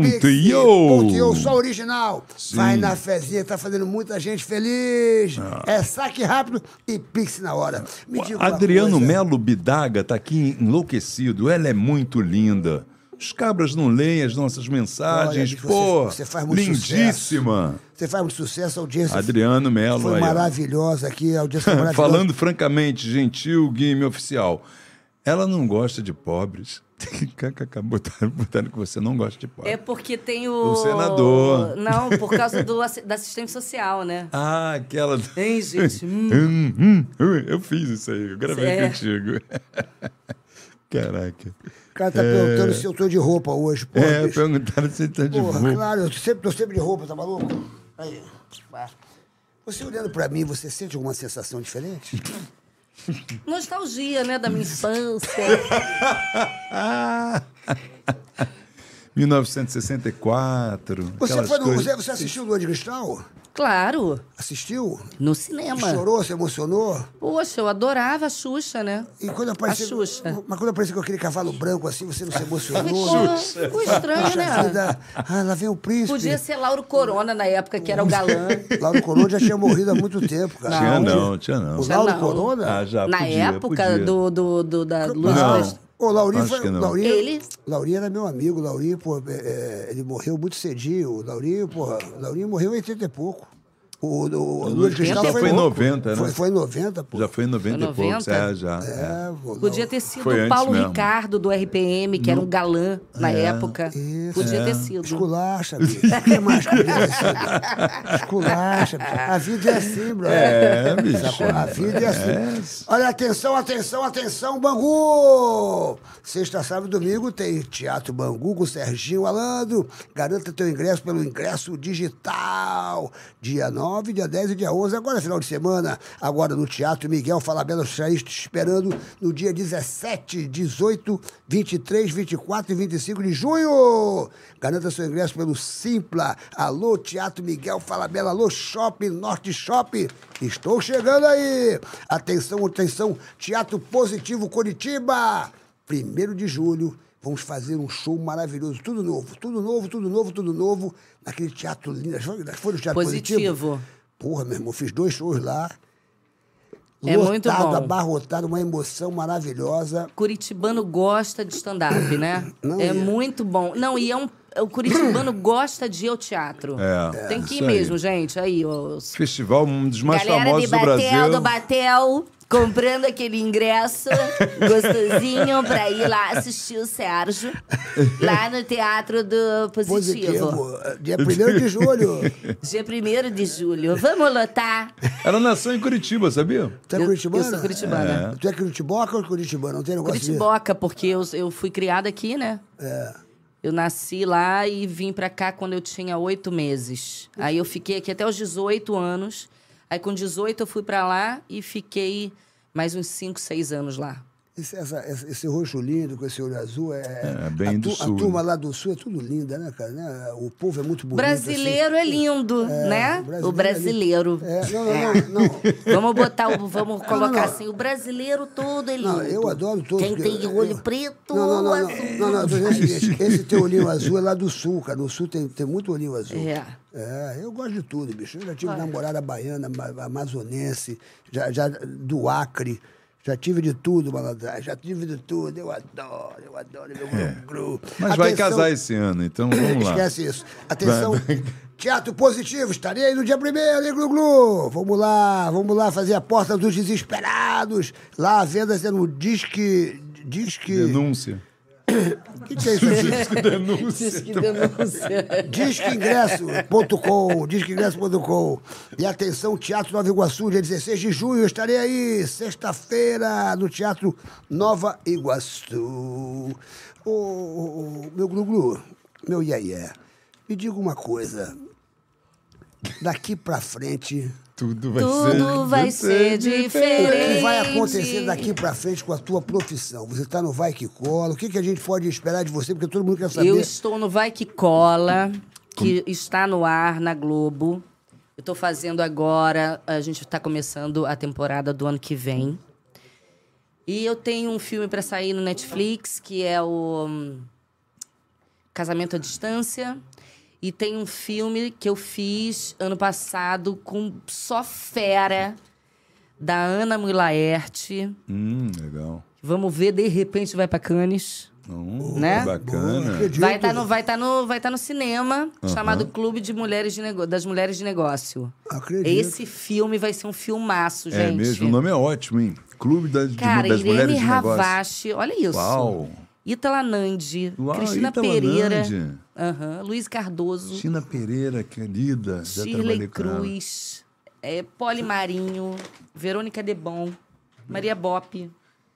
Speaker 4: Betpix.io.
Speaker 5: só original. Vai na fezinha, tá fazendo muita gente feliz.
Speaker 4: Ah.
Speaker 5: É saque rápido e pix na hora. Me diga uma
Speaker 4: Adriano
Speaker 5: coisa.
Speaker 4: Melo Bidaga tá aqui enlouquecido. Ela é muito linda. Os cabras não leem as nossas mensagens.
Speaker 5: Olha, você-
Speaker 4: Pô,
Speaker 5: você faz muito
Speaker 4: lindíssima.
Speaker 5: Você faz muito sucesso, a audiência.
Speaker 4: Adriano Melo.
Speaker 5: Foi
Speaker 4: aí, ó. *laughs*
Speaker 5: maravilhosa aqui, a audiência foi maravilhosa.
Speaker 4: Falando francamente, gentil, game oficial. Ela não gosta de pobres. *laughs* KKK, botaram, botaram que você não gosta de pobres.
Speaker 6: É porque tem o.
Speaker 4: O senador.
Speaker 6: Não, por causa do, assi- da assistente social, né?
Speaker 4: Ah, aquela.
Speaker 6: Hein, gente?
Speaker 4: *laughs*
Speaker 6: Hum.
Speaker 4: Hum, hum, hum, eu fiz isso aí, eu gravei
Speaker 6: É.
Speaker 4: contigo. *laughs* Caraca.
Speaker 5: O cara tá perguntando se eu tô de roupa hoje. Porra,
Speaker 4: É,
Speaker 5: bicho.
Speaker 4: perguntaram se ele tá de
Speaker 5: Porra,
Speaker 4: roupa.
Speaker 5: claro, eu sempre, tô sempre de roupa, tá maluco? Aí. pá. Você olhando pra mim, você sente alguma sensação
Speaker 4: *laughs*
Speaker 5: diferente?
Speaker 6: Nostalgia, né? Da minha infância.
Speaker 4: Ah! *laughs* 1964.
Speaker 5: Você,
Speaker 4: aquelas
Speaker 5: foi no,
Speaker 4: coisas.
Speaker 5: você, você assistiu Lua de Cristal?
Speaker 6: Claro,
Speaker 5: Assistiu?
Speaker 6: no cinema.
Speaker 5: Chorou, se emocionou?
Speaker 6: Poxa, eu adorava a Xuxa, né?
Speaker 5: E quando apareceu.
Speaker 6: A Xuxa.
Speaker 5: Mas quando apareceu com aquele cavalo branco assim, você não se emocionou? né?
Speaker 6: Ficou, ficou estranho,
Speaker 5: Puxa
Speaker 6: né?
Speaker 5: vida, ah, lá vem o príncipe.
Speaker 6: Podia ser Lauro Corona na época, que era o galã.
Speaker 5: Lauro Corona já tinha morrido há muito tempo, cara.
Speaker 4: Tinha não, tinha não.
Speaker 5: O Lauro
Speaker 6: Não.
Speaker 5: Corona?
Speaker 4: Ah, *laughs* já
Speaker 6: na
Speaker 4: podia,
Speaker 6: época
Speaker 4: podia.
Speaker 6: do, do, do- da Luz
Speaker 4: Não.
Speaker 6: das-
Speaker 5: Ô, Laurinho
Speaker 4: Acho
Speaker 5: foi.
Speaker 4: que não.
Speaker 5: Laurinho,
Speaker 6: Ele?
Speaker 5: Laurinho era meu amigo. Laurinho, pô, é, é, ele morreu muito cedinho. O Laurinho, pô, Laurinho morreu em 80 e pouco. O, o, o Luiz Cristal
Speaker 4: Cristal
Speaker 5: foi,
Speaker 4: foi em
Speaker 5: louco.
Speaker 4: 90, né?
Speaker 5: Foi, foi em 90, pô.
Speaker 4: Já foi em 90 e
Speaker 6: Foi 90?
Speaker 4: poucos. É, já. é.
Speaker 5: É, pô,
Speaker 6: Podia ter sido
Speaker 4: Foi
Speaker 6: o
Speaker 4: antes
Speaker 6: Paulo
Speaker 4: mesmo.
Speaker 6: Ricardo do RPM, que era um galã na
Speaker 4: É.
Speaker 6: época. Podia
Speaker 5: É.
Speaker 6: ter sido.
Speaker 5: Esculacha, bicho. O que é mais que acontece? Esculacha, bicho. A vida é assim, brother.
Speaker 4: É, bicho.
Speaker 5: Sacou? A vida é
Speaker 4: É.
Speaker 5: assim. Olha, atenção, atenção, atenção, Bangu! Sexta, sábado e domingo tem Teatro Bangu com Serginho Alando. Garanta teu ingresso pelo ingresso digital. Dia 9, dia 10 e dia 11. Agora, é final de semana, agora no Teatro Miguel Falabella Chaís te esperando no dia 17, 18, 23, 24 e 25 de junho. Garanta seu ingresso pelo Simpla. Alô, Teatro Miguel Falabella. Alô, Shopping, Norte Shopping. Estou chegando aí. Atenção, atenção. Teatro Positivo Curitiba. Primeiro de julho. Vamos fazer um show maravilhoso. Tudo novo, tudo novo, tudo novo, tudo novo. Naquele teatro lindo. Já foi no Teatro Positivo?
Speaker 6: Positivo.
Speaker 5: Porra, meu irmão, fiz dois shows lá.
Speaker 6: É muito
Speaker 5: Lotado,
Speaker 6: bom.
Speaker 5: abarrotado, uma emoção maravilhosa.
Speaker 6: Curitibano gosta de stand-up, né?
Speaker 5: Não
Speaker 6: é
Speaker 5: ia.
Speaker 6: muito bom. Não, e é um. O curitibano gosta de ir ao teatro.
Speaker 4: É,
Speaker 6: Tem que ir
Speaker 4: isso aí.
Speaker 6: mesmo, gente. Aí, ó, os-
Speaker 4: Festival, um dos mais
Speaker 6: Galera de
Speaker 4: famosos do
Speaker 6: Batel,
Speaker 4: Brasil.
Speaker 6: do Batel, comprando aquele ingresso gostosinho pra ir lá assistir o Sérgio. Lá no Teatro do Positivo.
Speaker 5: Positivo. É, Dia 1 de julho.
Speaker 6: Dia 1 de julho. Vamos lotar.
Speaker 4: Ela nasceu em Curitiba, sabia?
Speaker 5: Tu é
Speaker 6: Eu-
Speaker 5: curitibana?
Speaker 6: eu sou curitibana.
Speaker 5: Tu é curitiboca ou curitibana? Não tem negócio
Speaker 6: Curitiboca, porque eu, eu fui criada aqui, né? É. Eu nasci lá e vim pra cá quando eu tinha oito meses. Aí eu fiquei aqui até os 18 anos. Aí com 18 eu fui pra lá e fiquei mais uns 5, 6 anos lá.
Speaker 5: disso? Esse, essa- essa- esse roxo lindo com esse olho azul é.
Speaker 4: É, bem
Speaker 5: a,
Speaker 4: do
Speaker 5: a
Speaker 4: sul.
Speaker 5: turma lá do sul é tudo linda, né, cara? Né? O povo é muito bonito.
Speaker 6: Brasileiro é lindo, né?
Speaker 5: brasileiro
Speaker 6: O
Speaker 5: é
Speaker 6: brasileiro.
Speaker 5: assim. É, não, não, não. não.
Speaker 6: Vamos botar, o- vamos colocar
Speaker 5: não.
Speaker 6: assim, o brasileiro todo é lindo.
Speaker 5: Não, eu adoro todos.
Speaker 6: Quem
Speaker 5: porque
Speaker 6: tem
Speaker 5: eu-
Speaker 6: olho
Speaker 5: eu- Não,
Speaker 6: preto,
Speaker 5: não, não.
Speaker 6: azul.
Speaker 5: Não, não, não eu tô dizendo o seguinte, esse teu olhinho azul é lá do sul, cara. No sul tem, tem muito olhinho azul.
Speaker 6: É.
Speaker 5: É, eu gosto de tudo, bicho. Eu já tive namorada baiana, ma- amazonense, já, já do Acre. Já tive de tudo, malandragem. Já tive de tudo. Eu adoro, eu adoro meu grupo.
Speaker 4: É. Mas vai casar esse ano, então vamos lá.
Speaker 5: Esquece isso. Atenção.
Speaker 4: Vai, vai.
Speaker 5: Teatro Positivo, estarei aí no dia primeiro, hein, Glu-Glu? Vamos lá, vamos lá fazer a Porta dos Desesperados. Lá a venda sendo no Disque... Disque...
Speaker 4: Denúncia.
Speaker 5: O que, que é isso aqui?
Speaker 6: Diz que denúncia.
Speaker 5: Disqueingresso.com, disqueingresso.com. E atenção, Teatro Nova Iguaçu, dia 16 de junho, estarei aí, sexta-feira, no Teatro Nova Iguaçu. Ô, ô, ô, meu Glu-Glu, meu Iaia, me diga uma coisa. Daqui pra frente,
Speaker 4: Tudo vai ser.
Speaker 6: Tudo vai ser
Speaker 5: o
Speaker 6: diferente.
Speaker 5: que vai acontecer daqui pra frente com a tua profissão? Você tá no Vai Que Cola, o que, que a gente pode esperar de você? Porque todo mundo quer saber.
Speaker 6: Eu estou no Vai Que Cola, que está no ar na Globo. Eu estou fazendo agora, a gente está começando a temporada do ano que vem. E eu tenho um filme para sair no Netflix, que é o hum, Casamento à Distância. E tem um filme que eu fiz ano passado com só fera, da Ana Mulaerte.
Speaker 4: Hum, legal.
Speaker 6: Vamos ver, de repente vai para Cannes.
Speaker 4: Hum,
Speaker 6: Né?
Speaker 5: Não
Speaker 4: Bacana.
Speaker 5: acredito.
Speaker 6: Vai estar no, vai tá no, vai tá no cinema, chamado Clube de Mulheres de Nego- das Mulheres de Negócio.
Speaker 5: Acredito.
Speaker 6: Esse filme vai ser um filmaço, gente.
Speaker 4: É mesmo, o nome é ótimo, hein? Clube das, de-
Speaker 6: Cara,
Speaker 4: das
Speaker 6: Irene
Speaker 4: Mulheres de Negócios.
Speaker 6: Ravache, olha isso.
Speaker 4: Uau.
Speaker 6: Itala Nandi,
Speaker 4: Uau,
Speaker 6: Cristina
Speaker 4: Ítala
Speaker 6: Pereira,
Speaker 4: Nandi.
Speaker 6: aham, Luiz Cardoso,
Speaker 4: China Pereira, querida. Já
Speaker 6: Shirley
Speaker 4: trabalhei com ela.
Speaker 6: Cruz, é, Poli Marinho, Verônica Debon, Maria Bop,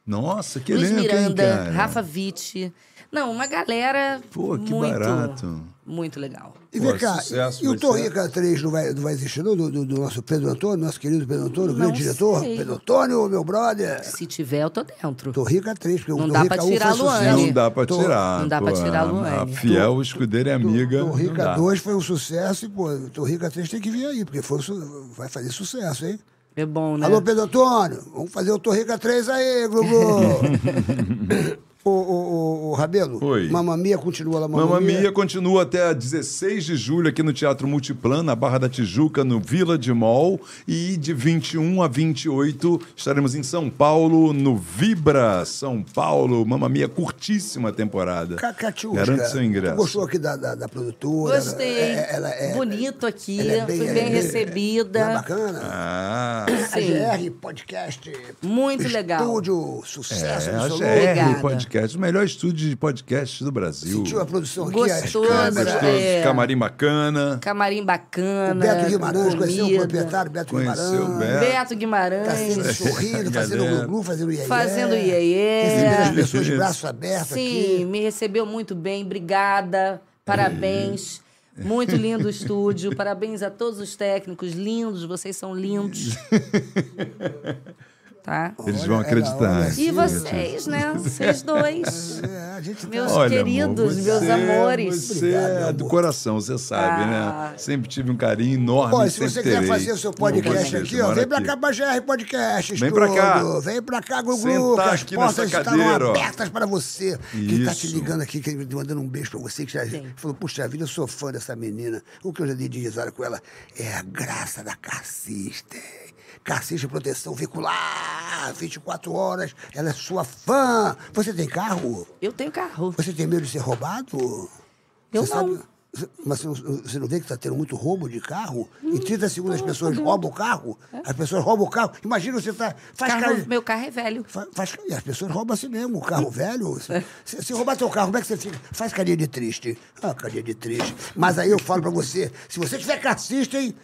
Speaker 4: Nossa, que
Speaker 6: Luiz
Speaker 4: elenco, hein,
Speaker 6: Miranda,
Speaker 4: cara?
Speaker 6: Rafa Witt. Não, uma galera
Speaker 4: Pô, que
Speaker 6: muito,
Speaker 4: barato.
Speaker 6: muito legal.
Speaker 5: E vem
Speaker 4: Pô,
Speaker 5: cá,
Speaker 4: sucesso,
Speaker 5: e o
Speaker 4: vai ser.
Speaker 5: Torrica 3 não vai, não vai existir, não? Do, do- do nosso Pedro Antônio, nosso querido Pedro Antônio,
Speaker 6: Não
Speaker 5: grande diretor?
Speaker 6: sei.
Speaker 5: Pedro Antônio, meu brother.
Speaker 6: Se tiver, eu tô dentro.
Speaker 5: Torrica 3, porque
Speaker 6: Não
Speaker 5: o
Speaker 6: dá
Speaker 5: Torrica
Speaker 6: pra
Speaker 5: 1
Speaker 6: tirar a
Speaker 5: foi um sucesso.
Speaker 6: Luane.
Speaker 4: Não dá pra
Speaker 5: Tor-
Speaker 4: tirar.
Speaker 6: Não dá pra
Speaker 4: pô,
Speaker 6: tirar a
Speaker 4: a-
Speaker 6: Luane.
Speaker 4: A fiel escudeira e amiga. não
Speaker 5: Torrica
Speaker 4: dá.
Speaker 5: 2 foi um sucesso e, pô, Torrica 3 tem que vir aí, porque foi um su- vai fazer sucesso, hein?
Speaker 6: É bom, né?
Speaker 5: Alô, Pedro Antônio, vamos fazer o Torrica 3 aí,
Speaker 4: *laughs*
Speaker 5: Gugu. ô, ô, ô, ô, Rabelo,
Speaker 4: Oi.
Speaker 5: Mamamia continua lá, Mamamia.
Speaker 4: Mamma Mia continua até a 16 de julho aqui no Teatro Multiplan, na Barra da Tijuca, no Vila de Mol. E de 21 a 28 estaremos em São Paulo, no Vibra São Paulo. Mamma Mia, curtíssima temporada.
Speaker 5: Cacatiúsca.
Speaker 4: Garante seu ingresso.
Speaker 5: Tu gostou aqui da, da, da produtora?
Speaker 6: Gostei.
Speaker 5: Ela- ela é-
Speaker 6: Bonito aqui.
Speaker 5: ela é
Speaker 6: Fui
Speaker 5: ela
Speaker 6: bem
Speaker 5: é
Speaker 6: recebida.
Speaker 5: ela É bacana.
Speaker 4: Ah,
Speaker 6: Sim.
Speaker 5: A GR Podcast.
Speaker 6: Muito legal.
Speaker 5: Estúdio, sucesso
Speaker 4: é a
Speaker 5: absoluto.
Speaker 6: Obrigada.
Speaker 4: GR Podcast, o melhor estúdio de podcast do Brasil.
Speaker 5: Sentiu a produção aqui,
Speaker 6: Gostoso,
Speaker 5: as
Speaker 4: Gostoso,
Speaker 5: câmeras.
Speaker 6: É.
Speaker 4: camarim bacana.
Speaker 6: Camarim
Speaker 5: O
Speaker 6: bacana.
Speaker 5: Beto Guimarães, conheceu o
Speaker 6: comida.
Speaker 5: proprietário Beto
Speaker 4: Conheceu o
Speaker 5: Guimarães.
Speaker 4: Beto.
Speaker 6: Beto
Speaker 5: Tá sempre
Speaker 4: *laughs*
Speaker 6: Guimarães.
Speaker 5: sorrindo, fazendo
Speaker 4: Galera.
Speaker 5: glu-glu, fazendo iê
Speaker 6: Fazendo iê-iê.
Speaker 5: Recebendo as pessoas de braço aberto
Speaker 6: Sim,
Speaker 5: é aqui.
Speaker 6: me recebeu muito bem. Obrigada. Parabéns.
Speaker 5: É. *laughs*
Speaker 6: Muito lindo o estúdio. Parabéns a todos os técnicos. Lindos, vocês são
Speaker 5: *laughs*
Speaker 6: lindos. Tá?
Speaker 4: Eles vão
Speaker 5: Olha,
Speaker 4: acreditar.
Speaker 5: olha,
Speaker 6: E vocês, né? Vocês dois.
Speaker 5: É, a gente tá...
Speaker 6: Meus
Speaker 4: Olha, amor,
Speaker 6: queridos,
Speaker 4: você-
Speaker 6: meus amores.
Speaker 4: Você
Speaker 5: Obrigado,
Speaker 4: é do
Speaker 5: amor.
Speaker 4: coração, você sabe,
Speaker 6: Ah.
Speaker 4: né? Sempre tive um carinho enorme.
Speaker 5: Ó,
Speaker 4: e
Speaker 5: se
Speaker 4: sempre
Speaker 5: você quiser
Speaker 4: terei.
Speaker 5: fazer o seu
Speaker 4: Não
Speaker 5: podcast
Speaker 4: vou
Speaker 5: aqui,
Speaker 4: mesmo,
Speaker 5: ó,
Speaker 4: mora
Speaker 5: vem pra cá pra GR Podcast.
Speaker 4: Vem pra cá.
Speaker 5: Estudo. Vem pra cá, Gugu,
Speaker 4: Sentar
Speaker 5: que as
Speaker 4: aqui nessa
Speaker 5: portas
Speaker 4: cadeira,
Speaker 5: estarão
Speaker 4: ó.
Speaker 5: abertas para você. Que tá te
Speaker 4: Isso.
Speaker 5: ligando aqui, que mandando um beijo pra você, que já falou, puxa vida, eu sou fã dessa menina. O que eu já dei de risada com ela é a graça da Cassista. Cassista Proteção Veicular, 24 horas, ela é sua fã. Você tem carro?
Speaker 6: Eu tenho carro.
Speaker 5: Você tem medo de ser roubado?
Speaker 6: Eu
Speaker 5: Você
Speaker 6: não.
Speaker 5: sabe- mas você não, você não vê que está tendo muito roubo de carro?
Speaker 6: Hum,
Speaker 5: em 30 segundos as pessoas roubam o carro? As pessoas roubam o carro? Imagina você tá. Faz
Speaker 6: É. Carro-
Speaker 5: carro.
Speaker 6: meu carro é velho.
Speaker 5: fa- faz- e as pessoas roubam assim mesmo, o carro velho. Se, se- se roubar teu carro, como é que você fica? Faz carinha de triste. Ah, carinha de triste. Mas aí eu falo pra você: se você tiver cassista, hein?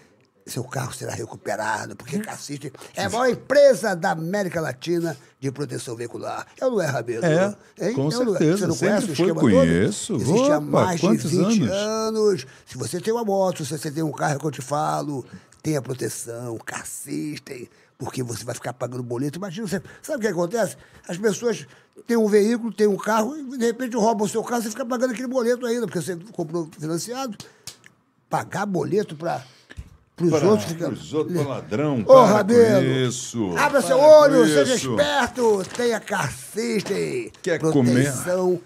Speaker 5: Seu carro será recuperado, porque Cassista é a maior empresa da América Latina de proteção veicular. Eu não é, Rabelo?
Speaker 4: É,
Speaker 5: Hein?
Speaker 4: com
Speaker 5: Eu não é.
Speaker 4: certeza,
Speaker 5: Você não
Speaker 4: sempre
Speaker 5: conhece o
Speaker 4: foi,
Speaker 5: esquema
Speaker 4: conheço.
Speaker 5: todo? Existe há
Speaker 4: Opa,
Speaker 5: mais de
Speaker 4: quantos
Speaker 5: 20
Speaker 4: anos?
Speaker 5: anos. Se você tem uma moto, se você tem um carro, é o que eu te falo, tenha proteção, cassistem. porque você vai ficar pagando boleto. Imagina, você, sabe o que acontece? As pessoas têm um veículo, têm um carro, e de repente roubam o seu carro, você fica pagando aquele boleto ainda, porque você comprou financiado. Pagar boleto para os
Speaker 4: Pra-
Speaker 5: outros fica...
Speaker 4: pros outros, pra ladrão,
Speaker 5: Ô,
Speaker 4: para com
Speaker 5: Rabelo,
Speaker 4: isso,
Speaker 5: abra seu
Speaker 4: para com
Speaker 5: olho, seja
Speaker 4: isso.
Speaker 5: esperto, tenha Car System.
Speaker 4: Quer comer?
Speaker 5: proteção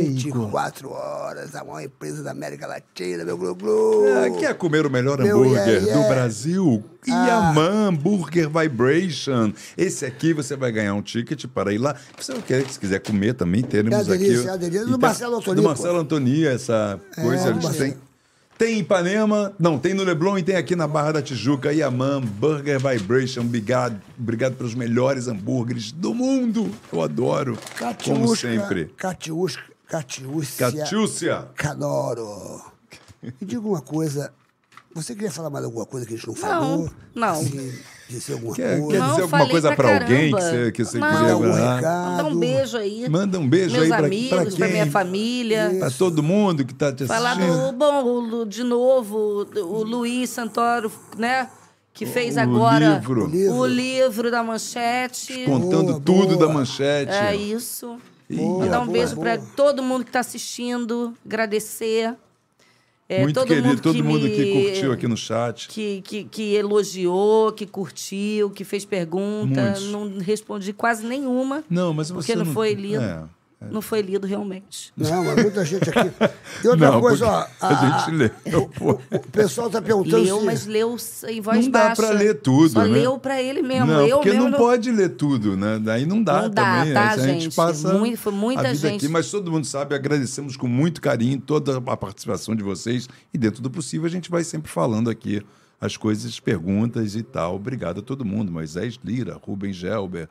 Speaker 5: 24 horas, a maior empresa da América Latina, meu glu-glu.
Speaker 4: Ah, quer comer o melhor
Speaker 5: Meu
Speaker 4: hambúrguer
Speaker 5: yeah, yeah. Ah.
Speaker 4: do Brasil? Iaman Burger Vibration. Esse aqui você vai ganhar um ticket para ir lá. Você não quer, se quiser comer também, teremos
Speaker 5: É uma delícia,
Speaker 4: aqui.
Speaker 5: é uma delícia. Do
Speaker 4: Então,
Speaker 5: Marcelo Antoni,
Speaker 4: Do
Speaker 5: pô. É,
Speaker 4: Marcelo Antoni, essa coisa. eles
Speaker 5: Marcelo.
Speaker 4: têm. Tem em Ipanema, não, tem no Leblon e tem aqui na Barra da Tijuca. Iaman Burger Vibration. Obrigado, obrigado pelos melhores hambúrgueres do mundo. Eu adoro.
Speaker 5: Catiusca,
Speaker 4: como sempre.
Speaker 5: Catiusca, Catiúcia.
Speaker 4: Catiúcia.
Speaker 5: Canoro. Me diga uma coisa. Você queria falar mais alguma coisa que a gente não falou?
Speaker 6: não.
Speaker 5: Sim, Disse alguma
Speaker 4: Quer, quer
Speaker 5: coisa?
Speaker 6: Não,
Speaker 4: dizer alguma
Speaker 6: falei
Speaker 4: coisa
Speaker 6: pra
Speaker 4: para alguém que
Speaker 6: caramba.
Speaker 4: você, que você
Speaker 6: Não.
Speaker 4: queria
Speaker 5: Algum
Speaker 4: agradar?
Speaker 5: recado?
Speaker 6: Manda um beijo aí.
Speaker 4: Manda um beijo
Speaker 6: Meus
Speaker 4: aí pra-
Speaker 6: amigos,
Speaker 4: pra quem?
Speaker 6: minha família.
Speaker 4: Pra todo mundo que tá te
Speaker 6: Falar
Speaker 4: assistindo.
Speaker 6: do. Bom, o Lu- de novo, o Luiz Santoro, né? Que fez
Speaker 4: O
Speaker 6: agora
Speaker 4: livro.
Speaker 6: o livro da manchete.
Speaker 4: Contando
Speaker 5: Boa,
Speaker 4: tudo
Speaker 5: boa.
Speaker 4: da manchete.
Speaker 6: É isso.
Speaker 4: Ih,
Speaker 6: Mandar um
Speaker 5: boa,
Speaker 6: beijo
Speaker 5: boa.
Speaker 6: para todo mundo que está assistindo, agradecer. É,
Speaker 4: Muito querido, todo mundo
Speaker 6: me-
Speaker 4: que curtiu aqui no chat.
Speaker 6: Que, que, que elogiou, que curtiu, que fez pergunta.
Speaker 4: Muitos.
Speaker 6: Não respondi quase nenhuma.
Speaker 4: Não, mas você
Speaker 6: Porque não foi lido.
Speaker 4: É.
Speaker 6: Não foi lido realmente.
Speaker 5: Não, mas muita gente aqui. E outra
Speaker 4: Não,
Speaker 5: coisa, ó.
Speaker 4: porque a gente leu,
Speaker 5: o-
Speaker 4: pô.
Speaker 5: O, o pessoal tá perguntando
Speaker 6: Leu,
Speaker 5: se...
Speaker 6: mas leu em voz
Speaker 4: Então, assim, Não dá
Speaker 6: baixa.
Speaker 4: pra ler tudo,
Speaker 6: Só
Speaker 4: né?
Speaker 6: leu pra ele mesmo.
Speaker 4: não,
Speaker 6: eu
Speaker 4: porque
Speaker 6: mesmo
Speaker 4: não pode ler tudo, né? Daí não dá
Speaker 6: Não dá,
Speaker 4: também. né?
Speaker 6: tá,
Speaker 4: a gente,
Speaker 6: gente?
Speaker 4: passa
Speaker 6: Mui- foi muita
Speaker 4: a vida
Speaker 6: gente.
Speaker 4: aqui, mas todo mundo sabe, agradecemos com muito carinho toda a participação de vocês e dentro do possível a gente vai sempre falando aqui as coisas, perguntas e tal. Obrigado a todo mundo, Moisés Lira, Rubem Gelber,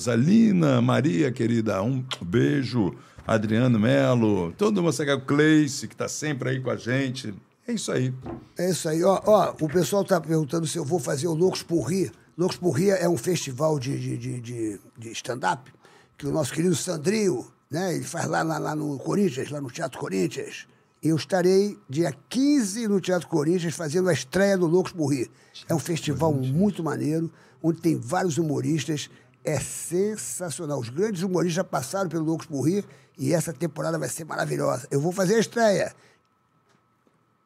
Speaker 4: Rosalina, Maria querida, um beijo, Adriano Melo, todo mundo, o Cleice que está sempre aí com a gente. É isso aí.
Speaker 5: É isso aí. Ó, ó, o pessoal tá perguntando se eu vou fazer o Loucos por Rir. Loucos por Rir é um festival de, de, de, de, de stand-up que o nosso querido Sandrinho, né? Ele faz lá, lá, lá no Corinthians, lá no Teatro Corinthians. Eu estarei dia 15 no Teatro Corinthians fazendo a estreia do Loucos por Rir. É um festival muito maneiro, onde tem vários humoristas. É sensacional. Os grandes humoristas já passaram pelo Loucos por Rir e essa temporada vai ser maravilhosa. Eu vou fazer a estreia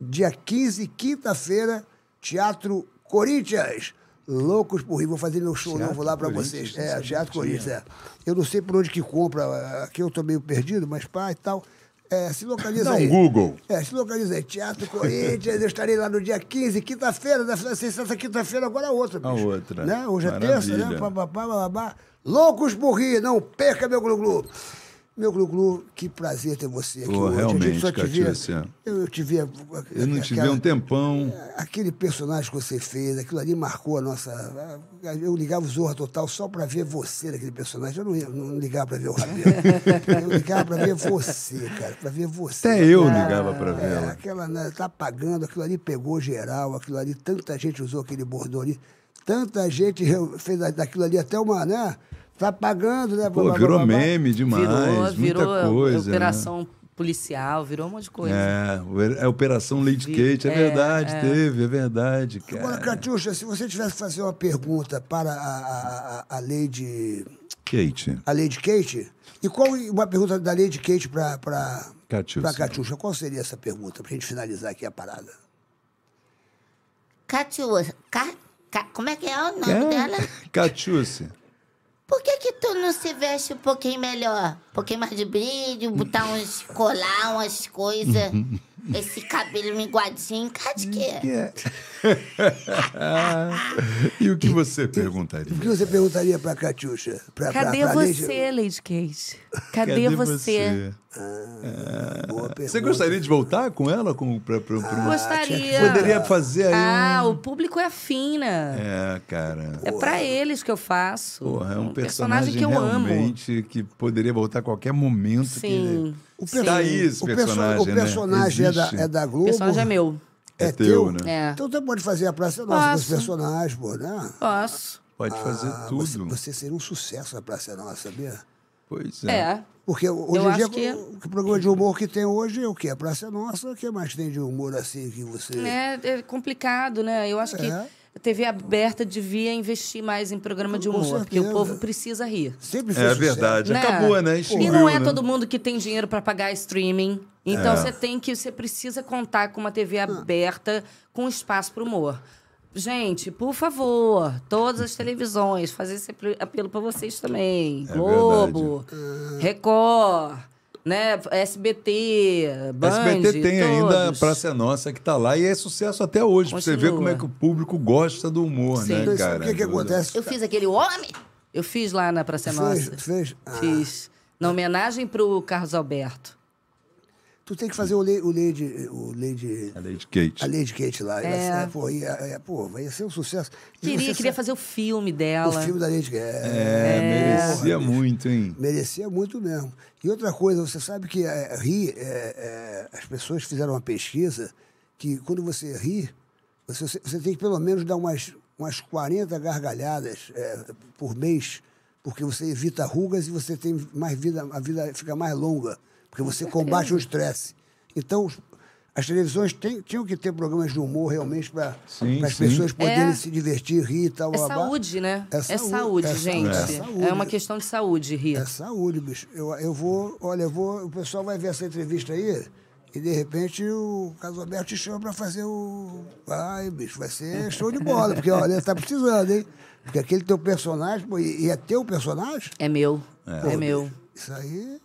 Speaker 5: dia 15, quinta-feira, Teatro Corinthians. Loucos por Rio, vou fazer meu show novo lá pra vocês.
Speaker 4: né?
Speaker 5: É, Teatro Corinthians. é. Eu não sei por onde que compra, aqui eu tô meio perdido, mas pá e tal. É, se localiza
Speaker 4: Dá um
Speaker 5: aí.
Speaker 4: Google.
Speaker 5: É, se localiza aí. Teatro Corinthians, eu estarei lá no dia 15, quinta-feira, da essa quinta-feira, agora é outra.
Speaker 4: A
Speaker 5: bicho.
Speaker 4: outra.
Speaker 5: Né? Hoje é
Speaker 4: Maravilha.
Speaker 5: terça, né? Pá, pá, pá, pá, pá. Loucos por Rio, não perca meu glu-glu. Meu glu-glu, que prazer ter você aqui
Speaker 4: Pô,
Speaker 5: hoje. a gente
Speaker 4: realmente,
Speaker 5: só te vê-
Speaker 4: Catiúcia.
Speaker 5: Eu, eu te vi. Eu
Speaker 4: Eu
Speaker 5: É
Speaker 4: não te vi há um tempão.
Speaker 5: Aquele personagem que você fez, aquilo ali marcou a nossa. Eu ligava o Zorra Total só pra ver você naquele personagem. Eu não, ia- não ligava pra ver o Rabelo. eu ligava pra ver você, cara. Pra ver você.
Speaker 4: Até eu ligava pra ver
Speaker 5: É,
Speaker 4: ela.
Speaker 5: aquela, né, tá pagando, aquilo ali pegou geral, aquilo ali, tanta gente usou aquele bordão ali, tanta gente reu- fez da- daquilo ali até uma, né? Tá pagando, né?
Speaker 4: Pô,
Speaker 5: babá,
Speaker 4: virou
Speaker 5: babá.
Speaker 4: meme demais,
Speaker 6: virou,
Speaker 4: muita
Speaker 6: virou é,
Speaker 4: coisa. né?
Speaker 6: operação policial, virou um monte de coisa.
Speaker 4: É, o- é a Operação Lady
Speaker 6: Vi-
Speaker 4: Kate, é,
Speaker 6: é,
Speaker 4: verdade,
Speaker 6: é.
Speaker 4: teve, é verdade,
Speaker 5: Agora,
Speaker 4: cara.
Speaker 5: Catiuxa, se você tivesse que fazer uma pergunta para a, a, a, a Lady.
Speaker 4: Kate,
Speaker 5: a Lady Kate. E qual uma pergunta da Lady Kate para para
Speaker 4: Catiúcia.
Speaker 5: Catiuxa? Qual seria essa pergunta para gente finalizar aqui a parada?
Speaker 7: Catiúcia, ca, ca- como é que é o nome dela?
Speaker 4: É, Catiúcia.
Speaker 7: Por que que tu não se veste um pouquinho melhor? Um pouquinho mais de brilho, botar uns colar, umas *laughs* coisas. Esse cabelo minguadinho, cara de quê?
Speaker 4: *laughs* E o que você perguntaria?
Speaker 5: O que você perguntaria para Catiuxa? Pra, pra-
Speaker 6: Cadê
Speaker 5: pra
Speaker 6: você, Lady
Speaker 4: *laughs*
Speaker 6: Kate? Cadê, você?
Speaker 5: Boa
Speaker 4: É. Você
Speaker 5: pergunta.
Speaker 4: gostaria de voltar com ela? Com, pra, pra, pra-
Speaker 6: Gostaria.
Speaker 4: Ah, Poderia fazer um- aí
Speaker 6: Ah, o público é afina.
Speaker 4: um... É, cara.
Speaker 6: É pra eles que eu faço.
Speaker 4: Porra, é um personagem,
Speaker 6: que eu amo.
Speaker 4: realmente que poderia voltar a qualquer momento.
Speaker 6: Sim.
Speaker 4: Que...
Speaker 6: sim.
Speaker 4: Tá aí esse
Speaker 5: O personagem, o
Speaker 4: personagem,
Speaker 5: personagem
Speaker 4: né?
Speaker 5: é, da,
Speaker 4: Existe.
Speaker 5: é da
Speaker 6: O
Speaker 5: Globo.
Speaker 6: personagem é meu.
Speaker 4: É teu, né?
Speaker 6: É.
Speaker 5: Então você pode fazer a Praça Nossa com os
Speaker 6: Posso.
Speaker 5: personagens, pô, né?
Speaker 6: Posso.
Speaker 4: Pode fazer
Speaker 5: Ah,
Speaker 4: tudo.
Speaker 5: Você, você seria um sucesso na Praça Nossa, sabia?
Speaker 4: Pois
Speaker 6: É.
Speaker 4: é.
Speaker 5: Porque hoje
Speaker 6: Eu
Speaker 5: em dia,
Speaker 6: acho que-
Speaker 5: o o programa de humor que tem hoje é o quê? A Praça Nossa, o que mais tem de humor assim que você.
Speaker 6: É, é complicado, né? Eu acho que
Speaker 5: É.
Speaker 6: a TV aberta devia investir mais em programa de
Speaker 5: Com
Speaker 6: humor, porque o
Speaker 5: certeza.
Speaker 6: povo precisa rir.
Speaker 5: Sempre fez
Speaker 4: É
Speaker 5: sucesso.
Speaker 4: verdade.
Speaker 6: Né?
Speaker 4: Acabou, né?
Speaker 6: E
Speaker 4: Extinguiu,
Speaker 6: não é
Speaker 4: né? É.
Speaker 6: todo mundo que tem dinheiro para pagar streaming. Então você tem que, você precisa contar com uma TV
Speaker 5: Ah.
Speaker 6: aberta com espaço para humor. Gente, por favor, todas as televisões, fazer esse apel- apelo para vocês também.
Speaker 4: É
Speaker 6: Globo, Record, né, SBT, Band,
Speaker 4: SBT tem ainda a
Speaker 6: todos.
Speaker 4: Praça é Nossa que tá lá e é sucesso até hoje. Pra você ver
Speaker 6: Continua.
Speaker 4: como é que o público gosta do humor,
Speaker 6: Sim.
Speaker 4: né,
Speaker 5: Mas
Speaker 4: cara?
Speaker 5: O que, que acontece?
Speaker 6: Eu fiz aquele homem. Eu fiz lá na Praça
Speaker 5: Fez,
Speaker 6: Nossa.
Speaker 5: fez. Ah,
Speaker 6: Fiz. Na homenagem pro Carlos Alberto.
Speaker 5: tu tem que fazer o lei, o lei de. O lei de
Speaker 4: A Lady
Speaker 5: a
Speaker 4: Kate.
Speaker 5: Lady Kate lá.
Speaker 6: É.
Speaker 5: Ela- pô, ia, é, pô, vai ser um sucesso. E
Speaker 6: Queria,
Speaker 5: você
Speaker 6: queria
Speaker 5: sabe-
Speaker 6: fazer o filme
Speaker 5: O
Speaker 6: dela.
Speaker 5: filme da Lady Gaga.
Speaker 4: É, merecia muito, hein?
Speaker 5: Merecia muito mesmo. E outra coisa, você sabe que é, rir, é, é, as pessoas fizeram uma pesquisa que quando você ri, você, você tem que pelo menos dar umas, umas 40 gargalhadas é, por mês, porque você evita rugas e você tem mais vida, a vida fica mais longa, porque você combate o estresse. Então, os- as televisões têm- tinham que ter programas de humor realmente para
Speaker 4: Sim,
Speaker 5: as
Speaker 4: sim.
Speaker 5: pessoas poderem
Speaker 6: É.
Speaker 5: se divertir, rir e tal.
Speaker 6: É
Speaker 5: blá, blá, blá.
Speaker 6: saúde, né?
Speaker 5: É
Speaker 6: É
Speaker 5: saúde,
Speaker 6: saúde,
Speaker 5: é saúde,
Speaker 6: gente.
Speaker 5: é
Speaker 6: É.
Speaker 5: saúde.
Speaker 6: uma queção de saúde, Ria.
Speaker 5: É saúde, bicho. Eu, eu vou, olha, eu vou. O pessoal vai ver essa entrevista aí e de repente o Carlos Alberto te chama pra fazer o. Ai, bicho, vai ser show de bola, porque olha, ele tá precisando, hein? Porque aquele teu personagem, pô, e, e é teu personagem?
Speaker 6: É meu. É,
Speaker 5: Pô,
Speaker 6: meu.
Speaker 5: bicho, Isso aí.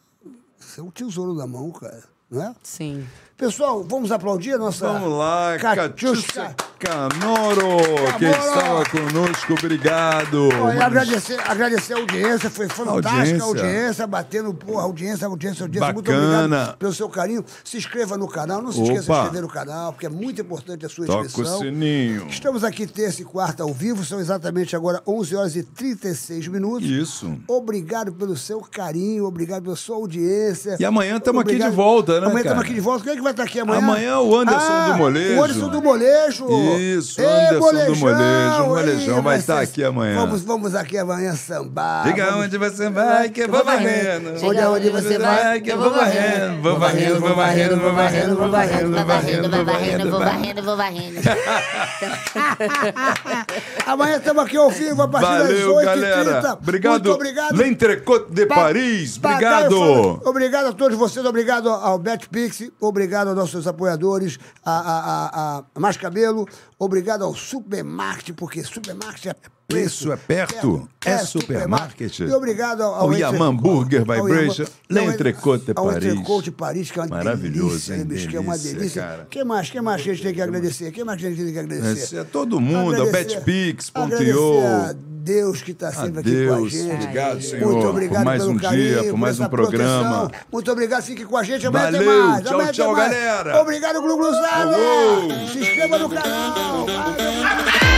Speaker 5: Isso é um tesouro na mão, cara. Não é?
Speaker 6: Sim.
Speaker 5: Pessoal, vamos aplaudir a nossa.
Speaker 4: Vamos lá,
Speaker 5: Catiusca.
Speaker 4: Catiusca Canoro, que
Speaker 5: Canoro.
Speaker 4: estava conosco, obrigado.
Speaker 5: Olha,
Speaker 4: Mas-
Speaker 5: agradecer, agradecer a audiência, foi fantástica a
Speaker 4: Audiência.
Speaker 5: audiência, batendo, porra, audiência, audiência, audiência. Muito
Speaker 4: Bacana.
Speaker 5: obrigado pelo seu carinho. Se inscreva no canal, não se esqueça de
Speaker 4: Opa.
Speaker 5: se inscrever no canal, porque é muito importante a sua
Speaker 4: Toca o
Speaker 5: inscrição.
Speaker 4: sininho.
Speaker 5: Estamos aqui terça e quarta ao vivo, são exatamente agora 11 horas e 36 minutos.
Speaker 4: Isso.
Speaker 5: Obrigado pelo seu carinho, obrigado pela sua audiência.
Speaker 4: E amanhã tamo aqui
Speaker 5: Obrigado.
Speaker 4: de volta, né,
Speaker 5: Amanhã
Speaker 4: cara?
Speaker 5: estamos aqui de volta. Quem é que vai estar aqui amanhã?
Speaker 4: Amanhã o Anderson
Speaker 5: Ah,
Speaker 4: do Molejo.
Speaker 5: O Anderson do Molejo.
Speaker 4: Isso,
Speaker 5: Ei,
Speaker 4: Anderson do Molejo. O
Speaker 5: Ih,
Speaker 4: Molejão vai estar
Speaker 5: ser-
Speaker 4: aqui amanhã.
Speaker 5: Vamos, vamos aqui amanhã sambar.
Speaker 4: Diga
Speaker 5: vamos...
Speaker 4: onde você vai, que eu vou varrendo.
Speaker 5: Olha onde você vai.
Speaker 4: que eu vou varrendo. Vou varrendo, vou varrendo, vou varrendo, vou varrendo,
Speaker 7: Vai
Speaker 4: vou
Speaker 7: varrendo,
Speaker 4: varrendo,
Speaker 7: vai
Speaker 4: vou
Speaker 7: varrendo,
Speaker 4: varrendo.
Speaker 7: vou
Speaker 4: vou varrendo.
Speaker 7: varrendo, vou varrendo.
Speaker 5: Amanhã estamos aqui ao vivo a partir das
Speaker 4: Valeu,
Speaker 5: 8h30.
Speaker 4: galera. Obrigado.
Speaker 5: Muito obrigado.
Speaker 4: L'Entrecôte de
Speaker 5: Pa-
Speaker 4: Paris.
Speaker 5: Batalha Fora.
Speaker 4: Obrigado.
Speaker 5: Obrigado a todos vocês, obrigado ao BetPix, obrigado aos nossos apoiadores, a, a, a, a Mais Cabelo, obrigado ao Supermarket, porque Supermarket é preço.
Speaker 4: Preço é perto, é supermarket.
Speaker 5: E obrigado ao, ao
Speaker 4: O Yamam
Speaker 5: Entrecô-
Speaker 4: Burger by
Speaker 5: ao Yamam-
Speaker 4: Brecha,
Speaker 5: não,
Speaker 4: L'Entrecôte de
Speaker 5: ao
Speaker 4: Paris.
Speaker 5: Entrecôte de Paris, que é uma
Speaker 4: Maravilhoso,
Speaker 5: delícia,
Speaker 4: hein?
Speaker 5: bicho, que é uma
Speaker 4: Delícia,
Speaker 5: delícia.
Speaker 4: cara.
Speaker 5: Quem mais? Quem mais que a gente tem que agradecer? Quem mais que a gente tem que agradecer?
Speaker 4: Esse é todo mundo, o
Speaker 5: Agradecer-
Speaker 4: betpix.io.
Speaker 5: agradecer a Deus que tá está sempre aqui com a
Speaker 4: Adeus.
Speaker 5: gente.
Speaker 4: Obrigado, Senhor.
Speaker 5: Muito obrigado
Speaker 4: por mais
Speaker 5: pelo
Speaker 4: um
Speaker 5: carinho,
Speaker 4: dia, por mais
Speaker 5: essa
Speaker 4: um programa.
Speaker 5: proteção. Muito obrigado, fique com a gente. Amanhã tem
Speaker 4: Valeu,
Speaker 5: mais.
Speaker 4: tchau,
Speaker 5: amanhã
Speaker 4: tchau,
Speaker 5: tem mais.
Speaker 4: galera.
Speaker 5: Obrigado, Glu Gluzada.
Speaker 4: Uou.
Speaker 5: Se inscreva no canal. Valeu.